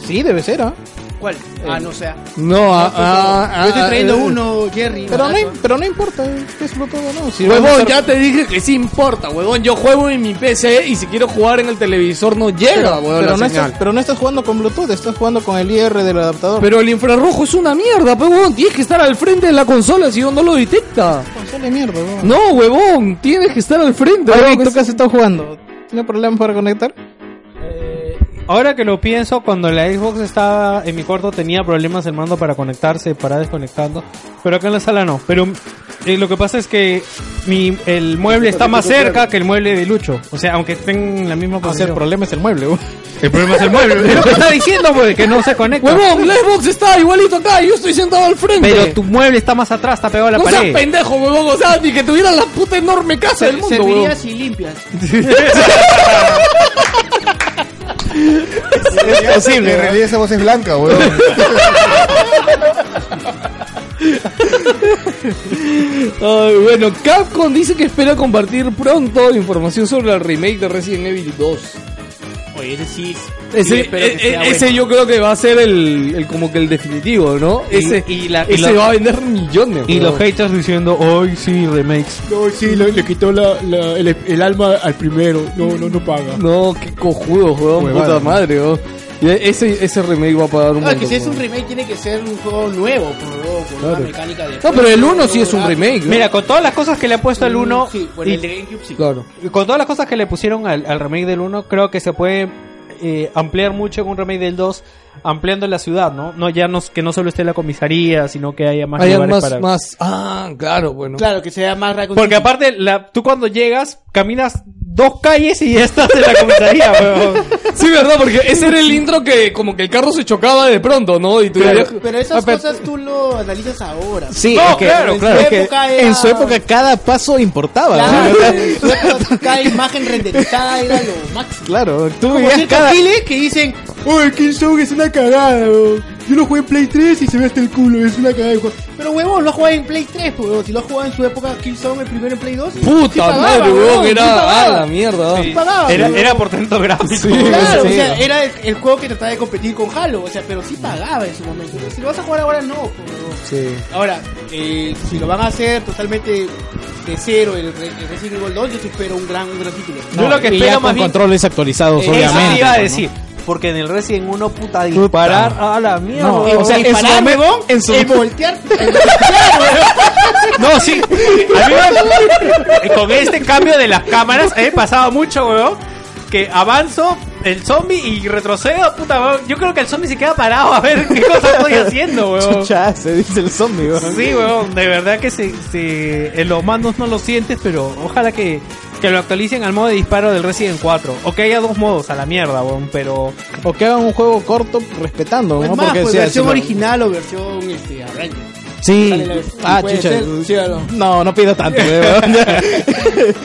[SPEAKER 5] Sí, debe ser, ¿ah?
[SPEAKER 6] ¿Cuál? Ah, no, o sea.
[SPEAKER 2] No, ah, ah,
[SPEAKER 6] yo estoy
[SPEAKER 2] ah,
[SPEAKER 6] trayendo
[SPEAKER 2] eh,
[SPEAKER 6] uno, Jerry.
[SPEAKER 5] Pero no,
[SPEAKER 6] barato.
[SPEAKER 5] im- pero no importa, es lo todo, ¿no? Si vamos a
[SPEAKER 2] Huevón,
[SPEAKER 5] estar-
[SPEAKER 2] ya te dije que sí importa, huevón. Yo juego en mi PC y si quiero jugar en el televisor no llega,
[SPEAKER 5] Pero,
[SPEAKER 2] huevón,
[SPEAKER 5] pero
[SPEAKER 2] la
[SPEAKER 5] no
[SPEAKER 2] señal.
[SPEAKER 5] estás, pero no estás jugando con Bluetooth, estás jugando con el IR del adaptador.
[SPEAKER 2] Pero el infrarrojo es una mierda, pues, huevón. Tienes que estar al frente de la consola si no, no lo detecta.
[SPEAKER 5] Sale mierda, weón.
[SPEAKER 2] No, huevón. Tienes que estar al frente.
[SPEAKER 5] Ahora,
[SPEAKER 2] huevón,
[SPEAKER 5] ¿tú
[SPEAKER 2] es-
[SPEAKER 5] qué has estado jugando? ¿Tienes problemas para conectar?
[SPEAKER 3] Ahora que lo pienso, cuando la Xbox estaba en mi cuarto tenía problemas el mando para conectarse, para desconectando. Pero acá en la sala no. Pero eh, lo que pasa es que mi, el mueble está más cerca que el mueble de Lucho. O sea, aunque estén en la misma
[SPEAKER 5] O sea, el
[SPEAKER 3] posición.
[SPEAKER 5] problema es el mueble, weón.
[SPEAKER 3] el problema es el mueble. Es lo que está diciendo, güey, que no se conecta.
[SPEAKER 2] Huevón, la Xbox está igualito acá y yo estoy sentado al frente.
[SPEAKER 3] Pero tu mueble está más atrás, está pegado a la
[SPEAKER 2] no seas
[SPEAKER 3] pared.
[SPEAKER 2] pendejo, huevón. O sea, ni que tuviera la puta enorme casa del mundo, huevón.
[SPEAKER 6] Servirías y limpias.
[SPEAKER 4] Es posible. En realidad esa voz es blanca, weón.
[SPEAKER 2] Ay, bueno, Capcom dice que espera compartir pronto información sobre el remake de Resident Evil 2.
[SPEAKER 14] Oye, ese sí. es-
[SPEAKER 2] Ese,
[SPEAKER 14] sí, espero que
[SPEAKER 2] eh,
[SPEAKER 14] sea
[SPEAKER 2] ese
[SPEAKER 14] bueno.
[SPEAKER 2] yo creo que va a ser el, el- como que el definitivo, ¿no?
[SPEAKER 3] Y-
[SPEAKER 2] Ese,
[SPEAKER 3] y la- y
[SPEAKER 2] ese
[SPEAKER 3] lo-
[SPEAKER 2] va a vender millones.
[SPEAKER 3] Y los
[SPEAKER 2] huevón.
[SPEAKER 3] haters diciendo, hoy sí, remakes.
[SPEAKER 15] No, sí, le, le quitó la- la- el, el alma al primero. No, no, no paga.
[SPEAKER 2] No, qué cojudo, huevón,
[SPEAKER 15] Huevada,
[SPEAKER 2] puta
[SPEAKER 15] ¿no?
[SPEAKER 2] madre, huevón. Y e, ese, ese remake va a pagar un
[SPEAKER 6] No, es Ah, que
[SPEAKER 2] montón,
[SPEAKER 6] si es un
[SPEAKER 2] huevón.
[SPEAKER 6] remake tiene que ser un juego nuevo, por favor, con una mecánica de...
[SPEAKER 2] No, pero el 1 sí es un remake. ¿no?
[SPEAKER 3] Mira, con todas las cosas que le ha puesto el 1
[SPEAKER 6] Sí, bueno,
[SPEAKER 3] y
[SPEAKER 6] el de GameCube sí.
[SPEAKER 2] Claro.
[SPEAKER 3] con todas las cosas que le pusieron al, al remake del 1, creo que se puede eh, ampliar mucho en un remake del 2, ampliando la ciudad, ¿no? No ya no, que no solo esté la comisaría, sino que haya más
[SPEAKER 2] Hay
[SPEAKER 3] lugares
[SPEAKER 2] más,
[SPEAKER 3] para...
[SPEAKER 2] más. Ah, claro, bueno.
[SPEAKER 6] Claro, que sea más Raccoon
[SPEAKER 3] Porque
[SPEAKER 6] City.
[SPEAKER 3] aparte, la, tú cuando llegas, caminas dos calles y ya estás en la comisaría, weón.
[SPEAKER 2] Sí, verdad, porque ese era el intro que como que el carro se chocaba de pronto, ¿no? Y tú ya-
[SPEAKER 6] Pero esas
[SPEAKER 2] Ah, pero-
[SPEAKER 6] cosas tú lo analizas ahora.
[SPEAKER 5] Sí,
[SPEAKER 3] No,
[SPEAKER 5] es que
[SPEAKER 3] claro,
[SPEAKER 5] en,
[SPEAKER 3] claro,
[SPEAKER 5] su
[SPEAKER 3] es que
[SPEAKER 5] época
[SPEAKER 6] era-
[SPEAKER 5] en su época cada paso importaba.
[SPEAKER 6] Claro,
[SPEAKER 5] ¿no?
[SPEAKER 6] en su época, cada imagen renderizada era lo máximo.
[SPEAKER 5] Claro, tú
[SPEAKER 6] Como
[SPEAKER 5] veías
[SPEAKER 6] ciertos
[SPEAKER 5] cada...
[SPEAKER 6] giles que dicen,
[SPEAKER 15] Uy, Killzone es una cagada, weón. Yo lo jugué en Play 3 y se ve hasta el culo. Es una cagada. weón.
[SPEAKER 6] pero huevón, lo ha jugado en Play 3, pues, huevón. Si lo ha jugado en su época, Killzone, el primero en Play 2. sí
[SPEAKER 2] Puta
[SPEAKER 6] pagaba,
[SPEAKER 2] madre, huevón,
[SPEAKER 6] huevón,
[SPEAKER 2] que
[SPEAKER 6] sí
[SPEAKER 2] era.
[SPEAKER 6] pagaba.
[SPEAKER 2] Ah, la mierda.
[SPEAKER 6] Sí pagaba,
[SPEAKER 3] Era,
[SPEAKER 6] huevón.
[SPEAKER 3] era por tanto gráfico.
[SPEAKER 6] Claro,
[SPEAKER 2] sí.
[SPEAKER 6] o sea, era el, el juego que trataba de competir con Halo, o sea, pero sí pagaba en su momento. Si lo vas a jugar ahora, no. pero- Ahora, eh, si lo van a hacer totalmente de cero el, Re- el Resident Evil 2, yo sí espero un gran, un gran título.
[SPEAKER 3] Yo lo que
[SPEAKER 5] y
[SPEAKER 3] espero
[SPEAKER 5] ya
[SPEAKER 3] más
[SPEAKER 5] con
[SPEAKER 3] bien-
[SPEAKER 5] controles actualizados,
[SPEAKER 3] Eso
[SPEAKER 5] obviamente.
[SPEAKER 3] te iba a
[SPEAKER 5] ¿no?
[SPEAKER 3] decir. Porque en el Resident 1, puta, disparar a la mierda.
[SPEAKER 5] No,
[SPEAKER 3] weón.
[SPEAKER 5] o sea, en su
[SPEAKER 6] Disparar,
[SPEAKER 5] momento-
[SPEAKER 6] huevón,
[SPEAKER 5] en su-
[SPEAKER 6] el voltear.
[SPEAKER 3] No, sí. A mí me- con este cambio de las cámaras, he pasado mucho, weón. Que avanzo el zombie y retrocedo, puta, weón. Yo creo que el zombie se queda parado a ver qué cosa estoy haciendo, weón.
[SPEAKER 5] Chucha, se dice el zombie, weón.
[SPEAKER 3] Sí, weón. De verdad que se, se- en los mandos no lo sientes, pero ojalá que, que lo actualicen al modo de disparo del Resident 4. O que haya dos modos a la mierda, weón. Pero
[SPEAKER 5] O que hagan un juego corto respetando,
[SPEAKER 6] Es
[SPEAKER 5] ¿no?
[SPEAKER 6] más,
[SPEAKER 5] Porque
[SPEAKER 6] pues,
[SPEAKER 5] sí,
[SPEAKER 6] versión
[SPEAKER 5] sí, no.
[SPEAKER 6] original o versión este, arranque.
[SPEAKER 5] Sí.
[SPEAKER 6] Sale la versión-
[SPEAKER 5] Ah,
[SPEAKER 6] puede
[SPEAKER 5] chucha.
[SPEAKER 6] ser, sí o no.
[SPEAKER 5] No, no pido tanto, weón.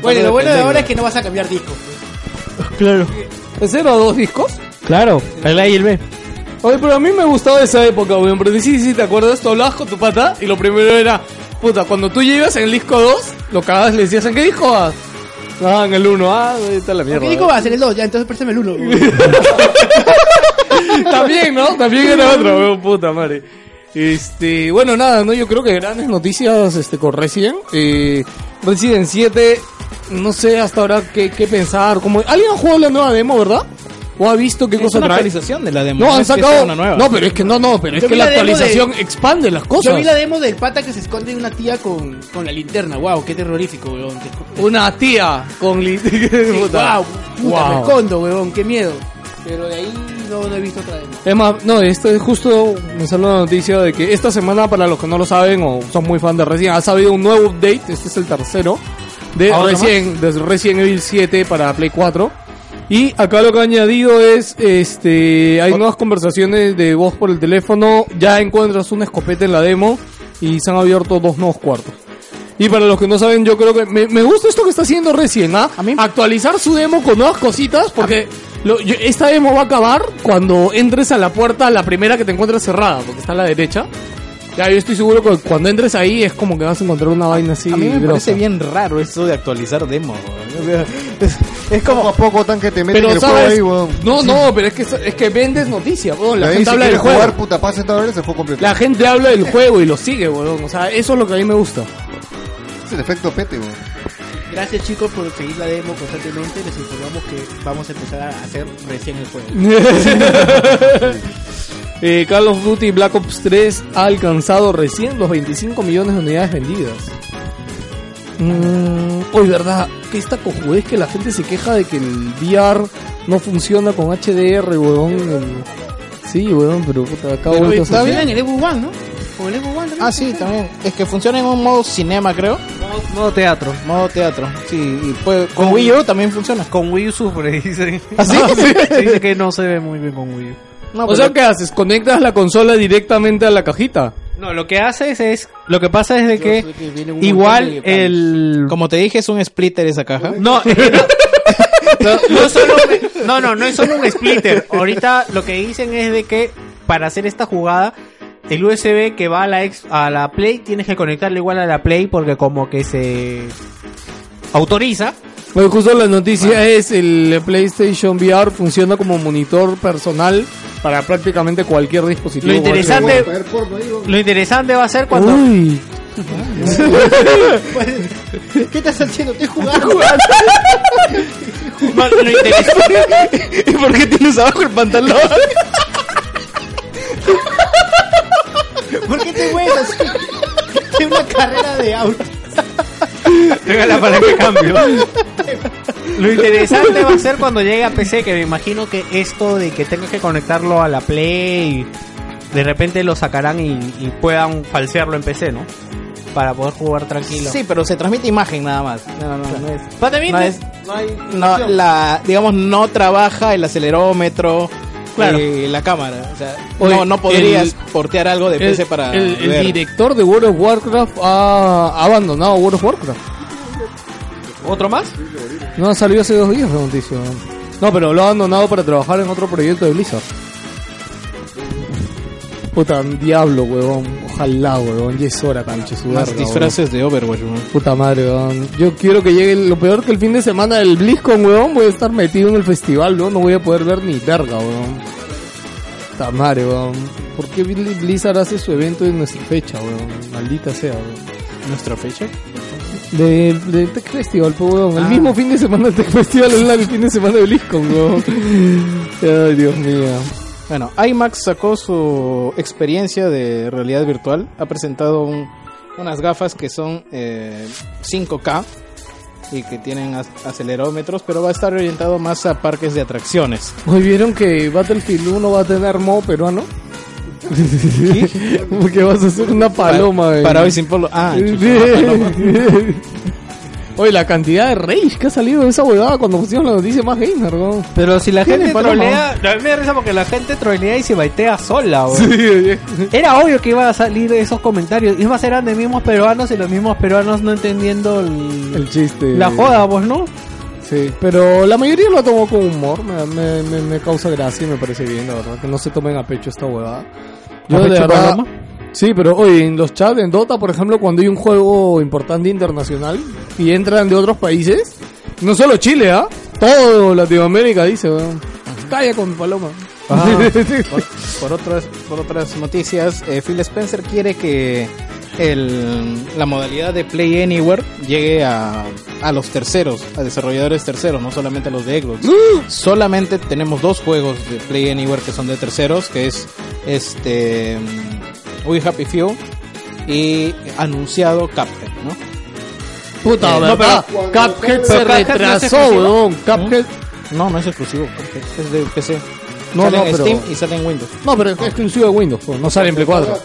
[SPEAKER 6] Bueno, lo bueno de ahora es que no vas a cambiar disco.
[SPEAKER 3] Claro.
[SPEAKER 2] ¿Es cero o dos discos?
[SPEAKER 3] Claro, el A y el B.
[SPEAKER 2] Oye, pero a mí me gustaba esa época, weón. Porque sí, sí, ¿te acuerdas? Tú hablabas con tu pata y lo primero era, puta, cuando tú llegas en el disco 2, lo cagabas y le decías, ¿en qué disco vas? Ah, en el 1, ah, ahí está la mierda.
[SPEAKER 6] ¿Qué disco va a ser el 2? Ya, entonces préstame el 1.
[SPEAKER 2] También, ¿no? También era otro, weón, puta madre. Este, bueno, nada, no, yo creo que grandes noticias este, con Resident. Eh, Resident 7, no sé hasta ahora qué, qué pensar. Como, ¿Alguien ha jugado la nueva demo, verdad? ¿O ha visto qué
[SPEAKER 5] Es
[SPEAKER 2] cosa
[SPEAKER 5] una
[SPEAKER 2] trae?
[SPEAKER 5] actualización de la demo.
[SPEAKER 2] No, han
[SPEAKER 5] es que sea
[SPEAKER 2] sacado.
[SPEAKER 5] una nueva.
[SPEAKER 2] No, pero es que no, no, pero es
[SPEAKER 6] Yo
[SPEAKER 2] que
[SPEAKER 6] vi
[SPEAKER 2] la
[SPEAKER 6] la demo
[SPEAKER 2] actualización expande las cosas.
[SPEAKER 6] Yo vi la demo del pata que se esconde en una tía con, con la linterna. Wow, qué terrorífico, weón. Te esco-
[SPEAKER 2] Una tía con. li- Puta.
[SPEAKER 6] wow, puta,
[SPEAKER 2] Wow.
[SPEAKER 6] me escondo, weón, qué miedo. Pero de ahí no, no he visto otra demo.
[SPEAKER 2] Es más, no, esto es justo, me sale una noticia de que esta semana, para los que no lo saben o son muy fan de Resident, ha sabido un nuevo update, este es el tercero, de
[SPEAKER 3] ¿Ahora
[SPEAKER 2] Resident, de Resident Evil 7 para Play 4. Y acá lo que ha añadido es, este, hay nuevas conversaciones de voz por el teléfono, ya encuentras una escopeta en la demo y se han abierto dos nuevos cuartos. Y para los que no saben, yo creo que me, me gusta esto que está haciendo recién, ¿ah?
[SPEAKER 5] A mí-
[SPEAKER 2] Actualizar su demo con nuevas cositas, porque lo- yo- esta demo va a acabar cuando entres a la puerta, la primera que te encuentras cerrada, porque está a la derecha. Ya, yo estoy seguro que cuando entres ahí es como que vas a encontrar una vaina así.
[SPEAKER 5] a mí me
[SPEAKER 2] grosa.
[SPEAKER 5] parece bien raro eso de actualizar demos. weón. O sea, Es, es como.
[SPEAKER 4] Poco a poco tan que te meten
[SPEAKER 2] Pero
[SPEAKER 4] el
[SPEAKER 2] sabes,
[SPEAKER 4] juego ahí, weón.
[SPEAKER 2] no, no, pero es que, es que vendes noticias, weón. La
[SPEAKER 4] Ahí,
[SPEAKER 2] gente
[SPEAKER 4] si
[SPEAKER 2] habla del
[SPEAKER 4] quieres
[SPEAKER 2] juego.
[SPEAKER 4] jugar, pues. puta, pasa dólares el juego completo.
[SPEAKER 2] La gente habla del juego y lo sigue, weón. O sea, eso es lo que a mí me gusta.
[SPEAKER 4] Es el efecto pete, weón.
[SPEAKER 16] Gracias chicos por seguir la demo constantemente. Les informamos que vamos a empezar a hacer recién el juego.
[SPEAKER 2] Eh, Call of Duty Black Ops 3 ha alcanzado recién los 25 millones de unidades vendidas. Mm, hoy, verdad, que esta cojudez que la gente se queja de que el VR no funciona con HDR, weón. El- Sí, weón, pero puta, acá
[SPEAKER 5] Pero
[SPEAKER 2] vuelto a
[SPEAKER 5] está
[SPEAKER 2] hacer-
[SPEAKER 5] bien,
[SPEAKER 16] el Evo One, ¿no? Con el Evo One también.
[SPEAKER 5] Ah, sí, también. Es que funciona en un modo cinema, creo. Modo teatro. Modo teatro, sí. Y puede- con Wii U también funciona.
[SPEAKER 3] Con Wii U sufre, dice.
[SPEAKER 5] ¿Así?
[SPEAKER 3] dice que no se ve muy bien con Wii U.
[SPEAKER 2] o sea, ¿qué haces? ¿Conectas la consola directamente a la cajita?
[SPEAKER 3] No, lo que hace es, es- lo que pasa es de que,
[SPEAKER 5] un
[SPEAKER 3] igual
[SPEAKER 5] montón de
[SPEAKER 3] el
[SPEAKER 5] Como te dije, es un splitter esa caja.
[SPEAKER 3] no, es que no, no, no es solo un- no, no, no es solo un splitter. Ahorita lo que dicen es de que para hacer esta jugada el USB que va a la ex- a la Play tienes que conectarlo igual a la Play porque como que se autoriza.
[SPEAKER 2] Pues justo la noticia es el PlayStation VR funciona como monitor personal para prácticamente cualquier dispositivo.
[SPEAKER 3] Lo interesante lo interesante va a ser cuando
[SPEAKER 2] Uy.
[SPEAKER 16] ¿Qué estás haciendo? Estoy jugando.
[SPEAKER 3] No, lo interesante
[SPEAKER 5] ¿Y por qué tienes abajo el pantalón?
[SPEAKER 16] ¿Por qué te hueves así? Tiene una carrera de auto.
[SPEAKER 3] Regala para que cambio. Lo interesante va a ser cuando llegue a PC, que me imagino que esto de que tengas que conectarlo a la Play, de repente lo sacarán y, y puedan falsearlo en PC, ¿no? Para poder jugar tranquilo.
[SPEAKER 5] Sí, pero se transmite imagen nada más. No, no, no,
[SPEAKER 3] E
[SPEAKER 5] no es. no es-
[SPEAKER 3] no hay
[SPEAKER 5] no, la, digamos, no trabaja el acelerómetro
[SPEAKER 3] Claro.
[SPEAKER 5] y la cámara. O sea,
[SPEAKER 2] Oye,
[SPEAKER 5] no, no podrías
[SPEAKER 2] el-
[SPEAKER 5] portear algo de
[SPEAKER 2] El,
[SPEAKER 5] PC para.
[SPEAKER 2] el- el
[SPEAKER 5] ver.
[SPEAKER 2] director de World of Warcraft ha abandonado World of Warcraft.
[SPEAKER 3] ¿Otro más?
[SPEAKER 2] No, salió hace dos días la noticia. No, pero lo ha abandonado para trabajar en otro proyecto de Blizzard. Puta, diablo, huevón. Ojalá, huevón. Ya es hora, canche, su
[SPEAKER 5] Más
[SPEAKER 2] verga,
[SPEAKER 5] disfraces de Overwatch, weón.
[SPEAKER 2] Puta madre, weón. Yo quiero que llegue lo peor que el fin de semana del BlizzCon, weón. Voy a estar metido en el festival, weón. No voy a poder ver ni verga, weón. Puta madre, weón. ¿Por qué Bli- Blizzard hace su evento en nuestra fecha, weón? Maldita sea, weón.
[SPEAKER 5] ¿Nuestra fecha?
[SPEAKER 2] Del del Tech Festival, pues, weón.
[SPEAKER 5] Ah.
[SPEAKER 2] El mismo fin de semana del Tech Festival es la- el fin de semana de BlizzCon, weón. Ay, Dios mío.
[SPEAKER 5] Bueno, IMAX sacó su experiencia de realidad virtual. Ha presentado un- unas gafas que son eh, 5K y que tienen ac- acelerómetros, pero va a estar orientado más a parques de atracciones.
[SPEAKER 2] Hoy vieron que Battlefield 1 va a tener modo peruano. Porque vas a ser una paloma,
[SPEAKER 5] Para-
[SPEAKER 2] eh.
[SPEAKER 5] para hoy sin polo. Ah, chucha, una paloma.
[SPEAKER 2] Oye, la cantidad de rage que ha salido de esa huevada cuando pusieron la noticia más gamer, weón.
[SPEAKER 3] Pero si la gente trolea, a mí me da risa porque la gente trolea y se baitea sola, weón. Era obvio que iban a salir esos comentarios. Y más eran de mismos peruanos y los mismos peruanos no entendiendo el,
[SPEAKER 2] El chiste.
[SPEAKER 3] la joda, pues, ¿no?
[SPEAKER 2] Sí, pero la mayoría lo tomó con humor, me, me- me- me causa gracia y me parece bien, la verdad, que no se tomen a pecho esta huevada.
[SPEAKER 3] ¿A
[SPEAKER 2] Yo de
[SPEAKER 3] pecho,
[SPEAKER 2] verdad...
[SPEAKER 3] Paloma?
[SPEAKER 2] Sí, pero oye, en los chats, en Dota, por ejemplo, cuando hay un juego importante internacional y entran de otros países, no solo Chile, ¿ah? Todo Latinoamérica dice, weón. Calla con Paloma.
[SPEAKER 5] Ah, por, por otras, por otras noticias, eh, Phil Spencer quiere que el- la modalidad de Play Anywhere llegue a, a los terceros, a desarrolladores terceros, no solamente a los de Xbox. Solamente tenemos dos juegos de Play Anywhere que son de terceros, que es este mm, We Happy Few y anunciado Cuphead, ¿no?
[SPEAKER 2] Puta,
[SPEAKER 5] Eh,
[SPEAKER 2] ¿verdad?
[SPEAKER 5] no, pero-
[SPEAKER 2] Cuphead se
[SPEAKER 5] pero Cuphead no es
[SPEAKER 2] retrasó,
[SPEAKER 5] exclusivo.
[SPEAKER 2] weón. Cuphead...
[SPEAKER 5] No, no es exclusivo, Cuphead, es de PC.
[SPEAKER 2] No,
[SPEAKER 5] sale
[SPEAKER 2] no,
[SPEAKER 5] en
[SPEAKER 2] pero-
[SPEAKER 5] Steam y sale en Windows.
[SPEAKER 2] No, pero es exclusivo de Windows, pues, no sale en Play 4.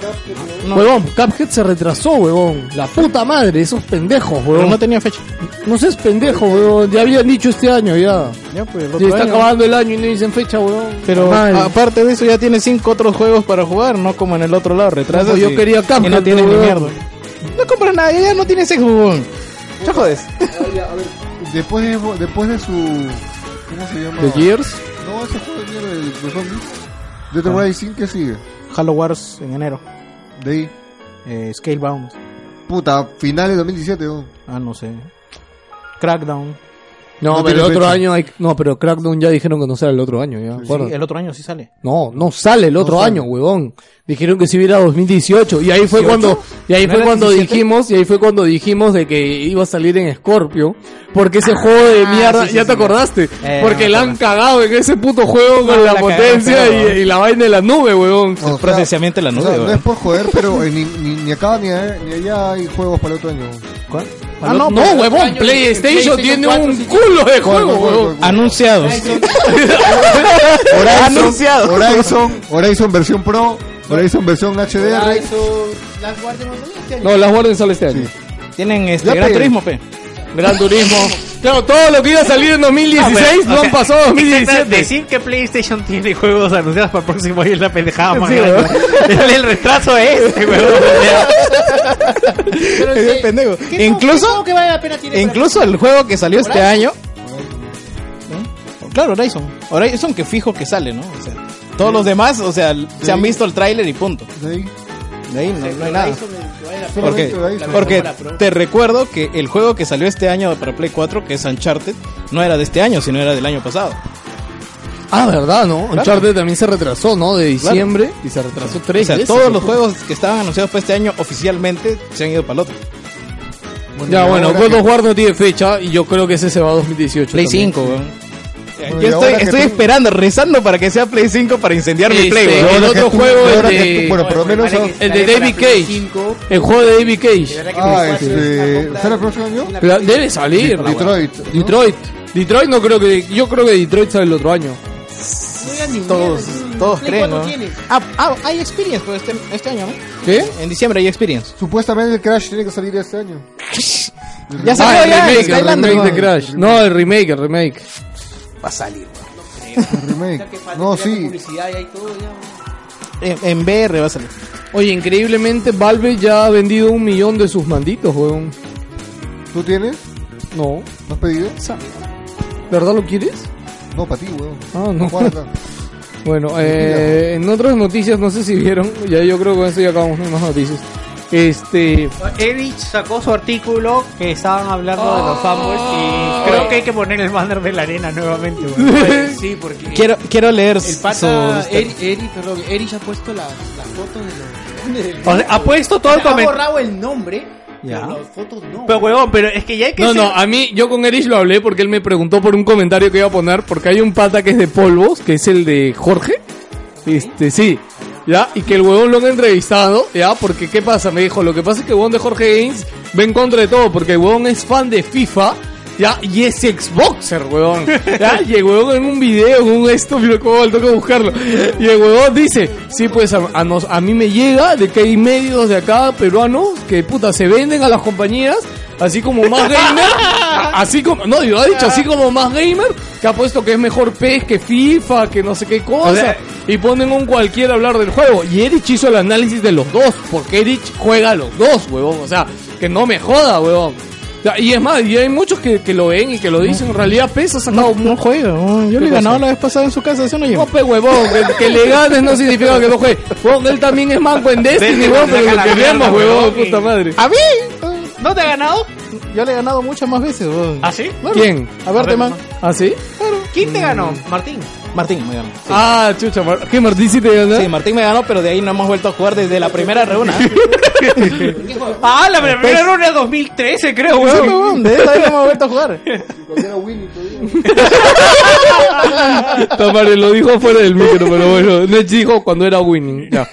[SPEAKER 5] No.
[SPEAKER 2] Huevón, Cuphead se retrasó, huevón. La puta madre, esos pendejos, huevón.
[SPEAKER 5] Pero no tenía fecha.
[SPEAKER 2] No seas pendejo, huevón. Ya habían dicho este año, ya.
[SPEAKER 5] Ya, pues, el
[SPEAKER 2] Ya
[SPEAKER 5] otro
[SPEAKER 2] está
[SPEAKER 5] año.
[SPEAKER 2] acabando el año y no dicen fecha, huevón.
[SPEAKER 5] Pero ah,
[SPEAKER 2] Madre.
[SPEAKER 5] aparte de eso ya tiene cinco otros juegos para jugar, no como en el otro lado, retrasas.
[SPEAKER 2] Como yo
[SPEAKER 5] y-
[SPEAKER 2] quería
[SPEAKER 5] y
[SPEAKER 2] Cuphead,
[SPEAKER 5] no tienes ni
[SPEAKER 2] weón.
[SPEAKER 5] mierda. No compras nada, ya no tienes ese jugón. Ya jodes.
[SPEAKER 4] Después de, después de su. ¿Cómo se llama?
[SPEAKER 5] ¿De Gears?
[SPEAKER 4] No, ese fue el de los zombies. Dead Rising, ¿qué sigue?
[SPEAKER 5] Halo Wars en enero. Eh,
[SPEAKER 4] De ahí.
[SPEAKER 5] Scalebound.
[SPEAKER 4] Puta, finales 2017, ¿no?
[SPEAKER 5] Ah, no sé. Crackdown.
[SPEAKER 2] No,
[SPEAKER 17] No
[SPEAKER 2] pero el
[SPEAKER 17] tiene
[SPEAKER 2] otro
[SPEAKER 17] fecha.
[SPEAKER 2] año hay... No, pero Crackdown ya dijeron que no sale el otro año, ya, acuerdo.
[SPEAKER 5] el otro año sí sale.
[SPEAKER 2] No, no sale el otro
[SPEAKER 5] sale.
[SPEAKER 2] año, huevón. Dijeron que si hubiera 2018 y ahí fue
[SPEAKER 5] ¿18?
[SPEAKER 2] cuando y ahí
[SPEAKER 5] ¿No
[SPEAKER 2] fue
[SPEAKER 5] era
[SPEAKER 2] cuando
[SPEAKER 5] 17?
[SPEAKER 2] dijimos y ahí fue cuando dijimos de que iba a salir en Scorpio porque ese juego de mierda
[SPEAKER 5] Ah, sí, sí,
[SPEAKER 2] ya te
[SPEAKER 5] sí.
[SPEAKER 2] acordaste
[SPEAKER 5] Eh,
[SPEAKER 2] porque
[SPEAKER 5] me
[SPEAKER 2] la han cagado en ese puto juego
[SPEAKER 5] No,
[SPEAKER 2] con la,
[SPEAKER 5] la cagaron,
[SPEAKER 2] potencia
[SPEAKER 5] pero-
[SPEAKER 2] y, y la vaina de la nube, huevón.
[SPEAKER 4] O sea,
[SPEAKER 5] Presenciamiento de la
[SPEAKER 4] o
[SPEAKER 5] nube,
[SPEAKER 4] sea, no
[SPEAKER 5] weón.
[SPEAKER 4] es por joder, pero eh, ni, ni, ni acá ni, a- ni allá hay juegos para el otro año.
[SPEAKER 5] ¿Cuál?
[SPEAKER 2] Ah, no, no,
[SPEAKER 5] este
[SPEAKER 2] huevón, PlayStation tiene un culo de juego, huevón.
[SPEAKER 5] Anunciados. Anunciado.
[SPEAKER 4] Horizon, Horizon versión Pro, Horizon versión HDR.
[SPEAKER 6] Las guardias no son este año.
[SPEAKER 2] No, las guarden sale este año.
[SPEAKER 5] Tienen
[SPEAKER 4] Ya,
[SPEAKER 5] este Gran
[SPEAKER 4] pe.
[SPEAKER 5] Turismo, pe.
[SPEAKER 2] Gran Turismo. Claro, todo lo que iba a
[SPEAKER 5] Ah,
[SPEAKER 2] salir en
[SPEAKER 18] Ah,
[SPEAKER 2] 2016 no han pasado en 2017.
[SPEAKER 18] Decir que PlayStation tiene juegos anunciados para el próximo año es la pendejada más
[SPEAKER 2] Sí,
[SPEAKER 18] grande. Dale el retraso a este, weón.
[SPEAKER 6] Pero
[SPEAKER 5] Es
[SPEAKER 6] que-
[SPEAKER 5] el pendejo.
[SPEAKER 6] ¿qué juego-
[SPEAKER 5] Incluso-
[SPEAKER 6] qué juego que vale la pena tiene para-
[SPEAKER 5] Incluso el juego que salió este
[SPEAKER 6] Horizon.
[SPEAKER 5] año. ¿Eh? Claro, Horizon. Horizon que fijo que sale, ¿no? O sea, todos los demás, o sea, se han visto el tráiler y punto.
[SPEAKER 4] De ahí,
[SPEAKER 5] no, no hay nada.
[SPEAKER 6] Horizon, el que vale la pena.
[SPEAKER 5] Porque,
[SPEAKER 6] La versión
[SPEAKER 5] porque
[SPEAKER 6] para Pro.
[SPEAKER 5] te recuerdo que el juego que salió este año para Play 4, que es Uncharted, no era de este año, sino era del año pasado.
[SPEAKER 2] Ah, verdad, ¿no? Uncharted también se retrasó, ¿no? De diciembre y se retrasó
[SPEAKER 5] O
[SPEAKER 2] tres
[SPEAKER 5] sea,
[SPEAKER 2] veces,
[SPEAKER 5] todos
[SPEAKER 2] ¿no?
[SPEAKER 5] los juegos que estaban anunciados para este año oficialmente se han ido para el otro.
[SPEAKER 2] Ya,
[SPEAKER 5] y
[SPEAKER 2] bueno,
[SPEAKER 5] ahora
[SPEAKER 2] God
[SPEAKER 5] que-
[SPEAKER 2] of War no tiene fecha y yo creo que ese se va a 2018.
[SPEAKER 5] Play
[SPEAKER 2] también.
[SPEAKER 5] 5, weón.
[SPEAKER 4] Bueno, y
[SPEAKER 5] Yo estoy,
[SPEAKER 4] ahora que
[SPEAKER 5] estoy
[SPEAKER 4] tú-
[SPEAKER 5] esperando, rezando para que sea Play 5 para incendiar mi
[SPEAKER 2] Este,
[SPEAKER 5] Play,
[SPEAKER 2] el
[SPEAKER 5] weón.
[SPEAKER 4] ahora que
[SPEAKER 2] otro
[SPEAKER 4] tú-
[SPEAKER 2] juego eh,
[SPEAKER 4] ahora
[SPEAKER 2] es
[SPEAKER 4] que
[SPEAKER 2] de-
[SPEAKER 4] tú- bueno, por lo menos son-
[SPEAKER 2] El de David Cage. El juego de David Cage.
[SPEAKER 4] Ah, este, ¿sale el próximo año?
[SPEAKER 2] Pero debe salir.
[SPEAKER 4] De-
[SPEAKER 2] la weá.
[SPEAKER 4] Detroit, ¿no?
[SPEAKER 2] Detroit. Detroit no creo que... Yo creo que Detroit sale el otro año.
[SPEAKER 5] Todos, todos
[SPEAKER 6] Play
[SPEAKER 5] creen, ¿no?
[SPEAKER 6] cuatro tienes.
[SPEAKER 5] Ah, ah, hay Experience pues, este, este año, ¿no?
[SPEAKER 2] ¿Qué?
[SPEAKER 5] En diciembre hay Experience.
[SPEAKER 4] Supuestamente el Crash tiene que salir este año.
[SPEAKER 5] Ya salió
[SPEAKER 2] Ah, el
[SPEAKER 5] ya,
[SPEAKER 2] remake,
[SPEAKER 5] está
[SPEAKER 2] el
[SPEAKER 5] hablando,
[SPEAKER 2] remake de
[SPEAKER 5] weón.
[SPEAKER 2] Crash. No, el remake, el remake.
[SPEAKER 5] Va a salir, weón.
[SPEAKER 4] El remake. No, sí.
[SPEAKER 5] En, en VR va a salir.
[SPEAKER 2] Oye, increíblemente Valve ya ha vendido un millón de sus manditos, weón.
[SPEAKER 4] ¿Tú tienes?
[SPEAKER 2] No.
[SPEAKER 4] ¿No has pedido?
[SPEAKER 2] ¿Verdad lo quieres?
[SPEAKER 4] No, para ti, weón.
[SPEAKER 2] Ah, no.
[SPEAKER 4] Guarda.
[SPEAKER 2] Bueno, eh, en otras noticias, no sé si vieron, ya yo creo que con eso ya acabamos con más noticias. Este,
[SPEAKER 18] Erich sacó su artículo que estaban hablando de los fanboys y creo que hay que poner el banner de la arena nuevamente. weón.
[SPEAKER 6] Sí, porque
[SPEAKER 5] Quiero, quiero leer
[SPEAKER 6] el
[SPEAKER 5] sus-
[SPEAKER 6] pata Eri, Eri, perdón, Eri ya ha puesto las, las fotos de los.
[SPEAKER 18] O sea, ha puesto todo el
[SPEAKER 6] Ha
[SPEAKER 18] comentario.
[SPEAKER 6] borrado el nombre,
[SPEAKER 5] Ya.
[SPEAKER 6] pero las fotos no.
[SPEAKER 18] Pero huevón, pero es que ya hay que
[SPEAKER 2] no,
[SPEAKER 18] ser-
[SPEAKER 2] no, a mí, yo con Erich lo hablé porque él me preguntó por un comentario que iba a poner, porque hay un pata que es de polvos, que es el de Jorge. Este, sí, ya, y que el huevón lo han entrevistado, ya, porque ¿qué pasa? Me dijo, lo que pasa es que el huevón de Jorge Gaines va en contra de todo, porque el huevón es fan de FIFA. Ya, y es Xboxer, huevón. Ya, y el huevón en un video, en un esto, mira cómo tengo que buscarlo. Y el huevón dice, sí, pues a, a nos- a mí me llega de que hay medios de acá peruanos que, puta, se venden a las compañías, así como más gamer, así como, no, yo lo he dicho, así como más gamer, que ha puesto que es mejor PES que FIFA, que no sé qué cosa.
[SPEAKER 18] O sea,
[SPEAKER 2] y ponen un cualquiera a hablar del juego. Y Erich hizo el análisis de los dos, porque Erich juega a los dos, huevón. O sea, que no me joda, huevón. O sea, Y es más, y hay muchos que, que lo ven y que lo dicen. En realidad, PES ha sacado
[SPEAKER 5] No juega, weón. yo le he
[SPEAKER 2] ¿Qué
[SPEAKER 5] ganado
[SPEAKER 2] cosa?
[SPEAKER 5] la vez pasada en su casa, eso no lleva.
[SPEAKER 2] no, pe huevón, que, que le ganes no significa que no juegue. Huevón, él también es manco en Destiny, huevón, pero lo queremos, huevón, puta madre.
[SPEAKER 5] ¿A mí? ¿No te ha ganado? Yo le he ganado muchas más veces, weón.
[SPEAKER 18] ¿Ah, sí?
[SPEAKER 5] Claro.
[SPEAKER 2] ¿Quién?
[SPEAKER 5] A verte, man.
[SPEAKER 2] ¿Ah, sí?
[SPEAKER 18] ¿Quién te ganó? Martín.
[SPEAKER 5] Martín me ganó. Sí.
[SPEAKER 2] Ah, chucha, Mar- ¿qué Martín sí te ganó?
[SPEAKER 5] Sí, Martín me ganó, pero de ahí no hemos vuelto a jugar desde la primera reunión.
[SPEAKER 18] Ah, la
[SPEAKER 5] Pues,
[SPEAKER 18] primera ronda de 2013, creo,
[SPEAKER 5] Sí,
[SPEAKER 18] huevón.
[SPEAKER 5] weón, de esa ahí no hemos vuelto a jugar.
[SPEAKER 2] Tamare, lo dijo fuera del micro, pero bueno, no dijo cuando era winning. Ya.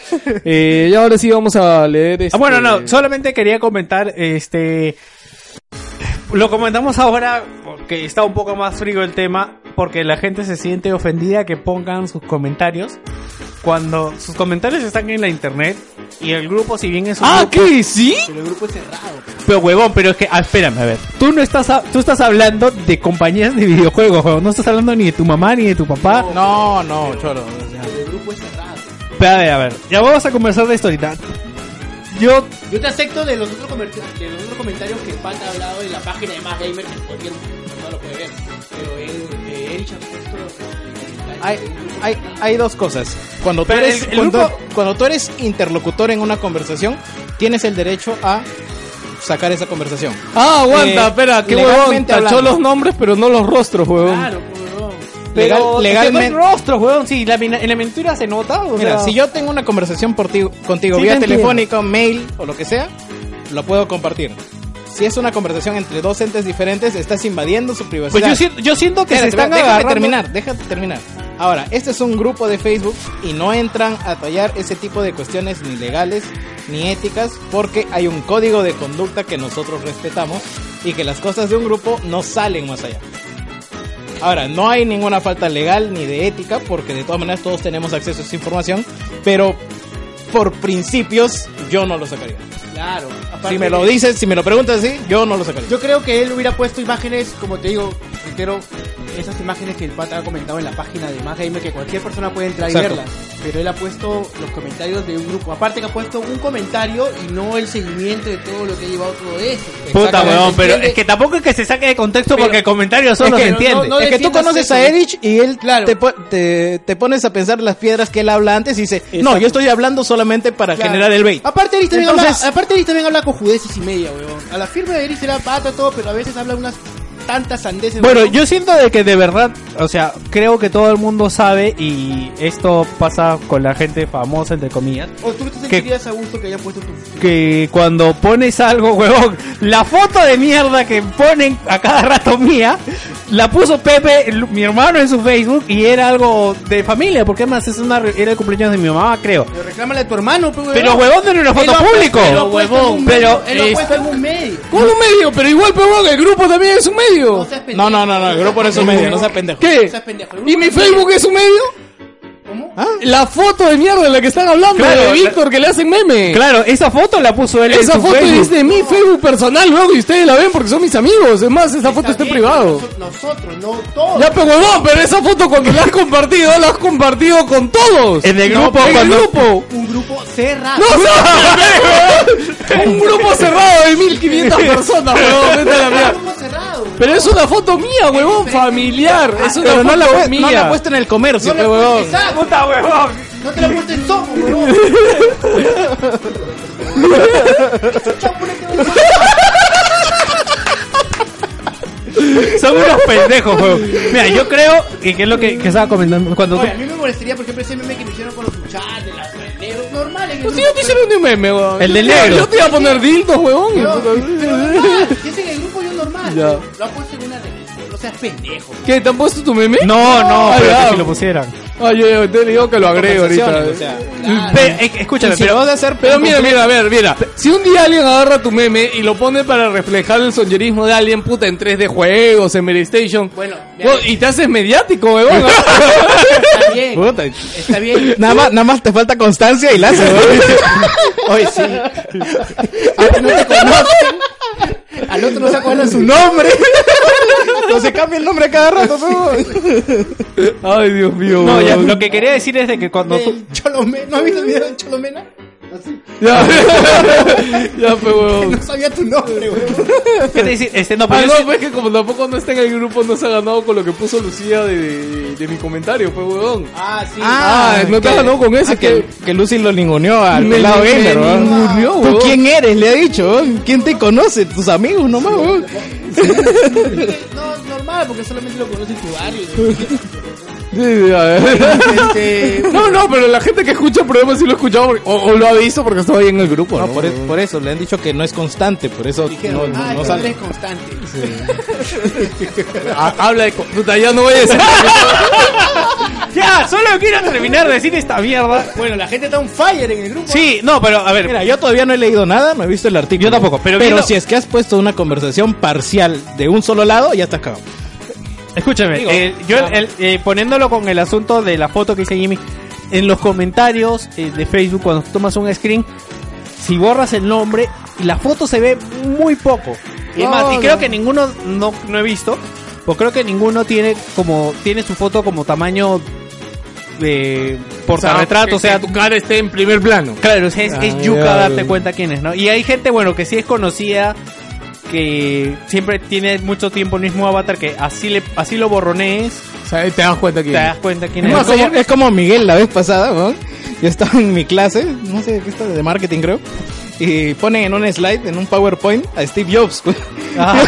[SPEAKER 2] Eh, y ahora sí vamos a leer este...
[SPEAKER 18] Ah, bueno, no, solamente quería comentar, este... Lo comentamos ahora, porque está un poco más frío el tema, porque la gente se siente ofendida que pongan sus comentarios, cuando sus comentarios están en la internet, y el grupo, si bien es un
[SPEAKER 2] Ah,
[SPEAKER 18] grupo-
[SPEAKER 2] ¿qué? ¿Sí?
[SPEAKER 6] Pero el grupo es cerrado.
[SPEAKER 18] Pero huevón, pero es que, ah, espérame, a ver. Tú no estás, a- tú estás hablando de compañías de videojuegos, huevón. No estás hablando ni de tu mamá ni de tu papá.
[SPEAKER 5] No, no, choro. o sea,
[SPEAKER 6] El grupo es cerrado.
[SPEAKER 18] Pero, a ver, a ver. Ya vamos a conversar de esto ahorita. Yo,
[SPEAKER 6] Yo te acepto de los otros comer- de los otros comentarios que el pata ha hablado en la página de más gamer que cualquier persona lo puede ver. Pero él, eh, Erich ha puesto este,
[SPEAKER 5] Hay, hay, hay dos cosas. Cuando tú,
[SPEAKER 18] Pero
[SPEAKER 5] eres,
[SPEAKER 18] el- el
[SPEAKER 5] cuando,
[SPEAKER 18] grupo-
[SPEAKER 5] cuando tú eres interlocutor en una conversación, tienes el derecho a sacar esa conversación.
[SPEAKER 2] Ah, aguanta,
[SPEAKER 5] Eh,
[SPEAKER 2] espera, qué huevón.
[SPEAKER 5] legalmente
[SPEAKER 2] Tachó
[SPEAKER 5] hablando.
[SPEAKER 2] los nombres, pero no los rostros, huevón.
[SPEAKER 5] Legal- legalmente-
[SPEAKER 3] legalmente. rostro, weón. Sí, la, min- en la mentira se nota. O
[SPEAKER 5] Mira,
[SPEAKER 3] sea,
[SPEAKER 5] si yo tengo una conversación por ti- contigo
[SPEAKER 3] Sí,
[SPEAKER 5] vía
[SPEAKER 3] te entiendo.
[SPEAKER 5] telefónica, mail o lo que sea, lo puedo compartir. Si es una conversación entre dos entes diferentes, estás invadiendo su privacidad.
[SPEAKER 3] Pues yo siento- yo siento que se
[SPEAKER 5] Espérate,
[SPEAKER 3] están
[SPEAKER 5] déjame
[SPEAKER 3] agarrando-
[SPEAKER 5] terminar, déjame terminar. Ahora, este es un grupo de Facebook y no entran a tallar ese tipo de cuestiones ni legales ni éticas porque hay un código de conducta que nosotros respetamos y que las cosas de un grupo no salen más allá. Ahora, no hay ninguna falta legal ni de ética, porque de todas maneras todos tenemos acceso a esa información, pero por principios yo no lo sacaría.
[SPEAKER 6] Claro. aparte
[SPEAKER 5] Si me lo
[SPEAKER 6] que-
[SPEAKER 5] dices, si me lo preguntas así, yo no lo sacaría.
[SPEAKER 6] Yo creo que él hubiera puesto imágenes, como te digo, reitero, esas imágenes que el pata ha comentado en la página de Más Gamer, que cualquier persona puede entrar y
[SPEAKER 5] Exacto.
[SPEAKER 6] verlas. Pero él ha puesto los comentarios de un grupo. Aparte que ha puesto un comentario y no el seguimiento de todo lo que ha llevado todo eso.
[SPEAKER 3] Puta,
[SPEAKER 6] Exactamente.
[SPEAKER 3] weón, pero
[SPEAKER 6] ¿Entiendes?
[SPEAKER 3] es que tampoco es que se saque de contexto
[SPEAKER 6] Pero-
[SPEAKER 3] porque el comentario solo
[SPEAKER 5] es que,
[SPEAKER 3] se entiende.
[SPEAKER 5] no- no es que tú
[SPEAKER 6] defiendas
[SPEAKER 5] conoces
[SPEAKER 6] eso,
[SPEAKER 5] a
[SPEAKER 6] ¿no?
[SPEAKER 5] Erich y él te, po- te- te pones a pensar las piedras que él habla antes y dice, no, yo estoy hablando solamente para
[SPEAKER 6] Claro.
[SPEAKER 5] generar el bait.
[SPEAKER 6] Aparte, Eris también,
[SPEAKER 5] Entonces-
[SPEAKER 6] habla, aparte Eris también habla con judeces y media, weón. A la firma de Eris era pata todo, pero a veces habla unas tantas sandeces.
[SPEAKER 3] Bueno,
[SPEAKER 6] weón.
[SPEAKER 3] yo siento de que de verdad, o sea, creo que todo el mundo sabe y esto pasa con la gente famosa, entre comillas.
[SPEAKER 6] O tú te
[SPEAKER 3] que-
[SPEAKER 6] sentirías a gusto que haya puesto tu...
[SPEAKER 3] que cuando pones algo, huevón, la foto de mierda que ponen a cada rato mía, la puso Pepe, el- mi hermano, en su Facebook y era algo de familia, porque además es una, re- era el cumpleaños de mi mamá, creo.
[SPEAKER 6] Pero reclámale a tu hermano, pues,
[SPEAKER 3] Pero huevón, denle una
[SPEAKER 6] Él
[SPEAKER 3] foto
[SPEAKER 6] lo ha puesto-
[SPEAKER 3] público.
[SPEAKER 6] él lo ha puesto en un medio,
[SPEAKER 3] Pero,
[SPEAKER 6] Él lo ha
[SPEAKER 3] eh,
[SPEAKER 6] puesto en un medio.
[SPEAKER 2] ¿Cuál un medio? Pero igual, pero bueno, el grupo también es un medio.
[SPEAKER 5] No, no, no, no, el grupo no es un medio, no seas pendejo.
[SPEAKER 2] ¿Qué? ¿Y mi Facebook es un medio? ¿Ah? La foto de mierda de la que están hablando
[SPEAKER 3] Claro,
[SPEAKER 2] de
[SPEAKER 3] la-
[SPEAKER 2] Víctor que le hacen meme.
[SPEAKER 3] Claro, esa foto la puso él en
[SPEAKER 2] Esa
[SPEAKER 3] su
[SPEAKER 2] foto
[SPEAKER 3] Facebook.
[SPEAKER 2] es de mi Facebook personal, luego y ustedes la ven porque son mis amigos. Es más, esa foto está en privado.
[SPEAKER 6] Nosotros, no todos.
[SPEAKER 2] Ya, pero huevón, pero esa foto cuando la has compartido, la has compartido con todos. En el
[SPEAKER 3] grupo,
[SPEAKER 2] en el
[SPEAKER 3] cuando-
[SPEAKER 2] grupo.
[SPEAKER 6] Un grupo cerrado.
[SPEAKER 2] No, no, un grupo cerrado de 1500 personas, huevón, vete a la mierda.
[SPEAKER 6] Un grupo cerrado.
[SPEAKER 2] Pero es una foto mía, huevón, familiar. Es una
[SPEAKER 5] Pero
[SPEAKER 2] foto
[SPEAKER 5] no la, pu-
[SPEAKER 2] mía.
[SPEAKER 5] no la ha puesto en el comercio,
[SPEAKER 6] No la-
[SPEAKER 5] pe, huevón.
[SPEAKER 6] Exacto. No te la he puesto en topo, huevón.
[SPEAKER 3] Son unos pendejos, huevón. Mira, yo creo que, que es lo que, que estaba comentando. Cuando tú-
[SPEAKER 6] Oye, a mí me molestaría, por ejemplo, ese meme que me hicieron con los cucharas de las negros normales.
[SPEAKER 2] Pues si yo te hice un meme, huevón.
[SPEAKER 3] El
[SPEAKER 2] Yo
[SPEAKER 3] del
[SPEAKER 2] te iba-
[SPEAKER 3] negro.
[SPEAKER 2] Yo te iba a poner dildos, huevón.
[SPEAKER 6] Ese en el grupo yo normal.
[SPEAKER 2] Ya.
[SPEAKER 6] weón. Lo ha puesto en una revista. O sea, es pendejo.
[SPEAKER 2] ¿Qué? ¿Te han puesto tu meme?
[SPEAKER 3] No, no,
[SPEAKER 2] Ah,
[SPEAKER 3] pero
[SPEAKER 2] ya.
[SPEAKER 3] que si lo pusieran.
[SPEAKER 2] Ay, yo, yo te digo que lo agrego ahorita.
[SPEAKER 5] Conversaciones, o sea.
[SPEAKER 3] Pe- eh, escúchame,
[SPEAKER 2] Sí, sí.
[SPEAKER 3] pero
[SPEAKER 5] vas a hacer
[SPEAKER 2] Pero
[SPEAKER 5] pan
[SPEAKER 2] mira,
[SPEAKER 5] completo.
[SPEAKER 2] mira, a ver, mira. Si un día alguien agarra tu meme y lo pone para reflejar el soñerismo de alguien, puta, en 3D juegos, en Playstation.
[SPEAKER 6] Bueno, ya
[SPEAKER 2] vos- y te haces mediático, huevón.
[SPEAKER 6] está bien.
[SPEAKER 5] Puta.
[SPEAKER 6] Está bien.
[SPEAKER 5] Nada más, nada más te falta constancia y la haces, huevón.
[SPEAKER 6] Oye, sí. A ti no te conocen. Al otro no se acuerdan su nombre.
[SPEAKER 5] No se cambia el nombre a cada rato,
[SPEAKER 2] Ay, Dios mío.
[SPEAKER 3] No, ya,
[SPEAKER 2] huevón.
[SPEAKER 3] lo que quería decir es de que cuando tú-
[SPEAKER 6] El Cholomena. ¿No has visto el video de Cholomena?
[SPEAKER 2] Ya, ya fue, huevón.
[SPEAKER 6] No sabía tu nombre, weón.
[SPEAKER 3] ¿Qué te decir? Este, no, pero
[SPEAKER 2] Ah,
[SPEAKER 3] yo
[SPEAKER 2] no,
[SPEAKER 3] sí-
[SPEAKER 2] pues que como tampoco no está en el grupo, no se ha ganado con lo que puso Lucía de, de, mi comentario, pues, huevón.
[SPEAKER 6] Ah, sí.
[SPEAKER 2] Ah, no te ha ganado con ese, que...
[SPEAKER 5] que, que Lucy lo ninguneó al
[SPEAKER 2] Me-
[SPEAKER 5] lado
[SPEAKER 2] me
[SPEAKER 5] gamer, huevón.
[SPEAKER 2] ninguneó,
[SPEAKER 5] ¿Tú
[SPEAKER 2] huevón.
[SPEAKER 5] quién eres? Le ha dicho, huevón. ¿Quién te conoce? Tus amigos nomás, huevón.
[SPEAKER 6] No, es normal, porque solamente lo conoces tu barrio.
[SPEAKER 2] Sí, sí, a ver.
[SPEAKER 6] Este,
[SPEAKER 2] No, no, pero la gente que escucha el programa sí lo ha escuchado porque- o, o lo ha visto porque estaba ahí en el grupo.
[SPEAKER 5] No,
[SPEAKER 2] No, pues,
[SPEAKER 5] por, e- por eso, le han dicho que no es constante, por eso no,
[SPEAKER 6] dijeron,
[SPEAKER 5] no-
[SPEAKER 6] ah,
[SPEAKER 5] no
[SPEAKER 6] no
[SPEAKER 5] sale.
[SPEAKER 6] eres constante.
[SPEAKER 2] Ha- Habla de. co- Puta, ya no voy a decir.
[SPEAKER 3] Ya, solo quiero terminar de decir esta mierda.
[SPEAKER 6] Bueno, la gente está un fire en el grupo.
[SPEAKER 3] Sí, no, pero a ver.
[SPEAKER 5] Mira, yo todavía no he leído nada, no he visto el artículo.
[SPEAKER 3] Yo tampoco, pero viendo-
[SPEAKER 5] si es que has puesto una conversación parcial de un solo lado, ya estás cagado.
[SPEAKER 3] Escúchame,
[SPEAKER 5] Digo,
[SPEAKER 3] eh, yo el- el- eh, poniéndolo con el asunto de la foto que hice Jimmy, en los comentarios eh, de Facebook, cuando tomas un screen, si borras el nombre, la foto se ve muy poco. Y, es más, y creo que ninguno, no, no he visto, pues creo que ninguno tiene como tiene su foto como tamaño de
[SPEAKER 2] Ah,
[SPEAKER 3] portarretrato, o sea,
[SPEAKER 2] tu cara esté en primer plano.
[SPEAKER 3] Claro, o sea, es,
[SPEAKER 5] Ah,
[SPEAKER 3] es
[SPEAKER 5] ya,
[SPEAKER 3] yuca darte
[SPEAKER 5] güey.
[SPEAKER 3] cuenta quién es, ¿no? Y hay gente, bueno, que sí es conocida, que siempre tiene mucho tiempo el mismo avatar, que así le así lo borronees,
[SPEAKER 2] O sea, ahí te das cuenta que.
[SPEAKER 3] te das cuenta quién es.
[SPEAKER 5] Es como, es como Miguel la vez pasada, ¿no? Yo estaba en mi clase, no sé qué está, de marketing creo. y ponen en un slide, en un PowerPoint, a Steve Jobs. güey.
[SPEAKER 3] Ah.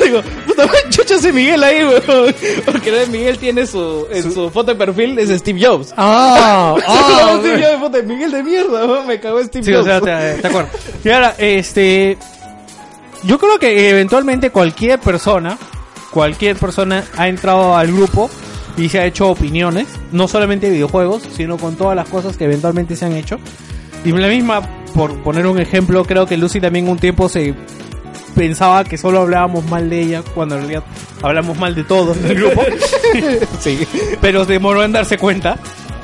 [SPEAKER 5] y digo, puta madre, chucha ese Miguel ahí, güey. Porque el Miguel tiene su, en su, foto de perfil es Steve Jobs.
[SPEAKER 2] Ah,
[SPEAKER 5] ah, Steve Jobs de foto de Miguel de mierda, güey, me cagó Steve
[SPEAKER 3] Sí, o
[SPEAKER 5] Jobs.
[SPEAKER 3] sea, te, te acuerdo. Y ahora, este. Yo creo que eventualmente cualquier persona, cualquier persona ha entrado al grupo y se ha hecho opiniones, no solamente de videojuegos, sino con todas las cosas que eventualmente se han hecho. Y la misma, por poner un ejemplo, creo que Lucy también un tiempo se pensaba que solo hablábamos mal de ella, cuando en realidad hablamos mal de todos del grupo. sí. Pero demoró en darse cuenta.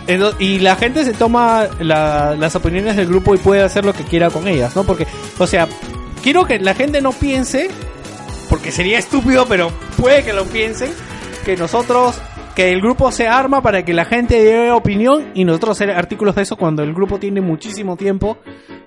[SPEAKER 3] Ento- y la gente se toma la- las opiniones del grupo y puede hacer lo que quiera con ellas, ¿no? Porque, o sea, quiero que la gente no piense, porque sería estúpido, pero puede que lo piensen, que nosotros, que el grupo se arma para que la gente dé opinión y nosotros hacer artículos de eso cuando el grupo tiene muchísimo tiempo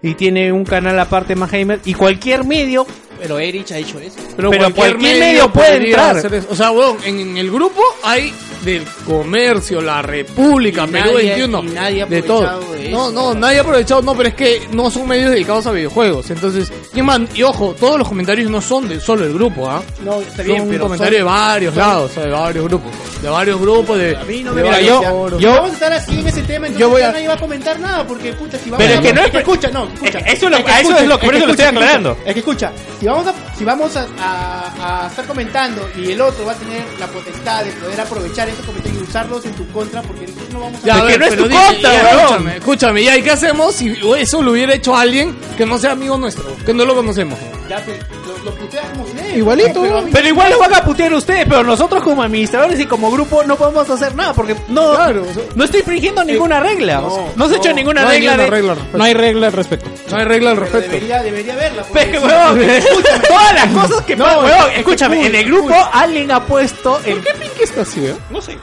[SPEAKER 3] y tiene un canal aparte más gamer y cualquier medio
[SPEAKER 6] Pero Erich ha hecho eso.
[SPEAKER 3] Pero cualquier medio puede
[SPEAKER 2] podría
[SPEAKER 3] entrar.
[SPEAKER 2] hacer eso. O sea, weón, en, en el grupo hay del comercio, la República,
[SPEAKER 6] Y
[SPEAKER 2] Perú
[SPEAKER 6] nadie-
[SPEAKER 2] 21,
[SPEAKER 6] y nadie ha
[SPEAKER 2] de
[SPEAKER 6] aprovechado
[SPEAKER 2] todo.
[SPEAKER 6] de
[SPEAKER 2] no,
[SPEAKER 6] eso.
[SPEAKER 2] no, nadie ha aprovechado, no, pero es que no son medios dedicados a videojuegos. Entonces, y, man, y ojo, todos los comentarios no son de solo el grupo, ¿ah?
[SPEAKER 6] No, está bien,
[SPEAKER 2] son
[SPEAKER 6] pero
[SPEAKER 2] comentarios
[SPEAKER 6] son-
[SPEAKER 2] de varios
[SPEAKER 6] son-
[SPEAKER 2] lados, o sea, de varios grupos. De varios grupos, de.
[SPEAKER 6] A mí no
[SPEAKER 2] de
[SPEAKER 6] me mira,
[SPEAKER 2] varios
[SPEAKER 6] yo,
[SPEAKER 2] foros.
[SPEAKER 6] yo vamos a estar así en ese tema, entonces
[SPEAKER 2] yo voy
[SPEAKER 6] ya
[SPEAKER 2] a-
[SPEAKER 6] nadie va a comentar nada porque puta, si vamos
[SPEAKER 2] Pero
[SPEAKER 6] a-
[SPEAKER 2] es que no es-
[SPEAKER 6] que escucha, no, escucha.
[SPEAKER 3] es que eso es lo-
[SPEAKER 6] que
[SPEAKER 3] a eso es
[SPEAKER 6] escucha,
[SPEAKER 3] lo- por
[SPEAKER 6] es
[SPEAKER 3] eso lo estoy
[SPEAKER 6] escucha, es que
[SPEAKER 3] aclarando.
[SPEAKER 6] escucha, Es que escucha, si vamos a si vamos a, a- a estar comentando y el otro va a tener la potestad de poder aprovechar esos comentarios y usarlos en tu contra porque nosotros no vamos a
[SPEAKER 2] Ya, a
[SPEAKER 6] Porque
[SPEAKER 2] ver,
[SPEAKER 6] no es
[SPEAKER 2] pero
[SPEAKER 6] tu
[SPEAKER 2] dime,
[SPEAKER 6] contra,
[SPEAKER 2] ya,
[SPEAKER 6] weón.
[SPEAKER 2] Escúchame, escúchame, ya, ¿y qué hacemos si eso lo hubiera hecho alguien que no sea amigo nuestro, que no lo conocemos?
[SPEAKER 6] Ya, pues, lo, lo puteas como sea.
[SPEAKER 3] Igualito,
[SPEAKER 6] Pero a mí-
[SPEAKER 3] pero igual lo van a putear ustedes, pero nosotros como administradores y como grupo no podemos hacer nada porque no, no estoy infringiendo ninguna regla.
[SPEAKER 6] no,
[SPEAKER 3] No, se ha hecho
[SPEAKER 6] no,
[SPEAKER 3] ninguna
[SPEAKER 6] no hay
[SPEAKER 3] regla,
[SPEAKER 6] ni una
[SPEAKER 3] de-
[SPEAKER 6] regla al respecto.
[SPEAKER 3] No hay regla al respecto.
[SPEAKER 2] No hay regla al
[SPEAKER 6] Pero debería, debería verla.
[SPEAKER 3] Pero,
[SPEAKER 6] porque-
[SPEAKER 3] huevón, escúchame, todas las cosas que
[SPEAKER 6] No,
[SPEAKER 3] pasan,
[SPEAKER 6] es que-
[SPEAKER 3] huevón,
[SPEAKER 6] es que
[SPEAKER 3] escúchame,
[SPEAKER 6] escucha,
[SPEAKER 3] en el grupo alguien ha puesto el... ¿Por qué Pinky está así, No sé.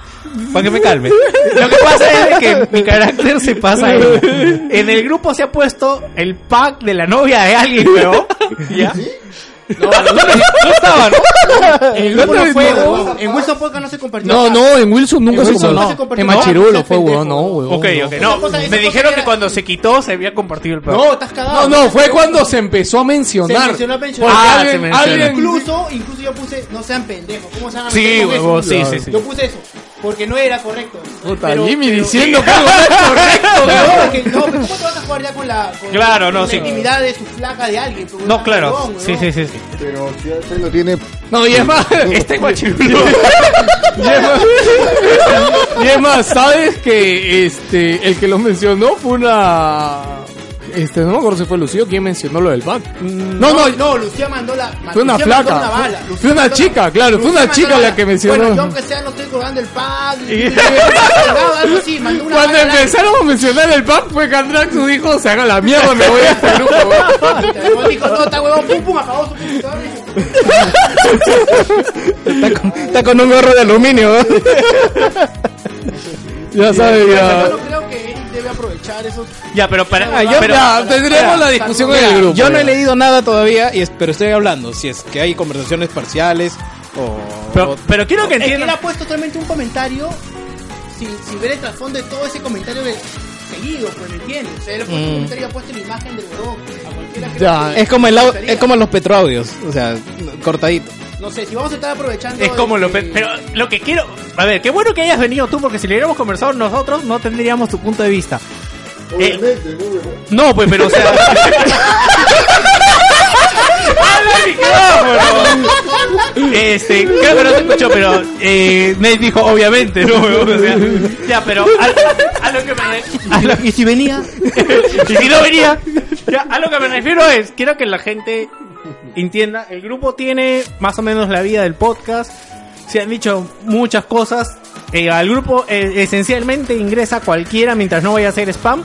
[SPEAKER 3] Para que me calme. Lo que pasa es que mi carácter se pasa ahí. En el grupo se ha puesto el pack de la novia de alguien, huevón. ¿Ya? No, no, no, no estaba, ¿no?
[SPEAKER 6] El
[SPEAKER 3] No te-
[SPEAKER 6] grupo fue,
[SPEAKER 3] no.
[SPEAKER 6] huevón. En Wilson Podcast no se compartió.
[SPEAKER 2] No,
[SPEAKER 6] nada.
[SPEAKER 2] no, en Wilson nunca
[SPEAKER 6] En
[SPEAKER 2] se
[SPEAKER 6] Wilson
[SPEAKER 2] compartió.
[SPEAKER 6] no se compartió
[SPEAKER 2] En
[SPEAKER 6] nada.
[SPEAKER 2] Machirulo
[SPEAKER 6] Ese
[SPEAKER 2] fue, weón, no, weón.
[SPEAKER 3] Ok, ok,
[SPEAKER 2] no.
[SPEAKER 3] no. Me dijeron que cuando se quitó se había compartido el pack.
[SPEAKER 2] No, No, no, fue cuando se empezó a mencionar.
[SPEAKER 6] Se mencionó a Pencho.
[SPEAKER 2] Porque
[SPEAKER 3] Ah,
[SPEAKER 2] alguien-
[SPEAKER 3] se menciona.
[SPEAKER 2] alguien-
[SPEAKER 6] Incluso, incluso yo puse, no sean pendejos. ¿Cómo se van a
[SPEAKER 2] Sí,
[SPEAKER 6] meter con
[SPEAKER 2] huevón,
[SPEAKER 6] eso?
[SPEAKER 2] sí, sí, sí.
[SPEAKER 6] Yo puse eso, porque no era correcto.
[SPEAKER 2] Puta,
[SPEAKER 6] Pero-
[SPEAKER 2] Jimmy
[SPEAKER 6] pero-
[SPEAKER 2] diciendo que algo no es correcto,
[SPEAKER 6] No,
[SPEAKER 2] weón.
[SPEAKER 6] porque- no, pero ¿cómo te vas a jugar ya con la, con
[SPEAKER 3] Claro,
[SPEAKER 6] con
[SPEAKER 3] no,
[SPEAKER 6] la
[SPEAKER 3] sí.
[SPEAKER 6] intimidad de su flaca de alguien? pues,
[SPEAKER 3] No,
[SPEAKER 6] huevón,
[SPEAKER 3] claro.
[SPEAKER 6] huevón,
[SPEAKER 3] Sí, sí,
[SPEAKER 6] huevón.
[SPEAKER 3] sí. sí.
[SPEAKER 4] Pero si usted lo
[SPEAKER 2] Eh,
[SPEAKER 4] tiene.
[SPEAKER 2] No, y es más,
[SPEAKER 3] Este guachirulo.
[SPEAKER 2] y es más, y es más, sabes que este, el que lo mencionó fue una. Este, no me acuerdo si fue Lucio quien mencionó lo del pack. No, no,
[SPEAKER 6] no, Lucía mandó la.
[SPEAKER 2] Fue una
[SPEAKER 6] Lucía
[SPEAKER 2] flaca.
[SPEAKER 6] mandó bala.
[SPEAKER 2] Fue-
[SPEAKER 6] Lucía
[SPEAKER 2] fue una
[SPEAKER 6] mandó-
[SPEAKER 2] chica, claro, fue
[SPEAKER 6] Lucía
[SPEAKER 2] una
[SPEAKER 6] mandó
[SPEAKER 2] chica
[SPEAKER 6] bala.
[SPEAKER 2] la que mencionó.
[SPEAKER 6] Bueno, yo aunque sea no estoy colgando el pack. algo así, mandó una
[SPEAKER 2] Cuando
[SPEAKER 6] bala al aire.
[SPEAKER 2] empezaron a mencionar el pack fue que Andraxus dijo, se haga la mierda, me voy a este grupo.
[SPEAKER 6] Huevón Dijo, no, está huevón, pum, pum, apagó su computador.
[SPEAKER 5] Está con un gorro de aluminio. ¿eh?
[SPEAKER 2] Ya sabes, ya.
[SPEAKER 6] Yo no creo que Eric debe aprovechar esos.
[SPEAKER 3] Ya, pero para.
[SPEAKER 5] Ah, yo-
[SPEAKER 3] pero-
[SPEAKER 5] ya,
[SPEAKER 2] tendremos la discusión en el grupo,
[SPEAKER 5] Yo no
[SPEAKER 2] ya.
[SPEAKER 5] he leído nada todavía, y es- pero estoy hablando. Si es que hay conversaciones parciales o.
[SPEAKER 3] Pero, pero quiero que
[SPEAKER 6] Es que él
[SPEAKER 3] entiendan.
[SPEAKER 6] ha puesto totalmente un comentario sin, sin ver el trasfondo de todo ese comentario de seguido, pues me entiendes. O sea, él ha puesto un
[SPEAKER 5] Mm.
[SPEAKER 6] comentario y ha puesto la imagen del huevón. A cualquiera que
[SPEAKER 5] Ya,
[SPEAKER 6] le-
[SPEAKER 5] es como el au-
[SPEAKER 6] gustaría.
[SPEAKER 5] es como los petroaudios, o sea, cortadito.
[SPEAKER 6] No sé, si vamos a estar aprovechando.
[SPEAKER 3] Es como lo. pe-
[SPEAKER 6] este,
[SPEAKER 3] Pero lo que quiero. A ver, qué bueno que hayas venido tú, porque si le hubiéramos conversado nosotros, no tendríamos tu punto de vista. Eh, no, pues, pero o sea. ¡Habla el micrófono! Este, creo que no te escuchó, pero eh, Nate dijo, obviamente, ¿no? O sea, ya, pero a, a lo que me. a lo-
[SPEAKER 6] ¿Y si venía?
[SPEAKER 3] y si no venía. Ya, a lo que me refiero es, quiero que la gente entienda, el grupo tiene más o menos la vida del podcast, se han dicho muchas cosas, eh, al grupo eh, esencialmente ingresa cualquiera mientras no vaya a hacer spam.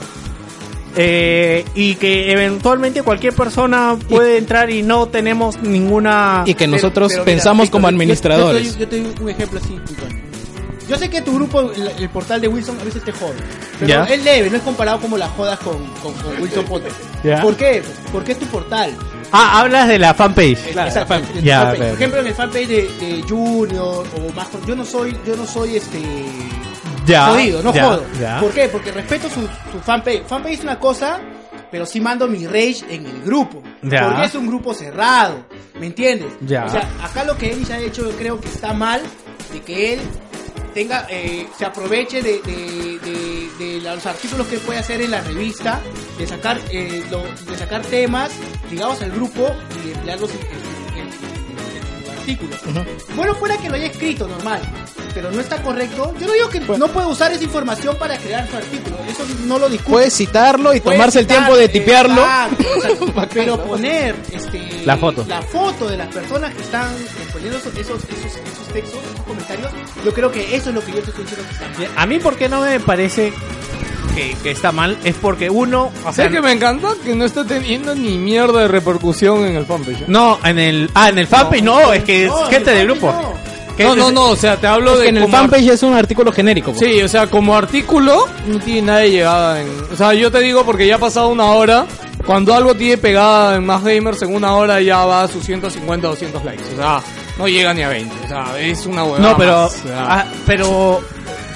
[SPEAKER 3] eh, y que eventualmente cualquier persona puede entrar y no tenemos ninguna
[SPEAKER 5] Y que
[SPEAKER 6] Pero-
[SPEAKER 5] nosotros
[SPEAKER 6] pero mira,
[SPEAKER 5] pensamos
[SPEAKER 6] Víctor,
[SPEAKER 5] como
[SPEAKER 6] yo- yo-
[SPEAKER 5] administradores.
[SPEAKER 6] Yo, te doy un ejemplo así, puntual. Yo sé que tu grupo, el, el portal de Wilson, a veces te jode. Pero
[SPEAKER 5] Ya.
[SPEAKER 6] es leve, no es comparado como las jodas con, con- con Wilson Potter.
[SPEAKER 3] Ya.
[SPEAKER 6] ¿Por qué? Porque es tu portal.
[SPEAKER 3] ah hablas de la fanpage
[SPEAKER 6] Exacto, en tu
[SPEAKER 3] Ya,
[SPEAKER 6] fanpage.
[SPEAKER 3] a ver.
[SPEAKER 6] Por ejemplo, en el fanpage de, de Junior o más, yo no soy, yo no soy este
[SPEAKER 3] Ya,
[SPEAKER 6] jodido, no
[SPEAKER 3] ya,
[SPEAKER 6] jodo.
[SPEAKER 3] ya.
[SPEAKER 6] ¿Por qué? Porque respeto su, su fanpage. Fanpage es una cosa pero sí mando mi rage en el grupo.
[SPEAKER 3] Ya.
[SPEAKER 6] Porque es un grupo cerrado, ¿me entiendes?
[SPEAKER 3] Ya.
[SPEAKER 6] O sea, acá lo que él ya ha hecho yo creo que está mal, de que él tenga, eh, se aproveche de, de- de- de la- los artículos que puede hacer en la revista, de sacar, eh, lo- de sacar temas ligados al grupo y emplearlos en, en- en- en tu artículo. Bueno fuera que lo haya escrito normal, pero no está correcto. Yo no digo que no puede usar esa información para crear su artículo, eso no lo discuto.
[SPEAKER 5] Puedes citarlo y
[SPEAKER 6] Puede
[SPEAKER 5] tomarse el
[SPEAKER 6] citar,
[SPEAKER 5] tiempo de tipearlo.
[SPEAKER 6] exacto, exacto. pero poner este,
[SPEAKER 5] La foto.
[SPEAKER 6] la foto de las personas que están eh, poniendo esos, esos, esos, esos textos, esos comentarios, yo creo que eso es lo que yo te estoy diciendo que está mal.
[SPEAKER 3] A mí, ¿por qué no me parece que, que está mal? Es porque uno. O sea,
[SPEAKER 2] ¿Sabes que me encanta que no está teniendo ni mierda de repercusión en el fanpage? ¿eh?
[SPEAKER 3] No, en el. Ah, en el fanpage no, es que es gente del grupo. Que
[SPEAKER 2] No,
[SPEAKER 3] es-
[SPEAKER 2] no, no, o sea, te hablo
[SPEAKER 3] Es
[SPEAKER 2] de.
[SPEAKER 3] que en el
[SPEAKER 2] como
[SPEAKER 3] fanpage
[SPEAKER 2] ar-
[SPEAKER 5] Es un artículo genérico. pues.
[SPEAKER 2] Sí, o sea, como artículo, no tiene nada de llegada. En... O sea, yo te digo porque ya ha pasado una hora. Cuando algo tiene pegada en más gamers, en una hora ya va a sus 150 o 200 likes. O sea, no llega ni a 20. O sea, es una huevada.
[SPEAKER 3] No, pero-
[SPEAKER 2] más, o sea.
[SPEAKER 3] ah, pero.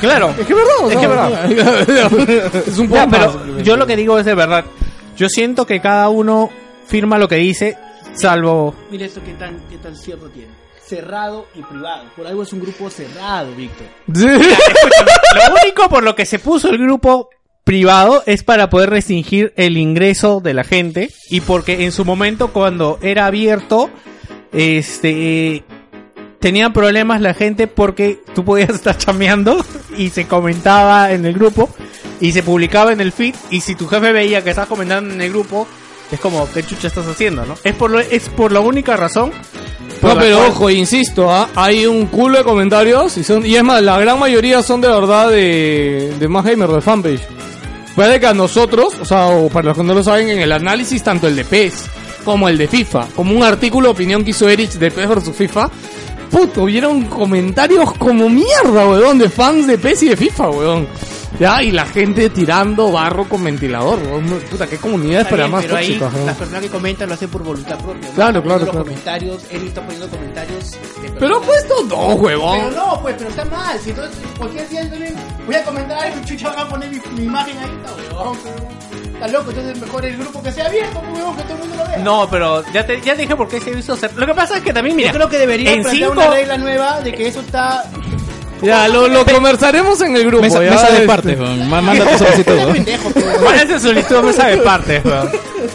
[SPEAKER 3] Claro.
[SPEAKER 2] Es que es verdad, o
[SPEAKER 3] Es que
[SPEAKER 2] sea,
[SPEAKER 3] es verdad.
[SPEAKER 2] es un
[SPEAKER 3] Ya,
[SPEAKER 2] poco más,
[SPEAKER 3] pero
[SPEAKER 2] simplemente.
[SPEAKER 3] yo lo que digo es de verdad. Yo siento que cada uno firma lo que dice, salvo.
[SPEAKER 6] Mira esto que tan, qué tan cierto tiene. Cerrado y privado. Por algo es un grupo cerrado, Víctor.
[SPEAKER 3] Lo único por lo que se puso el grupo privado es para poder restringir el ingreso de la gente y porque en su momento cuando era abierto este tenían problemas la gente porque tú podías estar chameando y se comentaba en el grupo y se publicaba en el feed y si tu jefe veía que estabas comentando en el grupo es como qué chucha estás haciendo, ¿no? Es por lo, es por la única razón. por
[SPEAKER 2] No,
[SPEAKER 3] la
[SPEAKER 2] pero
[SPEAKER 3] cual-
[SPEAKER 2] ojo, insisto, ¿ah? hay un culo de comentarios y son y es más, la gran mayoría son de verdad de, de más gamer, de fanpage. Parece que a nosotros, o sea, o para los que no lo saben, en el análisis, tanto el de PES como el de FIFA, como un artículo de opinión que hizo Erich de PES versus FIFA, puto, hubieron comentarios como mierda, weón, de fans de PES y de FIFA, weón. Ya, y la gente tirando barro con ventilador, weón. Puta, qué comunidades
[SPEAKER 6] Está
[SPEAKER 2] para
[SPEAKER 6] bien,
[SPEAKER 2] más
[SPEAKER 6] pero ahí
[SPEAKER 2] tóxicas, weón.
[SPEAKER 6] las personas que comentan lo hacen por voluntad propia. ¿no?
[SPEAKER 2] Claro, claro,
[SPEAKER 6] Están poniendo
[SPEAKER 2] claro.
[SPEAKER 6] Los comentarios, él está poniendo comentarios. de
[SPEAKER 2] Pero ha
[SPEAKER 6] personas-
[SPEAKER 2] puesto dos, huevón.
[SPEAKER 3] Oh.
[SPEAKER 6] Pero no, pues, pero está mal. Si entonces, cualquier día yo también voy a comentar algo, chucha, van a poner mi, mi imagen ahí, está, huevón. pero Está loco, entonces mejor el grupo que sea abierto, pues, huevón, que todo el mundo lo vea.
[SPEAKER 3] No, pero ya te, ya te dije por qué se hizo hacer. Lo que pasa es que también, mira,
[SPEAKER 6] Yo creo que debería
[SPEAKER 3] en
[SPEAKER 6] plantear
[SPEAKER 3] cinco,
[SPEAKER 6] una regla nueva de que eso está
[SPEAKER 2] Ya, lo, lo conversaremos en el grupo.
[SPEAKER 5] Mesa-
[SPEAKER 2] ya,
[SPEAKER 5] mesa de
[SPEAKER 2] este.
[SPEAKER 5] partes, weón. Má- manda tu solicitud, weón.
[SPEAKER 6] pendejo, pues,
[SPEAKER 3] Váyanse solicitud a mesa de partes, weón.
[SPEAKER 6] es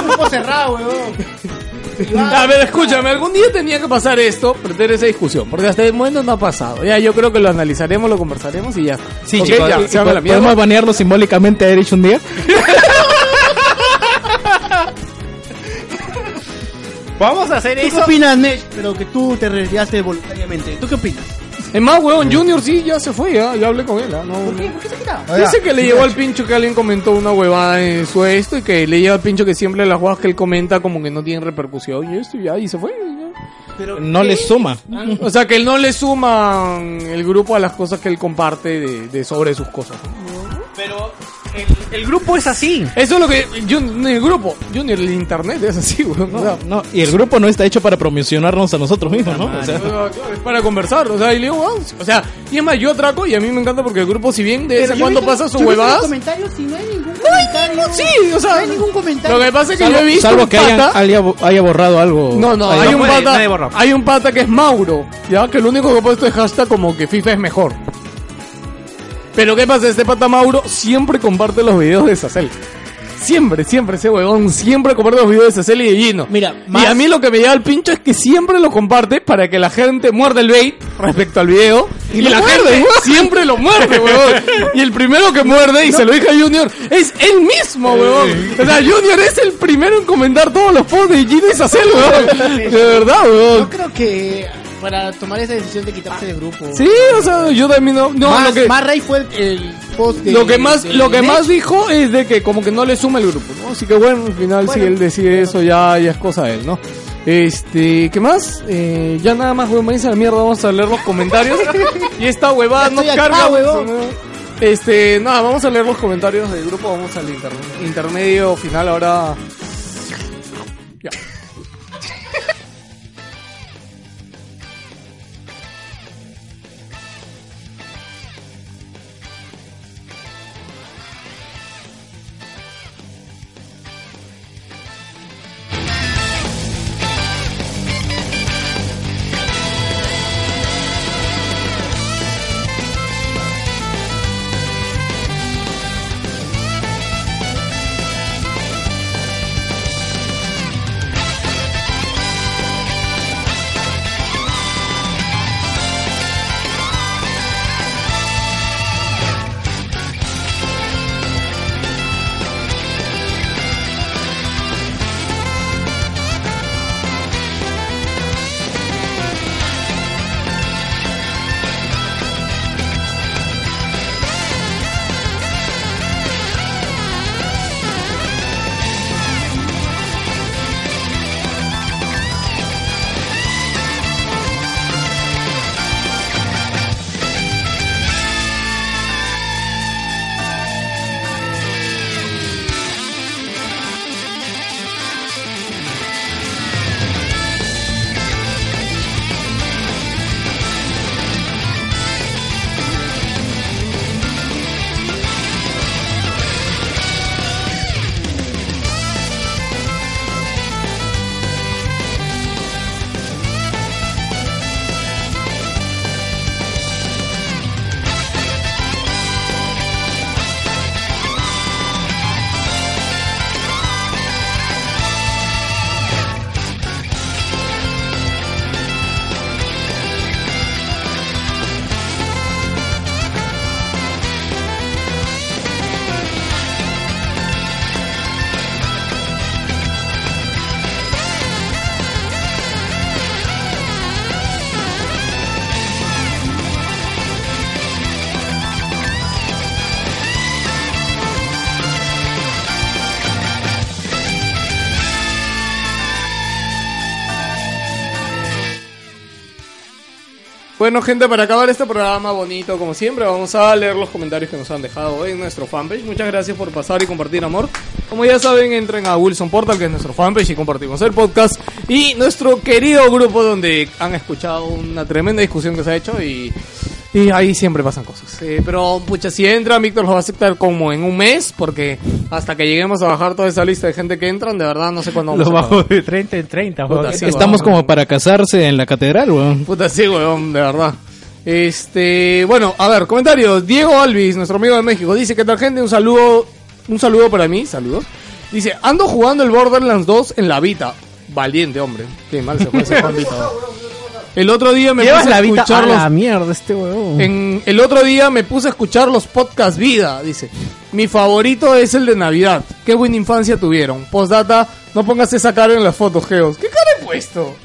[SPEAKER 6] un grupo cerrado, huevón.
[SPEAKER 2] A ver, escúchame, algún día tenía que pasar esto, perder esa discusión, porque hasta el momento no ha pasado. Ya, yo creo que lo analizaremos, lo conversaremos y ya.
[SPEAKER 5] Sí,
[SPEAKER 2] Ok,
[SPEAKER 5] chicos,
[SPEAKER 2] ya,
[SPEAKER 5] y-
[SPEAKER 2] se
[SPEAKER 5] y-
[SPEAKER 2] haga la mierda.
[SPEAKER 5] ¿Podemos banearlo simbólicamente a Erich un día?
[SPEAKER 3] Vamos a hacer
[SPEAKER 6] ¿Tú
[SPEAKER 3] eso.
[SPEAKER 6] qué opinas, Nesh? Pero que tú te retiraste voluntariamente. ¿Tú qué opinas?
[SPEAKER 2] Es más, weón, Junior sí, ya se fue, ya, yo hablé con él. ah, No, ¿Por qué?
[SPEAKER 6] se quita?
[SPEAKER 2] Dice que le llegó al pincho que alguien comentó una huevada en su esto y que le llegó al pincho que siempre las huevas que él comenta como que no tienen repercusión y esto y ya, y se fue.
[SPEAKER 5] No le suma.
[SPEAKER 2] O sea, que él no le suma el grupo a las cosas que él comparte de, de sobre sus cosas.
[SPEAKER 3] Pero el, el grupo es así.
[SPEAKER 2] Eso es lo que. Yo, el grupo, Junior, el internet es así, weón. o sea,
[SPEAKER 5] No, y el grupo no está hecho para promocionarnos a nosotros mismos, ¿no? O sea,
[SPEAKER 2] Claro, es para conversar, o sea, y le digo, wow, o sea, y es más, yo atraco y a mí me encanta porque el grupo, si bien de vez en cuando pasa sus
[SPEAKER 6] Los
[SPEAKER 2] huevadas,
[SPEAKER 6] comentarios y no hay ningún comentario.
[SPEAKER 2] no, sí, o sea,
[SPEAKER 6] no hay ningún comentario.
[SPEAKER 2] lo que pasa es que
[SPEAKER 5] salvo,
[SPEAKER 2] yo he visto
[SPEAKER 5] salvo
[SPEAKER 2] un
[SPEAKER 5] que
[SPEAKER 2] pata,
[SPEAKER 5] hayan- haya, haya borrado algo.
[SPEAKER 2] no, no,
[SPEAKER 5] Ahí
[SPEAKER 2] hay
[SPEAKER 5] va.
[SPEAKER 2] un
[SPEAKER 5] Puede-
[SPEAKER 2] pata,
[SPEAKER 5] nadie borró.
[SPEAKER 2] hay un pata que es Mauro, ya, que lo único que ha puesto es hashtag como que FIFA es mejor. Pero qué pasa, este pata Mauro siempre comparte los videos de Sacel. Siempre, siempre, ese huevón siempre comparte los videos de Sacel y de Gino.
[SPEAKER 6] Mira,
[SPEAKER 2] Y a mí lo que me lleva al pincho es que siempre lo comparte para que la gente muerda el bait respecto al video. Y,
[SPEAKER 6] lo
[SPEAKER 2] la
[SPEAKER 6] muerde,
[SPEAKER 2] gente
[SPEAKER 6] weón.
[SPEAKER 2] siempre lo muerde, weón. Y el primero que muerde, y se lo dije a Junior, es él mismo, weón. O sea, Junior es el primero en comentar todos los posts de Gino y Sacel, weón. De verdad,
[SPEAKER 6] Yo
[SPEAKER 2] weón.
[SPEAKER 6] creo que para tomar esa decisión de quitarse del grupo.
[SPEAKER 2] Sí, o sea, yo también no... no,
[SPEAKER 6] más,
[SPEAKER 2] lo que...
[SPEAKER 6] más Rey fue el, el post de-
[SPEAKER 2] lo que más
[SPEAKER 6] de
[SPEAKER 2] lo que
[SPEAKER 6] Nesh.
[SPEAKER 2] más dijo es de que como que no le suma el grupo no así que bueno al final si él decide eso ya, ya es cosa de él no este qué más Eh, ya nada más weón váyanse a la mierda vamos a leer los comentarios y esta huevada
[SPEAKER 6] Ya
[SPEAKER 2] no
[SPEAKER 6] estoy
[SPEAKER 2] carga
[SPEAKER 6] acá,
[SPEAKER 2] weón.
[SPEAKER 6] huevón.
[SPEAKER 2] este nada vamos a leer los comentarios del grupo vamos al inter- intermedio final ahora ya Bueno, gente, para acabar este programa bonito, como siempre, vamos a leer los comentarios que nos han dejado en nuestro fanpage. Muchas gracias por pasar y compartir, amor. Como ya saben, entren a Wilson Portal, que es nuestro fanpage, y compartimos el podcast. Y nuestro querido grupo donde han escuchado una tremenda discusión que se ha hecho y, y ahí siempre pasan cosas. Eh, pero, pucha, si entran, Víctor los va a aceptar como en un mes, porque hasta que lleguemos a bajar toda esa lista de gente que entran, de verdad no sé cuándo vamos
[SPEAKER 18] Lo
[SPEAKER 2] a
[SPEAKER 18] bajo
[SPEAKER 2] acabar.
[SPEAKER 18] de 30 en 30,
[SPEAKER 2] Puta,
[SPEAKER 18] weón.
[SPEAKER 2] sí,
[SPEAKER 5] Estamos
[SPEAKER 2] weón.
[SPEAKER 5] como para casarse en la catedral, weón.
[SPEAKER 2] Puta, sí, weón, de verdad. Este, bueno, a ver, comentarios. Diego Alvis, nuestro amigo de México, dice que tal gente, un saludo, un saludo para mí, saludos. Dice, ando jugando el Borderlands 2 en la Vita. Valiente, hombre. Qué mal se fue ese Juan Vita. El otro día me
[SPEAKER 18] Llevas
[SPEAKER 2] puse
[SPEAKER 18] la
[SPEAKER 2] a
[SPEAKER 18] vida a
[SPEAKER 2] escuchar los-
[SPEAKER 18] la mierda este weón.
[SPEAKER 2] en- el otro día me puse a escuchar los podcast vida, dice. Mi favorito es el de Navidad. Qué buena infancia tuvieron. Postdata, no pongas esa cara en las fotos, Geos. ¿Qué cara he puesto?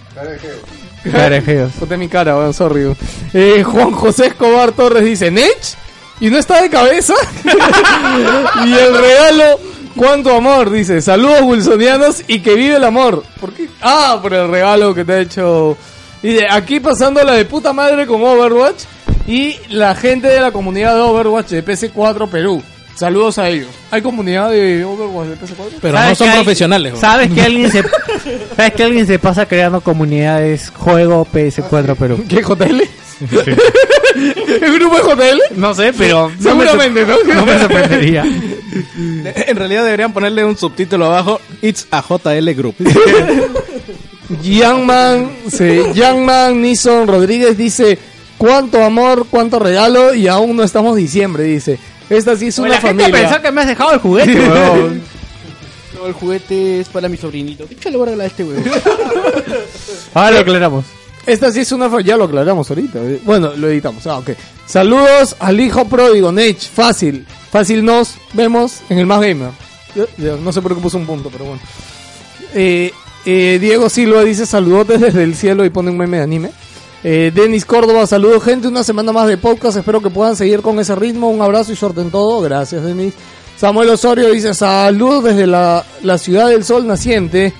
[SPEAKER 2] Ponte mi cara, weón, sorry. weón. Eh, Juan José Escobar Torres dice, ¿Nech? ¿Y no está de cabeza? y el regalo, cuánto amor, dice. Saludos, wilsonianos, y que vive el amor. ¿Por qué? Ah, por el regalo que te ha hecho. Dice, aquí pasando la de puta madre con Overwatch y la gente de la comunidad de Overwatch de PC4 Perú. Saludos a ellos. ¿Hay comunidad de Overwatch de PC4?
[SPEAKER 18] ¿Sabes que hay- ¿Sabes que, alguien se, ¿Sabes que alguien se pasa creando comunidades juego PS4 Perú?
[SPEAKER 2] ¿Qué JL? ¿El grupo de JL?
[SPEAKER 18] No sé, pero. no me
[SPEAKER 2] Seguramente, ¿no?
[SPEAKER 18] sor- No me sorprendería.
[SPEAKER 11] En realidad deberían ponerle un subtítulo abajo, It's a JL Group.
[SPEAKER 2] Youngman, sí, Youngman Nison Rodríguez dice, cuánto amor, cuánto regalo y aún no estamos diciembre, dice. Esta sí es una
[SPEAKER 3] Oye, la gente
[SPEAKER 2] familia.
[SPEAKER 3] pensó
[SPEAKER 2] que me has dejado el juguete,
[SPEAKER 3] weón.
[SPEAKER 6] No, el juguete es para mi sobrinito. ¿Qué chulo le voy a regalar a este huevón?
[SPEAKER 2] Ahora lo aclaramos. Esta sí es una fa- ya lo aclaramos ahorita. eh. Bueno, lo editamos. Ah, ok. Saludos al hijo pródigo, Nech. Fácil. Fácil nos vemos en el más gamer. Ya- ya, No sé por qué puso un punto, pero bueno. Eh, eh, Diego Silva dice saludotes desde el cielo y pone un meme de anime. Eh, Denis Córdoba, saludos gente, una semana más de podcast, espero que puedan seguir con ese ritmo, un abrazo y suerte en todo, gracias Denis. Samuel Osorio dice saludos desde la, la ciudad del sol naciente,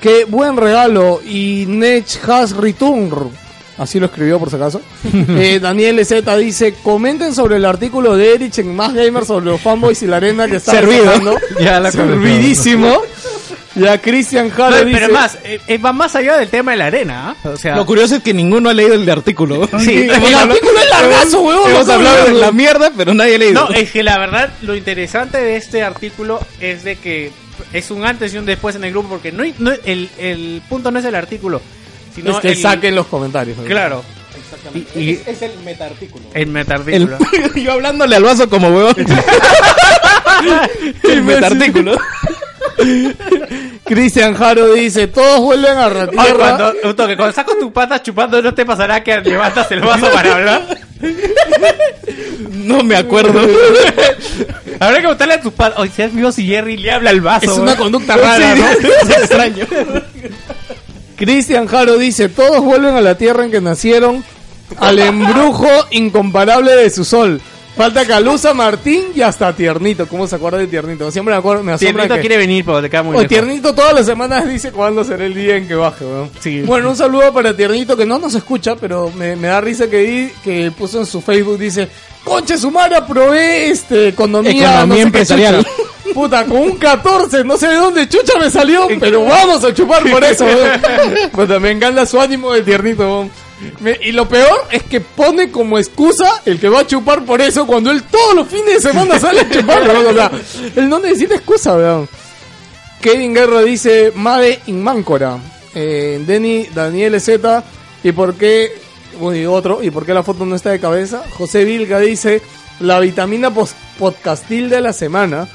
[SPEAKER 2] qué buen regalo y Nech has return. Así lo escribió por si acaso. Eh, Daniel Z dice, comenten sobre el artículo de Erich en Más Gamer sobre los fanboys y la arena que está
[SPEAKER 18] Servido.
[SPEAKER 2] rescatando".
[SPEAKER 18] Ya la comentó.
[SPEAKER 2] Servidísimo. Ya Cristian
[SPEAKER 18] No,
[SPEAKER 2] Jara dice...
[SPEAKER 18] pero más, eh, eh, va más allá del tema de la arena. ¿ah? O sea,
[SPEAKER 11] Lo curioso es que ninguno ha leído el de artículo.
[SPEAKER 18] Sí,
[SPEAKER 11] Hemos hablado- Hemos hablado de la mierda, pero nadie ha leído.
[SPEAKER 18] No,
[SPEAKER 3] eh,
[SPEAKER 18] es que la verdad, lo interesante de este artículo es de que es un antes y un después en el grupo, porque no, no- el, el punto no es el artículo, sino
[SPEAKER 2] es que
[SPEAKER 18] el-
[SPEAKER 2] saquen los comentarios. ¿no?
[SPEAKER 18] Claro. Y- y-
[SPEAKER 11] el metaartículo.
[SPEAKER 18] el metaartículo.
[SPEAKER 11] Yo hablándole al vaso como huevón. el metaartículo.
[SPEAKER 2] Cristian Jaro dice, todos vuelven a la
[SPEAKER 18] Oye,
[SPEAKER 2] tierra.
[SPEAKER 18] cuando, un toque, cuando estás con tu pata chupando, ¿no te pasará que levantas el vaso para hablar?
[SPEAKER 11] No me acuerdo.
[SPEAKER 18] Habrá que contarle a tu pata. Oye, si es mío, si Jerry le habla al vaso.
[SPEAKER 2] Es
[SPEAKER 18] ¿eh?
[SPEAKER 2] una conducta rara,
[SPEAKER 18] Sí,
[SPEAKER 2] ¿no?
[SPEAKER 18] sí, sí.
[SPEAKER 2] Es extraño. Cristian Jaro dice, todos vuelven a la tierra en que nacieron, al embrujo incomparable de su sol. Falta Calusa, Martín y hasta Tiernito. ¿Cómo se acuerda de Tiernito? Siempre me acuerdo, me asombra
[SPEAKER 18] Tiernito
[SPEAKER 2] que-
[SPEAKER 18] quiere venir, pero le queda muy
[SPEAKER 2] Oye,
[SPEAKER 18] lejos.
[SPEAKER 2] Tiernito todas las semanas dice cuándo será el día en que baje, weón. Bueno, un saludo para Tiernito que no nos escucha, pero me, me da risa que, di- que puso en su Facebook, dice, conche sumara, probé este, economía,
[SPEAKER 11] Economía
[SPEAKER 2] no sé qué
[SPEAKER 11] empresarial".
[SPEAKER 2] chucha". Puta, con un 14, no sé de dónde chucha me salió, pero vamos a chupar por eso, weón. Puta, me encanta su ánimo de Tiernito, weón. Me- y lo peor es que pone como excusa el que va a chupar por eso cuando él todos los fines de semana sale a chupar, weón. O sea, él no necesita excusa, weón. Kevin Guerra dice Made in Máncora. Eh, Denny, Daniel Z. ¿Y por qué? Bueno, y otro. ¿Y por qué la foto no está de cabeza? José Vilga dice La vitamina pos- podcastil de la semana.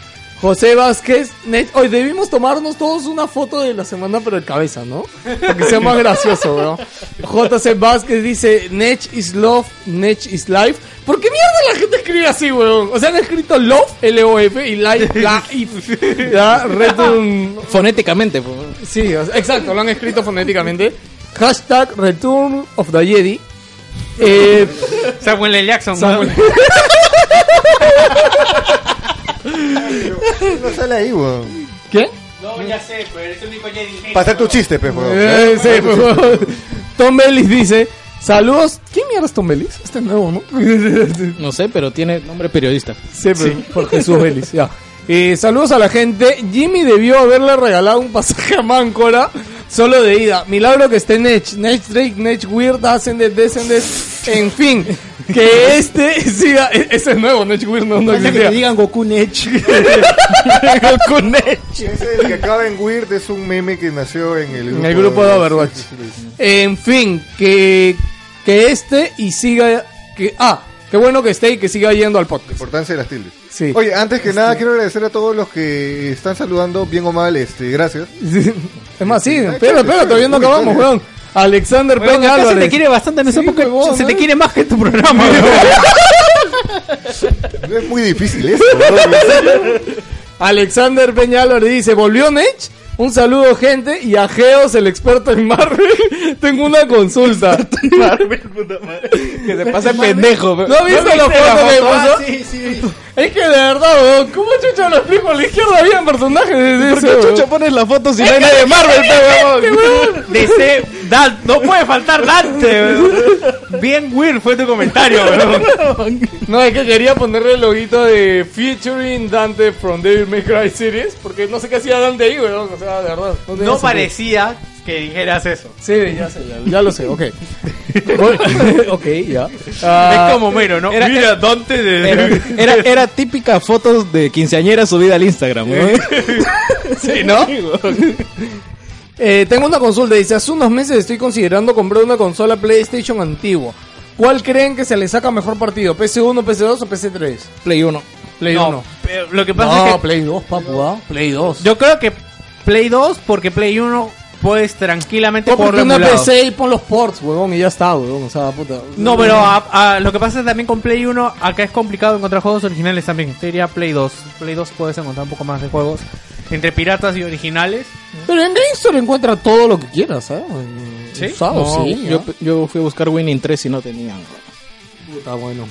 [SPEAKER 2] José Vázquez. Net- Hoy debimos tomarnos todos una foto de la semana, pero de cabeza, ¿no? Para que sea más gracioso, weón. JC Vázquez dice Nech is love, Nech is life. ¿Por qué mierda la gente escribe así, weón? O sea, han escrito love, L-O-F, y life, life. Ya, return.
[SPEAKER 11] Fonéticamente, pues.
[SPEAKER 2] Sí, o sea, exacto, lo han escrito fonéticamente. Hashtag Return of the Jedi. Eh,
[SPEAKER 18] Samuel L. Jackson.
[SPEAKER 2] Samuel-
[SPEAKER 18] weón.
[SPEAKER 4] No sale ahí, weón.
[SPEAKER 2] ¿Qué?
[SPEAKER 18] No, ya sé, pero eres el único Jedi.
[SPEAKER 4] Para hacer tu chiste, pe, weón.
[SPEAKER 2] Eh, sí, pues, Tom Bellis dice: Saludos. ¿Quién mierda es Tom Vélez? Este nuevo, ¿no?
[SPEAKER 5] No sé, pero tiene nombre periodista.
[SPEAKER 2] Siempre, por Jesús Vélez, ya. Eh, saludos a la gente. Jimmy debió haberle regalado un pasaje a Máncora solo de ida. Milagro que esté Nech. Nech Drake, Nech Weird, Ascended, Descended. En fin, que este siga. e- Ese es nuevo, Nech Weird no, no
[SPEAKER 6] Falta que
[SPEAKER 2] existía.
[SPEAKER 6] le digan Goku Nech.
[SPEAKER 2] Goku Nech.
[SPEAKER 4] Ese el que acaba en Weird es un meme que nació en el grupo,
[SPEAKER 2] En el grupo de Overwatch.
[SPEAKER 4] Sí, sí, sí.
[SPEAKER 2] En fin, que, que este y siga. Que, ah, qué bueno que esté y que siga yendo al podcast.
[SPEAKER 4] importancia de las tildes.
[SPEAKER 2] Sí.
[SPEAKER 4] Oye, antes que nada, quiero agradecer a todos los que están saludando, bien o mal, este, gracias.
[SPEAKER 2] Es más, sí,
[SPEAKER 4] chévere,
[SPEAKER 2] espera, espera, todavía no
[SPEAKER 4] chévere.
[SPEAKER 2] acabamos,
[SPEAKER 4] Uy,
[SPEAKER 2] weón. Alexander
[SPEAKER 4] Weón,
[SPEAKER 2] Peña
[SPEAKER 4] acá se
[SPEAKER 2] Álvarez.
[SPEAKER 4] te quiere
[SPEAKER 2] bastante en esa época.
[SPEAKER 19] se
[SPEAKER 3] ¿eh?
[SPEAKER 19] te
[SPEAKER 2] quiere más que tu programa,
[SPEAKER 4] No es muy difícil eso,
[SPEAKER 2] Alexander Peña Álvarez dice, ¿volvió Nech? Un saludo, gente, y a Geos, el experto en Marvel. Tengo una consulta.
[SPEAKER 5] Que se pase pendejo.
[SPEAKER 2] ¿No has visto la foto que puso?
[SPEAKER 6] Sí, sí.
[SPEAKER 2] Es que de verdad, weón, ¿cómo chucha lo explico? A la izquierda había personajes de
[SPEAKER 5] ¿Por qué chucha pones la foto si no hay nadie
[SPEAKER 2] de
[SPEAKER 5] de Marvel, pe, huevón? Este,
[SPEAKER 3] Dice, Dan- no puede faltar Dante. weón. Bien weird fue tu comentario, weón.
[SPEAKER 2] No, es que quería ponerle el loguito de featuring Dante from Devil May Cry series, porque no sé qué hacía Dante ahí, weón, o sea, de verdad. tenía
[SPEAKER 3] No
[SPEAKER 2] sentido.
[SPEAKER 3] parecía que dijeras eso.
[SPEAKER 2] Sí, ya sé, ya, ya lo sé, ok. ok, ya.
[SPEAKER 3] es como mero, ¿no?
[SPEAKER 5] era-
[SPEAKER 3] Mira, Dante de...
[SPEAKER 5] Era, era, era típica fotos de quinceañera subida al Instagram, huevón.
[SPEAKER 2] Sí, ¿no? Eh, tengo una consulta, dice, hace unos meses estoy considerando comprar una consola PlayStation antigua. ¿Cuál creen que se le saca mejor partido? ¿PC1, PC2 o PC3?
[SPEAKER 5] Play 1.
[SPEAKER 2] Play
[SPEAKER 3] No,
[SPEAKER 2] 1.
[SPEAKER 3] pero eh, lo que pasa
[SPEAKER 2] No,
[SPEAKER 3] es que...
[SPEAKER 2] Play 2, papu, ¿ah? Play 2.
[SPEAKER 3] Yo creo que Play 2, porque Play 1 puedes tranquilamente
[SPEAKER 2] Cómprate
[SPEAKER 3] por
[SPEAKER 2] una PC y pon los ports, huevón, y ya está, huevón, o sea, puta.
[SPEAKER 3] No, pero a- a- lo que pasa es también con Play 1, acá es complicado encontrar juegos originales también. Te diría Play 2. Play 2 puedes encontrar un poco más de juegos entre piratas y originales.
[SPEAKER 2] Pero en GameStore encuentra todo lo que quieras, ¿sabes?
[SPEAKER 3] ¿Sí?
[SPEAKER 2] Usado,
[SPEAKER 5] No,
[SPEAKER 2] sí,
[SPEAKER 5] yo,
[SPEAKER 2] ¿ah?
[SPEAKER 5] yo fui a buscar Winning 3 y no tenían.
[SPEAKER 2] Puta, bueno.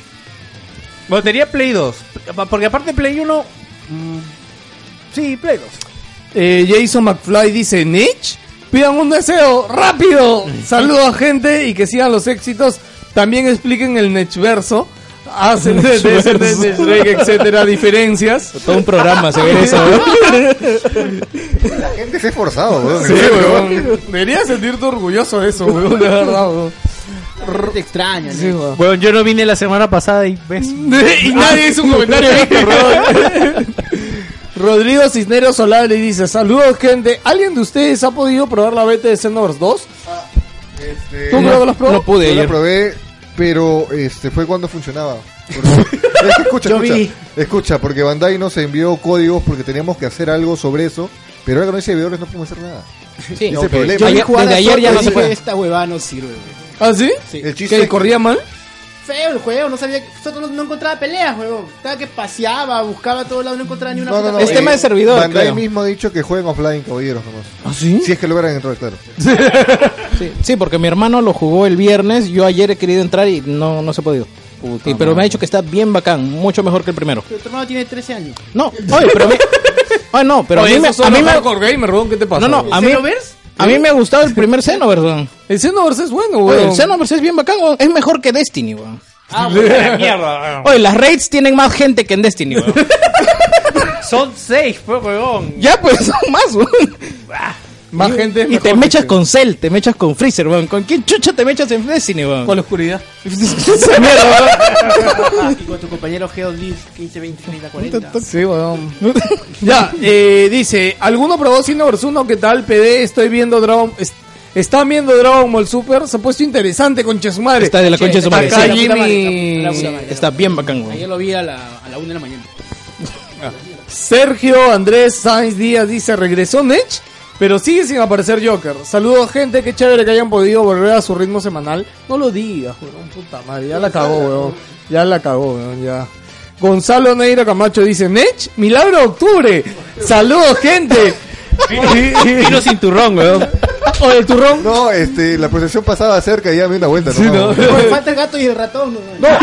[SPEAKER 3] Bueno, te diría Play 2. Porque aparte Play 1... mm, sí, Play 2.
[SPEAKER 2] Eh, Jason McFly dice, Nich, pidan un deseo, rápido. Saludos a gente y que sigan los éxitos. También expliquen el Nechverso. Hacen de, de- de- de- de- Drake, etcétera, diferencias.
[SPEAKER 5] Todo un programa se ve eso, ¿no?
[SPEAKER 4] La gente se ha esforzado, weón.
[SPEAKER 2] Sí, weón. Deberías sentirte orgulloso de eso, weón, de verdad, weón.
[SPEAKER 6] Te extraña,
[SPEAKER 2] Sí, weón.
[SPEAKER 3] Bueno, yo no vine la semana pasada y ves...
[SPEAKER 2] y nadie hizo un comentario este, de esto, weón. Rodrigo Cisneros Solable dice, saludos gente, ¿alguien de ustedes ha podido probar la beta de Xenoverse 2?
[SPEAKER 4] Este,
[SPEAKER 2] ¿Tú creo que las probó? No pude
[SPEAKER 4] Yo la
[SPEAKER 2] ayer.
[SPEAKER 4] probé, pero este, fue cuando funcionaba. Porque- es que escucha,
[SPEAKER 6] Yo
[SPEAKER 4] escucha,
[SPEAKER 6] vi.
[SPEAKER 4] escucha, porque Bandai nos envió códigos porque teníamos que hacer algo sobre eso, pero ahora con ese servidores no podemos hacer nada. Ese es el problema.
[SPEAKER 6] Yo vi
[SPEAKER 4] Ayer-
[SPEAKER 6] jugar
[SPEAKER 4] desde
[SPEAKER 6] a
[SPEAKER 4] ayer ya no
[SPEAKER 6] Soccer y
[SPEAKER 4] se
[SPEAKER 6] dije,
[SPEAKER 4] puede.
[SPEAKER 6] Esta huevada no sirve, güey.
[SPEAKER 2] ¿Ah, sí?
[SPEAKER 4] El chiste
[SPEAKER 2] ¿Que corría mal?
[SPEAKER 6] Feo el juego, no sabía que nosotros no encontraba peleas, huevón. Estaba que paseaba, buscaba a todos lados, no encontraba ni una
[SPEAKER 4] No, no, no,
[SPEAKER 6] pelea.
[SPEAKER 4] eh, Bandai mismo ha dicho que jueguen offline, caballeros, nomás.
[SPEAKER 6] ¿Ah,
[SPEAKER 4] Si es que logran entrar, claro.
[SPEAKER 5] Sí, sí, porque mi hermano lo jugó el viernes, yo ayer he querido entrar y no, no se ha podido. Sí, pero me ha dicho que está bien bacán, mucho mejor que el primero.
[SPEAKER 6] Pero tu hermano tiene 13 años.
[SPEAKER 5] No, oye, pero a mí- Ay, no, pero a mí me... A mí me
[SPEAKER 2] ¿qué te pasa?
[SPEAKER 5] no, no, a mí, a mí me ha gustado el primer Xenoverse, weón.
[SPEAKER 2] El Xenoverse es bueno,
[SPEAKER 5] Oye,
[SPEAKER 2] weón.
[SPEAKER 5] el Xenoverse es bien bacán, weón. Es mejor que Destiny, weón.
[SPEAKER 3] Ah, bueno, mierda.
[SPEAKER 4] Ah.
[SPEAKER 5] Oye, las raids tienen más gente que en Destiny, weón.
[SPEAKER 3] Son 6, huevón.
[SPEAKER 5] ya, pues, son más, weón.
[SPEAKER 2] Más gente es
[SPEAKER 5] Y te
[SPEAKER 2] mejor
[SPEAKER 5] mechas
[SPEAKER 2] que-
[SPEAKER 5] con Cell, te mechas con Freezer, weón. ¿Con quién chucha te mechas en Destiny, weón?
[SPEAKER 2] Con la oscuridad.
[SPEAKER 5] Esa mierda, weón.
[SPEAKER 6] y con tu compañero Geodis 15, 20, 30, 40.
[SPEAKER 2] Sí, weón. ya, eh, dice, ¿alguno probó Xenoverse 1? ¿Qué tal, PD? Estoy viendo Dragon... est- están viendo Dragon Ball Super, se ha puesto interesante, concha de su madre.
[SPEAKER 5] Está de la concha de su madre,
[SPEAKER 2] Acá
[SPEAKER 5] sí.
[SPEAKER 6] La puta
[SPEAKER 2] Jimmy...
[SPEAKER 6] madre, la puta madre.
[SPEAKER 5] Está bien bacán, weón.
[SPEAKER 6] Ayer lo vi a la, a la 1 de la mañana.
[SPEAKER 2] Sergio Andrés Sáenz Díaz dice, regresó Nech, pero sigue sin aparecer Joker. Saludos, gente, qué chévere que hayan podido volver a su ritmo semanal. No lo digas, weón, puta madre, ya la cagó, weón. Ya la cagó, weón, ya. Gonzalo Neira Camacho dice, Nech, milagro de octubre. Saludos, gente.
[SPEAKER 3] Vino sin turrón, weón.
[SPEAKER 2] ¿O el turrón?
[SPEAKER 4] No, este, la procesión pasaba cerca y ya me di una vuelta, ¿no?
[SPEAKER 6] Oye, falta el gato y el ratón. weón.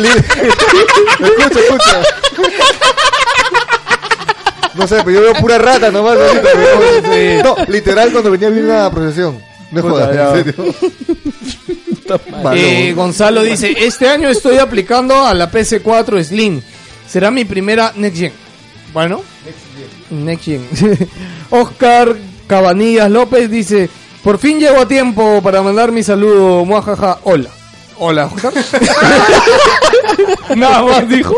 [SPEAKER 4] Li- escucha, escucha. No sé, pero yo veo pura rata nomás. ahorita, weón. No, literal, cuando venía vi una procesión. No
[SPEAKER 5] Puta,
[SPEAKER 4] jodas,
[SPEAKER 5] ya.
[SPEAKER 4] en serio.
[SPEAKER 5] Eh, Gonzalo dice, este año estoy aplicando a la PS4 Slim. Será mi primera Next Gen. Bueno. Next Gen. Oscar Cabanillas López dice, por fin llego a tiempo para mandar mi saludo. Muajaja, hola. Hola, Oscar. Nada más dijo.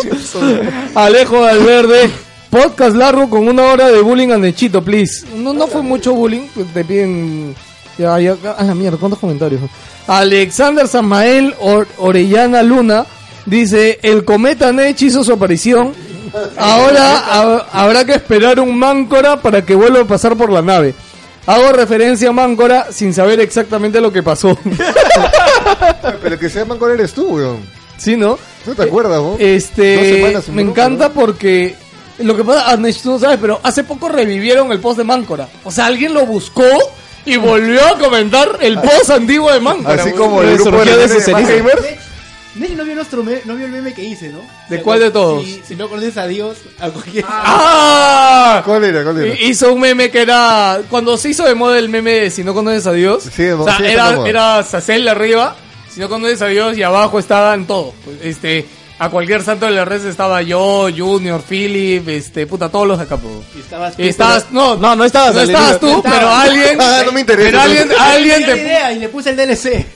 [SPEAKER 5] Alejo Valverde. Podcast largo con una hora de bullying and the Chito, please. No, no fue mucho bullying, pues, te piden... Ya, ya, a la mierda, ¿cuántos comentarios? Alexander Samael Or- Orellana Luna dice, el cometa Nech hizo su aparición. Ahora ha- habrá que esperar un Máncora para que vuelva a pasar por la nave. Hago referencia a Máncora sin saber exactamente lo que pasó.
[SPEAKER 4] Pero que sea Mancora eres tú, weón.
[SPEAKER 5] Sí, ¿no?
[SPEAKER 4] ¿No te acuerdas, vos? Dos
[SPEAKER 5] Este,
[SPEAKER 4] semanas sin
[SPEAKER 5] me
[SPEAKER 4] bronca,
[SPEAKER 5] encanta porque lo que pasa, ah, Nech, tú no sabes, pero hace poco revivieron el post de Máncora. O sea, alguien lo buscó y volvió a comentar el
[SPEAKER 4] Ah.
[SPEAKER 5] post antiguo de Máncora.
[SPEAKER 4] Así
[SPEAKER 5] güey.
[SPEAKER 4] como el grupo
[SPEAKER 5] Resurgió
[SPEAKER 4] de
[SPEAKER 5] sus cenizas.
[SPEAKER 6] Nech no vio, nuestro me- no vio el meme que hice, ¿no?
[SPEAKER 5] ¿De cuál de todos?
[SPEAKER 6] Si, si no conoces a Dios, a cualquier...
[SPEAKER 5] ¡Ah!
[SPEAKER 4] ¿Cuál era? ¿Cuál
[SPEAKER 6] era?
[SPEAKER 5] Hizo un meme que era. Cuando se hizo de moda el meme de si no conoces a Dios. o sea,
[SPEAKER 4] sí, está de
[SPEAKER 5] era,
[SPEAKER 4] moda.
[SPEAKER 5] era Sacel arriba, si no conoces a Dios, y abajo estaban todo. Pues, Este, a cualquier santo de la red estaba yo, Junior, Philip, este, puta, todos los de acá, pues.
[SPEAKER 6] Estabas tú,
[SPEAKER 5] Estabas,
[SPEAKER 6] pero-
[SPEAKER 5] no, no, no estabas,
[SPEAKER 6] aleluya.
[SPEAKER 5] tú,
[SPEAKER 6] No
[SPEAKER 5] pero
[SPEAKER 6] estabas.
[SPEAKER 5] alguien,
[SPEAKER 6] Ah, no me interesa.
[SPEAKER 5] pero alguien,
[SPEAKER 6] Tenía
[SPEAKER 5] alguien
[SPEAKER 6] la
[SPEAKER 5] te-
[SPEAKER 6] idea y le puse el DLC.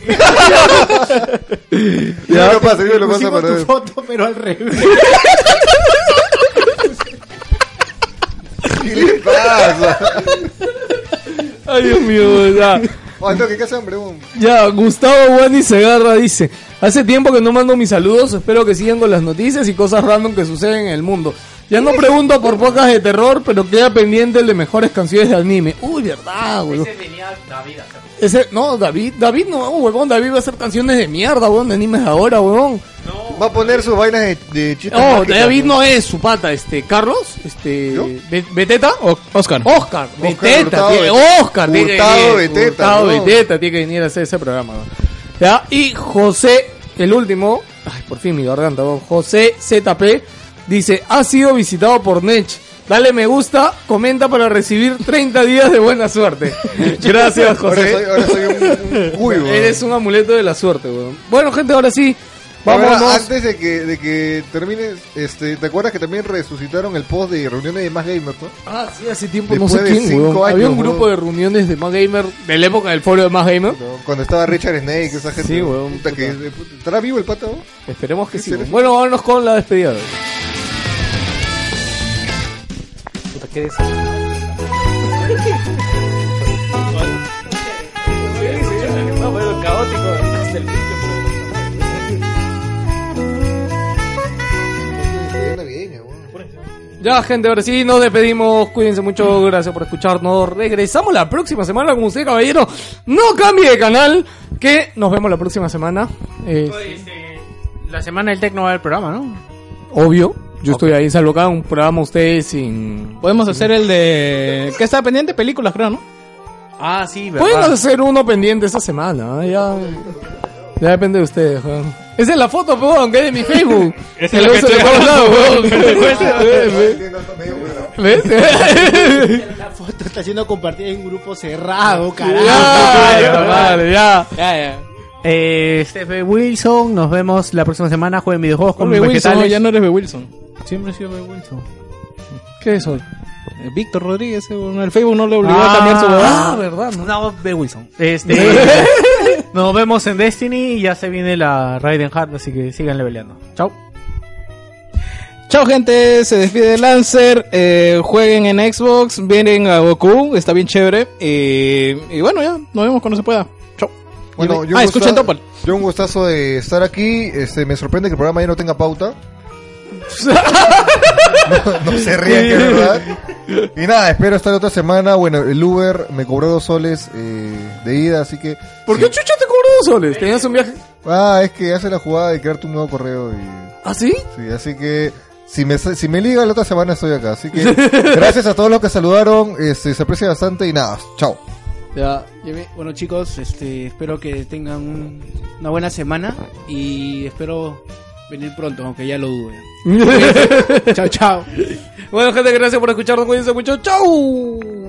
[SPEAKER 4] Ya lo pasa, yo lo pasa
[SPEAKER 6] Pusimos
[SPEAKER 4] para
[SPEAKER 6] tu
[SPEAKER 4] ver.
[SPEAKER 6] foto, pero al revés.
[SPEAKER 4] ¿Qué le pasa?
[SPEAKER 5] Ay, Dios mío, ya.
[SPEAKER 4] Ay, no, que Oh, casa, hombre, weón.
[SPEAKER 5] Ya, Gustavo Wani Segarra dice, hace tiempo que no mando mis saludos, espero que sigan con las noticias y cosas random que suceden en el mundo. Ya no pregunto por pocas de terror, pero queda pendiente el de mejores canciones de anime. Uy, verdad, güey.
[SPEAKER 3] venía David acá.
[SPEAKER 5] Ese, no, David, David no, huevón, David va a hacer canciones de mierda, huevón, de animes ahora, huevón.
[SPEAKER 4] Va a poner sus vainas de, de chistes
[SPEAKER 5] No,
[SPEAKER 4] mágicas,
[SPEAKER 5] Oh, David
[SPEAKER 4] weón.
[SPEAKER 5] no es su pata, este, Carlos, este, Be- Beteta, Oscar. Oscar, Beteta,
[SPEAKER 4] Hurtado,
[SPEAKER 5] tiene-
[SPEAKER 4] Beteta.
[SPEAKER 5] Oscar, tiene que
[SPEAKER 4] Hurtado,
[SPEAKER 5] venir,
[SPEAKER 4] Beteta,
[SPEAKER 5] Hurtado,
[SPEAKER 4] weón.
[SPEAKER 5] Beteta, tiene que venir a hacer ese programa. weón. Ya, y José, el último, ay, por fin mi garganta, weón. José ZP, dice, ha sido visitado por Nech. Dale me gusta, comenta para recibir 30 días de buena suerte. Gracias, José.
[SPEAKER 4] Ahora soy, ahora soy un, un cuy, weón.
[SPEAKER 5] Eres un amuleto de la suerte, weón. Bueno, gente, ahora sí,
[SPEAKER 4] Ahora,
[SPEAKER 5] vámonos.
[SPEAKER 4] antes de que, de que termines, este, ¿te acuerdas que también resucitaron el post de reuniones de más gamers, no?
[SPEAKER 5] Ah, sí, hace tiempo
[SPEAKER 4] Después
[SPEAKER 5] no
[SPEAKER 4] de
[SPEAKER 5] sé quién,
[SPEAKER 4] cinco
[SPEAKER 5] weón.
[SPEAKER 4] años,
[SPEAKER 5] Había un
[SPEAKER 4] weón.
[SPEAKER 5] grupo de reuniones de Más Gamer, de la época del foro de Más Gamer.
[SPEAKER 4] Cuando estaba Richard Snake, esa gente.
[SPEAKER 5] Sí, weón.
[SPEAKER 4] puta, que- puta, ¿Estará vivo el pato?
[SPEAKER 5] Esperemos que sí. weón. Bueno, vámonos con la despedida. weón. Ya, gente, ahora sí nos despedimos. Cuídense mucho, gracias por escucharnos. Regresamos la próxima semana con usted, caballero. No cambie de canal, que nos vemos la próxima semana. Eh,
[SPEAKER 3] La semana del Tecno va el programa, ¿no?
[SPEAKER 5] obvio, yo estoy ahí, salvo acá un programa ustedes sin...
[SPEAKER 20] Podemos hacer el de. ¿Qué está pendiente? Películas, creo, ¿no?
[SPEAKER 3] Ah, sí,
[SPEAKER 5] Podemos hacer uno pendiente esta semana, ¿eh? ya... Ya depende de ustedes, weón. Esa es la foto, pues, aunque es de mi Facebook.
[SPEAKER 3] Esa es
[SPEAKER 5] Que
[SPEAKER 3] la
[SPEAKER 5] lo
[SPEAKER 3] que
[SPEAKER 5] uso de
[SPEAKER 3] estoy
[SPEAKER 5] todos lados,
[SPEAKER 3] hablando,
[SPEAKER 5] weón. ¿Ves? ¿Ves?
[SPEAKER 6] La foto está siendo compartida en un grupo cerrado,
[SPEAKER 5] Ya,
[SPEAKER 6] carajo.
[SPEAKER 5] ya, vale, ya.
[SPEAKER 3] Eh, Steve Wilson, nos vemos la próxima semana. Jueguen videojuegos con
[SPEAKER 20] Con B. Wilson, no,
[SPEAKER 3] vegetales.
[SPEAKER 20] ya no eres B. Wilson.
[SPEAKER 3] Siempre he sido B. Wilson.
[SPEAKER 5] ¿Qué es hoy?
[SPEAKER 20] Víctor Rodríguez, eh, bueno, el Facebook no le obligó a cambiar su
[SPEAKER 3] Ah,
[SPEAKER 5] verdad.
[SPEAKER 3] No, B. Wilson. Este, nos vemos en Destiny y ya se viene la Raiden Hard, así que sigan leveleando. Chao.
[SPEAKER 20] Chao, gente. Se despide Lancer. eh, jueguen en Xbox. Vienen a Goku. Está bien chévere. eh, y bueno, ya. Nos vemos cuando se pueda. Chao.
[SPEAKER 4] Bueno,
[SPEAKER 20] Y-
[SPEAKER 4] yo
[SPEAKER 20] ah,
[SPEAKER 4] un
[SPEAKER 20] escuchen
[SPEAKER 4] gusta-
[SPEAKER 20] Topol.
[SPEAKER 4] Yo un gustazo de estar aquí. Este, me sorprende que el programa ya no tenga pauta. no, no se rían, que es verdad. Y nada, espero estar otra semana. Bueno, el Uber me cobró dos soles eh, de ida, así que.
[SPEAKER 5] ¿Por qué chucha te cobró dos soles? ¿Tenías un viaje?
[SPEAKER 4] Ah, es que hace la jugada de crear tu nuevo correo. Y...
[SPEAKER 5] ¿Ah, sí?
[SPEAKER 4] Sí, así que. Si me, si me liga la otra semana estoy acá. Así que gracias a todos los que saludaron. Este, se aprecia bastante y nada, chao.
[SPEAKER 5] Ya.
[SPEAKER 6] Bueno chicos, este, espero que tengan un- una buena semana y espero venir pronto, aunque ya lo dude. chao, chao.
[SPEAKER 5] Bueno, gente, gracias por escucharnos. Cuídense mucho. ¡Chau!